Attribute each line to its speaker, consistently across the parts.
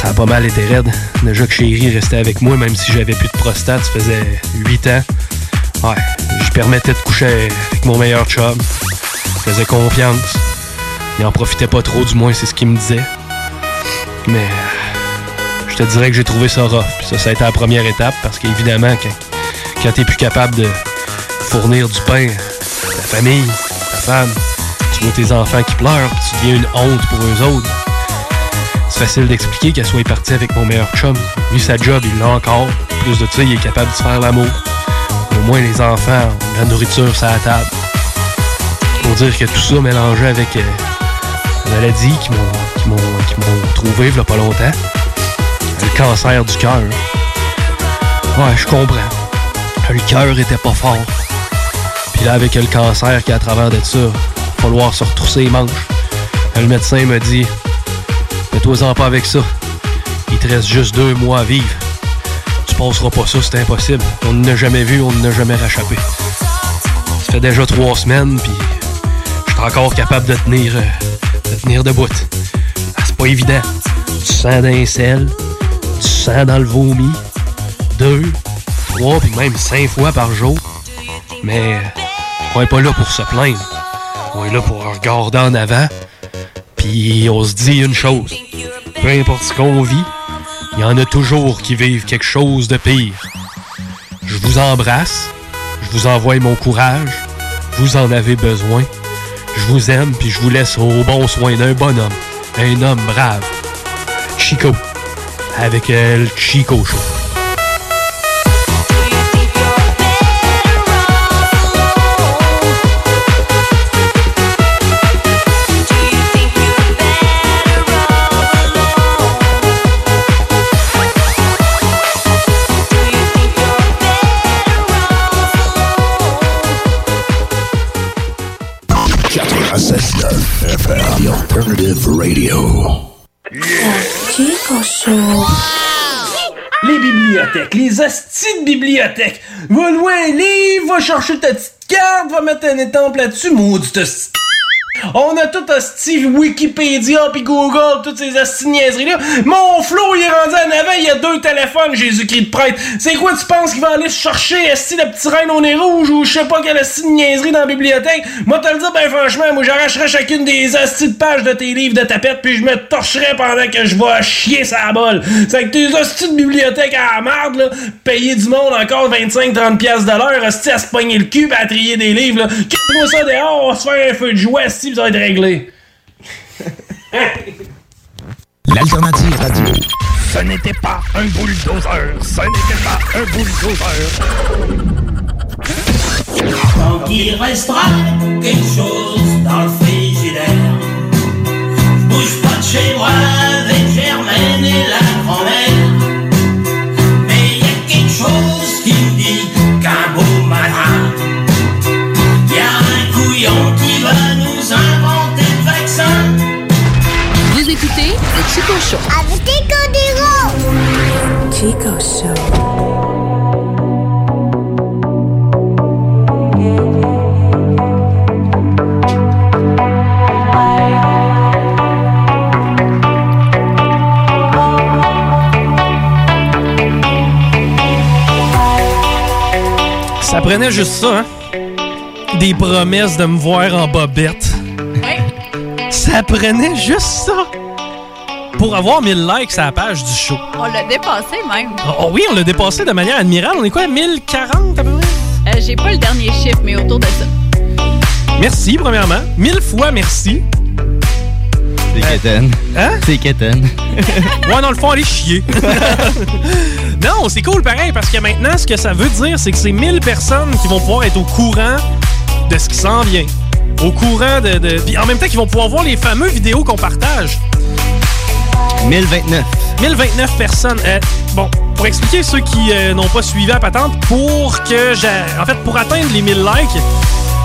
Speaker 1: Ça a pas mal été raide. Déjà que chérie restait avec moi, même si j'avais plus de prostate, ça faisait 8 ans. Ouais, je permettais de coucher avec mon meilleur chum. Je faisais confiance. Il en profitait pas trop, du moins, c'est ce qu'il me disait. Mais euh, je te dirais que j'ai trouvé ça rough. Puis ça, ça a été la première étape, parce qu'évidemment, quand, quand t'es plus capable de fournir du pain à ta famille, ta femme, tu vois tes enfants qui pleurent, puis tu deviens une honte pour eux autres. C'est facile d'expliquer qu'elle soit partie avec mon meilleur chum. Lui, sa job, il l'a encore. Plus de ça, il est capable de se faire l'amour. Au moins, les enfants ont la nourriture sur la table. Pour dire que tout ça mélangé avec euh, la maladie qui m'ont, qui m'ont, qui m'ont trouvé il pas longtemps, le cancer du cœur. Ouais, je comprends. Le cœur était pas fort. Puis là, avec le cancer qui est à travers de ça, va falloir se retrousser les manches. Le médecin me dit Mets-toi-en pas avec ça. Il te reste juste deux mois à vivre. Tu passeras pas ça, c'est impossible. On ne l'a jamais vu, on ne l'a jamais rattrapé. Ça fait déjà trois semaines, puis je suis encore capable de tenir, euh, de tenir debout. Ah, c'est pas évident. Du sang dans les selles, du sang dans le vomi, deux, trois, puis même cinq fois par jour. Mais euh, on est pas là pour se plaindre. On est là pour regarder en avant, puis on se dit une chose. Peu importe ce qu'on vit, il y en a toujours qui vivent quelque chose de pire. Je vous embrasse, je vous envoie mon courage, vous en avez besoin. Je vous aime, puis je vous laisse au bon soin d'un bonhomme, un homme brave. Chico, avec euh, le Chico Show.
Speaker 2: The Alternative Radio.
Speaker 3: Les bibliothèques, les hosties de bibliothèques. Va loin un livre, va chercher ta petite carte, va mettre un étampe là-dessus, maudite hostie. On a tout hostie Wikipédia puis Google, toutes ces hosties niaiseries-là. Mon Flo, il est rendu en avant, il y a deux téléphones, Jésus-Christ de prêtre. C'est quoi tu penses qu'il va aller chercher hostie la petite reine au nez rouge ou je sais pas quelle hostie de niaiserie dans la bibliothèque? Moi, te le dis, ben franchement, moi j'arracherais chacune des hosties de pages de tes livres de tapette puis je me torcherais pendant que je vais chier sa bol. C'est que tes hosties de bibliothèque à la marde, là, payer du monde encore 25-30 piastres de l'heure, hostie à se pogner le cul pis à trier des livres, là. Quitte-moi ça dehors, on va se faire un feu de joie, hostie, pis ça va être réglé.
Speaker 4: L'alternative radio. Ce n'était pas un bulldozer. Ce n'était pas un bulldozer.
Speaker 5: Tant qu'il restera quelque chose dans le frigidaire. Je bouge pas de chez moi avec Germaine et la grand-mère. Mais il y a quelque chose qui me dit qu'un beau matin, il y a un couillon qui va nous inventer le vaccin.
Speaker 6: Vous écoutez le Chico Show. Avec Chico Diro. Chico Show.
Speaker 7: Ça prenait juste ça, hein? Des promesses de me voir en bobette.
Speaker 1: Ça prenait juste ça pour avoir 1000 likes à la page du show.
Speaker 7: On l'a dépassé même.
Speaker 1: Oh oui, on l'a dépassé de manière admirable. On est quoi, 1040 à peu près?
Speaker 7: Euh, J'ai pas le dernier chiffre, mais autour de ça.
Speaker 1: Merci, premièrement. Mille fois merci.
Speaker 8: C'est quétaine.
Speaker 1: Hein?
Speaker 8: C'est quétaine.
Speaker 1: ouais, dans le fond, allez chier. non, c'est cool pareil, parce que maintenant, ce que ça veut dire, c'est que c'est 1000 personnes qui vont pouvoir être au courant de ce qui s'en vient. Au courant de... de... Puis en même temps, qu'ils vont pouvoir voir les fameuses vidéos qu'on partage.
Speaker 8: 1029.
Speaker 1: 1029 personnes. Euh, bon, pour expliquer ceux qui euh, n'ont pas suivi la patente, pour que j'ai. En fait, pour atteindre les 1000 likes,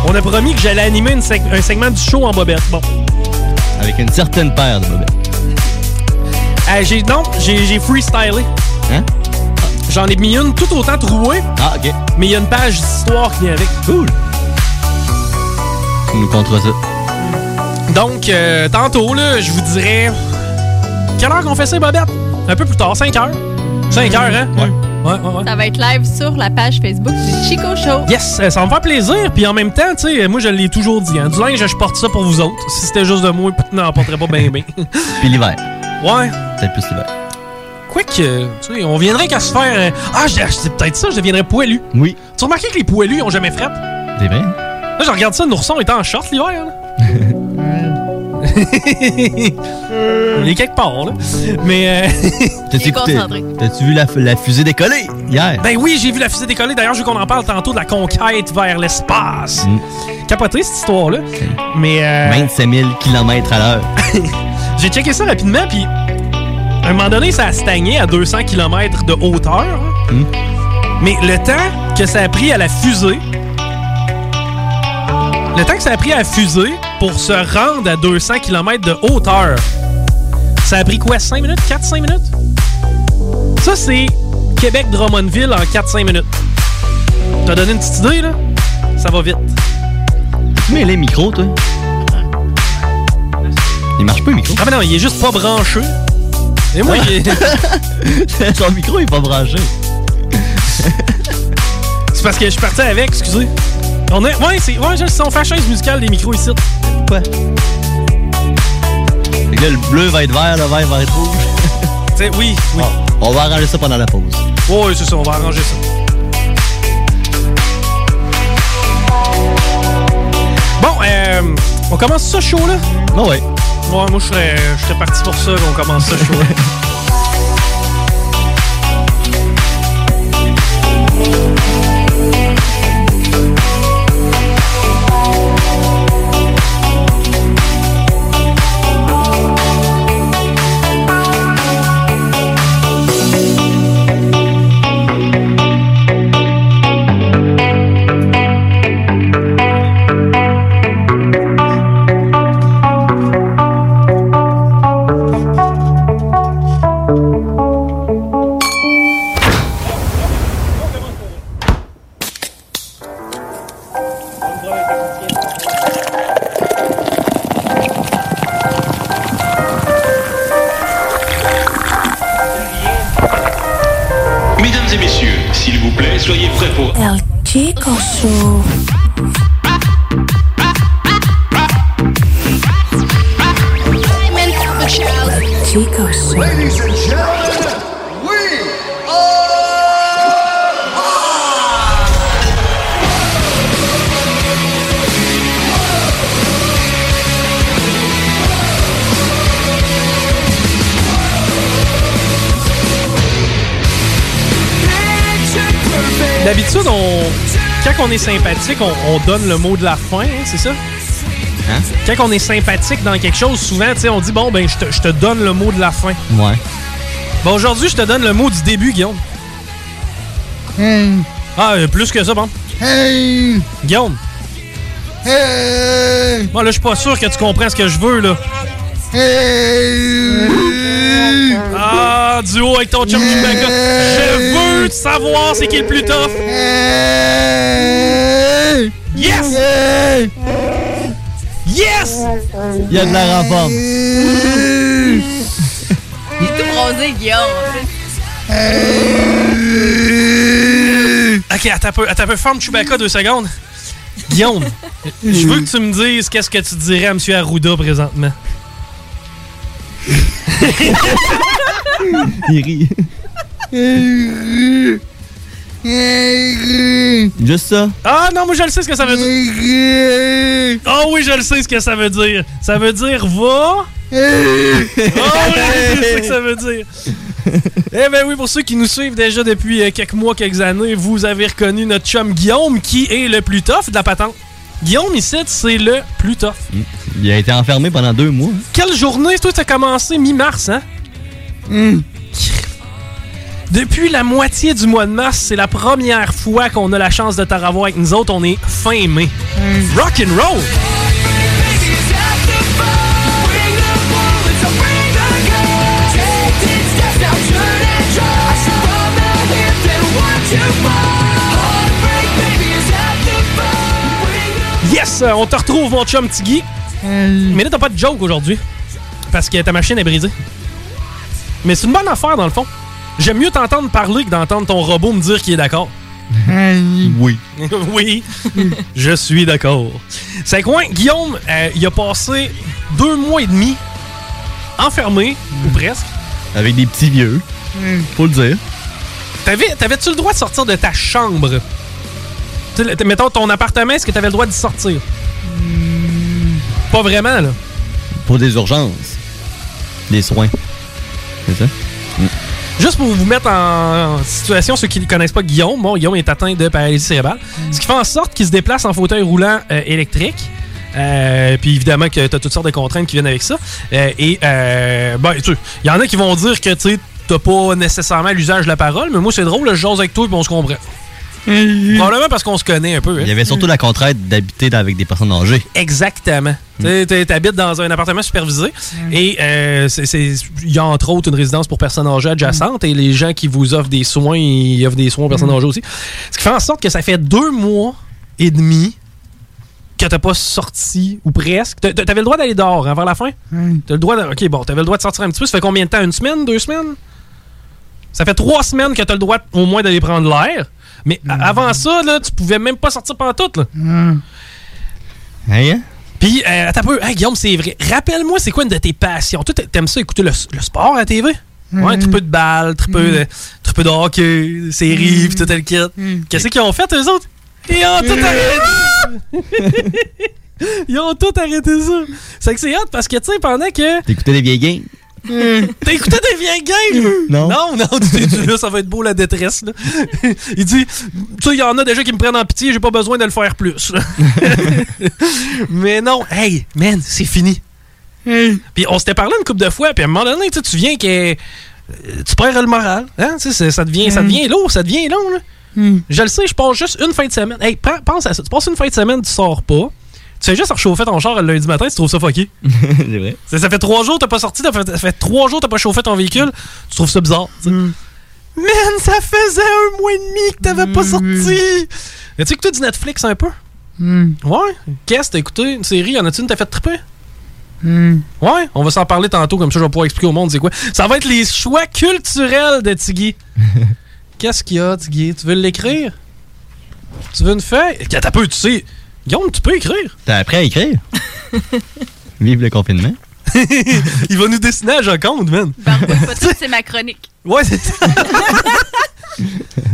Speaker 1: on a promis que j'allais animer une seg un segment du show en bobette. Bon.
Speaker 8: Avec une certaine paire de bobettes.
Speaker 1: Euh, j'ai, non, j'ai, freestylé.
Speaker 8: Hein?
Speaker 1: J'en ai mis une tout autant trouée.
Speaker 8: Ah, ok.
Speaker 1: Mais il y a une page d'histoire qui vient avec.
Speaker 8: Cool. Tu nous compteras ça.
Speaker 1: Donc, euh, tantôt, là, je vous dirais. Quelle heure qu'on fait ça, Bobette? Un peu plus tard, 5 heures. 5 heures, hein?
Speaker 8: Ouais.
Speaker 1: Ouais, ouais, ouais.
Speaker 7: Ça va être live sur la page Facebook du Chico Show.
Speaker 1: Yes, euh, ça va me faire plaisir. Puis en même temps, tu sais, moi, je l'ai toujours dit. Hein, du linge, je porte ça pour vous autres. Si c'était juste de moi, putain, n'en porterait pas bien, bien.
Speaker 8: Puis l'hiver.
Speaker 1: Ouais.
Speaker 8: Peut-être plus l'hiver.
Speaker 1: Quoique, euh, tu sais, on viendrait qu'à se faire. Ah, c'est peut-être ça, je deviendrais poilu.
Speaker 8: Oui.
Speaker 1: Tu remarquais que les poilus, ils ont jamais frappe?
Speaker 8: C'est hein? bien.
Speaker 1: Là, je regarde ça, Nourson était en short l'hiver, là. Il est quelque part, là. Mais.
Speaker 8: Euh... T'as-tu T'as-tu vu la, la, fusée décoller hier?
Speaker 1: Ben oui, j'ai vu la fusée décoller. D'ailleurs, je veux qu'on en parle tantôt de la conquête vers l'espace. Mm. Capoté, cette histoire-là. Okay. Mais. Euh...
Speaker 8: 25 000 km à l'heure.
Speaker 1: j'ai checké ça rapidement, puis. À un moment donné, ça a stagné à 200 km de hauteur. Mm.
Speaker 8: Hmm.
Speaker 1: Mais le temps que ça a pris à la fusée. Le temps que ça a pris à la fusée pour se rendre à 200 km de hauteur. Ça a pris quoi, 5 minutes? 4-5 minutes? Ça, c'est Québec-Drummondville en 4-5 minutes. T'as donné une petite idée, là? Ça va vite.
Speaker 8: Tu mets les micros, toi? Il marche pas, le micro.
Speaker 1: Ah, mais non, il est juste pas branché. Et moi, il
Speaker 8: est... Son micro, il est pas branché.
Speaker 1: c'est parce que je suis parti avec, excusez. On est... Ouais, c'est... Ouais, je sais, on fait la chaise musicale des micros ici.
Speaker 8: Ouais. Fait que là, le bleu va être vert, le vert va être rouge.
Speaker 1: T'sais, oui, oui. Ah,
Speaker 8: on va arranger ça pendant la pause.
Speaker 1: Oh, oui, c'est ça, on va arranger ça. Bon, euh, on commence ça chaud, là?
Speaker 8: Non, oh, ouais.
Speaker 1: Ouais, moi, je serais, je serais parti pour ça, qu'on commence ça chaud. D'habitude, on... quand on est sympathique, on, on, donne le mot de la fin, hein, c'est ça?
Speaker 8: Hein?
Speaker 1: Quand on est sympathique dans quelque chose, souvent, on dit bon, ben, je te donne le mot de la fin.
Speaker 8: Ouais.
Speaker 1: Bon, aujourd'hui, je te donne le mot du début, Guillaume.
Speaker 8: Hey.
Speaker 1: Ah, euh, plus que ça, bon.
Speaker 8: Hey.
Speaker 1: Guillaume.
Speaker 8: Hey.
Speaker 1: Bon, là, je suis pas sûr que tu comprends ce que je veux, là.
Speaker 8: Hey.
Speaker 1: Ah, duo avec ton chum Chewbacca. Je veux savoir c'est qui le plus tough. Yes! Yes!
Speaker 8: Il y a de la renforme.
Speaker 7: Il est tout bronzé, Guillaume.
Speaker 1: Ok, attends un peu, attends un peu, ferme Chewbacca deux secondes. Guillaume, je veux que tu me dises qu'est-ce que tu dirais à M. Arruda présentement.
Speaker 8: Il rit. Juste ça.
Speaker 1: Ah non, moi je le sais ce que ça veut dire. Ah oui, je le sais ce que ça veut dire. Ça veut dire va. oh oui, je sais ce que ça veut dire. Eh ben oui, pour ceux qui nous suivent déjà depuis euh, quelques mois, quelques années, vous avez reconnu notre chum Guillaume qui est le plus tough de la patente. Guillaume ici, c'est le plus tough.
Speaker 8: Il a été enfermé pendant deux mois. hein,
Speaker 1: Quelle journée, toi, t'as commencé mi-mars, hein? Hmm. Depuis la moitié du mois de mars, c'est la première fois qu'on a la chance de te revoir avec nous autres. On est fin mai. Rock and roll! Yes! euh, On te retrouve, mon chum Tiggy. Mais là, t'as pas de joke aujourd'hui. Parce que ta machine est brisée. Mais c'est une bonne affaire, dans le fond. J'aime mieux t'entendre parler que d'entendre ton robot me dire qu'il est d'accord.
Speaker 8: Oui.
Speaker 1: oui, je suis d'accord. C'est quoi, Guillaume, euh, il a passé deux mois et demi enfermé, ou presque.
Speaker 8: Avec des petits vieux. Faut le dire.
Speaker 1: T'avais- T'avais-tu le droit de sortir de ta chambre? Tu sais, le- Mettons ton appartement, est-ce que t'avais le droit d'y sortir? Pas vraiment, là.
Speaker 8: Pour des urgences. Des soins. C'est ça?
Speaker 1: Juste pour vous mettre en en situation, ceux qui ne connaissent pas Guillaume, bon, Guillaume est atteint de paralysie cérébrale, ce qui fait en sorte qu'il se déplace en fauteuil roulant euh, électrique. Euh, puis évidemment que t'as toutes sortes de contraintes qui viennent avec ça. Euh, et euh, ben, tu sais, il y en a qui vont dire que tu sais, t'as pas nécessairement l'usage de la parole, mais moi c'est drôle, je jase avec toi et on se comprend. Probablement parce qu'on se connaît un peu. hein.
Speaker 8: Il y avait surtout la contrainte d'habiter avec des personnes âgées.
Speaker 1: Exactement. Tu sais, T'habites dans un appartement supervisé et euh, c'est- c'est- il y a entre autres une résidence pour personnes âgées adjacente et les gens qui vous offrent des soins, ils offrent des soins aux personnes âgées aussi. Ce qui fait en sorte que ça fait deux mois et demi que t'as pas sorti ou presque. T'a- T'avais le droit d'aller dehors hein, vers la fin? T'as le droit de- Ok, bon, t'avais le droit de sortir un petit peu. Ça fait combien de temps? Une semaine? Deux semaines? Ça fait trois semaines que t'as le droit au moins d'aller prendre l'air. Mais a- avant ça, là, tu pouvais même pas sortir pendant tout. Là. Puis, euh, attends un peu. Hey, Guillaume, c'est vrai. Rappelle-moi, c'est quoi une de tes passions? Toi, t'a- t'aimes ça écouter le, le sport à la TV? Ouais, un peu de balle, un peu de, un peu de hockey, de séries, pis tout le kit. Qu'est-ce qu'ils ont fait, eux autres? Ils ont tout arrêté! Ils ont tout arrêté ça! C'est que c'est hot parce que, tu sais, pendant que.
Speaker 8: T'écoutais les vieilles games?
Speaker 1: T'as écouté des vieilles games?
Speaker 8: Non.
Speaker 1: Non, non, tu t'es dit, là, ça va être beau la détresse. là. Il dit, tu sais, il y en a déjà qui me prennent en pitié, j'ai pas besoin de le faire plus. mais non, hey, man, c'est fini. Puis on s'était parlé une couple de fois, puis à un moment donné, tu sais, tu viens que euh, tu perds le moral. Hein? Tu sais, c'est- ça, devient, ça
Speaker 8: Hmm.
Speaker 1: devient lourd, ça devient long. là. Je le sais, je passe juste une fin de semaine. Hey, pe- pense à ça. Tu passes une fin de semaine, tu sors pas. Tu fais juste rechauffer ton char le lundi matin, tu trouves ça fucké.
Speaker 8: c'est vrai.
Speaker 1: Ça, ça fait trois jours que t'as pas sorti, t'as fait- ça fait trois jours que t'as pas chauffé ton véhicule, tu trouves ça bizarre. tu sais.
Speaker 8: Hmm.
Speaker 1: Man, ça faisait un mois et demi que t'avais pas sorti! As-tu écouté du Netflix un peu? Ouais? Qu'est-ce que t'as écouté? Une série? Y en a-tu une t'as fait triper? Ouais? On va s'en parler tantôt, comme ça je vais pouvoir expliquer au monde c'est quoi. Ça va être les choix culturels de Tiggy. Qu'est-ce qu'il y a, Tiggy? Tu veux l'écrire? Tu veux une feuille? T'as peu, tu sais. Guillaume, tu peux écrire.
Speaker 8: T'as appris à écrire? Vive le confinement.
Speaker 1: Il va nous dessiner à Joconde, man.
Speaker 7: Photo, c'est ma chronique.
Speaker 1: Ouais, c'est ça.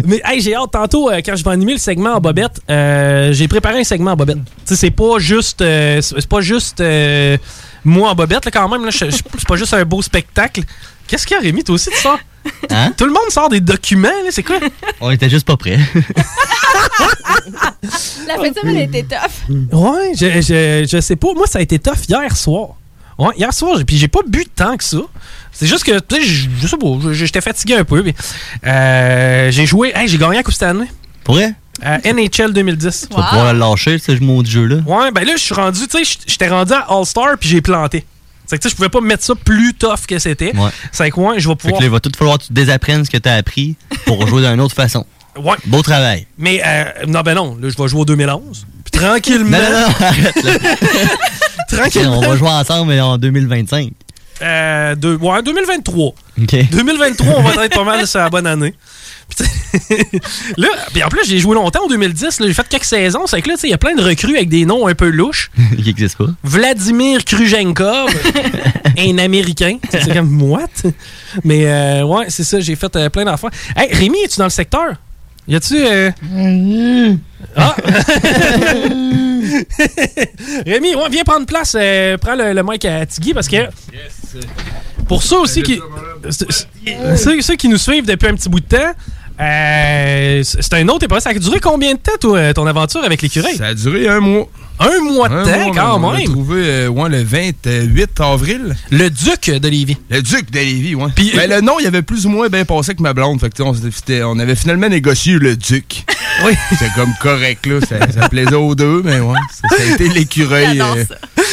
Speaker 1: Mais hey, j'ai hâte. Tantôt, euh, quand je vais animer le segment en bobette, euh, j'ai préparé un segment en bobette. Tu sais, c'est pas juste, euh, c'est c'est pas juste euh, moi en bobette là, quand même. là. Je- je- C'est pas juste un beau spectacle. Qu'est-ce qu'il y a, Rémi? Toi aussi, tu sors?
Speaker 8: Hein?
Speaker 1: Tout le monde sort des documents, là, c'est quoi?
Speaker 8: On était juste pas prêts.
Speaker 7: La fin de semaine elle était tough.
Speaker 1: Ouais, je, je, je sais pas. Moi, ça a été tough hier soir. Ouais, hier soir, j'ai- puis j'ai pas bu tant que ça. C'est juste que, tu sais, je je sais pas, je- j'étais fatigué un peu. mais, euh, j'ai joué, hey, j'ai gagné à Coupe Stanley. Euh,
Speaker 8: Pour vrai?
Speaker 1: À NHL 2010.
Speaker 8: Tu vas pouvoir le lâcher, ce mot de jeu-là.
Speaker 1: Ouais, ben là, je suis rendu, tu sais, je- j'étais rendu à All-Star, puis j'ai planté. C'est que, tu sais, je pouvais pas mettre ça plus tough que c'était.
Speaker 8: Ouais.
Speaker 1: C'est que, ouais, je vais
Speaker 8: Fait que
Speaker 1: pouvoir.
Speaker 8: là, il va tout falloir que tu désapprennes ce que t'as appris pour jouer d'une autre façon.
Speaker 1: Ouais.
Speaker 8: Beau travail.
Speaker 1: Mais, euh, non, ben non, là, je vais jouer au 2011. Puis tranquillement.
Speaker 8: Non, non, non, arrête, là.
Speaker 1: Tranquillement.
Speaker 8: On va jouer ensemble mais en 2025.
Speaker 1: euh, deux- ouais, 2023.
Speaker 8: OK.
Speaker 1: 2023, on va être pas mal sur la bonne année. Puis tu sais, là, puis en plus, j'ai joué longtemps en 2010. là, J'ai fait quelques saisons. C'est que là, tu sais, il y a plein de recrues avec des noms un peu louches.
Speaker 8: Il existe pas.
Speaker 1: Vladimir Krujenkov, un Américain. Tu sais, C'est comme, what? Mais euh, ouais, c'est ça, j'ai fait euh, plein d'affaires. Hey, Rémi, es-tu dans le secteur? Y a-tu. euh, Ah! Rémi, ouais, viens prendre place. euh, prends le, le mic à Tiggy parce que. Pour ceux aussi qui. c'est- c'est- Ceux, ceux qui nous suivent depuis un petit bout de temps. euh, c'est c'est un autre épreuve. Ça a duré combien de temps, toi, ton aventure avec l'écureuil?
Speaker 9: Ça a duré un mois.
Speaker 1: Un mois de
Speaker 9: Un
Speaker 1: temps,
Speaker 9: mois,
Speaker 1: quand
Speaker 9: on a- On
Speaker 1: même!
Speaker 9: l'a trouvé euh, ouais, le 28 avril.
Speaker 1: Le duc de Lévis.
Speaker 9: Le duc de Lévis, ouais. Ben, le nom, il avait plus ou moins bien passé que ma blonde. Fait que, tu sais, on, s'était- c'était- on avait finalement négocié le duc.
Speaker 1: Oui.
Speaker 9: C'est comme correct, là. Ça, ça plaisait aux deux, mais ouais. Ça, ça a été l'écureuil. euh,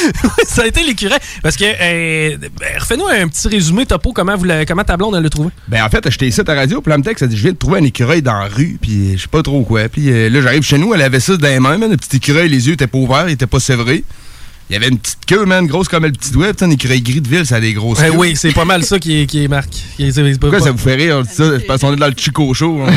Speaker 1: ça a été l'écureuil. Parce que, euh, ben, refais-nous un petit résumé topo, comment, vous l'avez- comment ta blonde elle l'a trouvé.
Speaker 9: Ben en fait, j'étais ici à la radio, puis là, me texte, elle dit, je viens de trouver un écureuil dans la rue, puis je sais pas trop quoi. Puis euh, là, j'arrive chez nous, elle avait ça dans les mains, man, le petit écureuil, les yeux étaient pas ouverts, il était pas sévré. Il y avait une petite queue, man, grosse comme le petit doigt, putain, un écureuil gris de ville, ça a des grosses
Speaker 1: Ben
Speaker 9: queues.
Speaker 1: oui, c'est pas mal ça qui est, qui est marque. Qui est- c'est pas-
Speaker 9: Pourquoi
Speaker 1: pas-
Speaker 9: ça vous fait rire, ça? C'est Parce qu'on est dans le Chico Show. hein.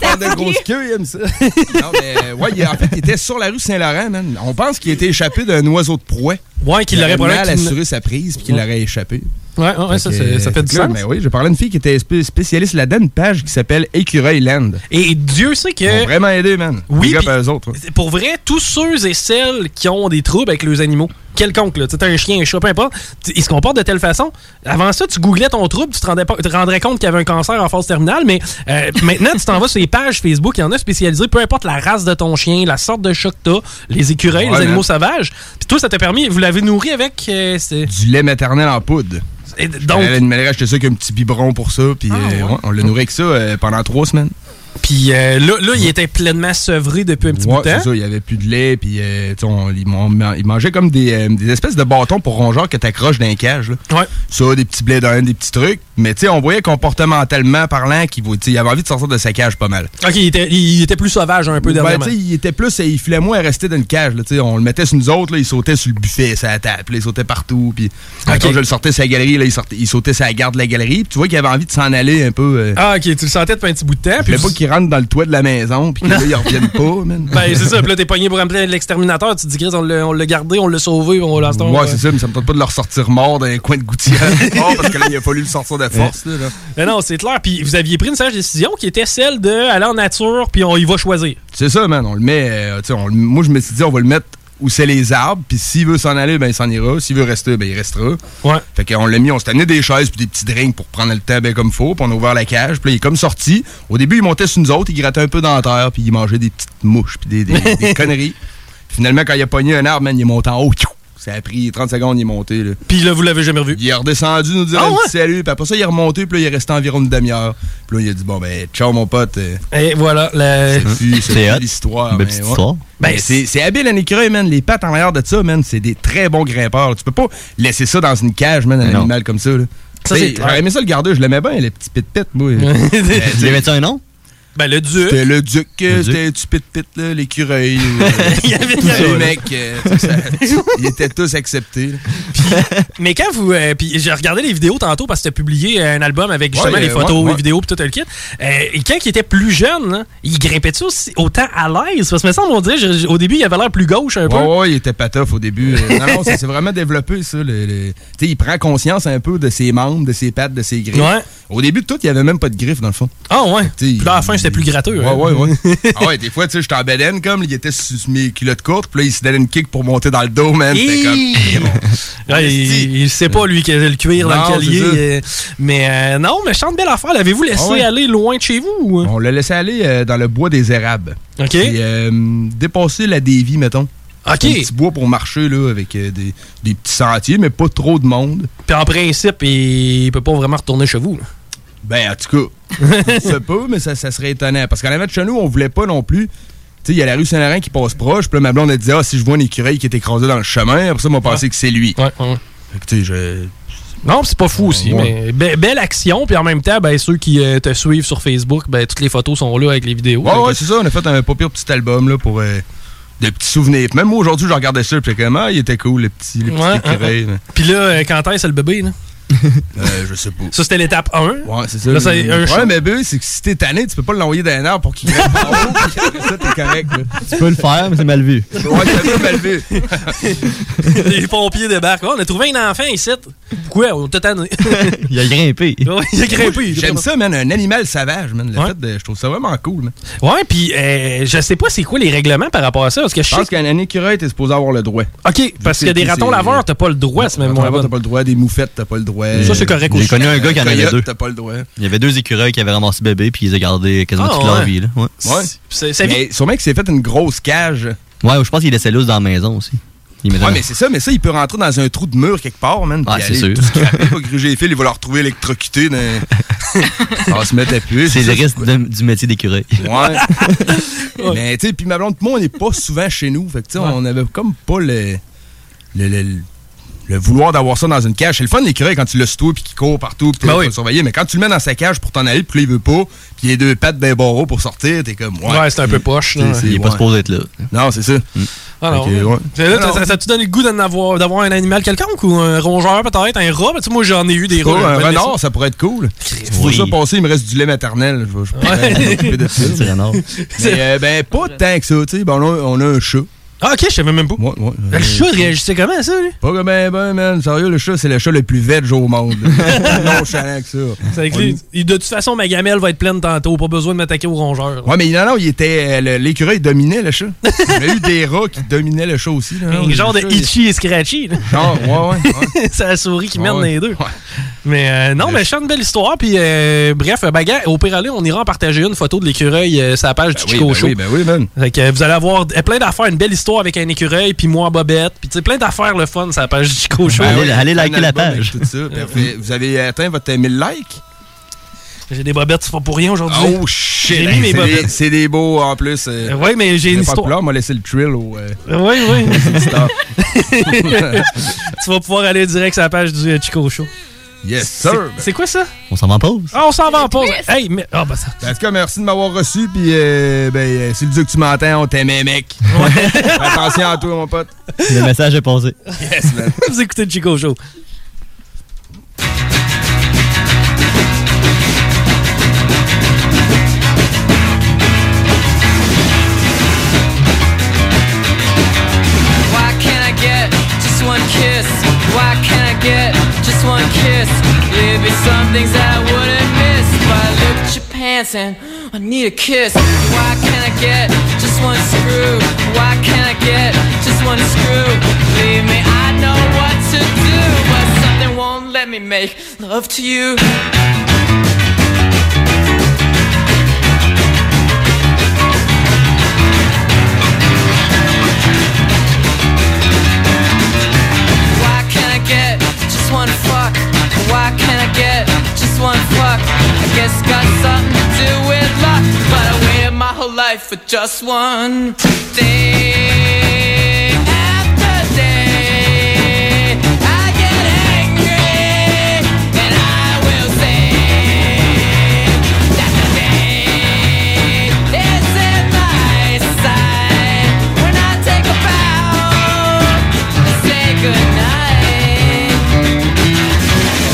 Speaker 9: Pas de grosses queues, il aime ça. non, mais euh, ouais, il- en fait, il était sur la rue Saint-Laurent, man. On pense qu'il était échappé d'un oiseau de proie.
Speaker 1: Ouais, qu'il
Speaker 9: Il
Speaker 1: l'aurait
Speaker 9: avait
Speaker 1: probablement
Speaker 9: mal
Speaker 1: qu'il-
Speaker 9: assuré sa prise, puis qu'il
Speaker 1: Ouais.
Speaker 9: l'aurait échappé.
Speaker 1: Ouais, ouais, ouais, ça,
Speaker 9: que,
Speaker 1: c'est- ça fait
Speaker 9: euh,
Speaker 1: du
Speaker 9: là,
Speaker 1: sens.
Speaker 9: ben oui, j'ai parlé à une fille qui était spé- spécialiste là-dedans, une page qui s'appelle Écureuil Land.
Speaker 1: Et Dieu sait que.
Speaker 9: Ils ont vraiment aidé, man.
Speaker 1: Oui,
Speaker 9: Big up
Speaker 1: puis-
Speaker 9: à eux autres. hein.
Speaker 1: C'est Pour vrai, tous ceux et celles qui ont des troubles avec leurs animaux, quelconque, là, tu sais, t'as un chien, un chat, peu importe, tu- ils se comportent de telle façon. Avant ça, tu googlais ton trouble, tu te rendais, pas- tu te rendrais compte qu'il y avait un cancer en phase terminale, mais euh, maintenant, tu t'en vas sur les pages Facebook, il y en a spécialisées, peu importe la race de ton chien, la sorte de chat que t'as, les écureuils,
Speaker 9: Ouais, hein.
Speaker 1: les animaux
Speaker 9: man.
Speaker 1: sauvages. Puis toi, ça t'a permis, vous l'avez nourri avec. euh, c'est-
Speaker 9: Du lait maternel en poudre.
Speaker 1: Et donc- Ah,
Speaker 9: Elle avait une malheur, acheté ça avec un petit biberon pour ça, puis euh, ouais, on l'a nourri avec ça euh, pendant trois semaines.
Speaker 1: Puis euh, là, là, il était pleinement sevré depuis un petit
Speaker 9: Ouais,
Speaker 1: bout de temps.
Speaker 9: c'est ça, il y avait plus de lait, puis euh, tu sais, on- ils, m'ont- ils mangeaient comme des, euh, des espèces de bâtons pour rongeurs que t'accroches dans les cages. Là. Ça, des petits blés d'un, des petits trucs. Mais tu sais, on voyait comportementalement parlant qu'il vou- tu sais, il avait envie de sortir de sa cage pas mal.
Speaker 1: Ok, il était, il était plus sauvage un peu
Speaker 9: Ben,
Speaker 1: dernièrement.
Speaker 9: tu sais, il était plus, il filait moins à rester dans une cage. là, tu sais. on le mettait sur nous autres, là, il sautait sur le buffet, sur la table, là, il sautait partout. Puis quand je le sortais sur la galerie, là, il, sortait, il sautait sur la garde de la galerie. Puis tu vois qu'il avait envie de s'en aller un peu. euh,
Speaker 1: Ah, ok, tu le sentais depuis un petit bout de temps.
Speaker 9: je voulais pas qu'il rentre dans le toit de la maison, puis que là, il revienne pas. man.
Speaker 1: Ben, c'est ça. Puis là, t'es pogné pour appeler l'exterminateur. Tu te dis, Chris, on l'a on l'a gardé, on l'a sauvé, on l'a
Speaker 9: Ouais, c'est ça, mais ça me tente pas de le ressortir mort dans un coin de gouttière. Oh, parce que là, il a fallu le sortir de force. là, là.
Speaker 1: Mais Eh. Ben non, c'est clair. Puis vous aviez pris une sage décision qui était celle de aller en nature, puis on y va choisir.
Speaker 9: C'est ça, man. On le met. euh, tu sais, on le- moi, je me suis dit, on va le mettre où c'est les arbres. Puis s'il veut s'en aller, ben il s'en ira. S'il veut rester, ben il restera.
Speaker 1: Ouais.
Speaker 9: Fait qu'on l'a mis. On s'est amené des chaises puis des petits drinks pour prendre le temps ben comme faut. Puis on a ouvert la cage. Puis là, il est comme sorti. Au début, il montait sur nous autres. Il grattait un peu dans la terre. Puis il mangeait des petites mouches puis des, des- des conneries. Puis finalement, quand il a pogné un arbre, man, il est monté en haut. Tchou! Ça a pris 30 secondes, il est monté. Là.
Speaker 1: Puis là, vous l'avez jamais revu.
Speaker 9: Il est redescendu, nous dire
Speaker 1: Ah
Speaker 9: un
Speaker 1: ouais?
Speaker 9: petit salut. Puis après ça, il est remonté. Puis là, il est resté environ une demi-heure. Puis là, il a dit, bon, ben, ciao, mon pote. euh,
Speaker 1: Et voilà. la-
Speaker 9: plus- c'est plus l'histoire.
Speaker 8: Belle
Speaker 9: mais
Speaker 8: petite
Speaker 9: ouais.
Speaker 8: histoire.
Speaker 9: Ben, c'est c'est habile un écureuil, man. Les pattes en arrière de ça, man, c'est des très bons grimpeurs. Tu peux pas laisser ça dans une cage, man, un
Speaker 8: Non.
Speaker 9: animal comme ça. là. T'sais,
Speaker 8: Ça, c'est clair.
Speaker 9: J'aurais aimé ça le garder, je l'aimais bien, les petits pit-pit, moi. Euh,
Speaker 8: Il avait-tu un nom?
Speaker 1: Ben, le duc.
Speaker 9: C'était le duc, euh, c'était du pit-pit, là, l'écureuil. euh.
Speaker 1: Il y avait- il y avait-
Speaker 9: Les mecs, euh, tu sais, ça- ils étaient tous acceptés. là.
Speaker 1: Mais quand vous. euh, puis j'ai regardé les vidéos tantôt parce que t'as publié un album avec justement
Speaker 9: Ouais,
Speaker 1: les
Speaker 9: euh,
Speaker 1: photos,
Speaker 9: ouais, ouais.
Speaker 1: les vidéos, puis tout le kit. Euh, et quand il était plus jeune, hein, il grimpait-tu aussi autant à l'aise? Parce que me semble, on dirait, j'ai- au début, il avait l'air plus gauche un peu.
Speaker 9: Ouais, ouais, il était patoff au début. Euh, non, non, ça s'est vraiment développé, ça. le- le- Tu sais, il prend conscience un peu de ses membres, de ses pattes, de ses griffes.
Speaker 1: Ouais.
Speaker 9: Au début de tout, il n'y avait même pas de griffes, dans le fond.
Speaker 1: Ah ouais. Puis là, à la fin, c'était plus gratteux.
Speaker 9: Ouais,
Speaker 1: hein.
Speaker 9: ouais, ouais. ah ouais, des fois, tu sais, j'étais en bedaine, comme, il était sur mes culottes courtes, puis là, il se donnait une kick pour monter dans le dos, man. C'était comme,
Speaker 1: Hi!
Speaker 9: eh, bon.
Speaker 1: Ouais, il, il sait pas, lui, que le cuir
Speaker 9: Non,
Speaker 1: dans le
Speaker 9: c'est
Speaker 1: collier.
Speaker 9: ça.
Speaker 1: euh, mais euh, non, mais chante belle affaire. L'avez-vous laissé
Speaker 9: Ah ouais.
Speaker 1: aller loin de chez vous? ou-
Speaker 9: On l'a laissé aller euh, dans le bois des érables.
Speaker 1: OK.
Speaker 9: Puis, euh, dépasser la dévie, mettons.
Speaker 1: OK.
Speaker 9: C'est Un petit bois pour marcher, là, avec euh, des, des petits sentiers, mais pas trop de monde.
Speaker 1: Puis en principe, il, il peut pas vraiment retourner chez vous. là.
Speaker 9: Ben, en tout cas, je sais pas, mais ça, ça serait étonnant. Parce qu'en avant de chez nous, on voulait pas non plus. Tu sais, il y a la rue Saint-Laurent qui passe proche. Puis là, ma blonde, elle dit Ah, si je vois un écureuil qui est écrasé dans le chemin, après ça, on va penser que c'est lui.
Speaker 1: Ouais, ouais.
Speaker 9: Fait que, tu sais, je.
Speaker 1: Non, c'est pas fou aussi,
Speaker 9: Ouais.
Speaker 1: mais be- belle action. Puis en même temps, ben, ceux qui euh, te suivent sur Facebook, ben, toutes les photos sont là avec les vidéos.
Speaker 9: Ouais,
Speaker 1: Donc,
Speaker 9: ouais, c'est ça. On a fait un pas pire petit album, là, pour. euh, de petits souvenirs. Puis Même moi, aujourd'hui, je regardais ça, puis j'étais comme, ah, il était cool, le petit, le petit
Speaker 1: Ouais,
Speaker 9: écureuil.
Speaker 1: hein, hein. Puis là, euh, Quentin, c'est le bébé, là.
Speaker 9: Euh, je sais pas.
Speaker 1: Ça, c'était l'étape 1. Ouais,
Speaker 9: C'est ça,
Speaker 1: Là, c'est
Speaker 9: le problème,
Speaker 1: un show.
Speaker 9: mais bébé, c'est que si t'es tanné, tu peux pas l'envoyer dans un arbre pour qu'il reste en haut, puis après ça, t'es correct. là.
Speaker 8: Tu peux le faire, mais c'est mal vu.
Speaker 9: Ouais, t'as mal vu.
Speaker 1: Les pompiers débarquent. Oh, on a trouvé un enfant ici. Pourquoi? On t'a tanné.
Speaker 8: Il a grimpé.
Speaker 1: il a grimpé.
Speaker 9: J'aime ça, man, un animal sauvage, man. Le fait de- je trouve ça vraiment cool, man.
Speaker 1: Ouais, puis euh, je sais pas c'est quoi les règlements par rapport à ça. Parce que je
Speaker 9: Je
Speaker 1: sais
Speaker 9: pense qu'un écureuil, t'es supposé avoir le droit.
Speaker 1: OK, parce qu'il y a des ratons laveurs, t'as pas le droit, c'est même
Speaker 9: Ratons
Speaker 1: moi.
Speaker 9: laveurs, t'as pas le droit. Des moufettes, t'as pas le droit.
Speaker 1: Ça, c'est correct
Speaker 8: Euh, J'ai connu un gars qui en avait
Speaker 9: Coyote,
Speaker 8: deux.
Speaker 9: t'as pas le droit.
Speaker 8: Il y avait deux écureuils qui avaient ramassé bébé, puis ils les ont gardés quasiment
Speaker 9: Ah,
Speaker 8: toute leur
Speaker 9: ouais.
Speaker 8: vie. Là. Ouais.
Speaker 9: Ouais. Mais sûrement qu'il s'est fait une grosse cage.
Speaker 8: Ouais, je pense qu'il laissait l'os dans la maison aussi. Il mettait
Speaker 9: Ouais,
Speaker 8: un-
Speaker 9: mais c'est ça, mais ça, il peut rentrer dans un trou de mur quelque part, man. puis
Speaker 8: Ouais, c'est
Speaker 9: aller
Speaker 8: sûr.
Speaker 9: tout scraper, pas gruger les fils, il va le retrouver électrocuté. Dans... On va se mettre à puer.
Speaker 8: C'est
Speaker 9: ça,
Speaker 8: le risque de- du métier d'écureuil.
Speaker 9: Ouais. Mais tu sais, puis ma blonde, pis moi, on n'est pas souvent chez nous. Fait que tu sais, on avait comme pas le. le, le- le- le vouloir d'avoir ça dans une cage. C'est le fun, l'écureuil, quand tu le toi puis qu'il court partout, puis tu
Speaker 1: Ben
Speaker 9: le
Speaker 1: oui.
Speaker 9: surveiller. Mais quand tu le mets dans sa cage pour t'en aller, puis là, il veut pas, puis il a deux pattes d'un barreau pour sortir, t'es comme. Ouais,
Speaker 1: Ouais, c'est un peu poche,
Speaker 9: c'est-
Speaker 1: là, Ah
Speaker 9: c'est-
Speaker 8: Il est pas
Speaker 9: ouais.
Speaker 8: supposé être là.
Speaker 9: Non, c'est ça.
Speaker 1: Alors,
Speaker 9: Fait que, ouais.
Speaker 1: ça, ça, ça te donne le goût d'en avoir- d'avoir un animal quelconque ou un rongeur peut-être, un rat? Ben, tu sais, moi, j'en ai eu des
Speaker 9: Oh,
Speaker 1: rats.
Speaker 9: un
Speaker 1: j'aimais
Speaker 9: renard,
Speaker 1: ça.
Speaker 9: ça pourrait être cool. Si Pour ça passer, il me reste du lait maternel. Je vais- je pourrais m'occuper de ça.
Speaker 8: C'est renard.
Speaker 9: Mais, euh, ben, pas tant que ça, tu sais. Ben, on, a, on a un chat.
Speaker 1: Ah, ok, je savais même pas.
Speaker 9: Ouais, ouais.
Speaker 1: Le chat réagissait comment à ça, lui?
Speaker 9: Pas comme ben, ben, man. Sérieux, le chat, c'est le chat le plus veg au monde. Nonchalant que ça.
Speaker 1: Ça fait que
Speaker 9: On-
Speaker 1: lui, il- de toute façon, ma gamelle va être pleine tantôt. Pas besoin de m'attaquer au rongeur.
Speaker 9: Ouais, mais non, non, il était. euh, le- L'écureuil dominait le chat. Il y a eu des rats qui dominaient le chat aussi. là, hein, non,
Speaker 1: Un
Speaker 9: le
Speaker 1: genre de
Speaker 9: chat, il-
Speaker 1: Itchy et Scratchy. là.
Speaker 9: Genre, Ah, ouais, ouais.
Speaker 1: c'est la souris qui mène
Speaker 9: Ouais, ouais.
Speaker 1: les deux. Mais euh, non, mais je chante une belle histoire. Puis euh, bref, ben, gars, au pire aller, on ira en partager une photo de l'écureuil euh, sur la page du
Speaker 9: Oui,
Speaker 1: Chico
Speaker 9: ben
Speaker 1: Show.
Speaker 9: oui, ben oui, man.
Speaker 1: Fait que, euh, vous allez avoir d- plein d'affaires, une belle histoire avec un écureuil, puis moi en bobette, puis tu sais, plein d'affaires le fun sur la page du Chico Show.
Speaker 8: Allez- Ben, allez
Speaker 9: Ben Un
Speaker 8: liker la
Speaker 9: album avec
Speaker 8: page.
Speaker 9: tout ça, parfait. Vous avez atteint votre 1000 likes?
Speaker 1: J'ai des bobettes, c'est pas pour rien aujourd'hui.
Speaker 9: Oh shit!
Speaker 1: J'ai mis mes
Speaker 9: C'est des-
Speaker 1: bobettes.
Speaker 9: C'est des beaux en plus.
Speaker 1: Euh, ouais, mais j'ai une histoire.
Speaker 9: On m'a laissé le thrill au. euh,
Speaker 1: Oui, oui.
Speaker 9: star.
Speaker 1: tu vas pouvoir aller direct sur la page du euh, Chico Show.
Speaker 9: Yes,
Speaker 1: C'est-
Speaker 9: sir!
Speaker 1: C'est quoi ça?
Speaker 8: On s'en va en pause.
Speaker 1: Ah, on s'en va en pause. Hey, mais. Ah, bah ça.
Speaker 9: Ben, En tout cas, merci de m'avoir reçu, puis euh, ben, euh, si le Dieu que tu m'entends, on t'aimait, mec. Fais attention à toi, mon pote.
Speaker 8: Le message est passé.
Speaker 9: Yes, man.
Speaker 1: Vous écoutez le Chico Show.
Speaker 10: Why can't I get just one kiss? Why can't I get just one kiss? There'd be some things I wouldn't miss. But I look at your pants and I need a kiss. Why can't I get just one screw? Why can't I get just one screw? Believe me, I know what to do, but something won't let me make love to you. Why can't I get just one fuck? Why can't I get just one fuck? I guess it's got something to do with luck, but I waited my whole life for just one day. After day, I get angry and I will say that the day is in my sight when I take a bow. Say goodnight.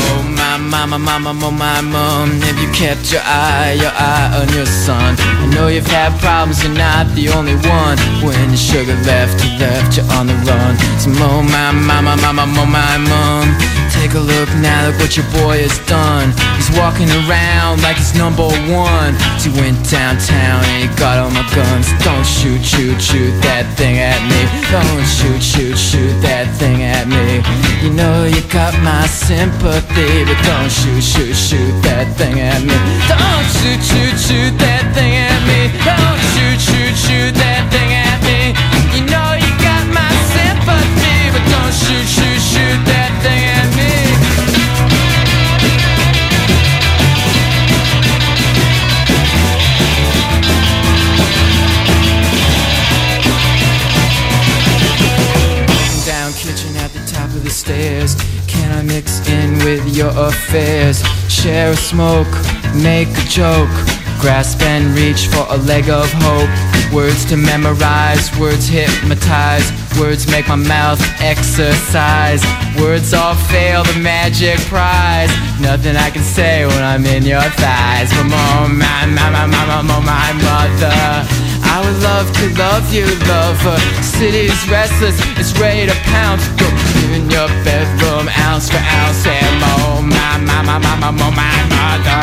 Speaker 10: Oh my mama, mama, oh my mom. Have you kept your eye, your eye on your son? I know you've had problems, you're not the only one. When your sugar left, you left you on the run. So oh my mama, mama, oh my mom. Take a look now, look what your boy has done. He's walking around like he's number one. So he went downtown and he got all my guns. Don't shoot, shoot, shoot that thing at me. Don't shoot, shoot, shoot that thing at me. You know you got my sympathy, but don't shoot, shoot, shoot that thing at me. Don't shoot, shoot, shoot that thing at me. Don't shoot, shoot, shoot that thing at me. You know you got my sympathy, but don't shoot, shoot, shoot that thing at me. Walking down kitchen at the top of the stairs. Can I mix in with your affairs? Share a smoke, make a joke. Grasp and reach for a leg of hope. Words to memorize, words hypnotize, words make my mouth exercise. Words all fail the magic prize. Nothing I can say when I'm in your thighs. Come on, my, my, my, my, my, my, my mother. I would love to love you, lover. City's restless, it's ready to pounce. Go in your bedroom, ounce for ounce, and oh my, my, my, my, my, my, my mother.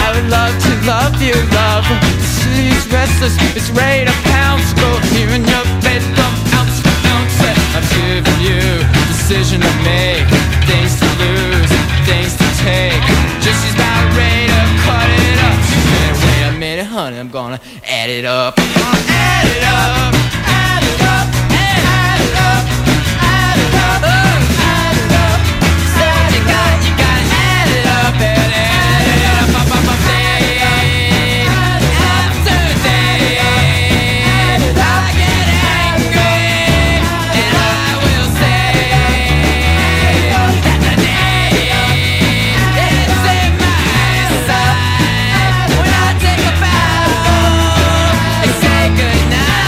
Speaker 10: I would love to love you, lover. City's restless, it's ready to pounce. Go in your bedroom, ounce for ounce, and I'm giving you a decision to make, things to lose, things to take. Just she's about ready to cut it up. She said, wait a minute, honey, I'm gonna add it up. Add it up. Add it up. Add it up. Add it up. Add it up. Said you got, you got add it up and add it up. Up, up, up, day after day. I get angry and I will say that the day is in my sight when I take a bow and say goodnight.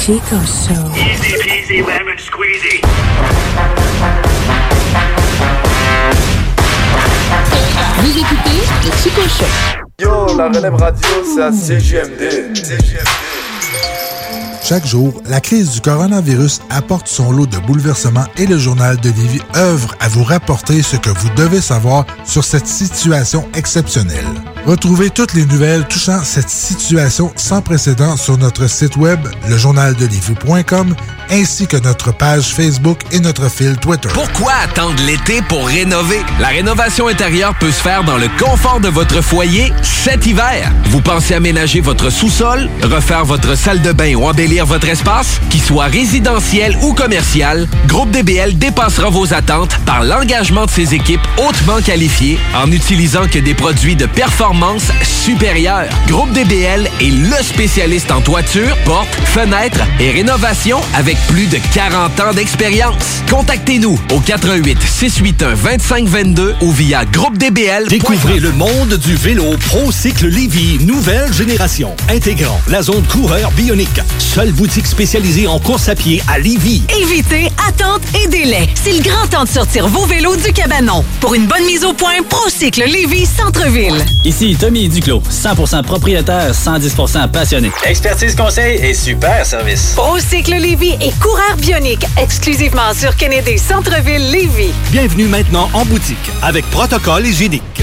Speaker 11: Chico Show.
Speaker 12: Easy peasy lemon squeezy.
Speaker 11: Vous écoutez le Chico Show.
Speaker 9: Yo, la relève radio, c'est à CGMD.
Speaker 13: Chaque jour, la crise du coronavirus apporte son lot de bouleversements et le journal de Livy œuvre à vous rapporter ce que vous devez savoir sur cette situation exceptionnelle. Retrouvez toutes les nouvelles touchant cette situation sans précédent sur notre site web, lejournaldelivy.com, ainsi que notre page Facebook et notre fil Twitter.
Speaker 14: Pourquoi attendre l'été pour rénover? La rénovation intérieure peut se faire dans le confort de votre foyer cet hiver. Vous pensez aménager votre sous-sol, refaire votre salle de bain ou embellir votre espace? Qu'il soit résidentiel ou commercial, Groupe DBL dépassera vos attentes par l'engagement de ses équipes hautement qualifiées en n'utilisant que des produits de performance supérieure. Groupe DBL est le spécialiste en toiture, portes, fenêtres et rénovation avec plus de 40 ans d'expérience. Contactez-nous au 88 681 2522 ou via groupe DBL.
Speaker 15: Découvrez le monde du vélo ProCycle Lévy, nouvelle génération, intégrant la zone coureur bionique. Seule boutique spécialisée en course à pied à Lévy.
Speaker 16: Évitez attente et délai. C'est le grand temps de sortir vos vélos du cabanon. Pour une bonne mise au point, Procycle Lévis Centre-Ville.
Speaker 17: Ici Tommy Duclos, 100% propriétaire, 110% passionné.
Speaker 18: Expertise conseil et super service.
Speaker 16: Procycle Lévis et coureur bionique, exclusivement sur Kennedy Centre-Ville Lévis.
Speaker 15: Bienvenue maintenant en boutique avec protocole hygiénique.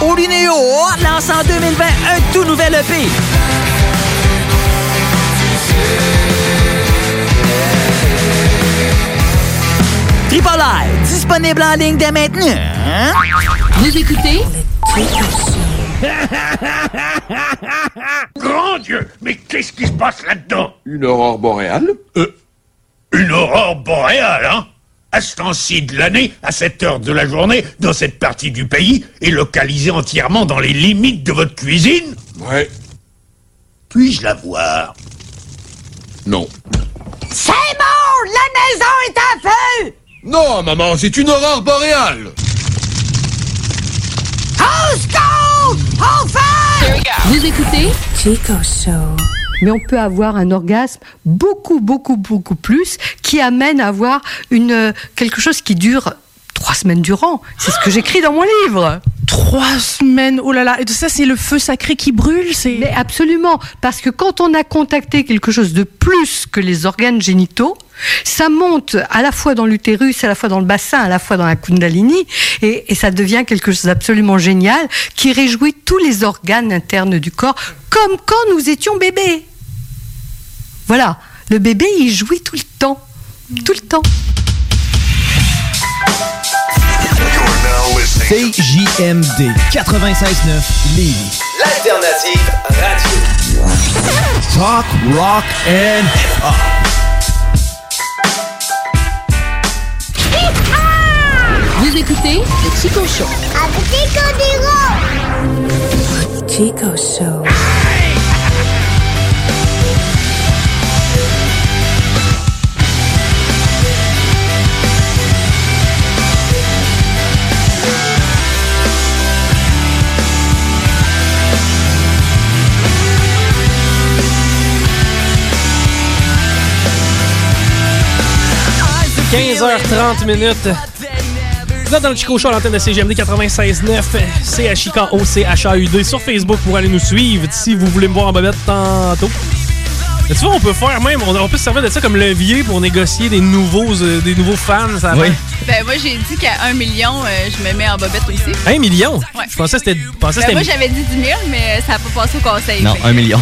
Speaker 19: Olinéo lance en 2020 un tout nouvel E EP. Tripolaire, disponible en ligne dès maintenant. hein?
Speaker 11: Vous écoutez
Speaker 4: Grand Dieu Mais qu'est-ce qui se passe là-dedans
Speaker 9: Une aurore boréale?
Speaker 4: Une aurore boréale, hein À ce temps-ci de l'année, à cette heure de la journée, dans cette partie du pays, et localisée entièrement dans les limites de votre cuisine
Speaker 9: Ouais,
Speaker 4: Puis-je la voir
Speaker 9: non.
Speaker 19: C'est bon! La maison est à feu!
Speaker 9: Non, maman, c'est une aurore boréale!
Speaker 19: Au secours! Au feu!
Speaker 11: Vous écoutez
Speaker 20: Chico Show. Mais on peut avoir un orgasme beaucoup, beaucoup, beaucoup plus qui amène à avoir une, euh, quelque chose qui dure trois semaines durant. C'est ce que j'écris dans mon livre.
Speaker 21: Trois semaines, oh là là, et tout ça c'est le feu sacré qui brûle, c'est...
Speaker 20: Mais absolument, parce que quand on a contacté quelque chose de plus que les organes génitaux, Ça monte à la fois dans l'utérus, à la fois dans le bassin, à la fois dans la kundalini, et, et ça devient quelque chose d'absolument génial qui réjouit tous les organes internes du corps, comme quand nous étions bébés. Voilà, le bébé, il jouit tout le temps, tout le temps.
Speaker 22: CJMD 96.9 Lévis.
Speaker 23: L'alternative radio.
Speaker 22: Talk, rock and hip-hop.
Speaker 24: Vous écoutez le Chico Show.
Speaker 19: Avec Chico Duro.
Speaker 24: Chico Show.
Speaker 1: minutes. Vous êtes dans le Chico Show à l'antenne de CGMD 96.9, C-H-I-K-O-C-H-A-U-D sur Facebook pour aller nous suivre si vous voulez me voir en bobette tantôt. Mais tu vois, on peut faire même, on, on peut se servir de ça comme levier pour négocier des nouveaux, euh, des nouveaux fans. Ça
Speaker 7: oui. Ben moi j'ai dit qu'à 1 million, euh, je me mets en bobette aussi.
Speaker 1: 1 million?
Speaker 7: Ouais.
Speaker 1: Je pensais que c'était... je pensais que
Speaker 7: Ben, moi
Speaker 1: Hein? Ah, c'était-
Speaker 7: j'avais dit 10 000, mais ça n'a pas passé au conseil.
Speaker 8: Non,
Speaker 7: fait que-
Speaker 8: un million.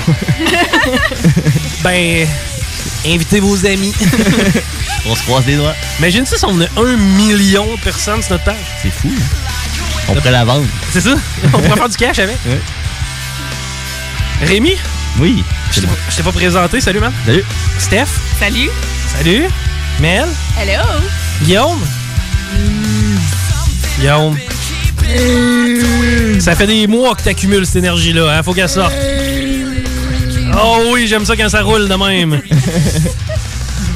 Speaker 1: ben, invitez vos amis.
Speaker 8: On se croise les doigts.
Speaker 1: Imagine ça si on a 1 million de personnes sur notre page.
Speaker 8: C'est fou. hein? On pourrait la vendre.
Speaker 1: C'est ça? On pourrait faire du cash avec.
Speaker 8: Ouais.
Speaker 1: Rémi?
Speaker 8: Oui.
Speaker 1: Je t'ai pas- je t'ai pas présenté. Salut, man.
Speaker 8: Salut.
Speaker 1: Steph?
Speaker 7: Salut.
Speaker 1: Salut. Mel?
Speaker 7: Hello.
Speaker 1: Guillaume? Guillaume. Ça fait des mois que t'accumules cette énergie-là. Hein? Faut qu'elle sorte. Oh oui, j'aime ça quand ça roule de même.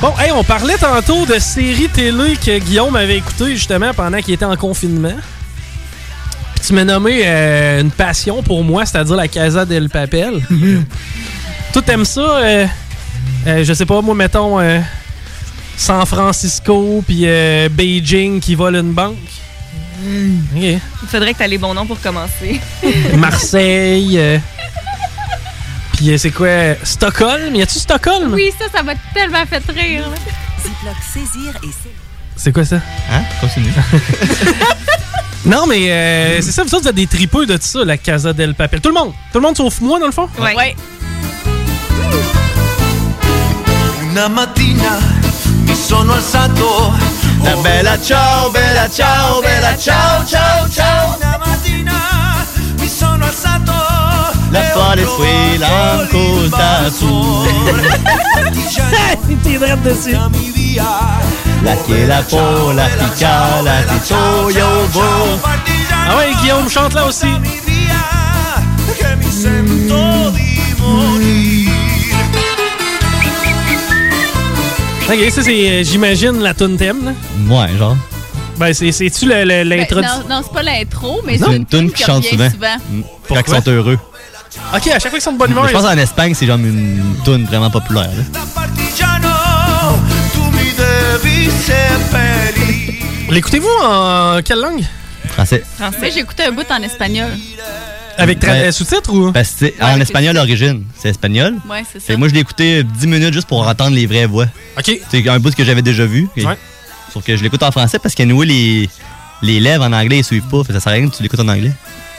Speaker 1: Bon, hey, on parlait tantôt de séries télé que Guillaume avait écoutées justement pendant qu'il était en confinement. Puis tu m'as nommé euh, une passion pour moi, c'est-à-dire la Casa del Papel. Toi, t'aimes ça? euh, euh, je sais pas, moi, mettons euh, San Francisco puis euh, Beijing qui vole une banque. Ok.
Speaker 25: Il faudrait que tu les bons noms pour commencer.
Speaker 1: Marseille. euh, puis euh, c'est quoi? euh, Stockholm? Y a-tu Stockholm?
Speaker 25: Oui, ça, ça m'a tellement fait rire.
Speaker 16: saisir et
Speaker 1: C'est quoi ça?
Speaker 8: Hein? Continue.
Speaker 1: Non, mais euh, c'est ça, vous autres, vous êtes des tripeux de ça, la Casa del Papel. Tout le monde, tout le monde sauf moi, dans le fond?
Speaker 25: Ouais.
Speaker 26: Una mattina mi sono alzato. Oh, bella ciao, bella ciao, bella ciao, ciao, ciao. Una mattina mi sono alzato.
Speaker 8: La
Speaker 26: e ho
Speaker 8: folle
Speaker 26: trovato
Speaker 8: qui la
Speaker 26: l'invasore.
Speaker 1: Portami
Speaker 26: via.
Speaker 8: La tiela pour la pica, la tito yo vo.
Speaker 1: Ah ouais, Guillaume chante là aussi.
Speaker 26: Che mi sento di morire.
Speaker 1: Ok, ça, c'est, euh, j'imagine, la tune thème, là.
Speaker 8: Ouais, genre.
Speaker 1: Ben, c'est- c'est-tu le- le-
Speaker 7: Ben,
Speaker 1: l'intro?
Speaker 7: non, non, c'est pas l'intro, mais
Speaker 8: Non.
Speaker 7: c'est
Speaker 8: C'est une tune qui chante
Speaker 7: revient
Speaker 8: souvent. Mm. Quand ils sont heureux.
Speaker 1: Ok, à chaque fois qu'ils sont de bonne humeur.
Speaker 8: Je pense
Speaker 1: ils-
Speaker 8: en Espagne, c'est genre une tune vraiment populaire. là.
Speaker 26: Partigiano, tu mi devi seppellire.
Speaker 1: L'écoutez-vous en quelle langue?
Speaker 8: Français.
Speaker 7: Français, j'ai écouté un bout en espagnol.
Speaker 1: Avec tra-
Speaker 8: Ben,
Speaker 1: euh, sous-titres ou?
Speaker 8: Parce que c'est en espagnol d'origine, c'est espagnol.
Speaker 7: Ouais, c'est ça.
Speaker 8: Fait que moi, je l'ai écouté euh, 10 minutes juste pour entendre les vraies voix.
Speaker 1: OK.
Speaker 8: C'est un bout que j'avais déjà vu. et- Sauf que je l'écoute en français parce qu'à nous, les, les lèvres en anglais, ils suivent pas. Fait que ça sert à rien que tu l'écoutes en anglais.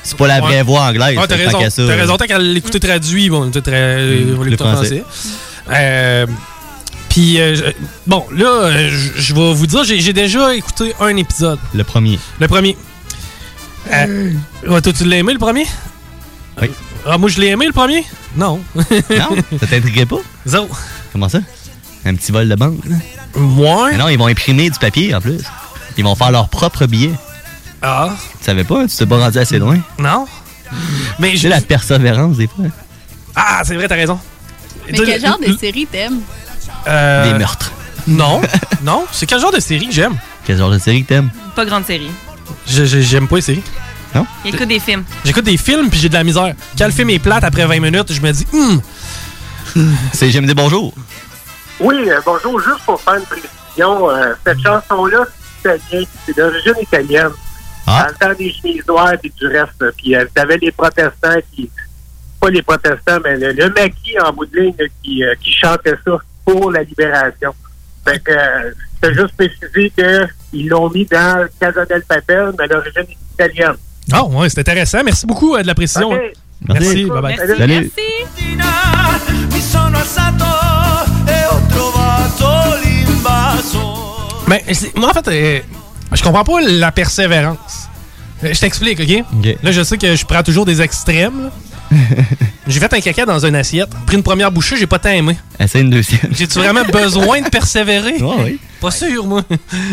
Speaker 8: C'est pas la
Speaker 1: Ouais.
Speaker 8: vraie voix anglaise.
Speaker 1: Ah, t'as
Speaker 8: fait que tant
Speaker 1: raison.
Speaker 8: qu'à ça,
Speaker 1: T'as
Speaker 8: euh, Mm.
Speaker 1: raison. Tant qu'à l'écouter traduit, bon, t'as tra- on va l'écouter en
Speaker 8: français.
Speaker 1: français. Euh, Puis, euh, je- bon, là, euh, je- je vais vous dire, j'ai j'ai déjà écouté un épisode.
Speaker 8: Le premier.
Speaker 1: Le premier. Euh, ouais, toi, tu l'as aimé, le premier?
Speaker 8: Oui.
Speaker 1: Ah, moi, je l'ai aimé, le premier? Non.
Speaker 8: Non? Ça t'intriguait pas?
Speaker 1: Zo.
Speaker 8: Comment ça? Un petit vol de banque, là?
Speaker 1: Ouais.
Speaker 8: non, ils vont imprimer du papier, en plus. Ils vont faire leur propre billet.
Speaker 1: Ah.
Speaker 8: Tu savais pas? Tu t'es pas rendu assez loin.
Speaker 1: Non? Mais
Speaker 8: J'ai la persévérance, des fois.
Speaker 1: Ah, c'est vrai, t'as raison.
Speaker 7: Mais
Speaker 1: Toi,
Speaker 7: quel genre de
Speaker 1: l-
Speaker 7: série t'aimes?
Speaker 1: euh,
Speaker 8: Des meurtres.
Speaker 1: Non, non. C'est quel genre de série que j'aime?
Speaker 8: Quel genre de série que t'aimes?
Speaker 25: Pas grande série.
Speaker 1: Je- je- J'aime pas les séries.
Speaker 25: Il écoute des films.
Speaker 1: J'écoute des films puis j'ai de la misère. Quand le film est plate après 20 minutes, je me dis hum.
Speaker 8: C'est J'aime des bonjours.
Speaker 27: Oui, euh, bonjour. Juste pour faire une précision, euh, cette chanson-là, c'est italien, c'est d'origine italienne.
Speaker 8: Ah.
Speaker 27: Dans le temps des chemises noires et du reste. là. Puis, euh, t'avais les protestants qui... Pas les protestants, mais le, le maquis, en bout de ligne, là, qui, euh, qui chantait ça pour la libération. Fait que, euh, c'est juste spécifié qu'ils l'ont mis dans Casa del Papel, mais à l'origine italienne.
Speaker 1: Non, Ah, ouais, c'est intéressant. Merci beaucoup euh, de la précision.
Speaker 27: Ok.
Speaker 1: Merci. Bye bye.
Speaker 26: Salut. Mi sono alzato e ho trovato l'invaso.
Speaker 1: Mais Ben, c'est- moi, en fait, euh, je comprends pas la persévérance. Euh, Je t'explique, OK? Là, je sais que je prends toujours des extrêmes. là. j'ai fait un caca dans une assiette, pris une première bouchée, j'ai pas tant aimé.
Speaker 8: Essaye une deuxième.
Speaker 1: J'ai-tu vraiment besoin de persévérer?
Speaker 8: Ouais, oui.
Speaker 1: Pas sûr, moi.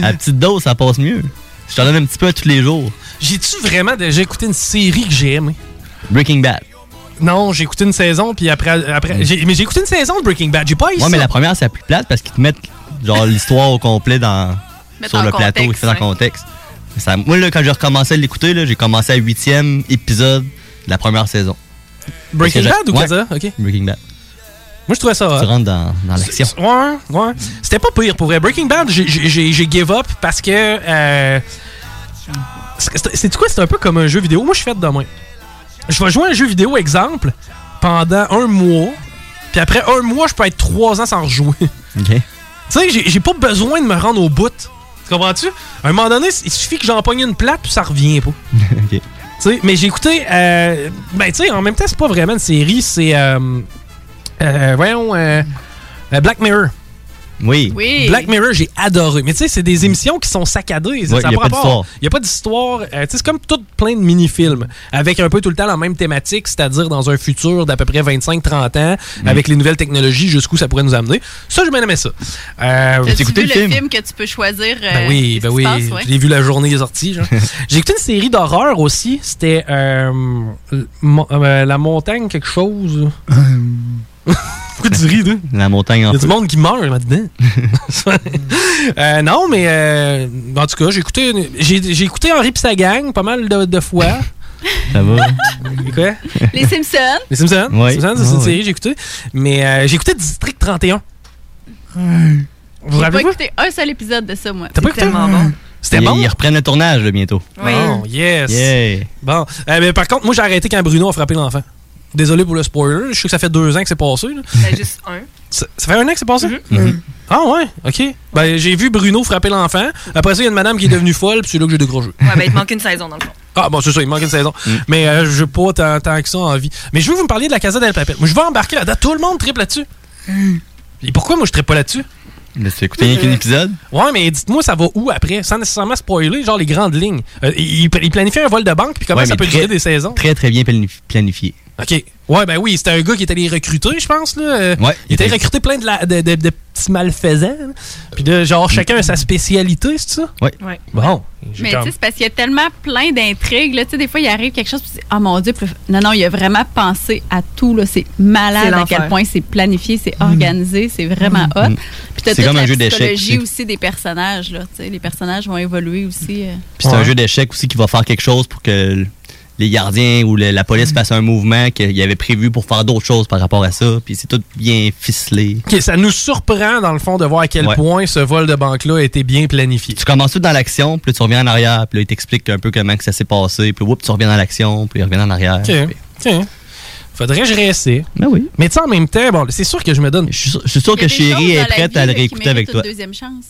Speaker 8: À petite dose, ça passe mieux. Je t'en donne un petit peu à tous les jours.
Speaker 1: J'ai-tu vraiment déjà écouté une série que j'ai aimée?
Speaker 8: Breaking Bad. Mm.
Speaker 1: Non, j'ai écouté une saison, puis après. après j'ai- mais j'ai écouté une saison de Breaking Bad, j'ai pas eu
Speaker 8: Ouais, mais la première, c'est la plus plate parce qu'ils te mettent genre l'histoire au complet dans,
Speaker 1: Mettre
Speaker 8: sur
Speaker 1: en
Speaker 8: le
Speaker 1: contexte,
Speaker 8: plateau, ils te mettent
Speaker 1: hein.
Speaker 8: en contexte. Mais ça- moi, là, quand j'ai recommencé à l'écouter, là, j'ai commencé à huitième épisode de la première saison.
Speaker 1: Breaking
Speaker 8: Parce
Speaker 1: Bad
Speaker 8: que
Speaker 1: ou
Speaker 8: j'ai-
Speaker 1: Casa?
Speaker 8: Ouais,
Speaker 1: Ok.
Speaker 8: Breaking Bad.
Speaker 1: Moi, je trouvais ça.
Speaker 8: Tu rentres dans, dans l'action.
Speaker 1: Ouais, ouais. C'était pas pire pour vrai. Breaking Bad, j'ai- j'ai j'ai- j'ai give up parce que. euh, c'est c'est-tu quoi? C'est un peu comme un jeu vidéo. Moi, je suis fait de même. Je vais jouer à un jeu vidéo, exemple, pendant un mois. Puis après un mois, je peux être trois ans sans rejouer.
Speaker 8: Ok.
Speaker 1: Tu sais, j'ai- j'ai pas besoin de me rendre au bout. Tu comprends-tu? À un moment donné, il suffit que j'en pogne une plate, puis ça revient pas.
Speaker 8: Ok.
Speaker 1: Tu sais, mais j'ai écouté. euh, ben, tu sais, en même temps, c'est pas vraiment une série, c'est. euh, euh, voyons. euh, euh, Black Mirror.
Speaker 8: Oui. Mm.
Speaker 1: oui. Black Mirror, j'ai adoré. Mais tu sais, c'est des émissions qui sont saccadées.
Speaker 8: Ouais,
Speaker 1: ça
Speaker 8: y
Speaker 1: pas
Speaker 8: a pas
Speaker 1: rapport.
Speaker 8: d'histoire.
Speaker 1: Il n'y a pas d'histoire. Euh, tu sais, c'est comme tout plein de mini-films avec un peu tout le temps la même thématique, c'est-à-dire dans un futur d'à peu près 25-30 ans,
Speaker 8: Mm.
Speaker 1: avec les nouvelles technologies, jusqu'où ça pourrait nous amener. Ça, je bien aimais ça. Euh,
Speaker 7: As-tu vu le film? que tu peux choisir? euh,
Speaker 1: ben oui, ben
Speaker 7: qu'est-ce qui se
Speaker 1: oui.
Speaker 7: passe, ouais?
Speaker 1: Je l'ai vu la journée des sorties. genre. J'ai écouté une série d'horreur aussi. C'était euh, le- mon- euh, La montagne, quelque chose. Pourquoi tu ris, toi?
Speaker 8: La montagne en
Speaker 1: Il y a du
Speaker 8: feu.
Speaker 1: monde qui meurt là-dedans. hein? Euh, non, mais euh, en tout cas, j'ai écouté, une- j'ai, j'ai écouté Henri pis sa gang pas mal de, de fois.
Speaker 8: Ça va?
Speaker 1: Quoi?
Speaker 7: Les Simpsons?
Speaker 1: Les Simpsons?
Speaker 8: Ouais. Ah
Speaker 1: Les Simpsons, c'est une
Speaker 8: Ouais,
Speaker 1: série
Speaker 8: ouais.
Speaker 1: que j'ai écouté. Mais euh, j'ai écouté District 31. Vous
Speaker 7: J'ai pas
Speaker 1: l'avez pas?
Speaker 7: écouté un seul épisode de ça, moi.
Speaker 1: T'as pas
Speaker 7: C'est
Speaker 1: écouté?
Speaker 7: tellement
Speaker 8: Ah.
Speaker 7: bon.
Speaker 1: C'était
Speaker 8: Ils-
Speaker 1: bon?
Speaker 8: Ils reprennent le tournage là, bientôt.
Speaker 7: Oui.
Speaker 1: Bon, yes.
Speaker 8: Yeah.
Speaker 1: Bon. Euh, mais par contre, moi, j'ai arrêté quand Bruno a frappé l'enfant. Désolé pour le spoiler. Je sais que ça fait deux ans que c'est passé. là.
Speaker 25: Ben, juste un.
Speaker 1: Ça, ça fait un an que c'est passé? Ah ouais, ok. Ben, j'ai vu Bruno frapper l'enfant. Après ça, il y a une madame qui est devenue folle, puis c'est là que j'ai décroché.
Speaker 25: Ouais, ben, il te manque une saison, dans le fond.
Speaker 1: Ah bon, c'est ça, il manque une saison. Mais euh, je veux pas tant, tant que ça en vie. Mais je veux que vous me parliez de la Casa del Papel. Moi, je vais embarquer là-dedans. Tout le monde tripe là-dessus. Et pourquoi moi je tripe pas là-dessus?
Speaker 8: Mais tu as écouté rien qu'un épisode?
Speaker 1: Euh, Ouais, mais dites-moi, ça va où après? Sans nécessairement spoiler, genre les grandes lignes. Euh, il, il planifie un vol de banque, puis comment
Speaker 8: Ouais,
Speaker 1: ça
Speaker 8: mais
Speaker 1: peut
Speaker 8: très-
Speaker 1: durer des saisons?
Speaker 8: Très, très bien planifi- planifié.
Speaker 1: OK. Ouais, ben oui, c'était un gars qui était allé recruter, je pense. Là. Euh,
Speaker 8: Ouais,
Speaker 1: il était recruté plein de, la- de, de- de petits malfaisants. là. Puis là, genre, chacun a sa spécialité, c'est ça?
Speaker 8: Mm. Ouais.
Speaker 7: Ouais.
Speaker 1: Bon.
Speaker 7: Mais tu sais, c'est parce qu'il y a tellement plein d'intrigues. là. Tu sais, des fois, il arrive quelque chose, puis tu dis, oh mon Dieu, puis là, non, non, il a vraiment pensé à tout. là. C'est
Speaker 25: C'est
Speaker 7: malade à
Speaker 25: l'enfer.
Speaker 7: quel point c'est planifié, c'est organisé, c'est vraiment hot.
Speaker 8: Mm.
Speaker 7: Puis t'as
Speaker 8: C'est
Speaker 7: toute
Speaker 8: comme un
Speaker 7: la
Speaker 8: jeu d'échecs
Speaker 7: psychologie
Speaker 8: aussi.
Speaker 7: aussi des personnages. Là, Tu sais, les personnages vont évoluer aussi. euh.
Speaker 8: Puis c'est un jeu d'échecs aussi qui va faire quelque chose pour que l- les gardiens ou le- la police fassent un mouvement qu'ils avaient prévu pour faire d'autres choses par rapport à ça. Puis c'est tout bien ficelé.
Speaker 1: OK, ça nous surprend, dans le fond, de voir à quel
Speaker 8: Ouais.
Speaker 1: point ce vol de banque-là a été bien planifié.
Speaker 8: Tu commences tout dans l'action, puis là, tu reviens en arrière, puis là, il t'explique un peu comment que ça s'est passé, puis whoop, tu reviens dans l'action, puis il revient en arrière.
Speaker 1: OK. OK. Faudrait que je réessaie.
Speaker 8: Ben oui.
Speaker 1: Mais tu sais, en même temps, bon, c'est sûr que je me donne.
Speaker 8: Je suis sûr, je suis sûr
Speaker 7: Il y a
Speaker 8: que
Speaker 7: des choses
Speaker 8: Chérie
Speaker 7: dans
Speaker 8: est
Speaker 7: la
Speaker 8: prête
Speaker 7: vie,
Speaker 8: à le
Speaker 7: là, qui
Speaker 8: réécouter avec
Speaker 7: méritent
Speaker 8: toi.
Speaker 7: une deuxième chance.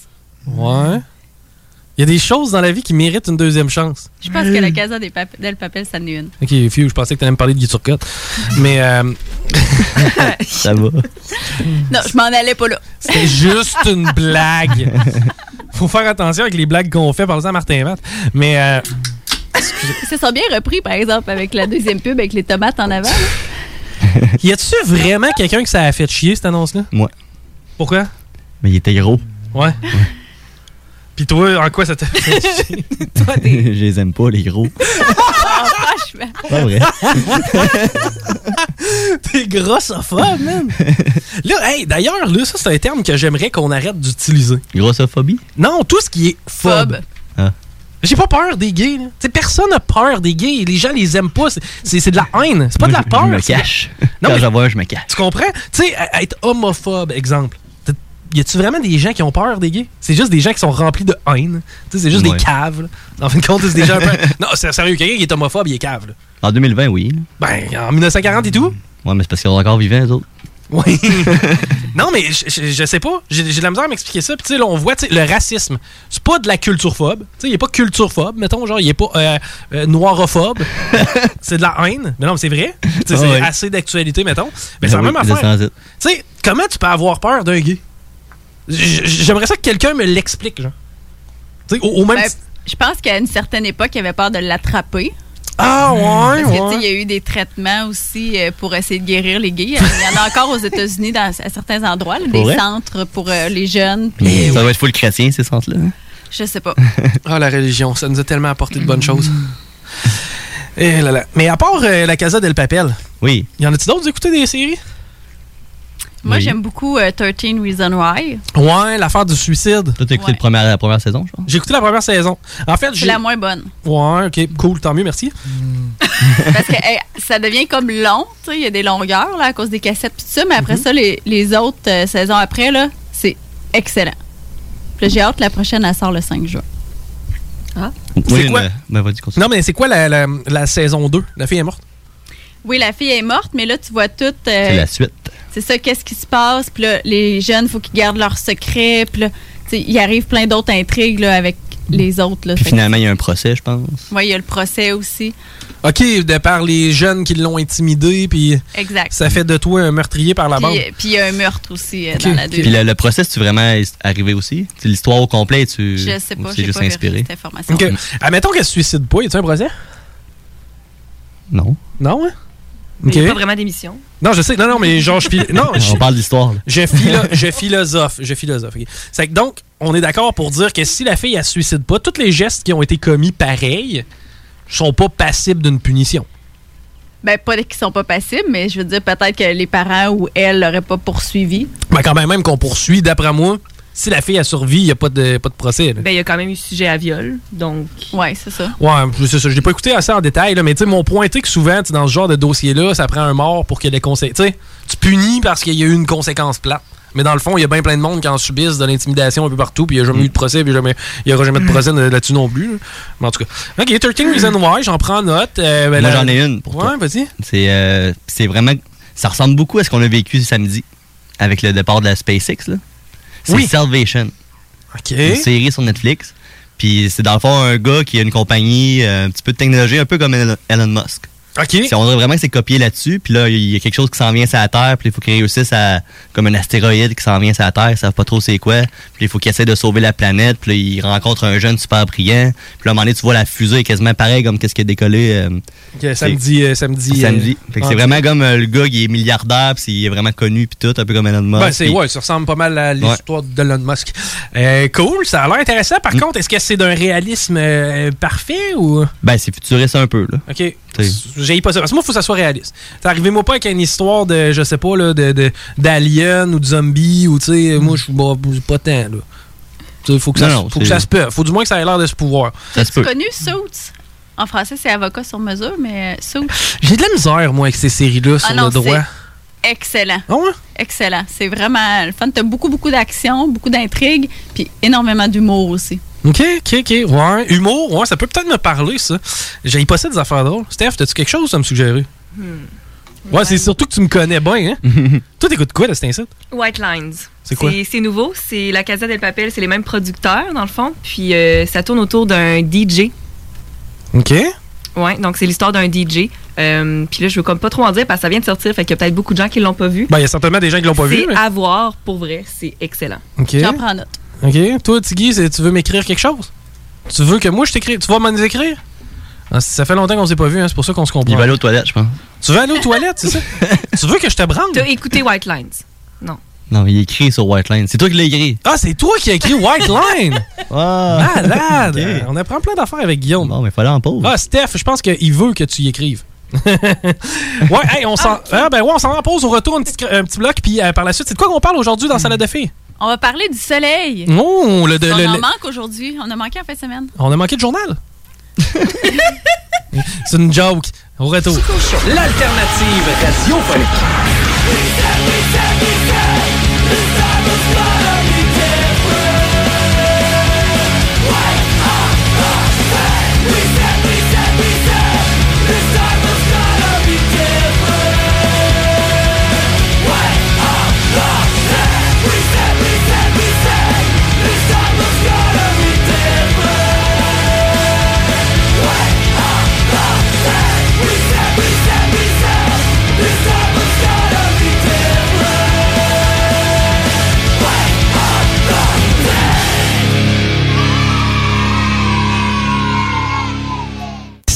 Speaker 1: Ouais. Il y a des choses dans la vie qui méritent une deuxième chance.
Speaker 7: Je pense que la Casa des Pap- del Papel, ça en est une.
Speaker 1: OK, Fiu, je pensais que tu allais me parler de Guy Turcotte. Mais. euh,
Speaker 8: ça va.
Speaker 7: Non, je m'en allais pas là.
Speaker 1: C'était juste une blague. Faut faire attention avec les blagues qu'on fait, par exemple à Martin Matt. Mais euh,
Speaker 7: Ça sent bien repris, par exemple, avec la deuxième pub, avec les tomates en avant. là.
Speaker 1: y a-tu vraiment quelqu'un que ça a fait chier cette annonce-là?
Speaker 8: Moi.
Speaker 1: Pourquoi?
Speaker 8: Mais il était gros.
Speaker 1: Ouais. Puis toi, en quoi ça t'a fait chier?
Speaker 8: je les aime pas, les gros.
Speaker 7: Ah, franchement.
Speaker 8: Pas vrai.
Speaker 1: T'es grossophobe, man. Là, hey, d'ailleurs, là, ça, c'est un terme que j'aimerais qu'on arrête d'utiliser.
Speaker 8: Grossophobie?
Speaker 1: Non, tout ce qui est phobe.
Speaker 8: Ah.
Speaker 1: J'ai pas peur des gays. Là. T'sais, personne n'a peur des gays. Les gens les aiment pas. C'est- C'est c'est de la haine. C'est pas de la peur.
Speaker 8: Je me
Speaker 1: c'est-
Speaker 8: cache.
Speaker 1: Non,
Speaker 8: Quand
Speaker 1: mais-
Speaker 8: j'en vois, un, je me cache.
Speaker 1: Tu comprends? Tu sais, à- à être homophobe, exemple. T'as- Y a-tu vraiment des gens qui ont peur des gays? C'est juste des gens qui sont remplis de haine. Tu sais, c'est juste
Speaker 8: Ouais.
Speaker 1: des caves. là. En fin de compte, c'est des gens un peu- Non, c'est sérieux, quelqu'un qui est homophobe, il est cave. là.
Speaker 8: En 2020, oui. là.
Speaker 1: Ben, en 1940 et tout?
Speaker 8: Ouais, mais c'est parce qu'ils sont encore vivants, eux autres.
Speaker 1: Oui. Non, mais je, je- je sais pas. J'ai j'ai de la misère à m'expliquer ça. Puis, tu sais, là, on voit tu sais, le racisme. C'est pas de la culturephobe. Tu sais, il est pas culturephobe, mettons. Genre, il est pas euh, euh, noirophobe. c'est de la haine. Mais non, mais c'est vrai. Tu sais,
Speaker 8: Ah
Speaker 1: c'est
Speaker 8: ouais.
Speaker 1: assez d'actualité, mettons. Mais
Speaker 8: Ben
Speaker 1: c'est la
Speaker 8: oui,
Speaker 1: même
Speaker 8: je
Speaker 1: affaire.
Speaker 8: sens
Speaker 1: Tu
Speaker 8: it.
Speaker 1: sais, comment tu peux avoir peur d'un gay? J- J'aimerais ça que quelqu'un me l'explique, genre. Tu sais, au, au même.
Speaker 7: Ben, je pense qu'à une certaine époque, il avait peur de l'attraper.
Speaker 1: Ah, ouais,
Speaker 7: Parce que, tu
Speaker 1: ouais.
Speaker 7: sais, il y a eu des traitements aussi euh, pour essayer de guérir les gays. Il y en a encore aux États-Unis, dans- à certains endroits, là,
Speaker 8: Pour
Speaker 7: des
Speaker 8: vrai?
Speaker 7: centres pour euh, les jeunes. puis-
Speaker 8: Ça doit être full chrétien, ces centres-là.
Speaker 7: Je sais pas.
Speaker 1: Ah, la religion, ça nous a tellement apporté de bonnes choses. Eh là là. Mais à part euh, la Casa del Papel,
Speaker 8: oui.
Speaker 1: y en a-tu d'autres d'écouter des séries?
Speaker 7: Moi,
Speaker 1: Oui.
Speaker 7: j'aime beaucoup euh, 13 Reasons Why.
Speaker 1: Ouais, l'affaire du suicide.
Speaker 8: Toi, t'as écouté le premier- la première saison, je crois.
Speaker 1: J'ai écouté la première saison. En fait,
Speaker 7: C'est
Speaker 1: j'ai.
Speaker 7: la moins bonne.
Speaker 1: Ouais, ok, cool, tant mieux, merci.
Speaker 7: Parce que hey, ça devient comme long, tu sais, il y a des longueurs là, à cause des cassettes pis tout ça, mais après ça, les, les autres euh, saisons après, là, c'est excellent. Puis là, j'ai hâte, la prochaine, elle sort le 5 juin.
Speaker 8: Oui,
Speaker 1: quoi?
Speaker 8: mais- ben, vas-y, continue.
Speaker 1: Non, mais c'est quoi la, la- la saison 2? La fille est morte?
Speaker 7: Oui, la fille est morte, mais là, tu vois tout. euh,
Speaker 8: C'est la suite.
Speaker 7: c'est ça, qu'est-ce qui se passe? Puis là, les jeunes, faut qu'ils gardent leur secret. Puis là, tu sais, il arrive plein d'autres intrigues là, avec les autres. Là,
Speaker 8: Puis
Speaker 7: Fait que-
Speaker 8: finalement, il y a un procès, je pense.
Speaker 7: Ouais, il y a le procès aussi.
Speaker 1: Euh, Ok, de par les jeunes qui l'ont intimidé, puis.
Speaker 7: Exact.
Speaker 1: Ça fait de toi un meurtrier par la bande.
Speaker 7: Puis euh, puis il y a un meurtre aussi euh, dans la
Speaker 8: Puis
Speaker 7: deuxième.
Speaker 8: le, le procès, c'est vraiment est- arrivé aussi. C'est l'histoire au complet, tu.
Speaker 7: Je sais pas,
Speaker 8: ou
Speaker 7: j'ai
Speaker 8: C'est juste
Speaker 7: pas vérifié
Speaker 8: inspiré.
Speaker 7: cette information.
Speaker 1: Ok. Admettons qu'elle se suicide pas, y a-tu un procès?
Speaker 8: Non.
Speaker 1: Non, hein?
Speaker 25: Il n'y a
Speaker 1: Ok.
Speaker 25: pas vraiment d'émission.
Speaker 1: Non, je sais. Non, non, mais genre, je phil- Non,
Speaker 8: On parle d'histoire. là.
Speaker 1: Je, philo- je philosophe. Je philosophe. ok. C'est que donc, on est d'accord pour dire que si la fille, elle se suicide pas, tous les gestes qui ont été commis pareils sont pas passibles d'une punition.
Speaker 7: Ben, pas qu'ils sont pas passibles, mais je veux dire, peut-être que les parents ou elle l'auraient pas poursuivi.
Speaker 1: Mais Ben, quand même, même qu'on poursuit, d'après moi, si la fille, a survie, il n'y a pas de, pas de procès. là.
Speaker 25: Ben, il y a quand même eu sujet à viol, donc.
Speaker 7: Ouais, c'est ça.
Speaker 1: Ouais, je- c'est ça. Je l'ai pas écouté assez en détail, là, mais tu sais, mon point était que souvent, tu sais, dans ce genre de dossier-là, ça prend un mort pour qu'il y ait des conséquences. Tu sais, tu punis parce qu'il y a eu une conséquence plate. Mais dans le fond, il y a bien plein de monde qui en subissent de l'intimidation un peu partout, puis il n'y a
Speaker 8: Mm.
Speaker 1: jamais eu de procès, puis jamais- il n'y aura jamais de procès euh, là-dessus non plus. là. Mais en tout cas. Ok, 13 Reasons Why, j'en prends note. euh, ben,
Speaker 8: Mm. Moi,
Speaker 1: la-
Speaker 8: j'en ai une pour toi.
Speaker 1: Ouais, vas-y.
Speaker 8: C'est euh, c'est vraiment. Ça ressemble beaucoup à ce qu'on a vécu samedi avec le départ de la SpaceX. là. C'est
Speaker 1: Oui.
Speaker 8: Salvation.
Speaker 1: OK.
Speaker 8: Une série sur Netflix. Puis c'est dans le fond un gars qui a une compagnie, euh, un petit peu de technologie, un peu comme Elon Elon Musk.
Speaker 1: OK.
Speaker 8: on dirait vraiment que c'est copié là-dessus. Puis là, il y a quelque chose qui s'en vient sur la Terre. Puis il faut qu'ils réussissent à. Comme un astéroïde qui s'en vient sur la Terre. Ils savent pas trop c'est quoi. Puis il faut qu'ils essaient de sauver la planète. Puis là, ils rencontrent un jeune super brillant. Puis là, à un moment donné, tu vois la fusée quasiment pareil comme qu'est-ce qui a décollé. euh,
Speaker 1: Ok, samedi. euh, samedi.
Speaker 8: Samedi.
Speaker 1: euh,
Speaker 8: Fait que
Speaker 1: en-
Speaker 8: c'est vraiment comme euh, le gars qui est milliardaire, puis il est vraiment connu, puis tout, un peu comme Elon Musk.
Speaker 1: Ben, c'est,
Speaker 8: puis-
Speaker 1: ouais, ça ressemble pas mal à l'histoire d'Elon Musk. Euh, cool, ça a l'air intéressant.
Speaker 8: Mm.
Speaker 1: Par contre, est-ce que c'est d'un réalisme euh, parfait ou.
Speaker 8: Ben, c'est futuriste un peu, là.
Speaker 1: OK.
Speaker 8: T'sais.
Speaker 1: J'ai pas ça. Parce que moi, il faut que ça soit réaliste. T'sais, Arrivez-moi pas avec une histoire de, je sais pas, là, de, de- d'alien ou de zombie ou, tu sais, moi, je suis bah, pas tant, là. T'sais, faut que, ça,
Speaker 8: Non,
Speaker 1: se-
Speaker 8: non,
Speaker 1: faut que
Speaker 8: c'est-
Speaker 1: ça se peut. Faut du moins que ça ait l'air de se pouvoir.
Speaker 8: Ça se
Speaker 7: C'est connu, Suits. En français, c'est avocat sur mesure, mais euh, Suits.
Speaker 1: J'ai de la misère, moi, avec ces séries-là sur
Speaker 7: Ah non,
Speaker 1: le droit.
Speaker 7: c'est excellent.
Speaker 1: Ah
Speaker 7: Excellent. C'est vraiment le fun. T'as beaucoup, beaucoup d'action, beaucoup d'intrigues, puis énormément d'humour aussi.
Speaker 1: OK, OK, OK. Ouais. Humour, ouais, ça peut peut-être me parler, ça. J'ai pas ça des affaires drôles. Steph, t'as-tu quelque chose à me suggérer?
Speaker 25: Hmm.
Speaker 1: Ouais, c'est surtout que tu me connais bien, hein? Toi, t'écoutes quoi de cet incite?
Speaker 25: White Lines.
Speaker 1: C'est quoi?
Speaker 25: C'est nouveau. C'est la Casa del Papel. C'est les mêmes producteurs, dans le fond. Puis euh, ça tourne autour d'un DJ.
Speaker 1: OK.
Speaker 25: Ouais, donc c'est l'histoire d'un DJ. Euh, puis là, je veux comme pas trop en dire parce que ça vient de sortir. Fait qu'il y a peut-être beaucoup de gens qui l'ont pas vu.
Speaker 1: Ben, il y a certainement des gens qui l'ont pas vu.
Speaker 25: C'est
Speaker 1: mais-
Speaker 25: à voir pour vrai. C'est excellent.
Speaker 1: Ok. J'en
Speaker 7: prends note.
Speaker 1: OK. Toi, Tiggy, c'est- tu veux m'écrire quelque chose? Tu veux que moi je t'écris? Tu vas m'en écrire? Ah, ça fait longtemps qu'on s'est pas vu, hein, c'est pour ça qu'on se comprend.
Speaker 8: Il va aller aux toilettes, je pense.
Speaker 1: Tu veux aller aux toilettes, c'est ça? tu veux que je te branle?
Speaker 25: T'as écouté White Lines? Non.
Speaker 8: Non, il est écrit sur White Line. C'est toi qui l'as écrit.
Speaker 1: Ah, c'est toi qui as écrit White Line! Malade!
Speaker 8: Ah. Ok.
Speaker 1: On apprend plein d'affaires avec Guillaume.
Speaker 8: Bon, mais fallait en pause.
Speaker 1: Ah, Steph, je pense qu'il veut que tu y écrives. ouais, hey, on s'en ah, ben ouais, on s'en va en pause, on retourne un petit, cr- un petit bloc, puis euh, par la suite, c'est de quoi qu'on parle aujourd'hui dans Salade de filles?
Speaker 7: On va parler du soleil.
Speaker 1: Oh, le, de-
Speaker 7: on
Speaker 1: le-
Speaker 7: en
Speaker 1: le-
Speaker 7: manque aujourd'hui. On a manqué en fin de semaine.
Speaker 1: on a manqué de journal? c'est une joke. Au retour.
Speaker 23: L'alternative radiophonique.
Speaker 24: Wait up,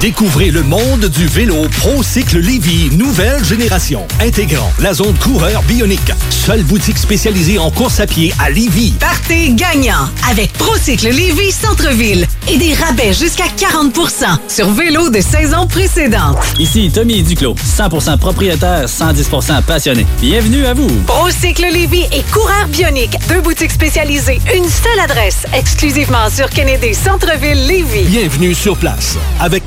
Speaker 15: Découvrez le monde du vélo ProCycle Lévy, nouvelle génération, intégrant la zone coureur bionique. Seule boutique spécialisée en course à pied à Lévy.
Speaker 16: Partez gagnant avec Procycle Lévis Centre-ville et des rabais jusqu'à 40 sur vélo de saison précédente.
Speaker 17: Ici Tommy Duclos, 100% propriétaire, 110% passionné. Bienvenue à vous.
Speaker 16: Procycle Lévis et Coureur Bionique, deux boutiques spécialisées, une seule adresse, exclusivement sur Kennedy Centre-ville Lévis.
Speaker 15: Bienvenue sur place avec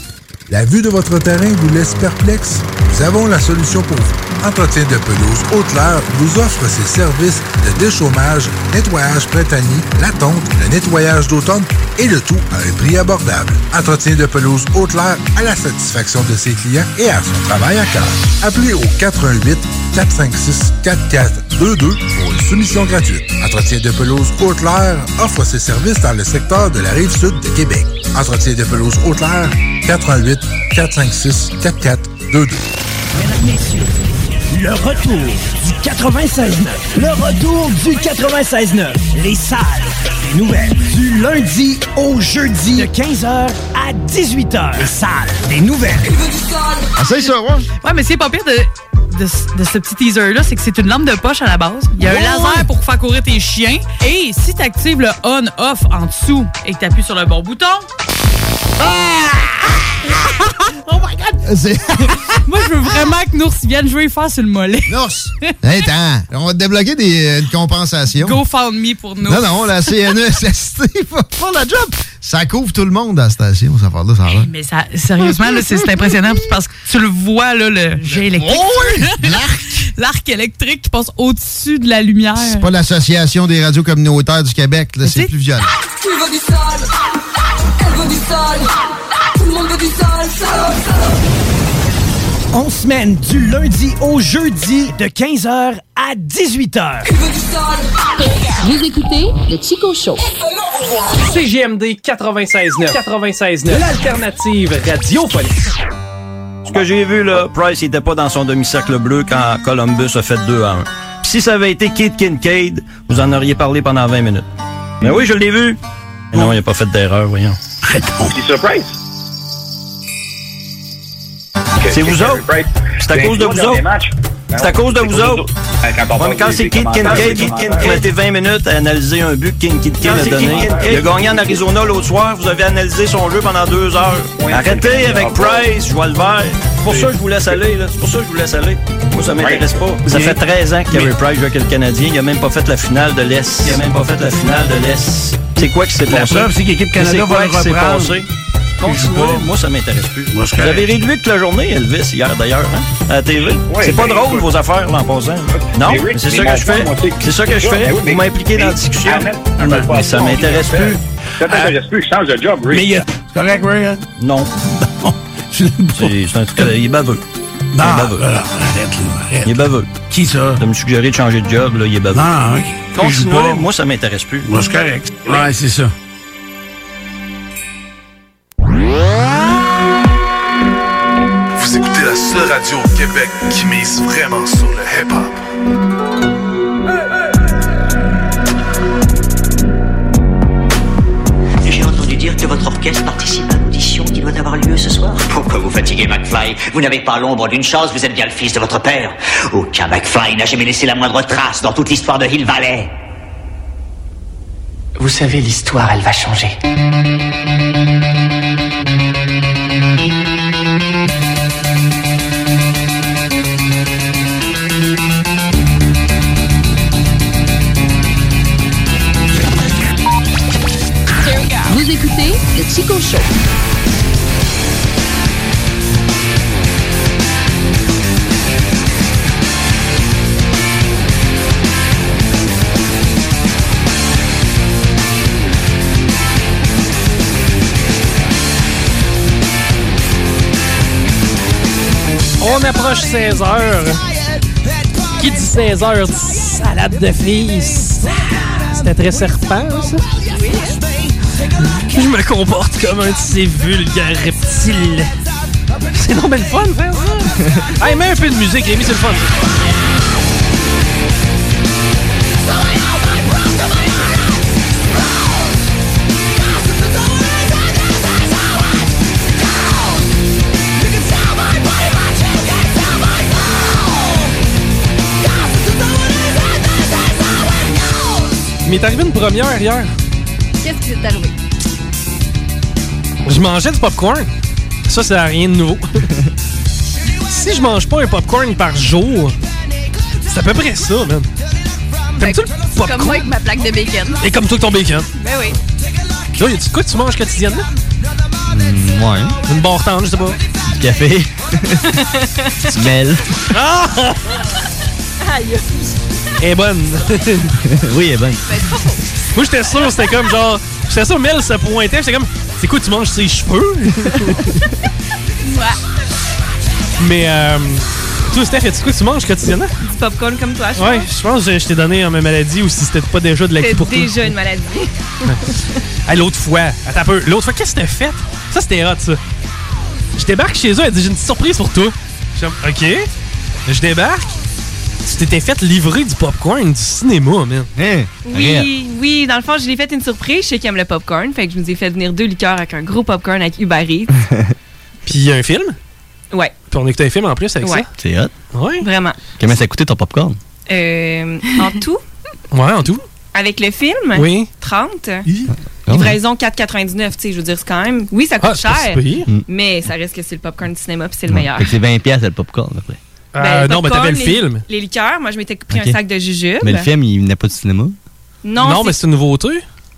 Speaker 13: La vue de votre terrain vous laisse perplexe? Nous avons la solution pour vous. Entretien de pelouse Haute-Laure vous offre ses services de déchômage, nettoyage printanier, la tonte, le nettoyage d'automne et le tout à un prix abordable. Entretien de pelouse Haute-Laure à la satisfaction de ses clients et à son travail à cœur. Appelez au 88 456 4422 pour une soumission gratuite. Entretien de pelouse Haute-Laure offre ses services dans le secteur de la rive sud de Québec. Entretien de pelouse Haute-Laure 88 456 4422.
Speaker 22: Mesdames, Messieurs, le retour du 96.9. Le retour du 96.9. Les salles des nouvelles. Du lundi au jeudi. De 15h à 18h. Les salles des nouvelles.
Speaker 5: Essaye ça, ouais.
Speaker 19: Ouais, mais c'est pas pire de, de, de ce petit teaser-là, c'est que c'est une lampe de poche à la base. Il y a
Speaker 28: Ouais,
Speaker 19: un laser pour faire courir tes chiens. Et si tu actives le on-off en dessous et que tu appuies sur le bon bouton. Ah! oh my
Speaker 5: Euh,
Speaker 19: god! Moi, je veux vraiment que Nours vienne jouer fort sur le mollet.
Speaker 5: Nours! Attends, on va te débloquer des, une compensation.
Speaker 19: Go found me pour Nours.
Speaker 5: Non, non, la E CNESST va faire la job. Ça couvre tout le monde à la station, cette affaire-là, ça a l'air.
Speaker 19: Mais ça, sérieusement, là, c'est c'est impressionnant parce que tu le vois, là, le jet électrique.
Speaker 5: Oh L'arc!
Speaker 19: L'arc électrique qui passe au-dessus de la lumière.
Speaker 5: C'est pas l'Association des radios communautaires du Québec, là, c'est plus violent.
Speaker 24: Tu veux du sol Elle veut du sol Tout le monde veut du sol Salope,
Speaker 22: On semaine du lundi au jeudi de 15h à 18h.
Speaker 24: Vous écoutez le Chico Show.
Speaker 1: CGMD 96.9. 96.9. L'alternative radiophonique.
Speaker 29: Ce que j'ai vu, là, Price n'était pas dans son demi-cercle bleu quand Columbus a fait 2 à 1. Puis si ça avait été Kid Kincaid, vous en auriez parlé pendant 20 minutes. Mais oui, je l'ai vu. Mais non, il n'a pas fait d'erreur, voyons.
Speaker 30: surprise.
Speaker 29: C'est vous autres. C'est à cause de vous autres. C'est à cause de vous autres. Ouais, mais quand c'est Kid Kincaid, Kid Kincaid a été 20 minutes à analyser un but que Kid Kincaid a
Speaker 1: c'est
Speaker 29: donné.
Speaker 1: Kid Kincaid.
Speaker 29: Il a gagné en Arizona l'autre soir. Vous avez analysé son jeu pendant deux heures. Arrêtez avec Price, je vois le vert. C'est pour ça que je vous laisse aller. là. C'est pour ça que je vous laisse aller. Moi, ça m'intéresse pas. Ça fait 13 ans que Carey Price joue avec le Canadien. Il a même pas fait la finale de l'Est. Il a même pas fait la finale de l'Est. C'est quoi qui s'est
Speaker 1: La
Speaker 29: passé?
Speaker 1: preuve, c'est que l'équipe Canada
Speaker 29: C'est
Speaker 1: va
Speaker 29: quoi
Speaker 1: le
Speaker 29: qui s'est
Speaker 1: reprendre.
Speaker 29: passé?
Speaker 1: Il joue
Speaker 29: Continuez.
Speaker 1: pas.
Speaker 29: Moi, ça m'intéresse plus.
Speaker 1: Moi, je
Speaker 29: Vous
Speaker 1: connais.
Speaker 29: avez réduit toute la journée, Elvis, hier d'ailleurs, hein, à la TV.
Speaker 1: Ouais,
Speaker 29: c'est pas
Speaker 1: ben,
Speaker 29: drôle, vos affaires, là, en passant. Non,
Speaker 1: Mais oui,
Speaker 29: c'est
Speaker 1: mais
Speaker 29: ça
Speaker 1: mon
Speaker 29: que je fais.
Speaker 1: fond, moi, c'est-
Speaker 29: C'est ça que je
Speaker 1: c'est
Speaker 29: fais.
Speaker 1: ça, mais
Speaker 29: Vous
Speaker 1: oui,
Speaker 29: m'impliquez
Speaker 1: mais-
Speaker 29: dans la discussion.
Speaker 1: Arrête, je me
Speaker 29: Mais
Speaker 1: passe
Speaker 29: ça
Speaker 1: mon
Speaker 29: m'intéresse
Speaker 1: temps.
Speaker 29: plus.
Speaker 1: Ça t'intéresse
Speaker 29: plus, je change de job,
Speaker 1: Ray.
Speaker 29: euh, C'est correct, Ray? Non. C'est c'est un truc, euh, il est baveux. il
Speaker 1: Ah,
Speaker 29: est baveux. Il est baveux. Qui ça? De me suggérer de changer de job, là, il est baveux.
Speaker 1: Non, Ah, ok. Je joue
Speaker 29: Continuez,
Speaker 1: pas.
Speaker 29: moi, ça m'intéresse plus.
Speaker 1: Moi, c'est correct. Ouais, c'est ça.
Speaker 29: Vous écoutez la seule radio au Québec qui mise vraiment sur le hip-hop.
Speaker 17: votre orchestre participe à l'audition qui doit avoir lieu ce soir Pourquoi vous fatiguez, McFly Vous n'avez pas l'ombre d'une chance, vous êtes bien le fils de votre père. Aucun McFly n'a jamais laissé la moindre trace dans toute l'histoire de Hill Valley.
Speaker 14: Vous savez, l'histoire, elle va changer.
Speaker 24: Vous écoutez le Chico Show.
Speaker 1: On approche 16 heures. Qui dit 16 heures dit salade de filles. C'était très serpent, ça. Je me comporte comme un de ces vulgaires reptiles. C'est non, mais le fun, faire ça. hey, mets un peu de musique, Rémi, c'est le fun. Il m'est arrivé une première hier.
Speaker 7: Qu'est-ce qui s'est arrivé?
Speaker 1: Je mangeais du popcorn. Ça, c'est rien de nouveau. si je mange pas un popcorn par jour, c'est à peu près ça, man. T'aimes-tu le
Speaker 7: Ben, Comme moi avec ma plaque de bacon.
Speaker 1: Et comme tout ton bacon.
Speaker 7: Ben oui.
Speaker 1: Là, y a-tu quoi que tu manges quotidiennement?
Speaker 8: Hmm, Ouais.
Speaker 1: Une barre tendre, je sais pas.
Speaker 8: Du café. du miel.
Speaker 1: Ah!
Speaker 24: Aïe.
Speaker 1: Elle est bonne.
Speaker 8: oui, elle est bonne.
Speaker 1: Moi, j'étais sûr, c'était comme genre. J'étais sûr, Mel se pointait, j'étais comme. C'est quoi, tu manges ses cheveux? Mais, euh. Toi, Steph, est-tu quoi, que tu manges quotidiennement?
Speaker 25: Du popcorn comme toi, je pense.
Speaker 1: Ouais, je pense que je t'ai donné ma maladie ou si c'était pas déjà de l'acquis
Speaker 25: C'est
Speaker 1: pour toi.
Speaker 25: déjà une maladie.
Speaker 1: Hey, l'autre fois, attends un peu, l'autre fois, qu'est-ce que t'as fait? Ça, c'était hot, ça. Je débarque chez eux, elle dit, j'ai une petite surprise pour toi. Je suis comme, OK. Je débarque. Tu t'étais fait livrer du popcorn du cinéma, man.
Speaker 25: Oui, oui, dans le fond, je l'ai fait une surprise. Je sais qu'il aime le popcorn. Fait que je nous ai fait venir deux liqueurs avec un gros popcorn avec Uber Eats.
Speaker 1: Puis un film.
Speaker 25: Ouais.
Speaker 1: Puis on écoutait un film en plus avec
Speaker 25: Ouais.
Speaker 1: ça.
Speaker 8: C'est hot.
Speaker 1: Ouais.
Speaker 25: Vraiment.
Speaker 8: Comment ça a coûté ton popcorn?
Speaker 25: Euh, en tout,
Speaker 1: Ouais, en tout.
Speaker 25: avec le film,
Speaker 8: Oui.
Speaker 25: 30.
Speaker 8: Ah ouais.
Speaker 25: Livraison 4,99, tu sais, je veux dire, c'est quand même... Oui, ça coûte
Speaker 8: Ah, c'est pas si
Speaker 25: cher,
Speaker 8: pire. Mm.
Speaker 25: mais ça reste que c'est le popcorn du cinéma puis c'est le meilleur.
Speaker 8: Fait que c'est Ah, 20$ piastres, le popcorn après.
Speaker 1: Euh,
Speaker 25: Ben, popcorn, les- Les liqueurs, moi, je m'étais pris
Speaker 8: Ok.
Speaker 25: un sac de jujubes.
Speaker 8: Mais le film, il venait pas du cinéma.
Speaker 25: Non, c'est-
Speaker 1: c'est une nouveauté.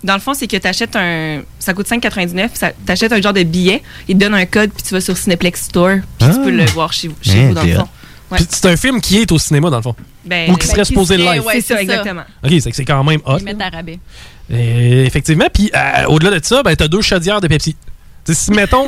Speaker 25: Dans le fond, c'est que tu achètes un. Ça coûte 5,99. ça- T'achètes un genre de billet. Ils te donnent un code, puis tu vas sur Cineplex Store. Puis tu
Speaker 1: Ah.
Speaker 25: peux le voir chez, chez
Speaker 1: Hein,
Speaker 25: vous, dans le
Speaker 1: c'est
Speaker 25: fond.
Speaker 1: hot. Puis c'est un film qui est au cinéma, dans le fond.
Speaker 25: Ben,
Speaker 1: Ou qui serait
Speaker 25: ben,
Speaker 1: supposé le
Speaker 25: serait-
Speaker 1: live. Ah.
Speaker 25: ouais, c'est ça, exactement.
Speaker 1: OK, c'est que c'est quand même hot.
Speaker 7: Ils mettent à rabais.
Speaker 1: Et effectivement. Puis euh, au-delà de ça, ben, t'as deux chaudières de Pepsi. Tu sais, si, mettons.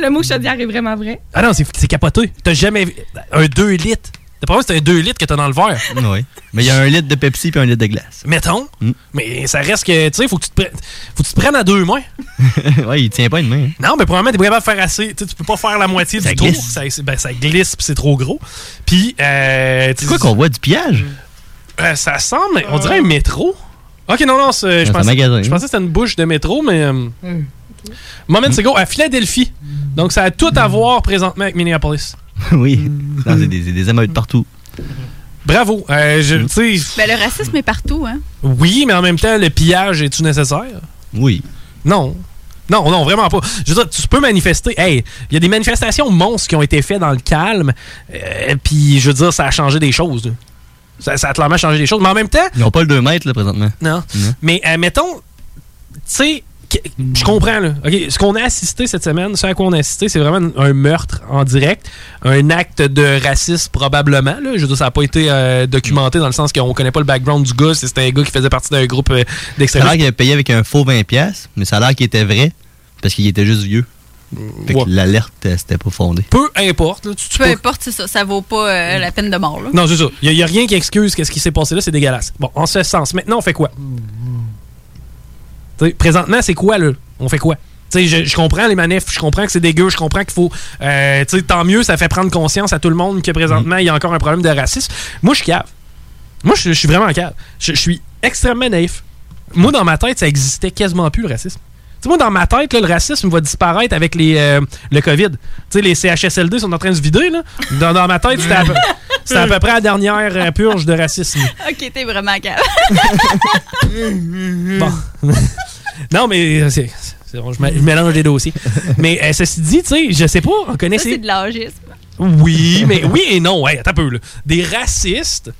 Speaker 25: Le mot chaudière est vraiment vrai.
Speaker 1: ah non, c'est c'est capoté. T'as jamais vu. Un 2 litres. T'as pas vu, c'est un 2 litres que t'as dans le verre.
Speaker 8: Oui. Mais il y a un litre de Pepsi puis un litre de glace.
Speaker 1: Mettons.
Speaker 8: Mm.
Speaker 1: Mais ça reste que, tu sais, faut que tu te prennes, faut que tu te prennes à deux mains.
Speaker 8: ouais, il tient pas une main. hein.
Speaker 1: Non, mais probablement, t'es pas capable de faire assez. Tu sais, tu peux pas faire la moitié du tour.
Speaker 8: glisse.
Speaker 1: Ça, c'est- ben, ça glisse, puis c'est trop gros. Puis, euh, tu
Speaker 8: C'est quoi qu'on voit du pillage?
Speaker 1: Euh, ça semble, on dirait un métro. Ok, non, non, c'est- je
Speaker 8: c'est un
Speaker 1: pensais,
Speaker 8: magasin.
Speaker 1: je pensais que c'était une bouche de métro, mais. euh, Moment c'est go à Philadelphie. Donc, ça a tout à voir présentement avec Minneapolis.
Speaker 8: oui.
Speaker 1: Mm.
Speaker 8: Non, c'est des, c'est des émeutes partout.
Speaker 1: Bravo. Euh, je, tu sais,
Speaker 7: Ben, le racisme est partout, hein.
Speaker 1: oui, mais en même temps, le pillage est-tu nécessaire?
Speaker 8: Oui.
Speaker 1: Non. Non, non, vraiment pas. Je veux dire, tu peux manifester. Hey, il y a des manifestations monstres qui ont été faites dans le calme. euh, Puis, je veux dire, ça a changé des choses. là. Ça, ça a clairement changé des choses. Mais en même temps,
Speaker 8: Ils n'ont pas le 2 mètres, là, présentement.
Speaker 1: Non.
Speaker 8: Non.
Speaker 1: Mais euh, mettons, tu sais, que- je comprends, là. OK, ce qu'on a assisté cette semaine, ce à quoi on a assisté, c'est vraiment un meurtre en direct, un acte de racisme probablement, là. Je veux dire, ça n'a pas été euh, documenté dans le sens qu'on connaît pas le background du gars, si c'était un gars qui faisait partie d'un groupe euh,
Speaker 8: Ça a l'air
Speaker 1: d'extrémistes.
Speaker 8: qu'il avait payé avec un faux 20$, piastres, mais ça a l'air qu'il était vrai parce qu'il était juste vieux. Fait que l'alerte, euh, c'était pas fondé.
Speaker 1: Peu importe, là, tu, tu
Speaker 7: Peu
Speaker 1: peux-
Speaker 7: importe, c'est ça. Ça vaut pas euh, la peine de mort, là.
Speaker 1: Non, c'est ça. Il n'y a, rien qui excuse que ce qui s'est passé là, c'est dégueulasse. Bon, en ce sens, maintenant, on fait quoi? Tu sais, présentement, c'est quoi, là? On fait quoi? Tu sais, je, je comprends les manifs, je comprends que c'est dégueu, je comprends qu'il faut. euh, tu sais, tant mieux, ça fait prendre conscience à tout le monde que présentement, il y a encore un problème de racisme. Moi, je suis cave. Moi, je, je suis vraiment cave. Je, je suis extrêmement naïf. Moi, dans ma tête, ça existait quasiment plus, le racisme. sais, moi, dans ma tête, là, le racisme va disparaître avec les, euh, le COVID. Tu sais, les CHSLD sont en train de se vider, là. Dans, dans ma tête, c'était à, peu- c'était à peu près la dernière euh, purge de racisme.
Speaker 7: Ok, t'es vraiment calme.
Speaker 1: Bon. non, mais euh, c'est- c'est bon, je, mé- je mélange les dossiers. Mais euh, ceci dit, tu sais, je sais pas, on connaît
Speaker 7: Ça,
Speaker 1: ces-
Speaker 7: c'est de l'agisme.
Speaker 1: Oui, mais oui et non. Ouais, attends un peu, là. Des racistes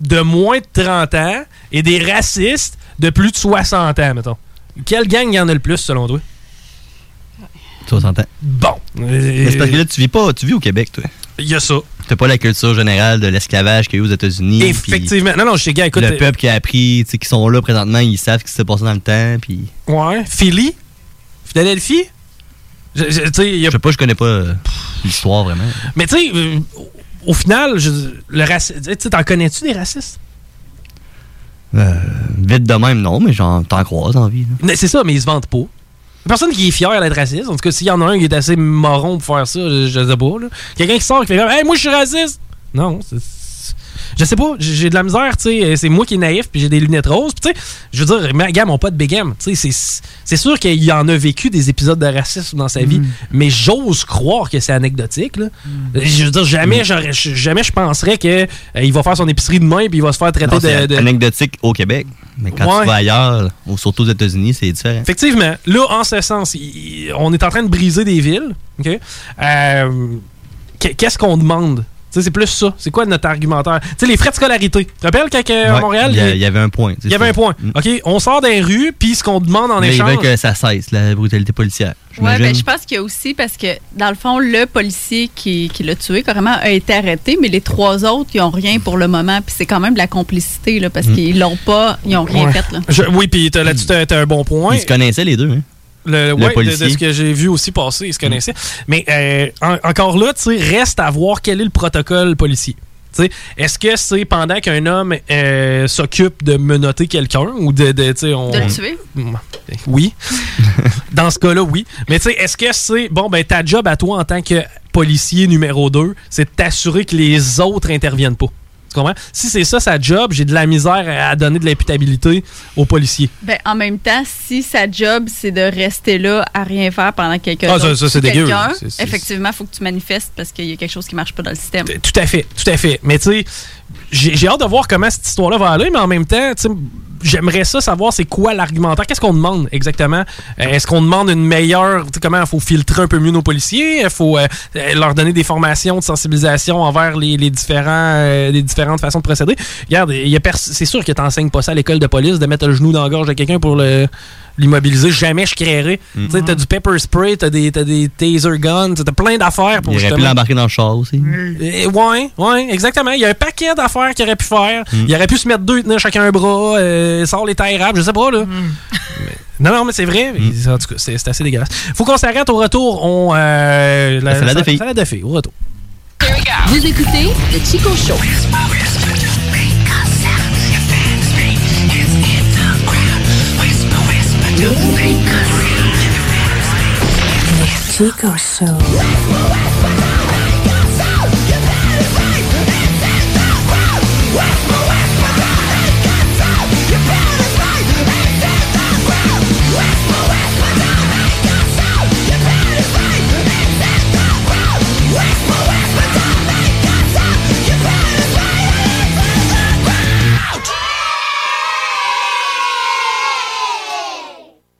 Speaker 1: de moins de 30 ans et des racistes de plus de 60 ans, mettons. Quelle gang y en a le plus, selon toi?
Speaker 8: 60 ans.
Speaker 1: Bon.
Speaker 8: Mais c'est parce que là, tu vis pas, tu vis au Québec, toi.
Speaker 1: Il y a ça.
Speaker 8: T'as pas la culture générale de l'esclavage qu'il y a eu aux États-Unis.
Speaker 1: Effectivement. Non, non, je sais, gars, écoute,
Speaker 8: Le
Speaker 1: euh,
Speaker 8: peuple qui a appris, tu sais, qui sont là présentement, ils savent ce qui s'est passé dans le temps, puis.
Speaker 1: Ouais. Philly? Philadelphie? Je, je- tu sais, il y a-
Speaker 8: Je sais pas, je connais pas euh, l'histoire vraiment.
Speaker 1: Mais tu sais, euh, au- au final, je, le raci- tu sais, t'en connais-tu des racistes?
Speaker 8: Euh, vite de même, non, mais j'en t'en croise en vie. là.
Speaker 1: Mais c'est ça, mais ils se vantent pas. Personne qui est fier d'être raciste. En tout cas, s'il y en a un qui est assez moron pour faire ça, je, je sais pas. là. Quelqu'un qui sort qui fait comme Hey, moi je suis raciste! Non, c'est- c'est- Je sais pas, j'ai j'ai de la misère, tu sais. C'est moi qui est naïf, puis j'ai des lunettes roses. Puis, tu sais, je veux dire, ma gamme, mon pote Begam, tu sais, c'est- c'est sûr qu'il en a vécu des épisodes de racisme dans sa vie, mais j'ose croire que c'est anecdotique, là. Je veux dire, jamais, j'aurais- jamais je penserais qu'il va faire son épicerie demain, puis il va se faire traiter
Speaker 8: Non, c'est
Speaker 1: de- de,
Speaker 8: anecdotique au Québec, mais quand
Speaker 1: Ouais.
Speaker 8: tu vas ailleurs, ou surtout aux États-Unis, c'est différent.
Speaker 1: Effectivement, là, en ce sens, il- il- on est en train de briser des villes. ok? Euh, qu'est- Qu'est-ce qu'on demande? Tu sais, C'est plus ça. C'est quoi notre argumentaire? Tu sais, les frais de scolarité. Tu te rappelles quand euh, à
Speaker 8: Ouais,
Speaker 1: Montréal,
Speaker 8: il y, a- Mm. il y avait un point. tu sais,
Speaker 1: il y avait un point. OK, on sort des rues, puis ce qu'on demande en
Speaker 8: mais ils
Speaker 1: échange.
Speaker 8: veulent que ça cesse, la brutalité policière.
Speaker 7: Ouais,
Speaker 8: j'imagine.
Speaker 7: ben, je pense qu'il y a aussi parce que, dans le fond, le policier qui, qui l'a tué, carrément, a été arrêté, mais les trois autres, ils n'ont rien pour le moment. Puis c'est quand même de la complicité, là, parce
Speaker 8: Mm.
Speaker 7: qu'ils l'ont pas, ils n'ont rien
Speaker 1: Ouais.
Speaker 7: fait, là.
Speaker 1: Je- oui, puis t'as- là-dessus, t'as t'as un bon point.
Speaker 8: Hmm. Ils se connaissaient les deux. Hein?
Speaker 1: Le,
Speaker 8: Le
Speaker 1: euh, ouais, de- de,
Speaker 8: policier. Mm.
Speaker 1: ce que j'ai vu aussi passer, ils se connaissaient. Mais euh, en- encore là, tu sais, reste à voir quel est le protocole policier. Tu sais, Est-ce que c'est pendant qu'un homme euh, s'occupe de menoter quelqu'un ou de, de, tu sais, on-
Speaker 7: De le tuer?
Speaker 1: Mm, Oui. Dans ce cas-là, oui. Mais tu sais, est-ce que c'est bon ben ta job à toi en tant que policier numéro 2, c'est de t'assurer que les autres interviennent pas. Tu comprends? Si c'est ça sa job, j'ai de la misère à- à donner de l'imputabilité aux policiers.
Speaker 7: Ben, en même temps, si sa job, c'est de rester là à rien faire pendant quelques
Speaker 1: Ah, ça- ça, c'est dégueu, là. C'est- c'est-
Speaker 7: Effectivement, il faut que tu manifestes parce qu'il y a quelque chose qui marche pas dans le système.
Speaker 1: Tout à fait, tout à fait. Mais tu sais, j'ai j'ai hâte de voir comment cette histoire-là va aller, mais en même temps, tu sais, j'aimerais ça savoir c'est quoi l'argumentaire. Qu'est-ce qu'on demande exactement? Euh, Est-ce qu'on demande une meilleure. tu sais, Comment il faut filtrer un peu mieux nos policiers? Il faut euh, euh, leur donner des formations de sensibilisation envers les, les différents, euh, les différentes façons de procéder. Regarde, il y a pers- c'est sûr que tu n'enseignes pas ça à l'école de police, de mettre le genou dans la gorge de quelqu'un pour le l'immobiliser. Jamais je créerais.
Speaker 8: Mm.
Speaker 1: Tu sais, t'as du pepper spray, t'as des, t'as des taser guns, t'as t'as plein d'affaires pour
Speaker 8: Ils auraient pu
Speaker 1: justement-
Speaker 8: l'embarquer dans le char aussi.
Speaker 1: euh, ouais, ouais, exactement. Il y a un paquet d'affaires qu'il aurait pu faire.
Speaker 8: Mm.
Speaker 1: Il aurait pu se mettre deux et tenir chacun un bras, euh, sort les tailles rap, je sais pas, là. Mais- non, non, mais c'est vrai.
Speaker 8: Mm.
Speaker 1: mais En tout cas, c'est c'est assez dégueulasse. Faut qu'on s'arrête au retour. On, euh,
Speaker 8: La salade de
Speaker 1: sa-
Speaker 8: filles.
Speaker 1: salade de filles, au retour.
Speaker 24: Vous écoutez le Chico Show.
Speaker 22: Chico Show.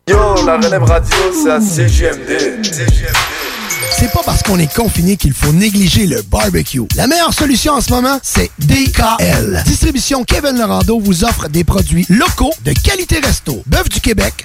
Speaker 11: Yo, la relève radio, c'est à CGMD.
Speaker 31: C'est pas parce qu'on est confiné qu'il faut négliger le barbecue. La meilleure solution en ce moment, c'est DKL. Distribution Kevin Lorando vous offre des produits locaux de qualité resto. Bœuf du Québec,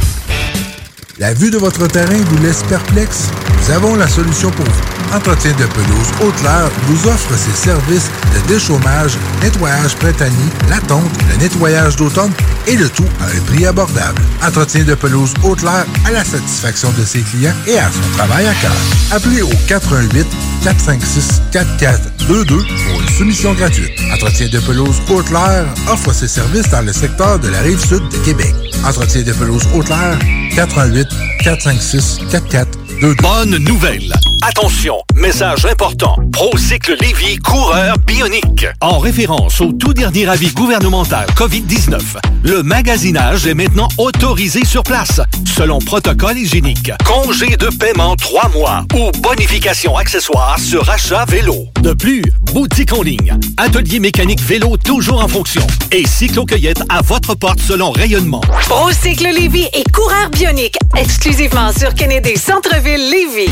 Speaker 13: La vue de votre terrain vous laisse perplexe? Nous avons la solution pour vous. Entretien de pelouse Haute-Laure vous offre ses services de déchômage, nettoyage printanier, la tonte, le nettoyage d'automne et le tout à un prix abordable. Entretien de pelouse Haute-Laure à la satisfaction de ses clients et à son travail à cœur. Appelez au 418 456 4422 pour une soumission gratuite. Entretien de pelouse Haute-Laure offre ses services dans le secteur de la rive sud de Québec. Entretien de pelouse Haute-Laure 418 456 4422.
Speaker 15: Bonne nouvelle. Attention, message important. Procycle Lévy, coureur bionique. En référence au tout dernier avis gouvernemental COVID-19, le magasinage est maintenant autorisé sur place, selon protocole hygiénique. Congé de paiement 3 mois ou bonification accessoire sur achat vélo. De plus, boutique en ligne, atelier mécanique vélo toujours en fonction et cyclo-cueillette à votre porte selon rayonnement.
Speaker 16: Procycle Lévy et coureur bionique, exclusivement sur Kennedy Centre-Ville Lévy.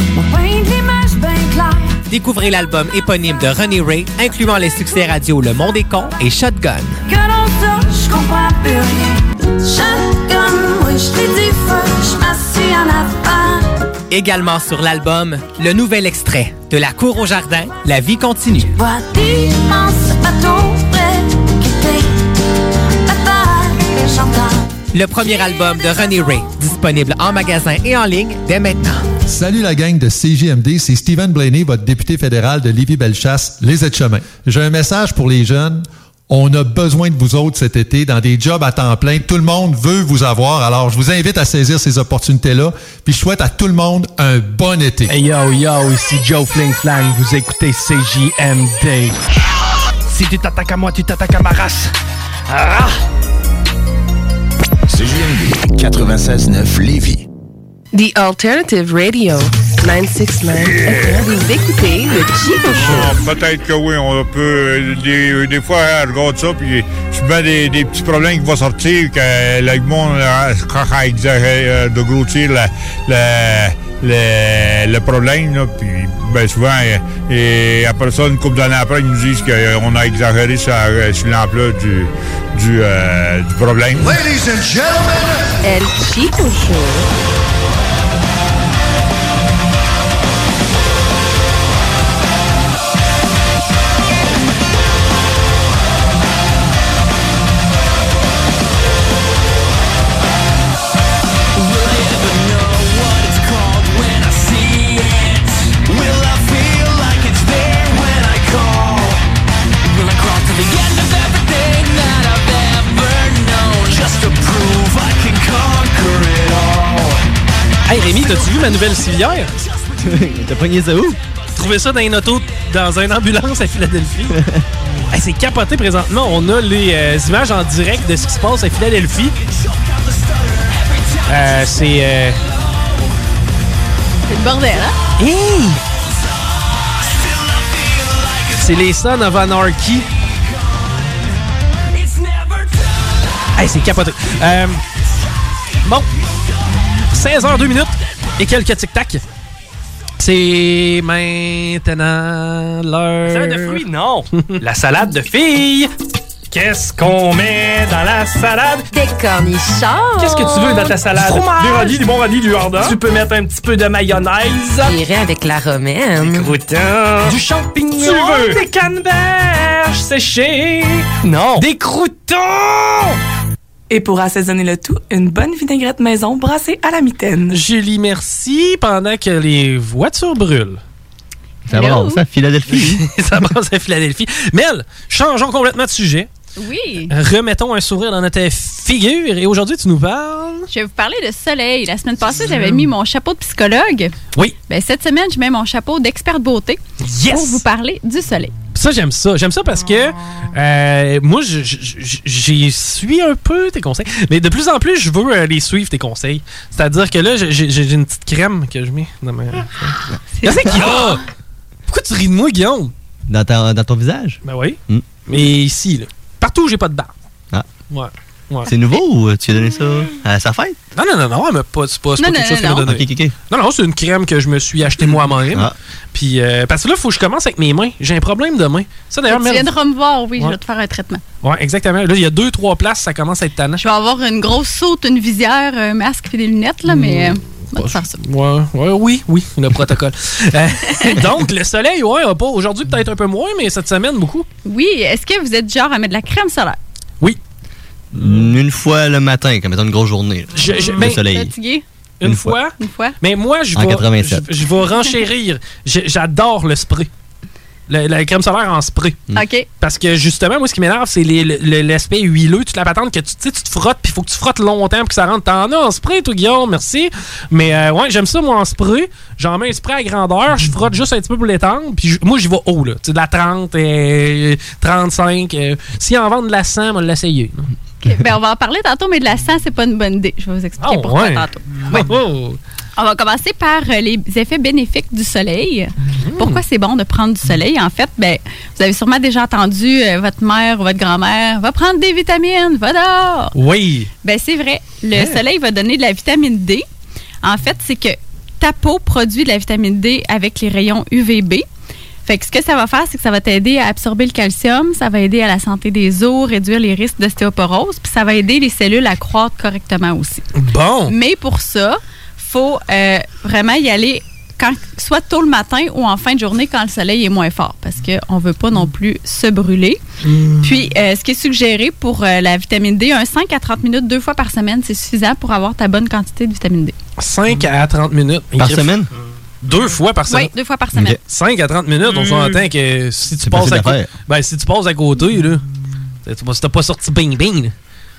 Speaker 32: Découvrez l'album éponyme de Ronnie Ray, incluant les succès radio Le Monde est con et Shotgun.
Speaker 24: Que dans ça, je comprends plus rien. Shotgun, oui, je t'ai dit fuck, je m'assis en avant.
Speaker 32: Également sur l'album, le nouvel extrait de La cour au jardin, La vie continue.
Speaker 24: Bois d'immenses bateaux prêts à quitter la terre, j'entends.
Speaker 32: Le premier album de Ronnie Ray, disponible en magasin et en ligne dès maintenant.
Speaker 33: Salut la gang de CJMD, c'est Stephen Blaney, votre député fédéral de Lévis-Bellechasse, les Aides-Chemins. J'ai un message pour les jeunes. On a besoin de vous autres cet été dans des jobs à temps plein. Tout le monde veut vous avoir. Alors, je vous invite à saisir ces opportunités-là. Puis, je souhaite à tout le monde un bon été.
Speaker 34: Hey yo, yo, ici Joe Fling Flang, vous écoutez CJMD. Si tu t'attaques à moi, tu t'attaques à ma race. Ah!
Speaker 31: CJMD 96.9 Lévis.
Speaker 5: The Alternative Radio 969. Vous écoutez le Chico Show.
Speaker 35: Ah, Peut-être que oui, on peut. euh, Des, euh, des fois, hein, regarde ça, puis souvent des, des petits problèmes qui vont sortir, que le monde, euh, quand il disait euh, de grossir la- la- le, le problème, là, puis ben, souvent, euh, et après ça, une couple d'années après, ils nous disent qu'on a exagéré sur, euh, sur l'ampleur du, du, euh, du problème.
Speaker 31: Ladies and gentlemen, El Chico Show.
Speaker 1: Hey Rémi, t'as-tu vu ma nouvelle civière?
Speaker 8: T'as pogné ça où?
Speaker 1: Trouvé ça dans une auto, dans une ambulance à Philadelphie. Hey, c'est capoté présentement. On a les euh, images en direct de ce qui se passe à Philadelphie. Euh, c'est... euh,
Speaker 7: C'est le bordel, hein?
Speaker 1: C'est les Sons of Anarchy. Hey, c'est capoté. Euh, bon, 16h02 minutes et quelques tic-tac. C'est maintenant l'heure.
Speaker 25: Salade de fruits, non.
Speaker 1: La salade de filles. Qu'est-ce qu'on met dans la salade?
Speaker 25: Des cornichons. Qu'est-ce que tu veux dans ta salade?
Speaker 1: Du fromage.
Speaker 25: Du radis, du bon radis, du jardin. Tu peux mettre un petit peu de mayonnaise.
Speaker 5: J'irai avec la romaine. Des
Speaker 25: croûtons. Du champignon. Tu veux? Des canneberges séchées.
Speaker 1: Non.
Speaker 25: Des croûtons.
Speaker 36: Et pour assaisonner le tout, une bonne vinaigrette maison brassée à la mitaine.
Speaker 1: Julie, merci pendant que les voitures brûlent.
Speaker 8: Ça Hello. brasse à
Speaker 1: Philadelphie. ça brasse à Philadelphie. Mel, changeons complètement de sujet.
Speaker 7: Oui.
Speaker 1: Euh, Remettons un sourire dans notre figure et aujourd'hui tu nous parles.
Speaker 7: Je vais vous parler de soleil. La semaine passée, j'avais mis mon chapeau de psychologue.
Speaker 1: Oui.
Speaker 7: Ben, cette semaine, je mets mon chapeau d'expert beauté pour vous parler du soleil.
Speaker 1: Ça, j'aime ça. J'aime ça parce que euh, moi, je- je- je- j'y suis un peu tes conseils. Mais de plus en plus, je veux euh, les suivre, tes conseils. C'est-à-dire que là, j'ai- j'ai j'ai une petite crème que je mets dans ma. Qu'est-ce qu'il y a? Pourquoi tu ris de moi, Guillaume?
Speaker 8: Dans, ta- dans ton visage?
Speaker 1: Ben oui.
Speaker 8: Hmm.
Speaker 1: Mais ici, là. Partout où j'ai pas de barbe.
Speaker 8: Ah.
Speaker 1: Ouais. ouais.
Speaker 8: C'est nouveau ou tu as donné ça à sa fête?
Speaker 1: Non, non, non, non, elle m'a pas, c'est pas, c'est pas
Speaker 8: Non,
Speaker 1: quelque
Speaker 8: non,
Speaker 1: chose qu'elle
Speaker 8: non,
Speaker 1: m'a
Speaker 8: non.
Speaker 1: donné.
Speaker 8: Ok, ok, ok.
Speaker 1: Non, non, c'est une crème que je me suis achetée moi-même.
Speaker 8: Ah.
Speaker 1: Puis, euh, parce que là, il faut que je commence avec mes mains. J'ai un problème de main. Ça, d'ailleurs,
Speaker 7: Tu
Speaker 1: Mel-
Speaker 7: viendras me voir, oui, je
Speaker 1: Ouais.
Speaker 7: vais te faire un traitement.
Speaker 1: Ouais, exactement. Là, il y a deux, trois places, ça commence à être tannant.
Speaker 7: Je vais avoir une grosse saute, une visière, un masque et des lunettes, là,
Speaker 1: Mm.
Speaker 7: mais euh, on va te faire ça.
Speaker 1: Mmh. Ouais, ouais, oui, oui, le protocole. Euh, donc, le soleil, ouais, a pas. Aujourd'hui, peut-être un peu moins, mais cette semaine, beaucoup.
Speaker 7: Oui, est-ce que vous êtes du genre à mettre de la crème solaire?
Speaker 8: Une fois le matin, comme étant une grosse journée. là.
Speaker 1: Je- je-
Speaker 8: le
Speaker 1: ben-
Speaker 8: soleil.
Speaker 7: Fatigué?
Speaker 1: Une,
Speaker 8: Une
Speaker 1: fois.
Speaker 7: Une fois?
Speaker 1: Mais moi, je
Speaker 8: En
Speaker 1: vais.
Speaker 8: 87.
Speaker 1: je- Je vais renchérir. J'ai- J'adore le spray. Le- la crème solaire en spray.
Speaker 7: OK.
Speaker 1: Parce que justement, moi, ce qui m'énerve, c'est les- le- le- l'aspect huileux, toute la patente que tu, tu sais, tu te frottes, puis il faut que tu frottes longtemps pour que ça rentre. T'en as en spray, toi, Guillaume, merci. Mais euh, ouais, j'aime ça, moi, en spray. J'en mets un spray à grandeur, je frotte juste un petit peu pour l'étendre, puis je- moi, j'y vais haut, là. Tu sais, de la 30, euh, 35. euh. S'ils en vendent de la 100, on va l'essayer.
Speaker 7: OK, ben, on va en parler tantôt, mais de la sang, c'est pas une bonne idée. Je vais vous expliquer pourquoi tantôt.
Speaker 1: Ah, Ouais. Oh,
Speaker 7: On va commencer par euh, les effets bénéfiques du soleil.
Speaker 1: Mm-hmm.
Speaker 7: Pourquoi c'est bon de prendre du soleil? En fait, ben, vous avez sûrement déjà entendu euh, votre mère ou votre grand-mère va prendre des vitamines, va dehors.
Speaker 1: Oui.
Speaker 7: Ben, c'est vrai. Le
Speaker 1: Hein?
Speaker 7: soleil va donner de la vitamine D. En fait, c'est que ta peau produit de la vitamine D avec les rayons UVB. Fait que ce que ça va faire, c'est que ça va t'aider à absorber le calcium, ça va aider à la santé des os, réduire les risques d'ostéoporose, puis ça va aider les cellules à croître correctement aussi.
Speaker 1: Bon.
Speaker 7: Mais pour ça, faut euh, vraiment y aller quand, soit tôt le matin ou en fin de journée quand le soleil est moins fort, parce qu'on ne veut pas non plus se brûler. Puis, euh, ce qui est suggéré pour euh, la vitamine D, un 5 à 30 minutes deux fois par semaine, c'est suffisant pour avoir ta bonne quantité de vitamine D.
Speaker 1: 5 à 30 minutes.
Speaker 8: Par
Speaker 1: Griff-
Speaker 8: semaine?
Speaker 1: Deux fois par semaine.
Speaker 7: Oui, deux fois par semaine.
Speaker 1: 5 à 30 minutes, on
Speaker 7: Mm.
Speaker 1: s'entend que si tu,
Speaker 8: C'est
Speaker 1: passes
Speaker 8: facile
Speaker 1: à
Speaker 8: à
Speaker 1: côté,
Speaker 8: faire.
Speaker 1: ben, si tu passes à côté, là, t'as- t'as pas- si t'as pas sorti bing bing, là,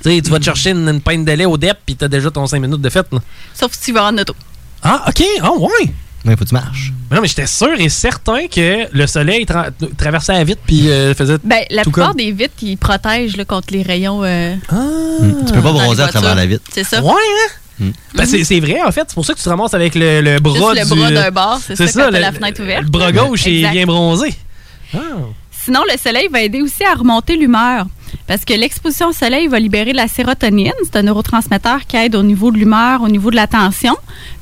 Speaker 1: tu sais, tu vas te chercher une, une pinte de lait au DEP puis t'as déjà ton 5 minutes de fête. là.
Speaker 7: Sauf si tu vas en auto.
Speaker 1: Ah, ok, ah ouais!
Speaker 8: Mais Ben, faut que tu marches.
Speaker 1: Non, mais j'étais sûr et certain que le soleil tra- traversait la vitre puis euh, faisait.
Speaker 7: Ben, la
Speaker 1: tout
Speaker 7: plupart
Speaker 1: comme. Ah.
Speaker 7: des vitres, ils protègent là, contre les rayons. euh,
Speaker 8: Hmm. Tu peux pas
Speaker 7: dans les
Speaker 8: bronzer à travers
Speaker 7: voitures.
Speaker 8: la vitre.
Speaker 7: C'est ça.
Speaker 1: Ouais, hein? Ben, c'est c'est vrai, en fait. C'est pour ça que tu te ramasses avec le, le bras
Speaker 7: Juste
Speaker 1: du-
Speaker 7: le bras d'un bord, c'est ça, quand t'as
Speaker 1: le-
Speaker 7: la fenêtre ouverte.
Speaker 1: Le bras gauche est
Speaker 7: Exact.
Speaker 1: bien bronzé. Ah.
Speaker 7: Sinon, le soleil va aider aussi à remonter l'humeur. Parce que l'exposition au soleil va libérer de la sérotonine. C'est un neurotransmetteur qui aide au niveau de l'humeur, au niveau de l'attention.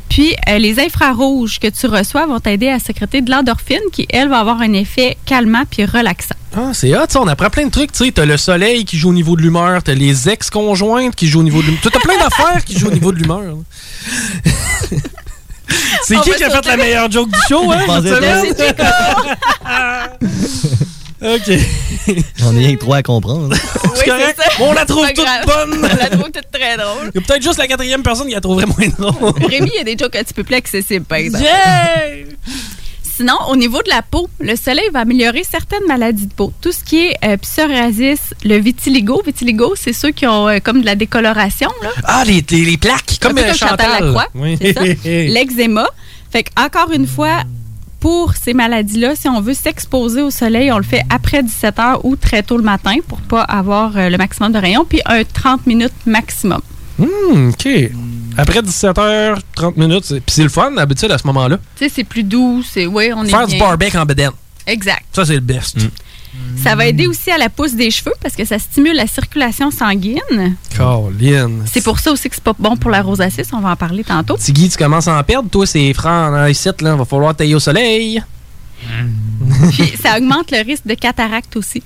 Speaker 7: Puis, euh, les infrarouges que tu reçois vont t'aider à sécréter de l'endorphine qui, elle, va avoir un effet calmant puis relaxant.
Speaker 1: Ah, c'est hot, ça. On apprend plein de trucs. Tu sais, t'as le soleil qui joue au niveau de l'humeur, t'as les ex-conjointes qui jouent au niveau de l'humeur. T'as plein d'affaires qui jouent au niveau de l'humeur. là. c'est
Speaker 7: On
Speaker 1: qui
Speaker 7: va
Speaker 1: qui a fait
Speaker 7: sauter.
Speaker 1: la meilleure joke du show, hein?
Speaker 8: Je pensais
Speaker 1: cette
Speaker 8: bien.
Speaker 1: semaine?
Speaker 7: C'est
Speaker 1: ok.
Speaker 8: On est rien que trois à comprendre.
Speaker 7: Oui,
Speaker 1: correct?
Speaker 7: c'est ça.
Speaker 1: On la trouve
Speaker 7: Pas
Speaker 1: toute
Speaker 7: grave.
Speaker 1: bonne.
Speaker 7: On la trouve toute très drôle.
Speaker 1: Il y a peut-être juste la quatrième personne qui la trouverait moins drôle.
Speaker 7: Rémi, il y a des jokes un petit peu plus accessibles, par exemple.
Speaker 1: Yeah!
Speaker 7: Sinon, au niveau de la peau, le soleil va améliorer certaines maladies de peau. Tout ce qui est euh, psoriasis, le vitiligo. Vitiligo, c'est ceux qui ont euh, comme de la décoloration, là.
Speaker 1: Ah, les, les, les plaques, comme,
Speaker 7: un peu
Speaker 1: euh,
Speaker 7: comme Ah, Chantal, Lacroix,
Speaker 1: Oui.
Speaker 7: c'est ça. L'eczéma. Fait que, encore une fois, pour ces maladies-là, si on veut s'exposer au soleil, on le fait après 17 heures ou très tôt le matin pour pas avoir euh, le maximum de rayons, puis un 30 minutes maximum.
Speaker 1: Hmm, OK. Après 17h, 30 minutes, c'est- puis c'est le fun, d'habitude, à ce moment-là.
Speaker 7: Tu sais, c'est plus doux, c'est ouais, on est
Speaker 1: Faire du
Speaker 7: bien.
Speaker 1: barbecue en bedaine.
Speaker 7: Exact.
Speaker 1: Ça, c'est le best.
Speaker 8: Hmm.
Speaker 7: Ça va aider aussi à la pousse des cheveux parce que ça stimule la circulation sanguine.
Speaker 1: Caroline.
Speaker 7: C'est pour ça aussi que c'est pas bon pour la rosacée, ça, on va en parler tantôt.
Speaker 1: Tiggy, tu commences à en perdre, toi, c'est franc, hein, ici, là, va falloir tailler au soleil.
Speaker 7: Puis ça augmente le risque de cataracte aussi.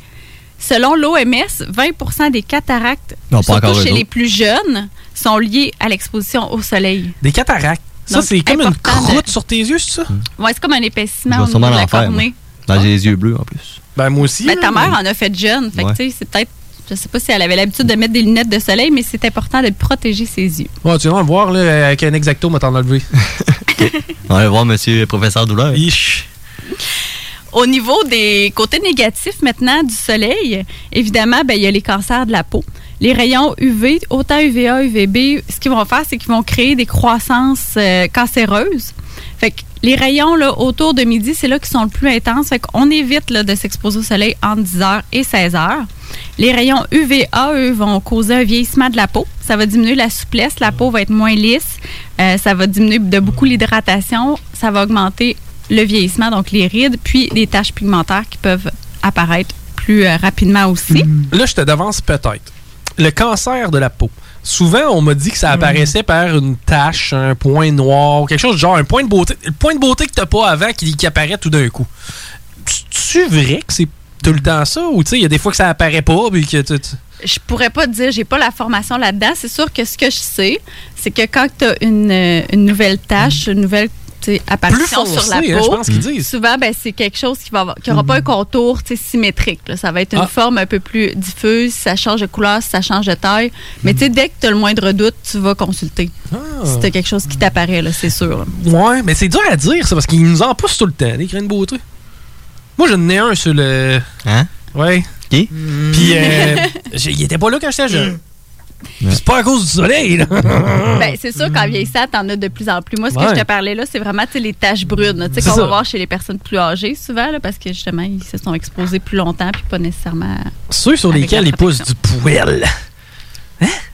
Speaker 7: Selon l'OMS, 20 des cataractes,
Speaker 1: Non, pas
Speaker 7: surtout
Speaker 1: encore eux
Speaker 7: chez les
Speaker 1: autres.
Speaker 7: plus jeunes, sont liées à l'exposition au soleil.
Speaker 1: Des cataractes. Ça,
Speaker 7: Donc,
Speaker 1: c'est comme une
Speaker 7: important de-
Speaker 1: croûte sur tes yeux, c'est ça?
Speaker 7: Ouais, c'est comme un épaississement
Speaker 8: Je
Speaker 7: au
Speaker 8: vais
Speaker 7: niveau
Speaker 8: sûrement
Speaker 7: de la
Speaker 8: l'en faire,
Speaker 7: cornée.
Speaker 8: Hmm. Dans les yeux bleus en plus.
Speaker 1: Ben, moi aussi.
Speaker 7: Ah. Ben, ta mère en a fait jeune. Fait que,
Speaker 8: Ouais.
Speaker 7: tu sais, c'est peut-être... Je sais pas si elle avait l'habitude de mettre des lunettes de soleil, mais c'est important de protéger ses yeux.
Speaker 1: Ouais, tu vas me voir, là, avec un exacto, m'a t'en enlevé.
Speaker 8: On va voir monsieur le professeur Douleur.
Speaker 7: Au niveau des côtés négatifs maintenant du soleil, évidemment, ben, il y a les cancers de la peau. Les rayons UV, autant UVA, UVB, ce qu'ils vont faire, c'est qu'ils vont créer des croissances euh, cancéreuses. Fait que les rayons là, autour de midi, c'est là qu'ils sont le plus intenses. Fait qu'on évite là, de s'exposer au soleil entre 10h et 16h. Les rayons UVA, eux, vont causer un vieillissement de la peau. Ça va diminuer la souplesse, la peau va être moins lisse, euh, ça va diminuer de beaucoup l'hydratation, ça va augmenter le vieillissement, donc les rides, puis des taches pigmentaires qui peuvent apparaître plus euh, rapidement aussi.
Speaker 1: Là, je te devance peut-être. Le cancer de la peau. Souvent, on m'a dit que ça apparaissait par une tache, un point noir, quelque chose du genre un point de beauté. Le point de beauté que t'as pas avant qui, qui apparaît tout d'un coup. C'est vrai que c'est tout le temps ça? Ou tu sais, il y a des fois que ça apparaît pas puis que tu- tu-
Speaker 7: Je pourrais pas te dire, j'ai pas la formation là-dedans. C'est sûr que ce que je sais, c'est que quand tu as une, euh, une nouvelle tâche, une nouvelle tu sais, apparition
Speaker 1: foncé,
Speaker 7: sur la
Speaker 1: hein, je
Speaker 7: peau,
Speaker 1: pense qu'ils disent. Mhm.
Speaker 7: souvent ben, c'est quelque chose qui va avoir- qui aura pas un contour tu sais, symétrique. là. Ça va être une
Speaker 1: Ah.
Speaker 7: forme un peu plus diffuse, ça change de couleur, ça change de taille. Mais
Speaker 1: Mhm.
Speaker 7: tu sais, dès que tu as le moindre doute, tu vas consulter.
Speaker 1: Ah.
Speaker 7: Si tu as quelque chose qui t'apparaît, là, c'est sûr. là.
Speaker 1: Ouais, mais c'est dur à dire, ça, parce qu'ils nous en poussent tout le temps, les graines de beauté. Moi, j'en ai un sur le.
Speaker 8: Hein?
Speaker 1: Ouais.
Speaker 8: Qui?
Speaker 1: Puis, euh, j'ai- il était pas là quand j'étais jeune. Puis C'est pas à cause du soleil, là.
Speaker 7: Ben, c'est sûr qu'en vieillissant, t'en as de plus en plus. Moi, ce que
Speaker 1: Ouais.
Speaker 7: je te parlais là, c'est vraiment tu sais, les taches brunes là, tu sais,
Speaker 1: C'est
Speaker 7: qu'on
Speaker 1: ça.
Speaker 7: va voir chez les personnes plus âgées souvent, là, parce que justement, ils se sont exposés plus longtemps, puis pas nécessairement.
Speaker 1: Ceux sur
Speaker 7: Avec
Speaker 1: lesquels
Speaker 7: la
Speaker 1: ils poussent du poêle.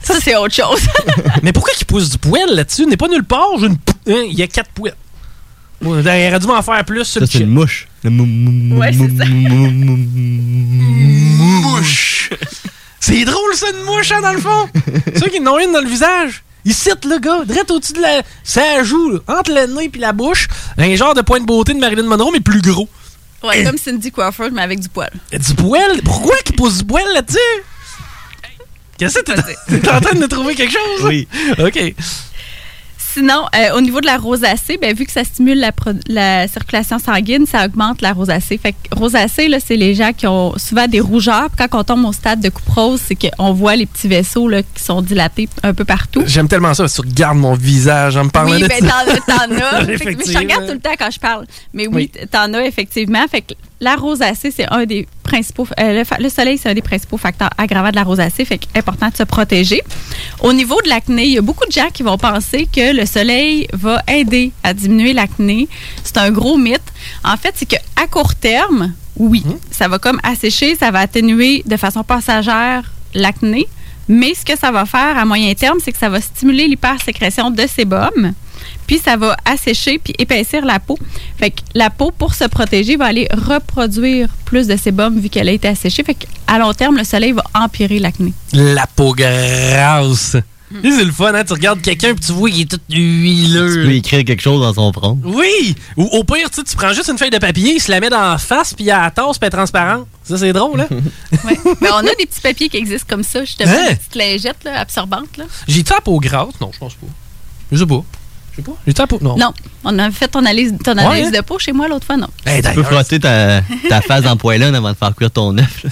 Speaker 7: Ça, c'est autre chose.
Speaker 1: mais pourquoi qu'ils poussent du poêle là-dessus? N'est pas nulle part. j'ai une pou- hein, Il y a quatre poêles. Ouais, Il aurait dû m'en faire plus sur
Speaker 8: Ça,
Speaker 1: le
Speaker 8: c'est
Speaker 1: chip.
Speaker 8: une mouche. Le mou- mou- mou-
Speaker 1: Ouais, c'est
Speaker 8: mou- mou- mou- mou-
Speaker 1: mouche. C'est drôle, ça, une mouche, hein, dans le fond. Ceux qui en ont une dans le visage. Ils citent le gars, direct au-dessus de la. Ça joue, là, entre le nez et la bouche. Un genre de point de beauté de Marilyn Monroe, mais plus gros.
Speaker 7: Ouais, comme Cindy Crawford, mais avec du poil.
Speaker 1: Du poêle? Pourquoi qu'il pousse du poêle là-dessus? Qu'est-ce que t'es t'es en train de trouver quelque chose? Oui. OK.
Speaker 7: Sinon, euh, au niveau de la rosacée, ben, vu que ça stimule la, pro- la circulation sanguine, ça augmente la rosacée. Fait que rosacée, là, c'est les gens qui ont souvent des rougeurs. Puis Quand on tombe au stade de coupe rose, c'est qu'on voit les petits vaisseaux là, qui sont dilatés un peu partout.
Speaker 1: J'aime tellement ça, parce que tu regardes mon visage en me parlant
Speaker 7: oui,
Speaker 1: de
Speaker 7: ben,
Speaker 1: ça.
Speaker 7: t'en, t'en as. Fait que- mais je te
Speaker 1: Effectivement.
Speaker 7: regarde tout le temps quand je parle. Mais oui,
Speaker 1: Oui.
Speaker 7: t- t'en as effectivement. Fait que la rosacée, c'est un des principaux. euh, le, fa- le soleil, c'est un des principaux facteurs aggravants de la rosacée. Fait que important de se protéger. Au niveau de l'acné, il y a beaucoup de gens qui vont penser que le soleil va aider à diminuer l'acné. C'est un gros mythe. En fait, c'est qu'à court terme, oui,
Speaker 1: Hum?
Speaker 7: ça va comme assécher, ça va atténuer de façon passagère l'acné. Mais ce que ça va faire à moyen terme, c'est que ça va stimuler l'hypersécrétion de sébum puis ça va assécher puis épaissir la peau. Fait que la peau, pour se protéger, va aller reproduire plus de sébum vu qu'elle a été asséchée. Fait qu'à long terme, le soleil va empirer l'acné.
Speaker 1: La peau grasse. Tu sais, C'est le fun, hein? Tu regardes quelqu'un et tu vois qu'il est tout
Speaker 8: Tu
Speaker 1: huileux.
Speaker 8: peux écrire quelque chose dans son front.
Speaker 1: Oui! Ou au pire, tu sais, tu prends juste une feuille de papier, il se la met dans la face, puis à la tasse, puis elle est transparente. Ça, c'est drôle, hein?
Speaker 7: Ben, on a des petits papiers qui existent comme ça, justement,
Speaker 1: Hein?
Speaker 7: des petites lingettes là, absorbantes. Là.
Speaker 1: J'ai-tu la peau grasse? Non, je pense pas. Je sais pas. Je sais pas. J'ai-tu la peau? Non.
Speaker 7: Non, on a fait ton analyse, ton
Speaker 8: Ouais,
Speaker 7: analyse
Speaker 8: hein?
Speaker 7: de peau chez moi l'autre fois, non.
Speaker 8: tu peux frotter ta, ta face en poêlonne avant de faire cuire ton œuf. là.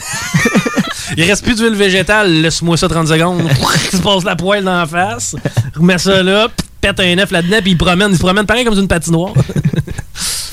Speaker 1: Il reste plus d'huile végétale, laisse-moi ça 30 secondes. il se passe la poêle dans la face, remets ça là, pis pète un œuf là-dedans, puis il promène, il se promène pareil comme sur une patinoire.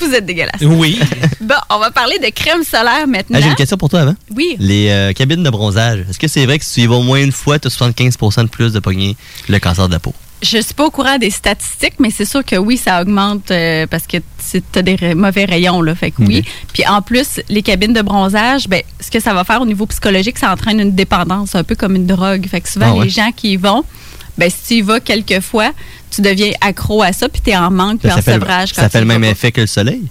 Speaker 7: Vous êtes dégueulasse.
Speaker 1: Oui.
Speaker 7: Bon, on va parler de crème solaire maintenant.
Speaker 8: Ah, J'ai une question pour toi avant.
Speaker 7: Oui.
Speaker 8: Les euh, cabines de bronzage, est-ce que c'est vrai que si tu y vas au moins une fois, tu as 75 de plus de pogner le cancer de la peau?
Speaker 7: Je suis pas au courant des statistiques, mais c'est sûr que oui, ça augmente euh, parce que tu as des ra- mauvais rayons, là, fait que oui. Puis en plus, les cabines de bronzage, ben, ce que ça va faire au niveau psychologique, ça entraîne une dépendance, un peu comme une drogue. Fait que souvent,
Speaker 8: Ah ouais.
Speaker 7: les gens qui y vont, ben, si tu y vas quelques fois, tu deviens accro à ça, puis tu es en manque, puis
Speaker 8: Ça
Speaker 7: en
Speaker 8: s'appelle
Speaker 7: sevrage.
Speaker 8: ça
Speaker 7: quand
Speaker 8: fait le
Speaker 7: tu y vas
Speaker 8: même Mm.
Speaker 7: pas.
Speaker 8: effet que le soleil?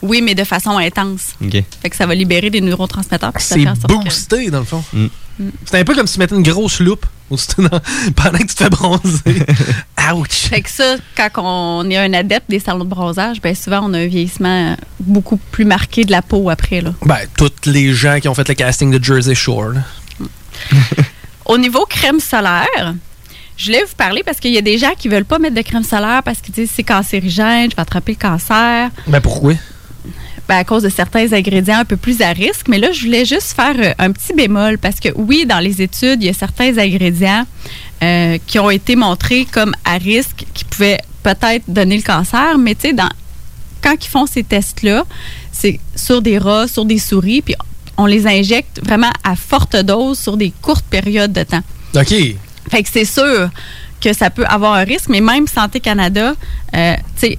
Speaker 7: Oui, mais de façon intense.
Speaker 8: OK.
Speaker 7: Fait que ça va libérer des neurotransmetteurs. puis ça
Speaker 1: C'est
Speaker 7: fait en sorte que- Mm.
Speaker 1: boosté, dans le fond. C'est un peu comme si tu mettais une grosse loupe aussitôt dans- pendant que tu te fais bronzer. Ouch!
Speaker 7: Fait que ça, quand on est un adepte des salons de bronzage, ben souvent on a un vieillissement beaucoup plus marqué de la peau après. Là.
Speaker 1: Ben, toutes les gens qui ont fait le casting de Jersey Shore. là.
Speaker 7: Au niveau crème solaire, je voulais vous parler parce qu'il y a des gens qui veulent pas mettre de crème solaire parce qu'ils disent c'est cancérigène, je vais attraper le cancer,
Speaker 1: Ben, pourquoi?
Speaker 7: ben, à cause de certains ingrédients un peu plus à risque. Mais là, je voulais juste faire euh, un petit bémol parce que oui, dans les études, il y a certains ingrédients euh, qui ont été montrés comme à risque, qui pouvaient peut-être donner le cancer, mais tu sais, dans quand ils font ces tests-là, c'est sur des rats, sur des souris, puis on les injecte vraiment à forte dose sur des courtes périodes de temps.
Speaker 1: OK.
Speaker 7: Fait que c'est sûr que ça peut avoir un risque, mais même Santé Canada, euh, tu sais,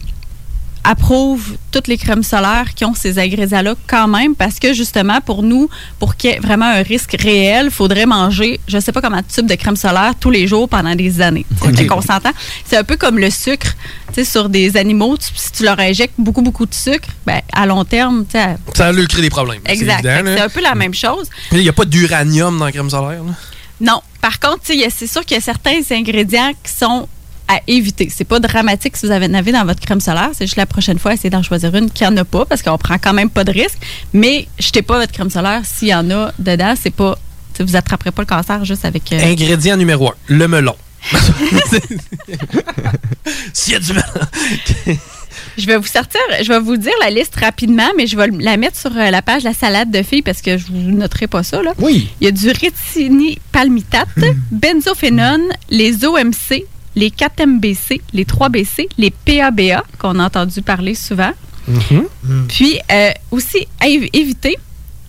Speaker 7: approuve toutes les crèmes solaires qui ont ces agrésats-là quand même parce que justement, pour nous, pour qu'il y ait vraiment un risque réel, faudrait manger, je sais pas comment, de tubes de crème solaire tous les jours pendant des années.
Speaker 25: Ok.
Speaker 7: Fait qu'on s'entend. C'est un peu comme le sucre. Tu sais, sur des animaux, tu- si tu leur injectes beaucoup, beaucoup de sucre, ben, à long terme, tu sais,
Speaker 1: Ça lui crée des problèmes. c'est
Speaker 7: Exact. Fait
Speaker 1: évident,
Speaker 7: que
Speaker 1: là. Mm.
Speaker 7: C'est un peu la même chose.
Speaker 1: Il n'y a pas d'uranium dans la crème solaire. là.
Speaker 7: Non. Par contre, tu sais, il y a- c'est sûr qu'il y a certains ingrédients qui sont à éviter. C'est pas dramatique si vous en avez dans votre crème solaire. C'est juste la prochaine fois, essayez d'en choisir une qui en a pas parce qu'on prend quand même pas de risque. Mais jetez pas votre crème solaire s'il y en a dedans. C'est pas, tu sais, vous attraperez pas le cancer juste avec. euh,
Speaker 1: Ingrédient numéro un, le melon. S'il y a du melon.
Speaker 7: Je vais vous sortir, je vais vous dire la liste rapidement, mais je vais la mettre sur euh, la page de la salade de filles parce que je vous noterai pas ça. Là.
Speaker 31: Oui.
Speaker 7: Il y a du rétinipalmitate,
Speaker 1: Hum.
Speaker 7: benzophénone, les OMC, les 4MBC, les 3BC, les PABA, qu'on a entendu parler souvent. Puis euh, aussi, à év- éviter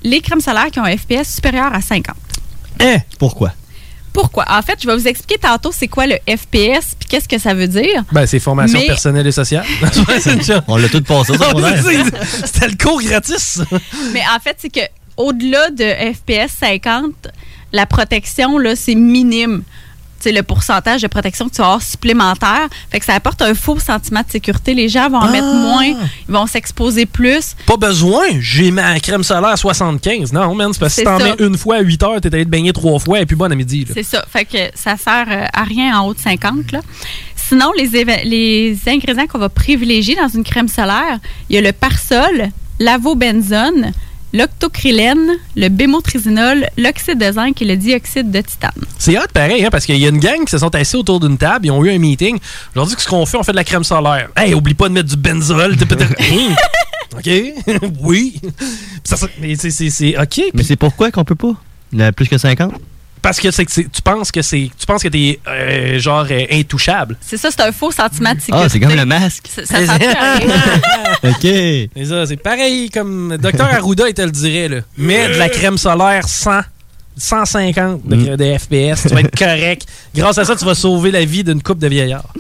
Speaker 7: les crèmes solaires qui ont un FPS supérieur à 50.
Speaker 8: Pourquoi?
Speaker 7: Pourquoi? En fait, je vais vous expliquer tantôt c'est quoi le FPS puis qu'est-ce que ça veut dire.
Speaker 1: Ben, c'est formation
Speaker 7: Mais-
Speaker 1: personnelle et sociale.
Speaker 8: On l'a tout passé, ça,
Speaker 1: Oh,
Speaker 8: pour vrai.
Speaker 1: C'était le cours gratis.
Speaker 7: Mais en fait, c'est que au-delà de FPS 50, la protection là, c'est minime. C'est le pourcentage de protection que tu vas avoir supplémentaire. Fait que ça apporte un faux sentiment de sécurité. Les gens vont en mettre moins, ils vont s'exposer plus.
Speaker 1: Pas besoin, j'ai ma crème solaire 75. Non, man, c'est parce que si
Speaker 7: C'est
Speaker 1: t'en
Speaker 7: ça.
Speaker 1: mets une fois à 8 heures, t'es allé te baigner trois fois et puis bonne à midi. là.
Speaker 7: C'est ça. Fait que ça sert euh, à rien en haut de 50. là. Sinon, les, éve- les ingrédients qu'on va privilégier dans une crème solaire, il y a le parsol, l'avobenzone, l'octocrylène, le bémotrizinol, l'oxyde de zinc et le dioxyde de titane.
Speaker 1: C'est hot pareil, hein, parce qu'il y a une gang qui se sont assis autour d'une table, ils ont eu un meeting. Je leur dis que ce qu'on fait, on fait de la crème solaire. Hey, oublie pas de mettre du benzol, t'es peut-être. Hein? OK? oui. Puis ça, ça- mais c'est- c'est c'est OK.
Speaker 8: Mais c'est pourquoi qu'on peut pas? Le plus que 50?
Speaker 1: Parce que, c'est que c'est- tu penses que c'est. Tu penses que t'es euh, genre euh, intouchable.
Speaker 7: C'est ça, c'est un faux sentiment de sécurité.
Speaker 1: Ah, c'est comme le masque.
Speaker 7: Ça, ça sert plus à rien.
Speaker 8: OK. Mais
Speaker 1: ça, c'est pareil comme Docteur Arruda, il te le dirait, là. Mets de la crème solaire 100. 150 de,
Speaker 8: Mm.
Speaker 1: de FPS, tu vas être correct. Grâce à ça, tu vas sauver la vie d'une coupe de vieillards.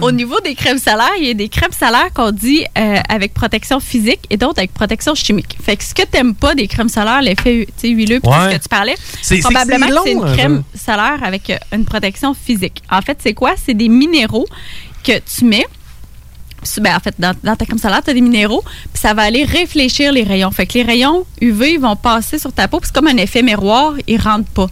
Speaker 7: Au niveau des crèmes salaires, il y a des crèmes salaires qu'on dit euh, avec protection physique et d'autres avec protection chimique. Fait que ce que t'aimes pas des crèmes solaires, l'effet tu sais, huileux, puis tout
Speaker 1: Ouais.
Speaker 7: ce que tu parlais,
Speaker 1: C'est- c'est que
Speaker 7: probablement
Speaker 1: c'est
Speaker 7: que c'est
Speaker 1: long,
Speaker 7: une
Speaker 1: hein,
Speaker 7: crème solaire avec euh, une protection physique. En fait, c'est quoi? C'est des minéraux que tu mets. Puis, ben, en fait, dans, dans ta crème solaire, tu as des minéraux, puis ça va aller réfléchir les rayons. Fait que les rayons UV vont passer sur ta peau, puis c'est comme un effet miroir, ils rentrent pas.